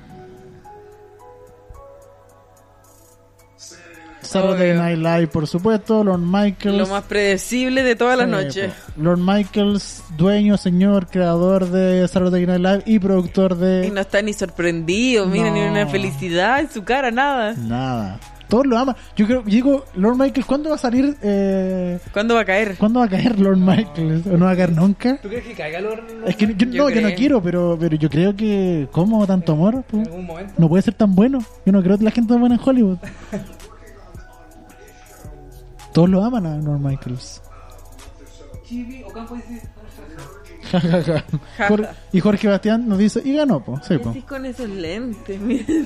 Speaker 3: Saturday
Speaker 2: Obvio.
Speaker 3: Night Live, por supuesto. Lord Michaels.
Speaker 2: Lo más predecible de todas las
Speaker 3: Sí,
Speaker 2: noches.
Speaker 3: po. Lord Michaels, dueño, señor, creador de Saturday Night Live y productor de.
Speaker 2: Y no está ni sorprendido, mira, ni
Speaker 3: No.
Speaker 2: una felicidad en su cara, nada.
Speaker 3: Nada. Todos lo aman. Yo creo, digo, Lord Michaels, ¿cuándo va a salir? Eh,
Speaker 2: ¿Cuándo va a caer?
Speaker 3: ¿Cuándo va a caer Lord Michaels? ¿O no va a caer nunca?
Speaker 1: ¿Tú crees que caiga Lord
Speaker 3: Es que yo,
Speaker 2: Yo
Speaker 3: no, que no
Speaker 2: creo.
Speaker 3: quiero, pero, pero yo creo que. ¿Cómo tanto amor? po?
Speaker 1: en algún momento?
Speaker 3: No puede ser tan bueno. Yo no creo que la gente es buena en Hollywood. Todos lo aman a Lord Michaels.
Speaker 1: Chibi Ocampo dice.
Speaker 3: Ja, ja, ja.
Speaker 2: Ja,
Speaker 3: Jor-
Speaker 2: ja.
Speaker 3: y Jorge Bastián nos dice, y ganó, po. Sí,
Speaker 2: ¿Qué
Speaker 3: po.
Speaker 2: haces con esos lentes? Mira, se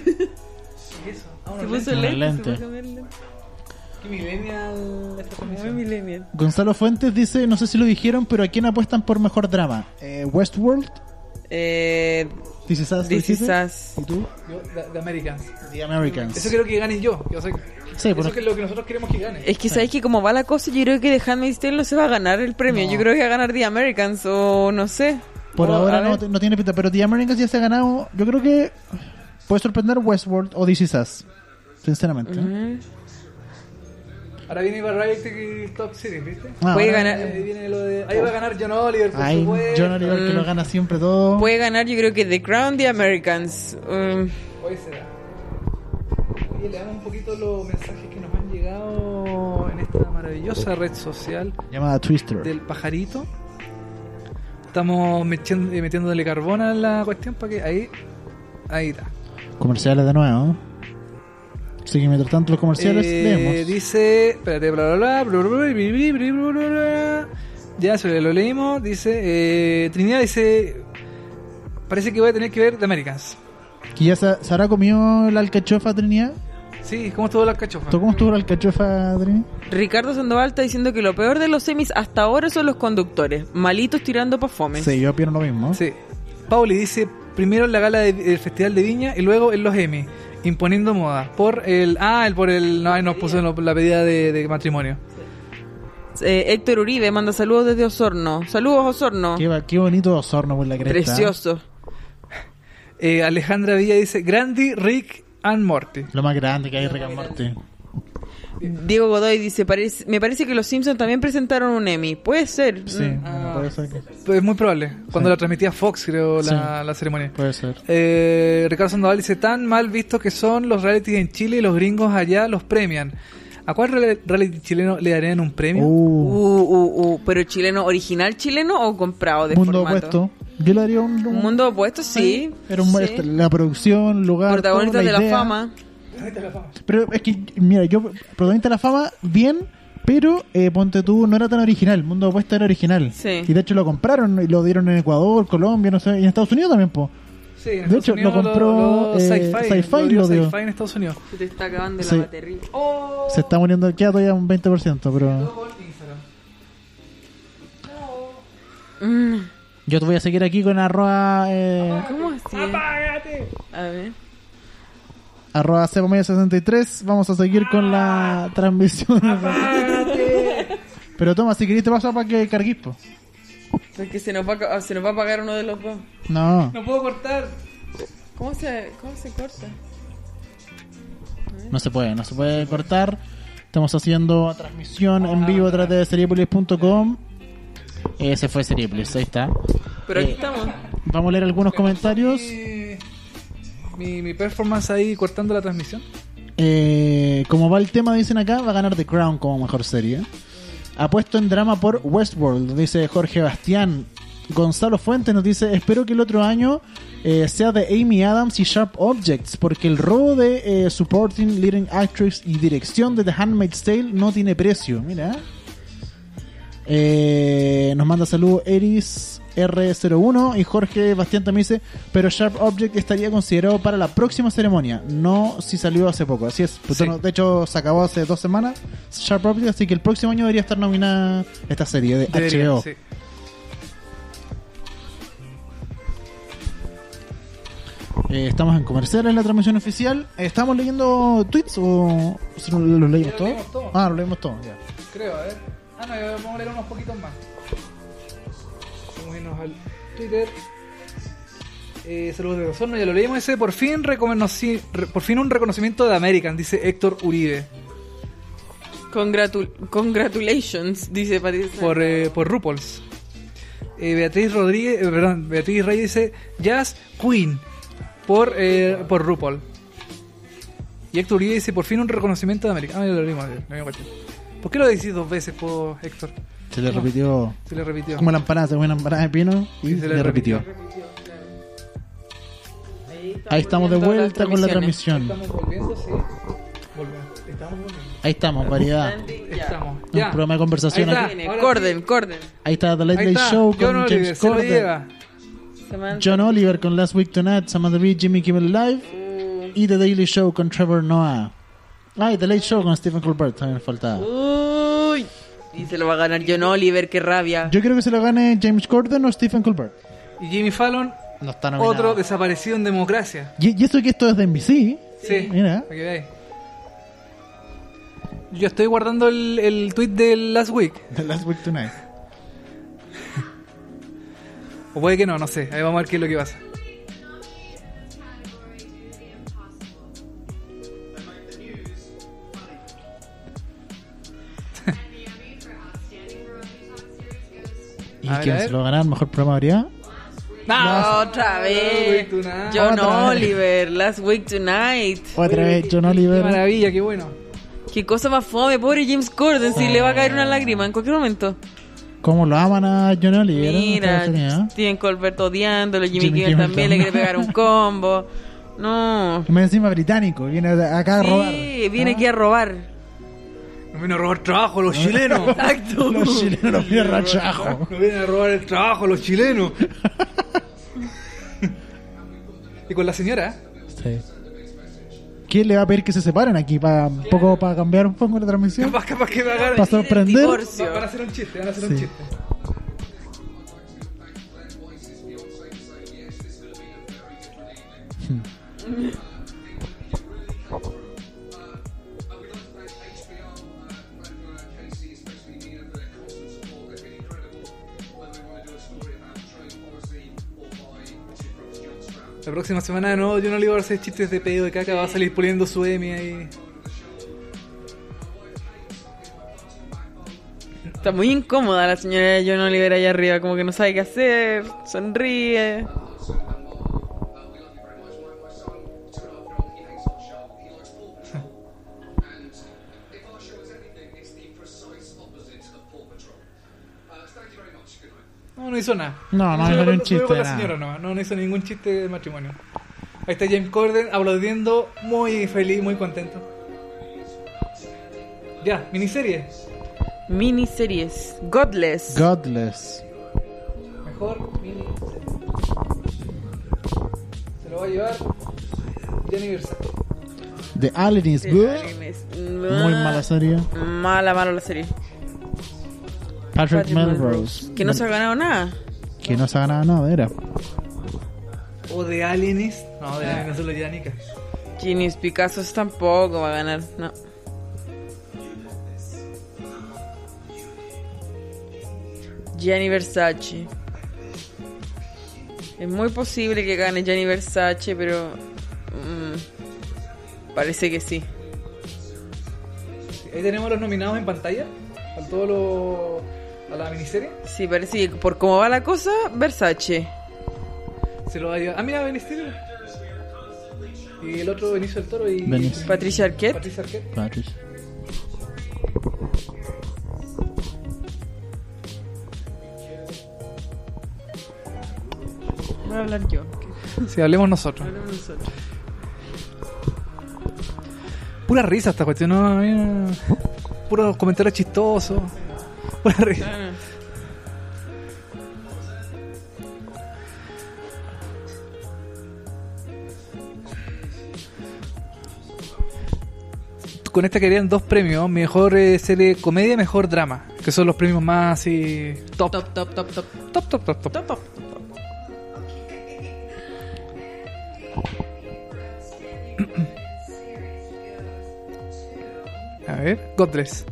Speaker 1: Eso. Ah, unos
Speaker 2: puso
Speaker 3: Unos
Speaker 2: lentes.
Speaker 3: lentes.
Speaker 2: se puso cambiar lentes.
Speaker 1: lentes. Qué millennial esta
Speaker 2: Muy
Speaker 1: comisión.
Speaker 2: millennial.
Speaker 3: Gonzalo Fuentes dice, no sé si lo dijeron, pero ¿a quién apuestan por mejor drama? Eh, Westworld,
Speaker 2: Eh,
Speaker 3: This Is Us,
Speaker 2: This Is
Speaker 3: dijiste?
Speaker 2: Us.
Speaker 3: ¿Y tú?
Speaker 1: Yo, de, de Americans.
Speaker 3: The Americans.
Speaker 1: Eso quiero que gane yo. yo soy-
Speaker 3: Sí,
Speaker 1: eso
Speaker 3: por-
Speaker 1: es lo que nosotros queremos que gane.
Speaker 2: Es que sabes que como va la cosa, yo creo que Dejadme Tale no se va a ganar el premio.
Speaker 3: No.
Speaker 2: Yo creo que va a ganar The Americans o no sé.
Speaker 3: por
Speaker 2: O, Oh,
Speaker 3: ahora
Speaker 2: a
Speaker 3: no,
Speaker 2: ver.
Speaker 3: te- no tiene pinta, pero The Americans ya se ha ganado, yo creo que puede sorprender Westworld o This Is Us, sinceramente.
Speaker 1: Ahora viene Variety y Top Series, ¿viste?
Speaker 3: Ah,
Speaker 2: Puede
Speaker 3: ahora-
Speaker 2: ganar.
Speaker 1: Ahí viene lo de. Ahí va a ganar John Oliver, por
Speaker 3: Ay,
Speaker 1: supuesto.
Speaker 3: John Oliver que lo gana siempre todo.
Speaker 2: Puede ganar, yo creo que The Crown, The Americans. Um,
Speaker 1: Hoy será. Oye, leamos un poquito los mensajes que nos han llegado en esta maravillosa red social
Speaker 3: Llamada Twister.
Speaker 1: del pajarito. Estamos metiendo, eh, metiéndole carbón a la cuestión para que ahí. Ahí está.
Speaker 3: Comerciales de nuevo. Así que mientras tanto los comerciales
Speaker 1: Eh,
Speaker 3: leemos.
Speaker 1: Dice, espérate, bla bla bla, bla, bla, bla, bli, bli, bli, bla, bla, bla. Ya eso ya lo leímos. Dice, eh, Trinidad dice, parece que voy a tener que ver The Americans.
Speaker 3: ¿Que ya se, se habrá comido la alcachofa Trinidad?
Speaker 1: Sí, ¿cómo estuvo la cachofa?
Speaker 3: ¿Tú cómo estuvo la alcachofa Trinidad?
Speaker 2: Ricardo Sandoval está diciendo que lo peor de los semis hasta ahora son los conductores. Malitos tirando pa' fome.
Speaker 3: Sí, yo opino lo mismo.
Speaker 1: Sí. Pauli dice, primero en la gala de- del Festival de Viña y luego en los Emmy, imponiendo moda. Por el... Ah, el por el... No, ahí nos puso en la pedida de, de matrimonio.
Speaker 2: Eh, Héctor Uribe manda saludos desde Osorno. Saludos, Osorno.
Speaker 3: Qué, va- qué bonito Osorno por la cresta. ¿eh?
Speaker 2: Precioso.
Speaker 1: Eh, Alejandra Villa dice, Grandi, Rick and Morty.
Speaker 3: Lo más grande que hay es Rick and Morty.
Speaker 2: Mm. Diego Godoy dice, "Parece- me parece que los Simpsons también presentaron un Emmy. Puede ser.
Speaker 3: Sí,
Speaker 2: Mm.
Speaker 3: bueno, puede ser. que-
Speaker 1: Es muy probable. Cuando
Speaker 3: Sí.
Speaker 1: la transmitía Fox, creo, la,
Speaker 3: Sí.
Speaker 1: la ceremonia.
Speaker 3: Puede ser.
Speaker 1: Eh, Ricardo Sandoval dice, tan mal vistos que son los realities en Chile y los gringos allá los premian. ¿A cuál re- reality chileno le darían un premio?
Speaker 3: Uh,
Speaker 2: Uh, uh, uh, pero chileno, original chileno o comprado de
Speaker 3: mundo
Speaker 2: formato?
Speaker 3: opuesto. Yo le haría un,
Speaker 2: Un mundo opuesto, sí.
Speaker 3: Era un este,
Speaker 2: sí.
Speaker 3: la producción, lugar,
Speaker 2: Protagonistas de
Speaker 3: todo,
Speaker 2: la
Speaker 3: idea.
Speaker 2: fama.
Speaker 3: Pero es que mira, yo protagonista de la fama bien, pero eh, ponte tú no era tan original, mundo opuesto era original.
Speaker 2: Sí.
Speaker 3: Y de hecho lo compraron y lo dieron en Ecuador, Colombia, no sé, y en Estados Unidos también, po.
Speaker 1: Sí, en
Speaker 3: De
Speaker 1: Estados
Speaker 3: hecho,
Speaker 1: Unidos
Speaker 3: lo compró, eh,
Speaker 1: Sci-Fi,
Speaker 3: Sci-Fi
Speaker 1: lo dio
Speaker 3: lo dio.
Speaker 1: Sci-Fi en Estados Unidos.
Speaker 2: Se te está acabando
Speaker 3: Sí.
Speaker 2: la batería. Oh.
Speaker 3: Se está muriendo, queda todavía un 20%, pero
Speaker 2: Mm,
Speaker 3: yo te voy a seguir aquí con arroba eh,
Speaker 2: ¿Cómo así? A ver.
Speaker 3: arroba cepamaya 63 vamos a seguir con la transmisión. pero toma, si querés te paso para que carguís, po.
Speaker 2: Porque se nos, va a, ca- se nos va a apagar uno de los dos.
Speaker 3: No.
Speaker 1: No puedo cortar.
Speaker 2: ¿Cómo se, cómo se corta?
Speaker 3: No se puede, no se puede cortar. Estamos haciendo transmisión en vivo a través de seriepolis.com. Ese fue Seriepolis, ahí está.
Speaker 2: Pero aquí estamos.
Speaker 3: Vamos a leer algunos comentarios.
Speaker 1: Mi, mi, mi performance ahí cortando la transmisión.
Speaker 3: Eh, como va el tema, dicen acá, va a ganar The Crown como mejor serie. Apuesto en drama por Westworld, dice Jorge Bastián. Gonzalo Fuentes nos dice, espero que el otro año eh, sea de Amy Adams y Sharp Objects, porque el robo de eh, Supporting Leading Actress y dirección de The Handmaid's Tale no tiene precio. Mira. Eh, nos manda saludos Eris R01 y Jorge Bastián también dice, pero Sharp Object estaría considerado para la próxima ceremonia, no si salió hace poco, así es. Pues,
Speaker 1: Sí.
Speaker 3: no, De hecho, se acabó hace dos semanas Sharp Object, así que el próximo año debería estar nominada esta serie de
Speaker 1: Debería,
Speaker 3: HBO.
Speaker 1: sí.
Speaker 3: Eh, estamos en comerciales, la transmisión oficial. ¿Estamos leyendo tweets o si no, los leímos
Speaker 1: lo
Speaker 3: todos?
Speaker 1: leímos todos.
Speaker 3: Ah, los leímos todos, ya.
Speaker 1: Creo, a ver. Ah, no, yo vamos a leer unos poquitos más. Vamos a irnos al Twitter. Eh, saludos de Osorno, ya lo leímos ese. Por fin, reconocí, re- por fin un reconocimiento de American, dice Héctor Uribe,
Speaker 2: Congratul- congratulations, dice Patricia.
Speaker 1: por, eh, por RuPaul's. Eh, Beatriz Rodríguez, eh, perdón, Beatriz Rey dice Jazz Queen por, eh, por RuPaul. Y Héctor Uribe dice por fin un reconocimiento de American. Ah, ya lo leímos, ya, la misma cuestión. ¿Por qué lo decís dos veces, po, Héctor?
Speaker 3: Se le repitió
Speaker 1: Se le repitió.
Speaker 3: como la empanada, se fue una empanada de pino y se, le repitió. Ahí estamos de
Speaker 2: volviendo a
Speaker 3: vuelta
Speaker 2: las
Speaker 3: con la
Speaker 2: transmisiones.
Speaker 3: transmisión.
Speaker 1: Estamos volviendo, sí. Mm. Volvemos. Estamos volviendo.
Speaker 3: Ahí estamos, variedad.
Speaker 1: Estamos.
Speaker 3: Un
Speaker 1: Ya.
Speaker 3: programa de conversación
Speaker 1: Ahí está.
Speaker 3: aquí.
Speaker 2: Viene,
Speaker 1: Ahora
Speaker 2: Corden, Corden.
Speaker 3: Ahí está The Late
Speaker 1: Ahí
Speaker 3: Late
Speaker 1: está.
Speaker 3: Show
Speaker 1: John
Speaker 3: con
Speaker 1: Oliver,
Speaker 3: James
Speaker 1: se lo
Speaker 3: Corden,
Speaker 1: lleva.
Speaker 2: Samantha.
Speaker 3: John Oliver con Last Week Tonight, Samantha Bee, Jimmy Kimmel Live y The Daily Show con Trevor Noah. Ah, y The Late Show con Stephen Colbert también faltaba.
Speaker 2: Uy. Y se lo va a ganar John Oliver, qué rabia.
Speaker 3: Yo creo que se lo gane James Corden o Stephen Colbert.
Speaker 1: Y Jimmy Fallon,
Speaker 3: No está nominado.
Speaker 1: otro desaparecido en democracia.
Speaker 3: Y, y eso que esto es de NBC.
Speaker 1: Sí.
Speaker 3: Mira.
Speaker 1: Para que veáis. Yo estoy guardando el, el tweet del last week.
Speaker 3: The Last Week Tonight.
Speaker 1: O puede que no, no sé. Ahí vamos a ver qué es lo que pasa.
Speaker 3: ¿Y
Speaker 1: A ver, a
Speaker 3: quién
Speaker 1: ver.
Speaker 3: se lo ganará? ¿Mejor programa habría?
Speaker 2: No, otra vez.
Speaker 1: Last Week Tonight.
Speaker 2: John
Speaker 3: Otra vez.
Speaker 2: Oliver, Last Week Tonight.
Speaker 3: Otra vez John
Speaker 1: Qué
Speaker 3: Oliver.
Speaker 1: maravilla, qué bueno.
Speaker 2: Qué cosa más fome, pobre James Corden. Si le va a caer una lágrima en cualquier momento.
Speaker 3: ¿Cómo lo aman a John Oliver? en
Speaker 2: Mira,
Speaker 3: Estados Unidos?
Speaker 2: Steven Colbert odiándolo, Jimmy,
Speaker 3: Jimmy
Speaker 2: Kimmel
Speaker 3: Kimmel
Speaker 2: también le
Speaker 3: también.
Speaker 2: quiere pegar un combo. No.
Speaker 3: Y más encima británico, viene acá a robar.
Speaker 2: Sí, viene
Speaker 3: Ah,
Speaker 2: aquí a robar.
Speaker 1: Nos vienen a robar trabajo los chilenos.
Speaker 2: Exacto.
Speaker 3: Los chilenos los vienen rachajo.
Speaker 1: Nos vienen a robar el trabajo los chilenos. y con la señora. ¿eh?
Speaker 3: Sí. ¿Quién le va a pedir que se separen aquí? ¿Para un poco para cambiar un poco la transmisión?
Speaker 1: Capaz, capaz que me agarren.
Speaker 3: ¿Para sorprender?
Speaker 2: Divorcio.
Speaker 1: Va- Van a hacer un chiste, van a hacer un
Speaker 3: Sí.
Speaker 1: chiste. La próxima semana de nuevo John Oliver hace chistes de pedo de caca, va a salir poniendo su M ahí.
Speaker 2: Está muy incómoda la señora John Oliver allá arriba, como que no sabe qué hacer, sonríe.
Speaker 1: No, no hizo nada.
Speaker 3: No, no hizo
Speaker 1: Solo
Speaker 3: ningún
Speaker 1: solo con
Speaker 3: chiste,
Speaker 1: la
Speaker 3: nada.
Speaker 1: señora nomás, no, no hizo ningún chiste de matrimonio. Ahí está James Corden aplaudiendo, muy feliz, muy contento. Ya, miniserie.
Speaker 2: Miniseries. Godless.
Speaker 3: Godless.
Speaker 1: Mejor miniserie. Se lo va a llevar Jennifer Sack.
Speaker 3: The Alien is
Speaker 2: Sí,
Speaker 3: Good.
Speaker 2: alguien es-
Speaker 3: Muy mala serie.
Speaker 2: Mala, mala la serie.
Speaker 3: Patrick
Speaker 2: Patrick
Speaker 3: Melrose.
Speaker 2: Que no se ha ganado nada.
Speaker 3: Que no se ha ganado nada, era.
Speaker 1: O de Alienist. No, de Alienist solo Janica.
Speaker 2: Ginis Picasso tampoco va a ganar. No. Gianni Versace. Es muy posible que gane Gianni Versace, pero. mm, parece que sí.
Speaker 1: Ahí tenemos los nominados en pantalla. A todos los. a la miniserie.
Speaker 2: Sí, parece que por cómo va la cosa, Versace.
Speaker 1: Se lo va a llevar. Ah, mira, Benicio. Y el otro, Benicio del Toro y.
Speaker 3: Benicio.
Speaker 2: Patricia Arquette.
Speaker 1: Patricia Arquette.
Speaker 3: Patrick.
Speaker 2: Voy a hablar yo.
Speaker 1: Sí, hablemos nosotros. Pura risa esta cuestión, ¿no? A mí no- Puros comentarios chistosos. Pura risa.
Speaker 2: Ah,
Speaker 1: Con esta querían dos premios: mejor eh, serie de comedia y mejor drama. Que son los premios más así. Top. Top, top, top, top. Top, top, top, top. A ver, Godless.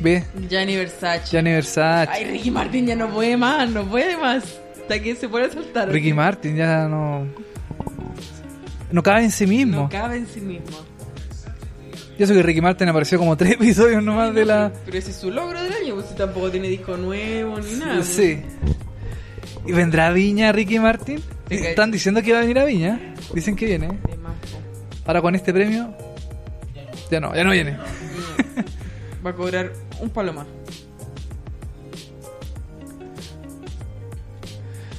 Speaker 1: Ve,
Speaker 2: Gianni Versace.
Speaker 1: Gianni Versace.
Speaker 2: Ay, Ricky Martin ya no puede más, no puede más. Hasta que se puede saltar.
Speaker 1: Ricky Martin ya no. No cabe en sí mismo.
Speaker 2: No cabe en sí mismo.
Speaker 1: Yo sé que Ricky Martin apareció como tres episodios nomás de la.
Speaker 2: Pero ese es su logro del año, pues si tampoco tiene disco nuevo ni nada.
Speaker 1: Sí. ¿Y vendrá a Viña Ricky Martin?
Speaker 2: Sí, que-
Speaker 1: Están diciendo que va a venir a Viña. Dicen que viene.
Speaker 2: pues. De más, po.
Speaker 1: Ahora con este premio. Ya no, ya no viene.
Speaker 2: Va a cobrar un palo más.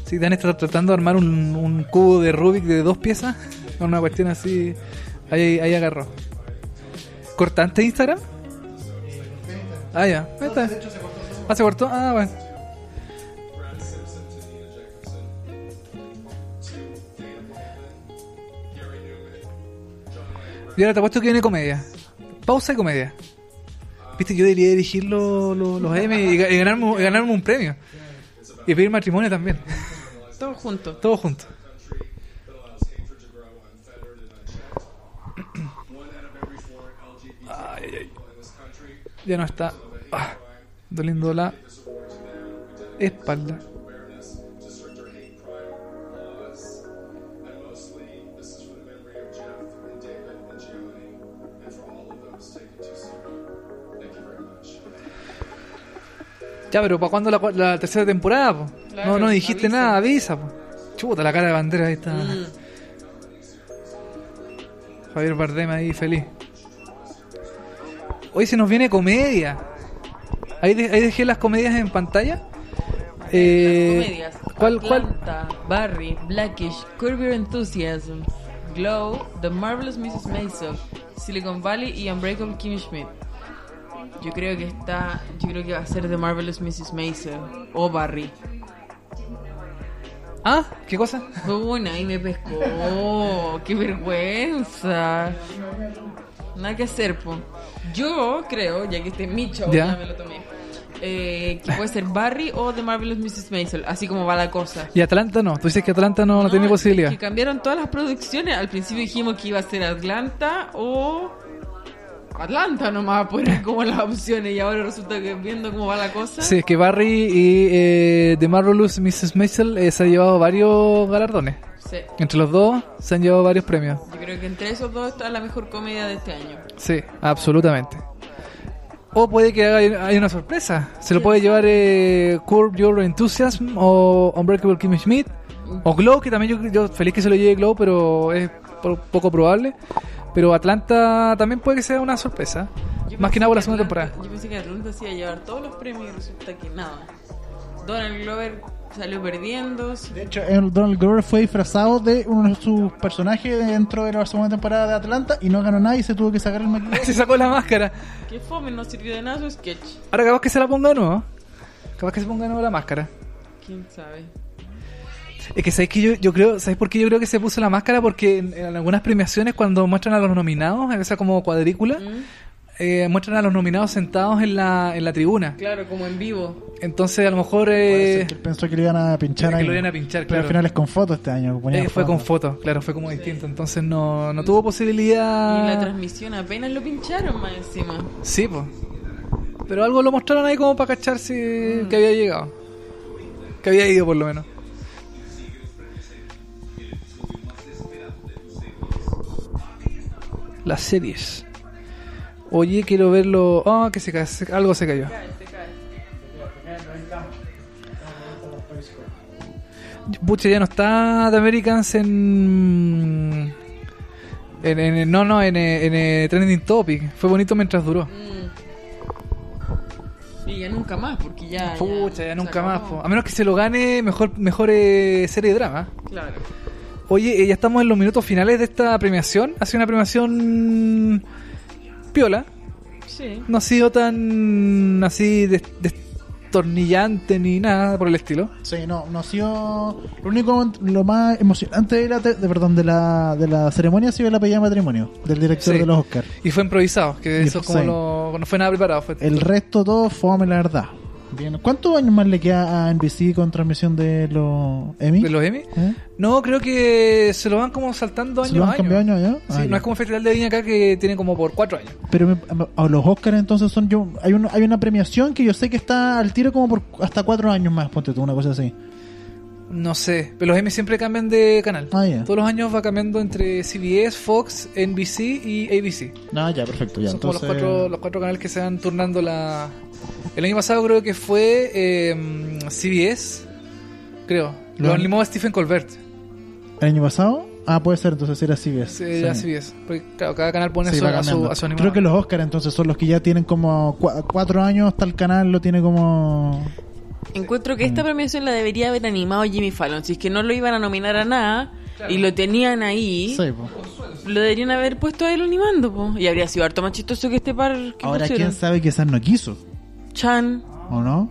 Speaker 1: Sí, Dan está tratando de armar un, un cubo de Rubik de dos piezas. Una cuestión así. Ahí, ahí agarró. ¿Cortante Instagram? Ah, ya. Ahí está. Ah, se cortó. Ah, bueno. Y ahora te apuesto que viene comedia. Pausa y comedia. Viste, yo debería dirigir los- los- los M y, ga- y ganarme, y ganarme un premio. Y pedir matrimonio también.
Speaker 2: Todos juntos.
Speaker 1: Todo junto. Ay, ay, ay. Ya no está. Ah, doliendo la espalda. Ya, pero ¿para cuándo la, cua- la tercera temporada? po?
Speaker 2: Claro,
Speaker 1: no, no dijiste
Speaker 2: avisa.
Speaker 1: nada, avisa. Po. Chuta, la cara de bandera ahí está.
Speaker 2: Mm.
Speaker 1: Javier Bardem ahí feliz. Hoy se nos viene comedia. Ahí, de- ahí dejé las comedias en pantalla. Eh,
Speaker 2: Comedias.
Speaker 1: ¿Cuál, cuál?
Speaker 2: Atlanta, Barry, Blackish, Curb Your Enthusiasm, Glow, The Marvelous Mrs. Maisel, Silicon Valley y Unbreakable Kim Schmidt. Yo creo que está, yo creo que va a ser The Marvelous Mrs. Maisel o Barry.
Speaker 1: Ah, ¿qué cosa?
Speaker 2: Fue una y me pescó. ¡Qué vergüenza! Nada que hacer, po. Yo creo, ya que este es mi show,
Speaker 1: Ya.
Speaker 2: ya me lo tomé, eh, que puede ser Barry o The Marvelous Mrs. Maisel, así como va la cosa.
Speaker 1: Y Atlanta no. Tú dices que Atlanta no, no, tiene
Speaker 2: es
Speaker 1: posibilidad.
Speaker 2: Que cambiaron todas las producciones. Al principio dijimos que iba a ser Atlanta o Atlanta nomás, pues eran como las opciones. Y ahora resulta que viendo cómo va la cosa.
Speaker 1: Sí, es que Barry y eh, The Marvelous Mrs. Maisel eh, se han llevado varios galardones.
Speaker 2: Sí.
Speaker 1: Entre los dos se han llevado varios premios.
Speaker 2: Yo creo que entre esos dos está la mejor comedia de este año.
Speaker 1: Sí, absolutamente. O puede que haga- haya una sorpresa. Se lo puede llevar eh, Curb Your Enthusiasm o Unbreakable Kimmy Schmidt. O Glow, que también yo, yo feliz que se lo lleve Glow, pero es po- poco probable. Pero Atlanta también puede que sea una sorpresa.
Speaker 2: Yo
Speaker 1: Más que
Speaker 2: pensé
Speaker 1: nada por la segunda
Speaker 2: Atlanta-
Speaker 1: temporada.
Speaker 2: Yo pensé que Atlanta se iba a llevar todos los premios y resulta que nada. Donald Glover salió perdiendo.
Speaker 3: De hecho, el Donald Glover fue disfrazado de uno de sus personajes dentro de la segunda temporada de Atlanta y no ganó nada y se tuvo que sacar el maquillaje.
Speaker 1: Se sacó la máscara.
Speaker 2: Qué fome, no sirvió de nada su sketch.
Speaker 1: Ahora capaz que se la ponga de nuevo. Capaz que se ponga de nuevo la máscara.
Speaker 2: Quién sabe.
Speaker 1: Es que sabéis que yo, yo creo, ¿sabéis por qué yo creo que se puso la máscara? Porque en, en algunas premiaciones cuando muestran a los nominados, en esa como cuadrícula,
Speaker 2: Mm.
Speaker 1: eh, muestran a los nominados sentados en la, en la tribuna.
Speaker 2: Claro, como en vivo.
Speaker 1: Entonces a lo mejor eh,
Speaker 3: Él pensó que lo iban a pinchar
Speaker 1: que
Speaker 3: ahí.
Speaker 1: lo iban a pinchar,
Speaker 3: Pero
Speaker 1: claro.
Speaker 3: al final es con fotos este año.
Speaker 1: eh, fue con fotos, claro, fue como distinto. Entonces no, no tuvo posibilidad.
Speaker 2: Y la transmisión apenas lo pincharon más encima.
Speaker 1: Sí, pues. Pero algo lo mostraron ahí como para cachar si que había llegado. Que había ido por lo menos. Las series. Oye, quiero verlo. Ah, que se ca- se- algo se cayó. Pucha, ya no está The Americans en. en, en- no, no, en, eh, en, eh, Trending Topic. Fue bonito mientras duró.
Speaker 2: Mm. Y ya nunca más, porque ya.
Speaker 1: Pucha, ya
Speaker 2: se
Speaker 1: nunca más.
Speaker 2: acabó.
Speaker 1: po. A menos que se lo gane mejor, mejor eh, serie de drama.
Speaker 2: Claro.
Speaker 1: Oye, eh, ya estamos en los minutos finales de esta premiación. Ha sido una premiación piola.
Speaker 2: Sí.
Speaker 1: No ha sido tan así des- destornillante ni nada por el estilo.
Speaker 3: Sí, no, no ha sido. Lo único, lo más emocionante de la, te- de, perdón, de la, de la ceremonia ha sido la pedida de matrimonio del director
Speaker 1: Sí.
Speaker 3: de los Oscars.
Speaker 1: Y fue improvisado, que
Speaker 3: Y
Speaker 1: eso es como
Speaker 3: sí.
Speaker 1: lo- no fue nada preparado. Fue
Speaker 3: El resto todo fome, la verdad. Bien. ¿Cuántos años más le queda a NBC con transmisión de los Emmy?
Speaker 1: de los Emmy.
Speaker 3: ¿Eh?
Speaker 1: No, creo que se lo van como saltando
Speaker 3: ¿Se
Speaker 1: año
Speaker 3: lo
Speaker 1: a
Speaker 3: han
Speaker 1: año.
Speaker 3: cambiado año a año?
Speaker 1: Sí,
Speaker 3: Ah,
Speaker 1: no
Speaker 3: ya.
Speaker 1: es como el Festival de Viña acá que tiene como por cuatro años.
Speaker 3: Pero me- a los Oscars entonces son yo hay un- hay una premiación que yo sé que está al tiro como por hasta cuatro años más, ponte tú, una cosa así.
Speaker 1: No sé, pero los Emmy siempre cambian de canal.
Speaker 3: Ah, ya.
Speaker 1: Todos los años va cambiando entre CBS, Fox, NBC y ABC.
Speaker 3: No, ya, perfecto, ya.
Speaker 1: Son como
Speaker 3: entonces,
Speaker 1: los cuatro, los cuatro canales que se van turnando la... El año pasado creo que fue eh, CBS, creo. Lo
Speaker 3: Lo-
Speaker 1: animó Stephen Colbert,
Speaker 3: ¿El año pasado? Ah, puede ser, entonces era CBS.
Speaker 1: sí, era CBS. Porque claro, cada canal pone
Speaker 3: Sí,
Speaker 1: su-
Speaker 3: va
Speaker 1: a, su,
Speaker 3: cambiando.
Speaker 1: a su animador.
Speaker 3: Creo que los Oscars entonces son los que ya tienen como cua- cuatro años hasta el canal lo tiene como...
Speaker 2: Encuentro que
Speaker 1: Mm.
Speaker 2: esta premiación la debería haber animado Jimmy Fallon. Si es que no lo iban a nominar a nada y lo tenían ahí,
Speaker 3: Sí, po.
Speaker 2: lo deberían haber puesto a él animando. po. Y habría sido harto más chistoso que este par que
Speaker 3: Ahora,
Speaker 2: pusieron.
Speaker 3: ¿quién sabe? Quizás no quiso,
Speaker 2: Chan,
Speaker 3: ¿o no?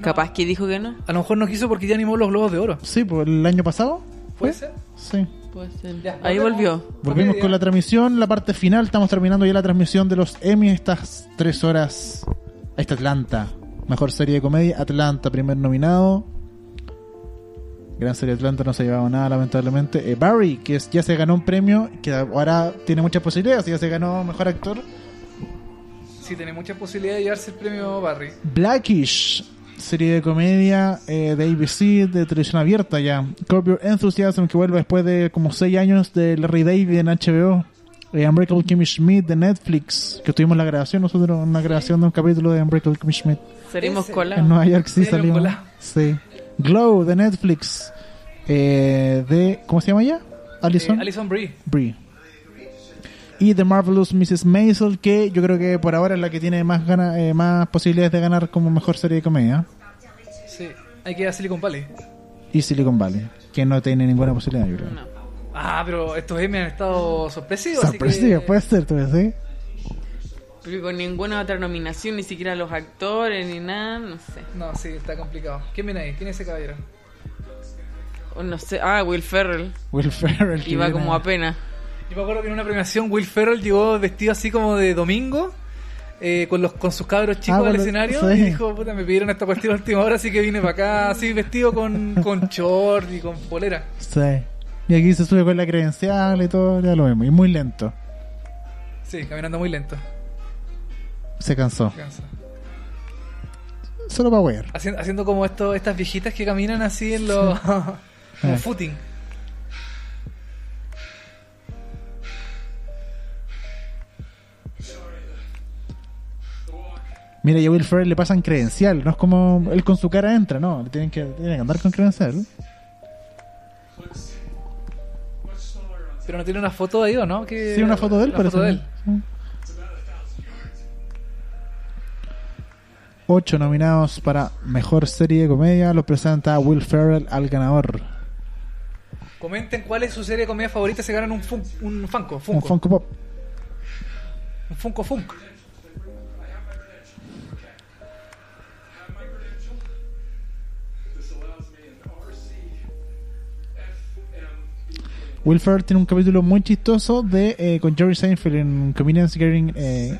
Speaker 2: capaz que dijo que no.
Speaker 1: A lo mejor no quiso porque ya animó los Globos de Oro.
Speaker 3: Sí, pues el año pasado.
Speaker 1: ¿Puede ser?
Speaker 3: Sí.
Speaker 2: Puede ser. Ahí volvió.
Speaker 3: Volvimos
Speaker 1: Comedia.
Speaker 3: con la transmisión, la parte final. Estamos terminando ya la transmisión de los Emmy. Estas tres horas. Ahí está Atlanta. Mejor serie de comedia. Atlanta, primer nominado. Gran serie Atlanta no se ha llevado nada, lamentablemente. Eh, Barry, que es- ya se ganó un premio, que ahora tiene muchas posibilidades. Ya se ganó mejor actor.
Speaker 1: Sí, tiene muchas posibilidades de llevarse el premio Barry.
Speaker 3: Blackish, serie de comedia eh, de ABC, de televisión abierta ya. Curb Your Enthusiasm, que vuelve después de como 6 años de Larry David en HBO. Eh, Unbreakable Kimmy Schmidt de Netflix, que tuvimos la grabación nosotros, una grabación de un capítulo de Unbreakable Kimmy Schmidt.
Speaker 2: Salimos
Speaker 3: En
Speaker 2: colados.
Speaker 3: Nueva York sí
Speaker 1: Sí, lo
Speaker 3: salimos.
Speaker 1: colamos.
Speaker 3: Sí. Glow de Netflix, eh, de... ¿Cómo se llama ella? Alison.
Speaker 1: Eh, Alison Brie.
Speaker 3: Brie. Y The Marvelous Mrs. Maisel, que yo creo que por ahora es la que tiene más gana, eh, más posibilidades de ganar como mejor serie de comedia.
Speaker 1: Sí. Hay que ir a Silicon Valley.
Speaker 3: Y Silicon Valley, que no tiene ninguna posibilidad, yo creo.
Speaker 2: No.
Speaker 1: Ah, pero estos Emmy han estado sorpresivos. así
Speaker 3: Sorpresiva,
Speaker 1: que-
Speaker 3: puede ser, tú ves, ¿eh?
Speaker 2: Porque con ninguna otra nominación, ni siquiera los actores, ni nada, no sé.
Speaker 1: No, sí, está complicado. ¿Quién viene ahí? ¿Quién es ese caballero?
Speaker 2: O no sé. Ah, Will Ferrell.
Speaker 3: Will Ferrell. que
Speaker 2: Iba
Speaker 3: viene-
Speaker 2: como apenas.
Speaker 1: Yo me acuerdo que en una premiación Will Ferrell llegó vestido así como de domingo. eh, con, los, con sus cabros chicos
Speaker 3: Ah, con
Speaker 1: del
Speaker 3: los-
Speaker 1: escenario
Speaker 3: sí.
Speaker 1: y dijo, puta, me pidieron esta partida a última hora, así que vine para acá, así vestido con, con short y con polera.
Speaker 3: Sí. Y aquí se sube con la credencial y todo, ya lo vemos. Y muy lento.
Speaker 1: Sí, caminando muy lento.
Speaker 3: Se cansó. Solo para wear.
Speaker 1: Haciendo, haciendo como esto, estas viejitas que caminan así en los. como
Speaker 3: Ah.
Speaker 1: footing.
Speaker 3: Mira, y a Will Ferrell le pasan credencial. No es como él con su cara entra, no. Le tienen que, tienen que andar con credencial.
Speaker 1: Pero no tiene una foto de ahí, ¿o no? Que,
Speaker 3: Sí, una foto de él,
Speaker 1: una
Speaker 3: parece.
Speaker 1: foto de él.
Speaker 3: Sí. Ocho nominados para mejor serie de comedia. Lo presenta Will Ferrell al ganador.
Speaker 1: Comenten cuál es su serie de comedia favorita. Se ganan un, fun, un Funko.
Speaker 3: Un
Speaker 1: Funko.
Speaker 3: Funko Pop.
Speaker 1: Un Funko Funk.
Speaker 3: Will Ferrell tiene un capítulo muy chistoso de eh, con Jerry Seinfeld en Convenience Getting, eh,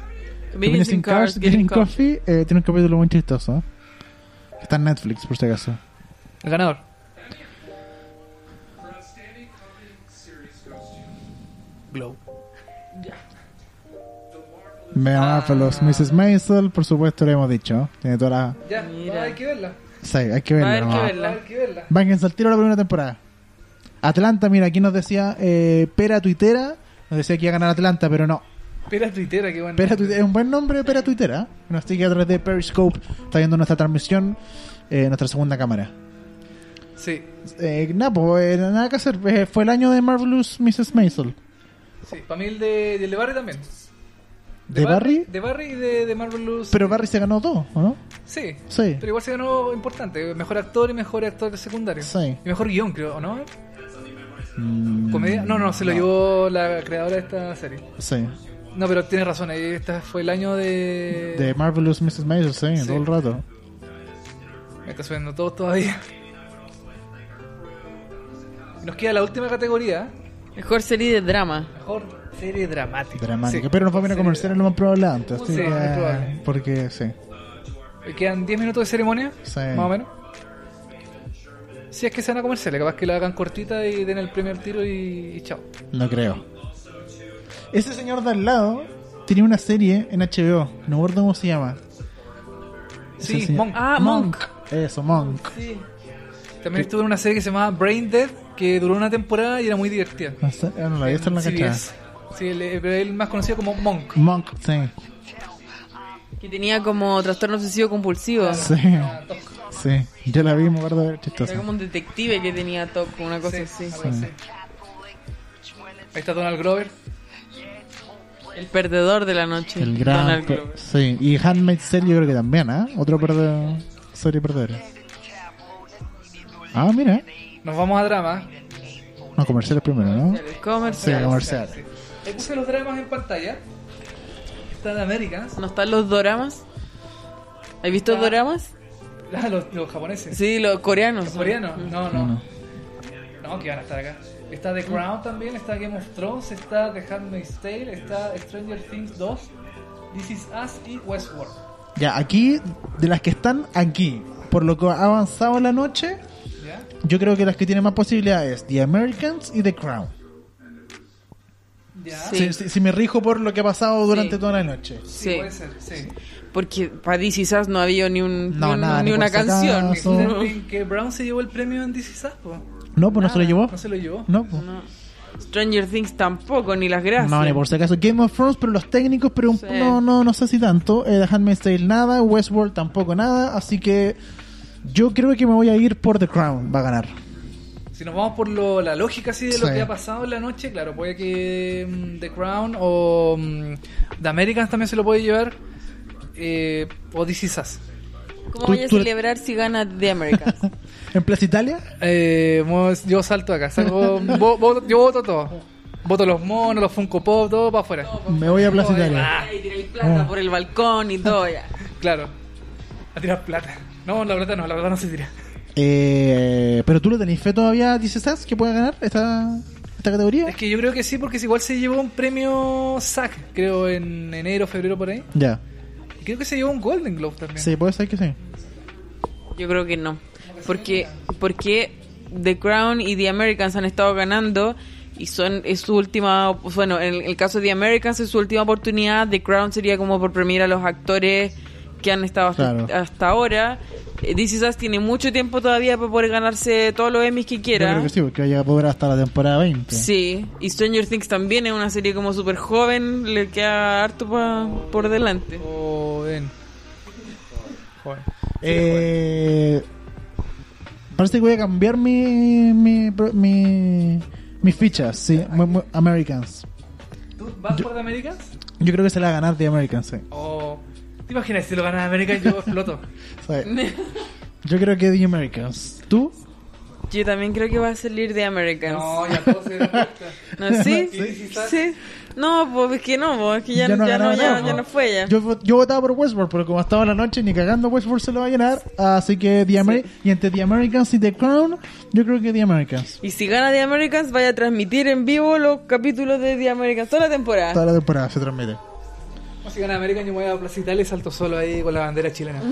Speaker 3: Convenience in Cars, Getting Coffee. eh, tiene un capítulo muy chistoso. ¿eh? Está en Netflix, por si acaso.
Speaker 1: El ganador. Glow.
Speaker 3: Me los Mrs. Maisel, por supuesto, lo hemos dicho. Tiene toda la.
Speaker 1: Ya, hay que verla.
Speaker 3: Sí, hay que verla.
Speaker 2: Va a haber que
Speaker 3: nomás.
Speaker 2: verla.
Speaker 1: que verla.
Speaker 3: Bánquense al tiro la primera temporada. Atlanta, mira, aquí nos decía eh, Pera Tuitera. Nos decía que iba a ganar Atlanta, pero no.
Speaker 1: Espera tuitera, qué bueno.
Speaker 3: Pera Tuitera es un buen nombre, Pera Tuitera. Nos sigue a través de Periscope. Está viendo nuestra transmisión, eh, nuestra segunda cámara.
Speaker 1: Sí,
Speaker 3: Eh, nada, pues, eh, nada que hacer. Eh, fue el año de Marvelous Mrs. Maisel.
Speaker 1: sí. Para mí el de, del de Barry también.
Speaker 3: ¿De Barry?
Speaker 1: De Barry y de, de Marvelous.
Speaker 3: Pero Barry se ganó todo, ¿o no?
Speaker 1: Sí.
Speaker 3: Sí.
Speaker 1: Pero igual se ganó importante. Mejor actor y mejor actor de secundario.
Speaker 3: Sí.
Speaker 1: Y mejor guión, creo, ¿o no? ¿Comedia? No, no, se lo llevó la creadora de esta serie.
Speaker 3: Sí.
Speaker 1: No, pero tienes razón. ahí Este fue el año de.
Speaker 3: De Marvelous Mrs. Maisel, sí,
Speaker 1: Sí.
Speaker 3: todo el rato.
Speaker 1: Me está subiendo todo todavía. Nos queda la última categoría.
Speaker 2: Mejor serie de drama.
Speaker 1: Mejor serie dramática.
Speaker 3: Dramática.
Speaker 1: Sí.
Speaker 3: Pero nos va a venir a comerciales lo más probable antes.
Speaker 1: Sí,
Speaker 3: así que-
Speaker 1: es probable.
Speaker 3: Porque, sí.
Speaker 1: Eh, Quedan 10 minutos de ceremonia,
Speaker 3: Sí.
Speaker 1: más o menos. Si es que se van a comerciales, capaz que la hagan cortita y den el primer tiro y, y chao.
Speaker 3: No creo. Ese señor de al lado tenía una serie en HBO. No me acuerdo cómo se llama.
Speaker 1: Sí,
Speaker 3: Ese señor-
Speaker 1: Monk.
Speaker 2: Ah, Monk.
Speaker 3: Eso, Monk.
Speaker 1: Sí. También estuvo en una serie que se llamaba Brain Dead, que duró una temporada y era muy divertida.
Speaker 3: No sé, ah, no la vi, esta no la
Speaker 1: Sí,
Speaker 3: cachaba.
Speaker 1: es- sí, el, el- el más conocido como Monk.
Speaker 3: Monk, sí.
Speaker 2: Que tenía como trastorno obsesivo compulsivo.
Speaker 3: Sí. Sí. Yo la vi, me acuerdo de ver chistosa.
Speaker 2: Era como un detective que tenía TOC, una cosa
Speaker 1: Sí,
Speaker 2: así.
Speaker 1: algo así. Ahí está Donald Grover.
Speaker 2: El perdedor de la noche.
Speaker 3: El gran.
Speaker 2: Donald
Speaker 3: pe-
Speaker 2: Glover.
Speaker 3: Sí. Y Handmaid's Serie yo creo que también, ¿ah? Otro perdedor. Serie perdedora. Ah, mira.
Speaker 1: Nos vamos a drama.
Speaker 3: No, comerciales primero, ¿no?
Speaker 2: El
Speaker 3: Sí,
Speaker 2: comercial.
Speaker 3: comerciales.
Speaker 1: Ahí Eh, puse los dramas en pantalla. Está de Américas.
Speaker 2: ¿No están los doramas? ¿Has visto
Speaker 1: Ah.
Speaker 2: doramas?
Speaker 1: Ah, los, los japoneses.
Speaker 2: Sí, los coreanos.
Speaker 1: Los coreanos. No,
Speaker 3: No,
Speaker 1: no. No, que van a estar acá. Está The Crown también, está Game of Thrones, está The Handmaid's Tale, está Stranger Things 2, This Is Us y Westworld.
Speaker 3: Ya, aquí, de las que están aquí, por lo que ha avanzado la noche,
Speaker 1: ¿Ya?
Speaker 3: yo creo que las que tienen más posibilidades The Americans y The Crown.
Speaker 1: ¿Ya?
Speaker 2: Sí.
Speaker 3: Si, si- si me rijo por lo que ha pasado durante
Speaker 2: Sí.
Speaker 3: toda la noche.
Speaker 1: Sí,
Speaker 2: Sí,
Speaker 1: puede ser, sí.
Speaker 2: porque para DC Sass no había ni, un,
Speaker 3: No,
Speaker 2: ni, un-
Speaker 3: nada,
Speaker 2: ni
Speaker 3: ni
Speaker 2: una
Speaker 3: por si acaso.
Speaker 2: canción.
Speaker 3: Eso-
Speaker 1: Dicen que- que Brown se llevó el premio en This Is Us, po.
Speaker 3: No, pues no se lo llevó.
Speaker 1: No se lo llevó.
Speaker 3: No, pues.
Speaker 2: No. Stranger Things tampoco, ni las gracias.
Speaker 3: No, ni por si acaso. Game of Thrones, pero los técnicos, pero un-
Speaker 2: Sí.
Speaker 3: no, no, no sé si tanto. Eh, The Handmaid's Tale nada, Westworld tampoco nada, así que yo creo que me voy a ir por The Crown, va a ganar.
Speaker 1: Si nos vamos por lo- la lógica así de lo
Speaker 3: Sí.
Speaker 1: que ha pasado en la noche, claro, puede que mm, The Crown o mm, The Americans también se lo puede llevar. eh, o This Is Us.
Speaker 2: ¿Cómo
Speaker 3: Tú-
Speaker 2: voy a
Speaker 3: tú-
Speaker 2: celebrar si gana The Americans?
Speaker 3: ¿En Plaza Italia?
Speaker 1: Eh, mo- yo salto acá, salgo, vo- vo- yo voto todo. Voto los monos, los Funko Pop, todo para afuera.
Speaker 3: Me voy a Plaza Italia. Ah.
Speaker 2: Ay, tirar el plata por el balcón y todo ya.
Speaker 1: Claro. A tirar plata. No, la plata no, la plata no se tira.
Speaker 3: Eh, pero tú le tenés fe todavía, dices, Sass, que puede ganar esta, esta categoría.
Speaker 1: Es que yo creo que sí, porque si igual se llevó un premio SAC, creo, en enero, febrero, por ahí.
Speaker 3: Ya,
Speaker 1: Y creo que se llevó un Golden Globe también.
Speaker 3: sí, puede ser que sí.
Speaker 2: Yo creo que no. Porque, porque The Crown y The Americans han estado ganando Y son, es su última, bueno, en el caso de The Americans es su última oportunidad, The Crown sería como por premiar a los actores que han estado hasta,
Speaker 3: Claro.
Speaker 2: hasta ahora. Eh, This Is Us tiene mucho tiempo todavía para poder ganarse todos los Emmys que
Speaker 3: Yo
Speaker 2: quiera.
Speaker 3: creo que sí, porque ya podrá hasta la temporada 20.
Speaker 2: Sí, y Stranger Things también es una serie como súper joven, le queda harto pa- por delante.
Speaker 1: Joven. Joven.
Speaker 3: Eh, parece que voy a cambiar mi, mi, pro- mi- mis fichas, sí. Mu- mu- Americans.
Speaker 1: ¿Tú vas por The Americans?
Speaker 3: Yo creo que se la va a ganar de Americans, sí.
Speaker 1: ¿O ¿Te imaginas si lo ganas Americans yo exploto?
Speaker 3: Sí. Yo creo que The Americans. ¿Tú?
Speaker 2: Yo también creo que va a salir The Americans.
Speaker 1: No, ya todos se dieron cuenta.
Speaker 2: ¿No? ¿Sí?
Speaker 1: Sí,
Speaker 2: ¿Sí?
Speaker 1: sí, sí.
Speaker 2: No, pues es que no, pues es que ya, ya
Speaker 3: Ya no
Speaker 2: no, ya, no,
Speaker 3: ganaba nada, pues.
Speaker 1: ¿no?
Speaker 2: fue ya.
Speaker 3: Yo, vo- yo votaba por Westworld, pero como estaba en la noche, ni cagando Westworld se lo va a llenar. Así que The Ameri- Y entre The Americans y The Crown, yo creo que The Americans.
Speaker 2: Y si gana The Americans, vaya a transmitir en vivo los capítulos de The Americans toda la temporada.
Speaker 3: Toda la temporada se transmite.
Speaker 1: No, Si ganas Americans yo me voy a Plaza Italia y salto solo ahí con la bandera chilena.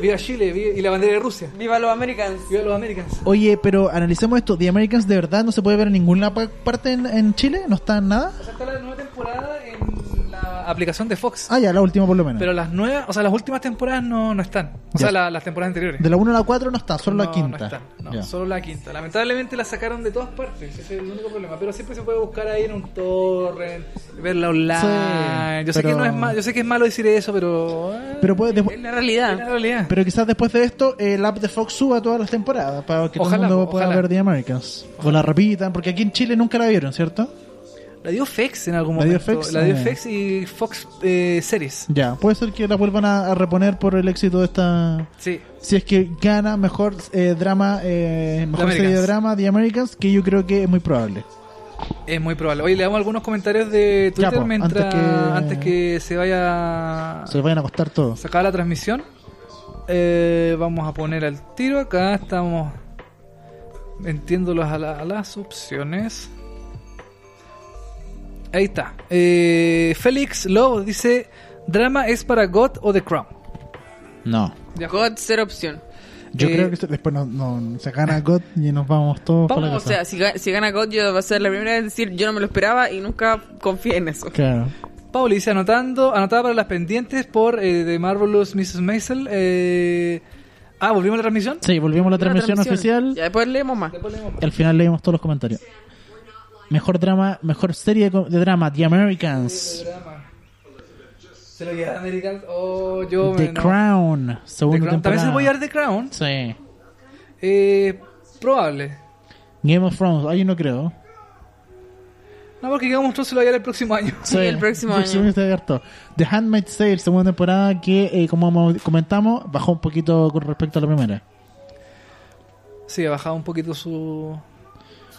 Speaker 1: Viva Chile viva- y la bandera de Rusia.
Speaker 2: ¡Viva los Americans!
Speaker 1: Viva los Americans.
Speaker 3: Oye, pero analicemos esto. ¿The Americans de verdad no se puede ver en ninguna pa- parte en, en Chile? ¿No está en nada?
Speaker 1: O sea, está la nueva temporada en la aplicación de Fox.
Speaker 3: Ah, ya, la última por lo menos.
Speaker 1: Pero las nuevas, o sea, las últimas temporadas no, no están. O
Speaker 3: Ya.
Speaker 1: sea, la- las temporadas anteriores.
Speaker 3: De la 1 a la 4 no está, solo
Speaker 1: No,
Speaker 3: la quinta.
Speaker 1: No están, no,
Speaker 3: Ya.
Speaker 1: solo la quinta. Lamentablemente la sacaron de todas partes, ese es el único problema. Pero siempre se puede buscar ahí en un torrent, verla online.
Speaker 3: Sí,
Speaker 1: yo, sé que
Speaker 3: pero-
Speaker 1: no es ma- yo sé que es malo decir eso, pero. eh,
Speaker 3: Pero, puede-
Speaker 2: Es
Speaker 3: despu-
Speaker 2: la
Speaker 1: es la
Speaker 2: realidad.
Speaker 1: realidad.
Speaker 3: pero quizás después de esto, eh, el app de Fox suba todas las temporadas para que
Speaker 1: Ojalá,
Speaker 3: todo el mundo
Speaker 1: po,
Speaker 3: pueda
Speaker 1: ojalá.
Speaker 3: ver The Americans. O la repitan, porque aquí en Chile nunca la vieron, ¿cierto?
Speaker 1: la dio Fex en algún
Speaker 3: La dio
Speaker 1: momento.
Speaker 3: Fex,
Speaker 1: la dio
Speaker 3: eh.
Speaker 1: Fex y Fox eh, Series.
Speaker 3: Ya, puede ser que la vuelvan a, a reponer por el éxito de esta.
Speaker 1: Sí.
Speaker 3: Si es que gana mejor eh, drama, eh, mejor serie de
Speaker 1: Americans.
Speaker 3: drama The Americans, que yo creo que es muy probable.
Speaker 1: Es muy probable. Oye, le damos algunos comentarios de
Speaker 3: Ya,
Speaker 1: Twitter
Speaker 3: po,
Speaker 1: mientras
Speaker 3: antes
Speaker 1: antes
Speaker 3: que-
Speaker 1: que... se vaya
Speaker 3: Se vayan a costar todos.
Speaker 1: se acaba la transmisión. Eh, vamos a poner al tiro acá. Estamos entiendo las, la- las opciones. Ahí está. Eh, Félix Lowe dice: ¿Drama es para God o The Crown?
Speaker 3: No.
Speaker 1: Ya.
Speaker 2: God, ser opción.
Speaker 3: Yo
Speaker 1: Eh,
Speaker 3: creo que se- después no, no- se gana God y nos vamos todos para la
Speaker 2: o
Speaker 3: casa.
Speaker 2: sea, si, ga- si gana God, yo va a ser la primera vez en decir, yo no me lo esperaba y nunca confié en eso.
Speaker 3: Claro.
Speaker 1: Pauli dice: anotando, anotada para las pendientes por eh, The Marvelous Mrs. Maisel. Eh, ah, ¿volvimos a la transmisión?
Speaker 3: Sí, volvimos a la transmisión, oficial.
Speaker 2: Ya después leemos más.
Speaker 3: Al final leímos todos los comentarios. Mejor drama, mejor serie de, de drama, The Americans,
Speaker 1: Se lo lleva American. Oh, yo
Speaker 3: The
Speaker 1: me. no.
Speaker 3: Crown,
Speaker 1: The
Speaker 3: segunda
Speaker 1: Crown. Tal vez
Speaker 3: temporada.
Speaker 1: se voy a dar The Crown.
Speaker 3: Sí.
Speaker 1: Eh, probable.
Speaker 3: Game of Thrones, ahí no creo.
Speaker 1: No, porque Game of Thrones se lo voy a dar el próximo año.
Speaker 2: Sí, el próximo año.
Speaker 3: está abierto. The Handmaid's Tale, segunda temporada que, eh, como mo- comentamos, bajó un poquito con respecto a la primera.
Speaker 1: Sí, ha bajado un poquito su.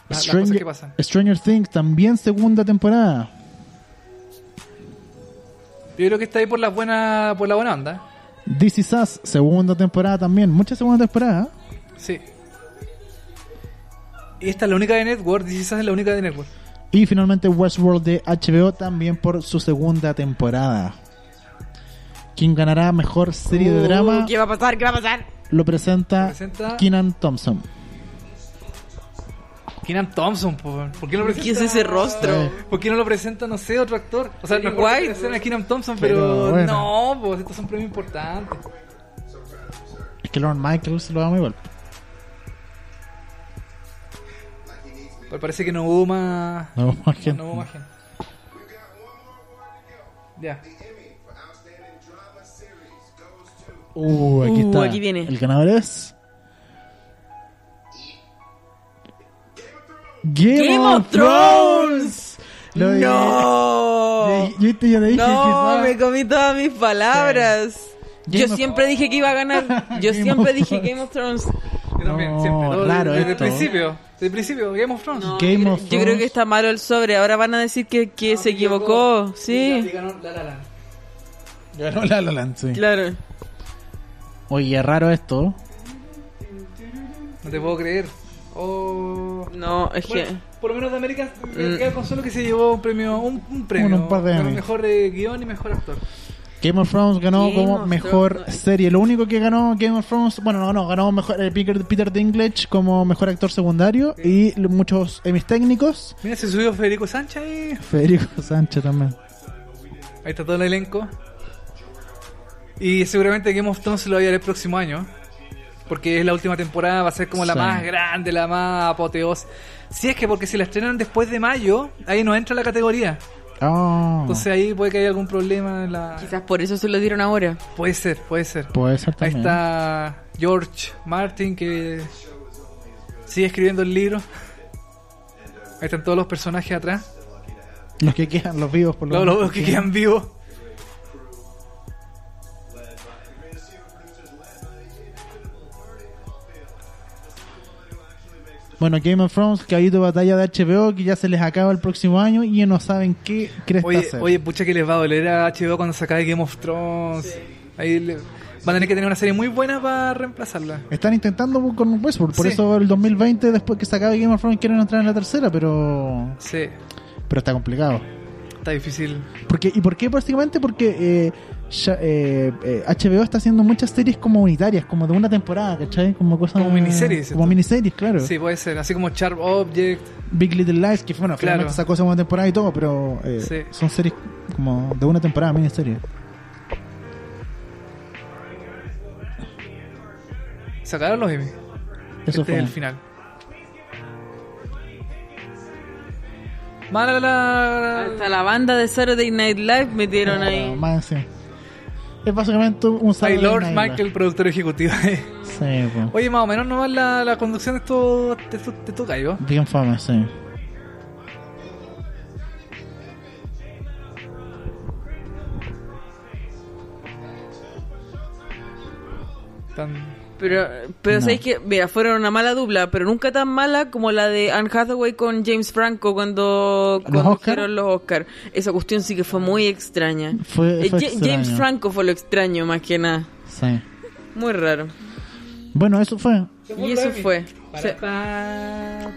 Speaker 1: la- las
Speaker 3: Stranger,
Speaker 1: cosas que pasan.
Speaker 3: Stranger Things, también segunda temporada.
Speaker 1: Yo creo que está ahí por la buena, por la buena onda.
Speaker 3: This Is Us, segunda temporada también. Mucha segunda temporada.
Speaker 1: Sí. Y esta es la única de Network. This Is Us es la única de Network.
Speaker 3: Y finalmente Westworld de HBO también por su segunda temporada. Quien ganará mejor serie de
Speaker 2: Uh,
Speaker 3: drama
Speaker 2: ¿Qué va a pasar? ¿Qué va a pasar?
Speaker 3: lo presenta,
Speaker 1: Presenta-
Speaker 3: Keenan Thompson.
Speaker 1: Keenan Thompson, por, ¿por qué no lo
Speaker 2: ¿Qué es
Speaker 1: presenta?
Speaker 2: ese rostro?
Speaker 1: ¿Por qué no lo presenta, no sé, otro actor? O sea, no
Speaker 2: Guay.
Speaker 1: es a Keenan Thompson,
Speaker 3: Pero
Speaker 1: pero,
Speaker 3: bueno.
Speaker 1: no, pues estos son premios importantes.
Speaker 3: Es que Lorne Michaels se lo da muy igual.
Speaker 1: Pero parece que no hubo más.
Speaker 3: No, más gente.
Speaker 1: No hubo más gente. Ya.
Speaker 3: Uh, aquí
Speaker 2: Uh,
Speaker 3: está.
Speaker 2: aquí viene.
Speaker 3: El ganador es. Game,
Speaker 2: Game
Speaker 3: of
Speaker 2: of Thrones.
Speaker 3: Thrones. Lo dije.
Speaker 2: ¡No!
Speaker 3: Yo, yo te- yo te dije
Speaker 2: No,
Speaker 3: quizá-
Speaker 2: me comí todas mis palabras.
Speaker 3: Game
Speaker 2: Yo
Speaker 3: of-
Speaker 2: siempre dije que iba a ganar. Yo
Speaker 3: Game
Speaker 2: siempre
Speaker 3: of
Speaker 2: dije
Speaker 3: Thrones.
Speaker 2: Game of Thrones.
Speaker 1: Yo también,
Speaker 3: No,
Speaker 1: siempre. Todo
Speaker 3: raro
Speaker 1: desde, desde
Speaker 3: esto.
Speaker 1: el principio. Desde el principio, Game of Thrones.
Speaker 2: No,
Speaker 3: Game
Speaker 2: yo,
Speaker 3: of
Speaker 2: yo
Speaker 3: Thrones.
Speaker 2: creo que está malo el sobre. Ahora van a decir que, que se equivocó. Sí,
Speaker 3: Ganó La La Land, sí.
Speaker 2: claro.
Speaker 3: Oye, raro esto.
Speaker 1: No te puedo creer. Oh.
Speaker 2: No, es que.
Speaker 1: Bueno, por lo menos de América eh, queda con solo que se llevó un premio, un, un premio.
Speaker 3: Bueno, un par de
Speaker 1: Mejor-
Speaker 3: Emmy.
Speaker 1: Mejor eh, guión y mejor actor.
Speaker 3: Game of Thrones ganó
Speaker 2: Game
Speaker 3: como
Speaker 2: of
Speaker 3: mejor
Speaker 2: Thrones, no.
Speaker 3: serie. Lo único que ganó Game of Thrones, bueno, no, no, ganó mejor, eh, Peter, Peter Dinklage como mejor actor secundario y lo- muchos Emmys técnicos.
Speaker 1: Mira, se subió Federico Sánchez ahí.
Speaker 3: Federico Sánchez también.
Speaker 1: Ahí está todo el elenco. Y seguramente Game of Thrones lo va a ver el próximo año. Porque es la última temporada, va a ser como la
Speaker 3: Sí.
Speaker 1: más grande, la más apoteos. Si es que porque si la estrenan después de mayo, ahí no entra la categoría.
Speaker 3: Ah,
Speaker 1: Entonces ahí puede que haya algún problema en la...
Speaker 2: Quizás por eso se lo dieron ahora.
Speaker 1: Puede ser, puede ser.
Speaker 3: puede ser
Speaker 1: Ahí
Speaker 3: también.
Speaker 1: está George Martin que sigue escribiendo el libro. Ahí están todos los personajes atrás.
Speaker 3: Los que quedan, los vivos por lo
Speaker 1: Todos
Speaker 3: menos.
Speaker 1: los que quedan vivos.
Speaker 3: Bueno, Game of Thrones, caballito de batalla de HBO, que ya se les acaba el próximo año y no saben qué crees
Speaker 1: Oye,
Speaker 3: hacer.
Speaker 1: oye, pucha que les va a doler a HBO cuando se acabe Game of Thrones. Ahí le- van a tener que tener una serie muy buena para reemplazarla.
Speaker 3: Están intentando con Westworld, por
Speaker 1: Sí.
Speaker 3: eso el 2020, después que se acabe Game of Thrones, quieren entrar en la tercera, pero
Speaker 1: Sí,
Speaker 3: pero está complicado.
Speaker 1: está difícil.
Speaker 3: Porque, ¿Y por qué? Básicamente porque eh, ya- eh, eh, HBO está haciendo muchas series como unitarias, como de una temporada, ¿cachai? Como cosas.
Speaker 1: Como miniseries,
Speaker 3: Como
Speaker 1: ¿cierto?
Speaker 3: miniseries, claro.
Speaker 1: Sí, puede ser. Así como Sharp Object.
Speaker 3: Big Little Lies, que bueno,
Speaker 1: Claro.
Speaker 3: finalmente sacó segunda temporada y todo, pero eh,
Speaker 1: Sí.
Speaker 3: son series como de una temporada, miniseries.
Speaker 1: ¿Sacaron los Emmy?
Speaker 3: Eso
Speaker 1: este
Speaker 3: fue.
Speaker 1: es el final. Mala la-
Speaker 2: Hasta la banda de Saturday Night Live metieron
Speaker 3: Ah,
Speaker 2: ahí.
Speaker 3: más, sí. Es básicamente un
Speaker 1: Ay,
Speaker 3: Saturday
Speaker 1: Lord
Speaker 3: Night Live.
Speaker 1: Michael, productor ejecutivo.
Speaker 3: Sí, po.
Speaker 1: Oye, más o menos nomás la, la conducción de estos de estos, de estos gallos.
Speaker 3: Bien fama, sí.
Speaker 1: Tan-
Speaker 2: Pero, pero
Speaker 3: No.
Speaker 2: sabéis que, mira, fueron una mala dupla, pero nunca tan mala como la de Anne Hathaway con James Franco cuando
Speaker 3: ¿Los
Speaker 2: cuando
Speaker 3: Oscar?
Speaker 2: hicieron los Oscar. Esa cuestión sí que fue muy extraña.
Speaker 3: Fue,
Speaker 2: Eh,
Speaker 3: fue
Speaker 2: Ja- James
Speaker 3: extraño.
Speaker 2: Franco fue lo extraño más que nada.
Speaker 3: Sí.
Speaker 2: Muy raro.
Speaker 3: Bueno, eso fue.
Speaker 2: Y eso fue. O sea, para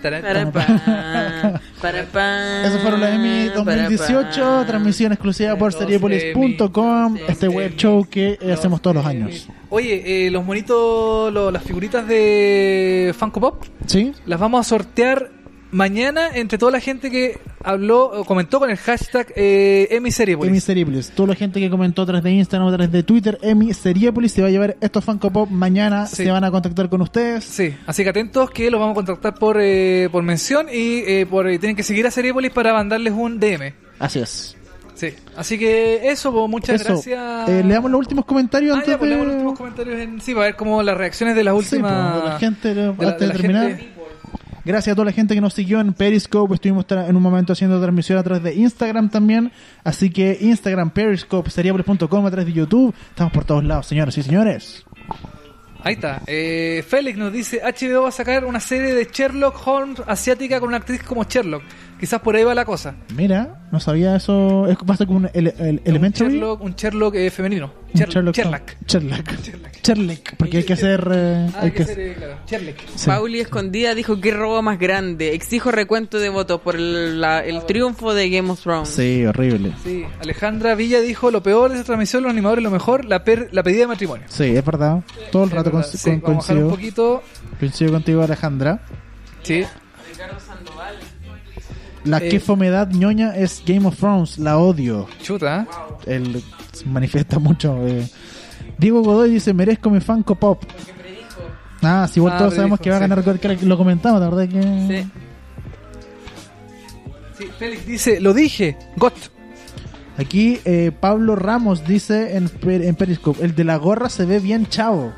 Speaker 2: pa, para pa,
Speaker 3: Eso fueron los Emmy
Speaker 2: Ah, para pa.
Speaker 3: 2018, transmisión exclusiva por
Speaker 1: Los
Speaker 3: seriepolis.com,
Speaker 2: Emmy.
Speaker 3: este
Speaker 1: Los
Speaker 3: web
Speaker 1: Emmy.
Speaker 3: show que eh, hacemos todos los años.
Speaker 1: Oye, eh, los monitos, lo- las figuritas de Funko Pop,
Speaker 3: ¿Sí?
Speaker 1: las vamos a sortear mañana entre toda la gente que habló o comentó con el hashtag eh, Emiseriepolis.
Speaker 3: Emmy Seriepolis. Toda la gente que comentó a través de Instagram, a través de Twitter, Emmy Seriepolis se va a llevar estos Funko Pop mañana,
Speaker 1: Sí.
Speaker 3: se van a contactar con ustedes.
Speaker 1: Sí, así que atentos que los vamos a contactar por, eh, por mención y eh, por, eh, tienen que seguir a Seriepolis para mandarles un DM.
Speaker 3: Así es.
Speaker 1: Sí, así que eso, pues, muchas
Speaker 3: Eso.
Speaker 1: gracias.
Speaker 3: Eh, le damos los últimos comentarios
Speaker 1: Ah,
Speaker 3: antes
Speaker 1: ya, pues,
Speaker 3: de...
Speaker 1: leamos los últimos comentarios en... Sí, para ver como las reacciones de las
Speaker 3: Sí, pues,
Speaker 1: últimas...
Speaker 3: de la gente,
Speaker 1: de la-
Speaker 3: antes
Speaker 1: de
Speaker 3: de,
Speaker 1: la
Speaker 3: terminar.
Speaker 1: gente.
Speaker 3: Gracias a toda la gente que nos siguió en Periscope. Estuvimos tra- en un momento haciendo transmisión a través de Instagram también. Así que Instagram, Periscope, seriables.com, a través de YouTube. Estamos por todos lados, señores y señores.
Speaker 1: Ahí está. Eh, Félix nos dice, HBO va a sacar una serie de Sherlock Holmes asiática con una actriz como Sherlock. Quizás por ahí va la cosa.
Speaker 3: Mira, no sabía eso. Es pasa como un ele- el-
Speaker 1: Un
Speaker 3: elementary.
Speaker 1: Sherlock, un Sherlock eh, femenino.
Speaker 3: Un
Speaker 1: Sherlock.
Speaker 3: Sherlock-
Speaker 1: Sherlock.
Speaker 3: Sherlock.
Speaker 1: Sherlock.
Speaker 3: Sherlock, Porque hay que hacer. eh,
Speaker 1: Ah,
Speaker 3: hay
Speaker 1: hay
Speaker 3: que
Speaker 1: que ser, eh, claro. Sherlock.
Speaker 3: sí.
Speaker 2: Pauli Escondida dijo que robo más grande. Exijo recuento de votos por el, la- el triunfo de Game of Thrones.
Speaker 3: Sí, horrible.
Speaker 1: Sí. Alejandra Villa dijo, lo peor de esa transmisión, los animadores, lo mejor, la, per- la pedida de matrimonio.
Speaker 3: Sí, es verdad. Todo el rato
Speaker 1: Sí,
Speaker 3: con,
Speaker 1: verdad. Sí,
Speaker 3: con-
Speaker 1: vamos a bajar un
Speaker 3: coincido,
Speaker 1: poquito.
Speaker 3: coincido contigo, Alejandra.
Speaker 1: Sí.
Speaker 3: La
Speaker 1: Eh.
Speaker 3: que fomedad ñoña es Game of Thrones. La odio.
Speaker 1: Chuta. ¿eh?
Speaker 3: él se manifiesta mucho. eh. Diego Godoy dice, merezco mi Funko Pop. Ah, si igual
Speaker 1: Ah,
Speaker 3: todos sabemos
Speaker 1: predijo,
Speaker 3: que va a
Speaker 1: sí.
Speaker 3: ganar God Car- lo comentamos, la verdad que...
Speaker 2: Sí.
Speaker 1: ¿eh? Sí, Félix dice, lo dije, got.
Speaker 3: Aquí eh, Pablo Ramos dice en, Per- en Periscope, el de la gorra se ve bien chavo.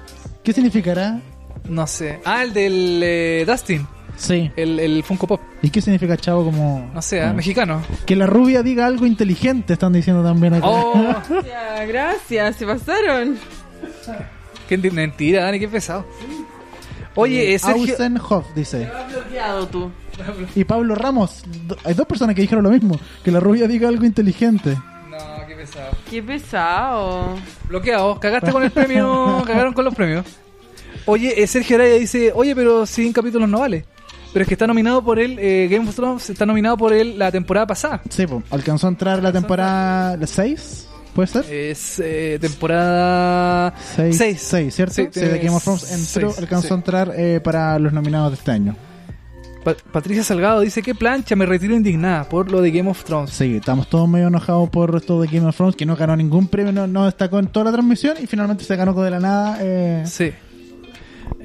Speaker 3: ¿Qué significará?
Speaker 1: No sé. Ah, el del eh, Dustin,
Speaker 3: Sí.
Speaker 1: el, el Funko Pop.
Speaker 3: ¿Y qué significa chavo como...
Speaker 1: No sé, ¿eh?
Speaker 3: como-
Speaker 1: mexicano.
Speaker 3: Que la rubia diga algo inteligente, están diciendo también acá.
Speaker 1: Oh.
Speaker 2: Gracias, gracias, se pasaron.
Speaker 1: Qué di- mentira, Dani, qué pesado. Oye, eh, Sergio.
Speaker 3: Ausenhoff dice.
Speaker 2: bloqueado tú.
Speaker 3: Y Pablo Ramos, do- hay dos personas que dijeron lo mismo, que la rubia diga algo inteligente.
Speaker 1: No, qué pesado.
Speaker 2: Qué pesado.
Speaker 1: Bloqueado, cagaste con el premio, cagaron con los premios. Oye, eh, Sergio Araya dice, oye, pero sin capítulos no vale. Pero es que está nominado por el eh, Game of Thrones, está nominado por él la temporada pasada.
Speaker 3: Sí, po, alcanzó a entrar la temporada 6. ¿Puede ser?
Speaker 1: Es eh, temporada
Speaker 3: 6.
Speaker 1: seis.
Speaker 3: 6, ¿cierto?
Speaker 1: Sí,
Speaker 3: Sí, de Game of Thrones entró,
Speaker 1: seis,
Speaker 3: alcanzó
Speaker 1: sí.
Speaker 3: a entrar eh, para los nominados de este año.
Speaker 1: Pa- Patricia Salgado dice, ¿qué plancha? Me retiro indignada por lo de Game of Thrones.
Speaker 3: Sí, estamos todos medio enojados por esto de Game of Thrones, que no ganó ningún premio, no, no destacó en toda la transmisión y finalmente se ganó con de la nada. eh,
Speaker 1: Sí. Eh,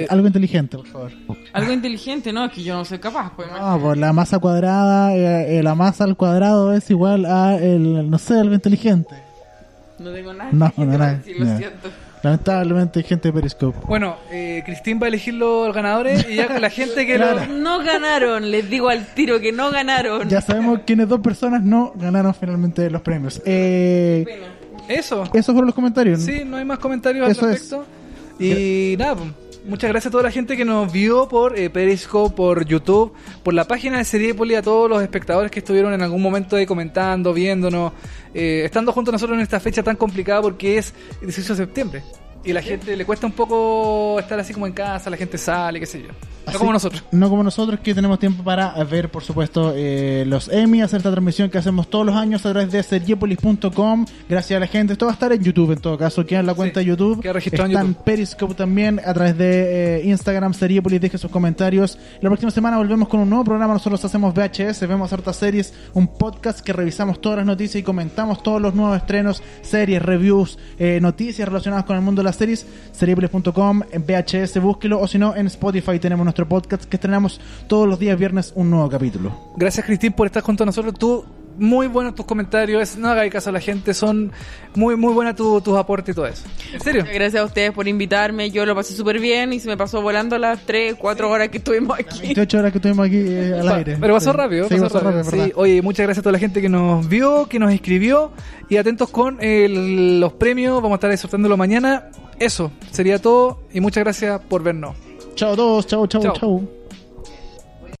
Speaker 3: eh, algo inteligente, por favor.
Speaker 2: Algo inteligente, ¿no? Es que yo no soy capaz, pues.
Speaker 3: No, pues la masa cuadrada, eh, eh, la masa al cuadrado es igual a, el, no sé, algo inteligente.
Speaker 2: No tengo nada.
Speaker 3: No,
Speaker 2: que
Speaker 3: no,
Speaker 2: decir,
Speaker 3: nada,
Speaker 2: lo
Speaker 3: ya.
Speaker 2: siento.
Speaker 3: Lamentablemente, gente de Periscope.
Speaker 1: bueno, eh, Cristín va a elegir los ganadores y ya con la gente que... lo-
Speaker 3: Claro.
Speaker 2: No ganaron, les digo al tiro que no ganaron.
Speaker 3: Ya sabemos quiénes dos personas no ganaron finalmente los premios. Eh,
Speaker 1: Eso.
Speaker 3: esos fueron los comentarios. ¿no?
Speaker 1: Sí, no hay más comentarios al
Speaker 3: Eso es.
Speaker 1: respecto. Y nada, pues, muchas gracias a toda la gente que nos vio por eh, Periscope, por YouTube, por la página de Seriepoli, a todos los espectadores que estuvieron en algún momento ahí comentando, viéndonos, eh, estando junto a nosotros en esta fecha tan complicada porque es el 18 de septiembre. Y la gente le cuesta un poco estar así como en casa, la gente sale, qué sé yo.
Speaker 3: Así-
Speaker 1: No como nosotros.
Speaker 3: No como nosotros que tenemos tiempo para ver, por supuesto, eh, los Emmy, hacer esta transmisión que hacemos todos los años a través de sergiepolis.com. Gracias a la gente. Esto va a estar en YouTube, en todo caso. Queda en la cuenta
Speaker 1: Sí,
Speaker 3: de YouTube.
Speaker 1: queda registrado en
Speaker 3: Está
Speaker 1: YouTube.
Speaker 3: Periscope también, a través de eh, Instagram, Seriepolis. Deje sus comentarios. La próxima semana volvemos con un nuevo programa. Nosotros hacemos VHS, vemos hartas series, un podcast que revisamos todas las noticias y comentamos todos los nuevos estrenos, series, reviews, eh, noticias relacionadas con el mundo de las series. Seriepolis.com, en VHS, búsquelo. O si no, en Spotify tenemos nuestro podcast que estrenamos todos los días viernes un nuevo capítulo.
Speaker 1: Gracias, Cristín, por estar junto a nosotros. Tú, muy buenos tus comentarios. No hagas caso a la gente, son muy, muy buenas tu- tus aportes y todo eso. ¿En serio?
Speaker 2: Muchas gracias a ustedes por invitarme. Yo lo pasé súper bien y se me pasó volando las 3, 4 horas que estuvimos aquí.
Speaker 3: 28 horas que estuvimos aquí eh, al
Speaker 1: Pa-
Speaker 3: aire.
Speaker 1: Pero pasó
Speaker 3: Sí.
Speaker 1: rápido,
Speaker 3: Sí,
Speaker 1: pasó
Speaker 3: pasó
Speaker 1: rápido,
Speaker 3: rápido, ¿verdad?
Speaker 1: sí. Oye, muchas gracias a toda la gente que nos vio, que nos escribió. Y atentos con el- los premios, vamos a estar sorteándolo mañana. Eso, sería todo. Y muchas gracias por vernos.
Speaker 3: Chao a todos, chao, chao,
Speaker 1: Chao.
Speaker 3: chao.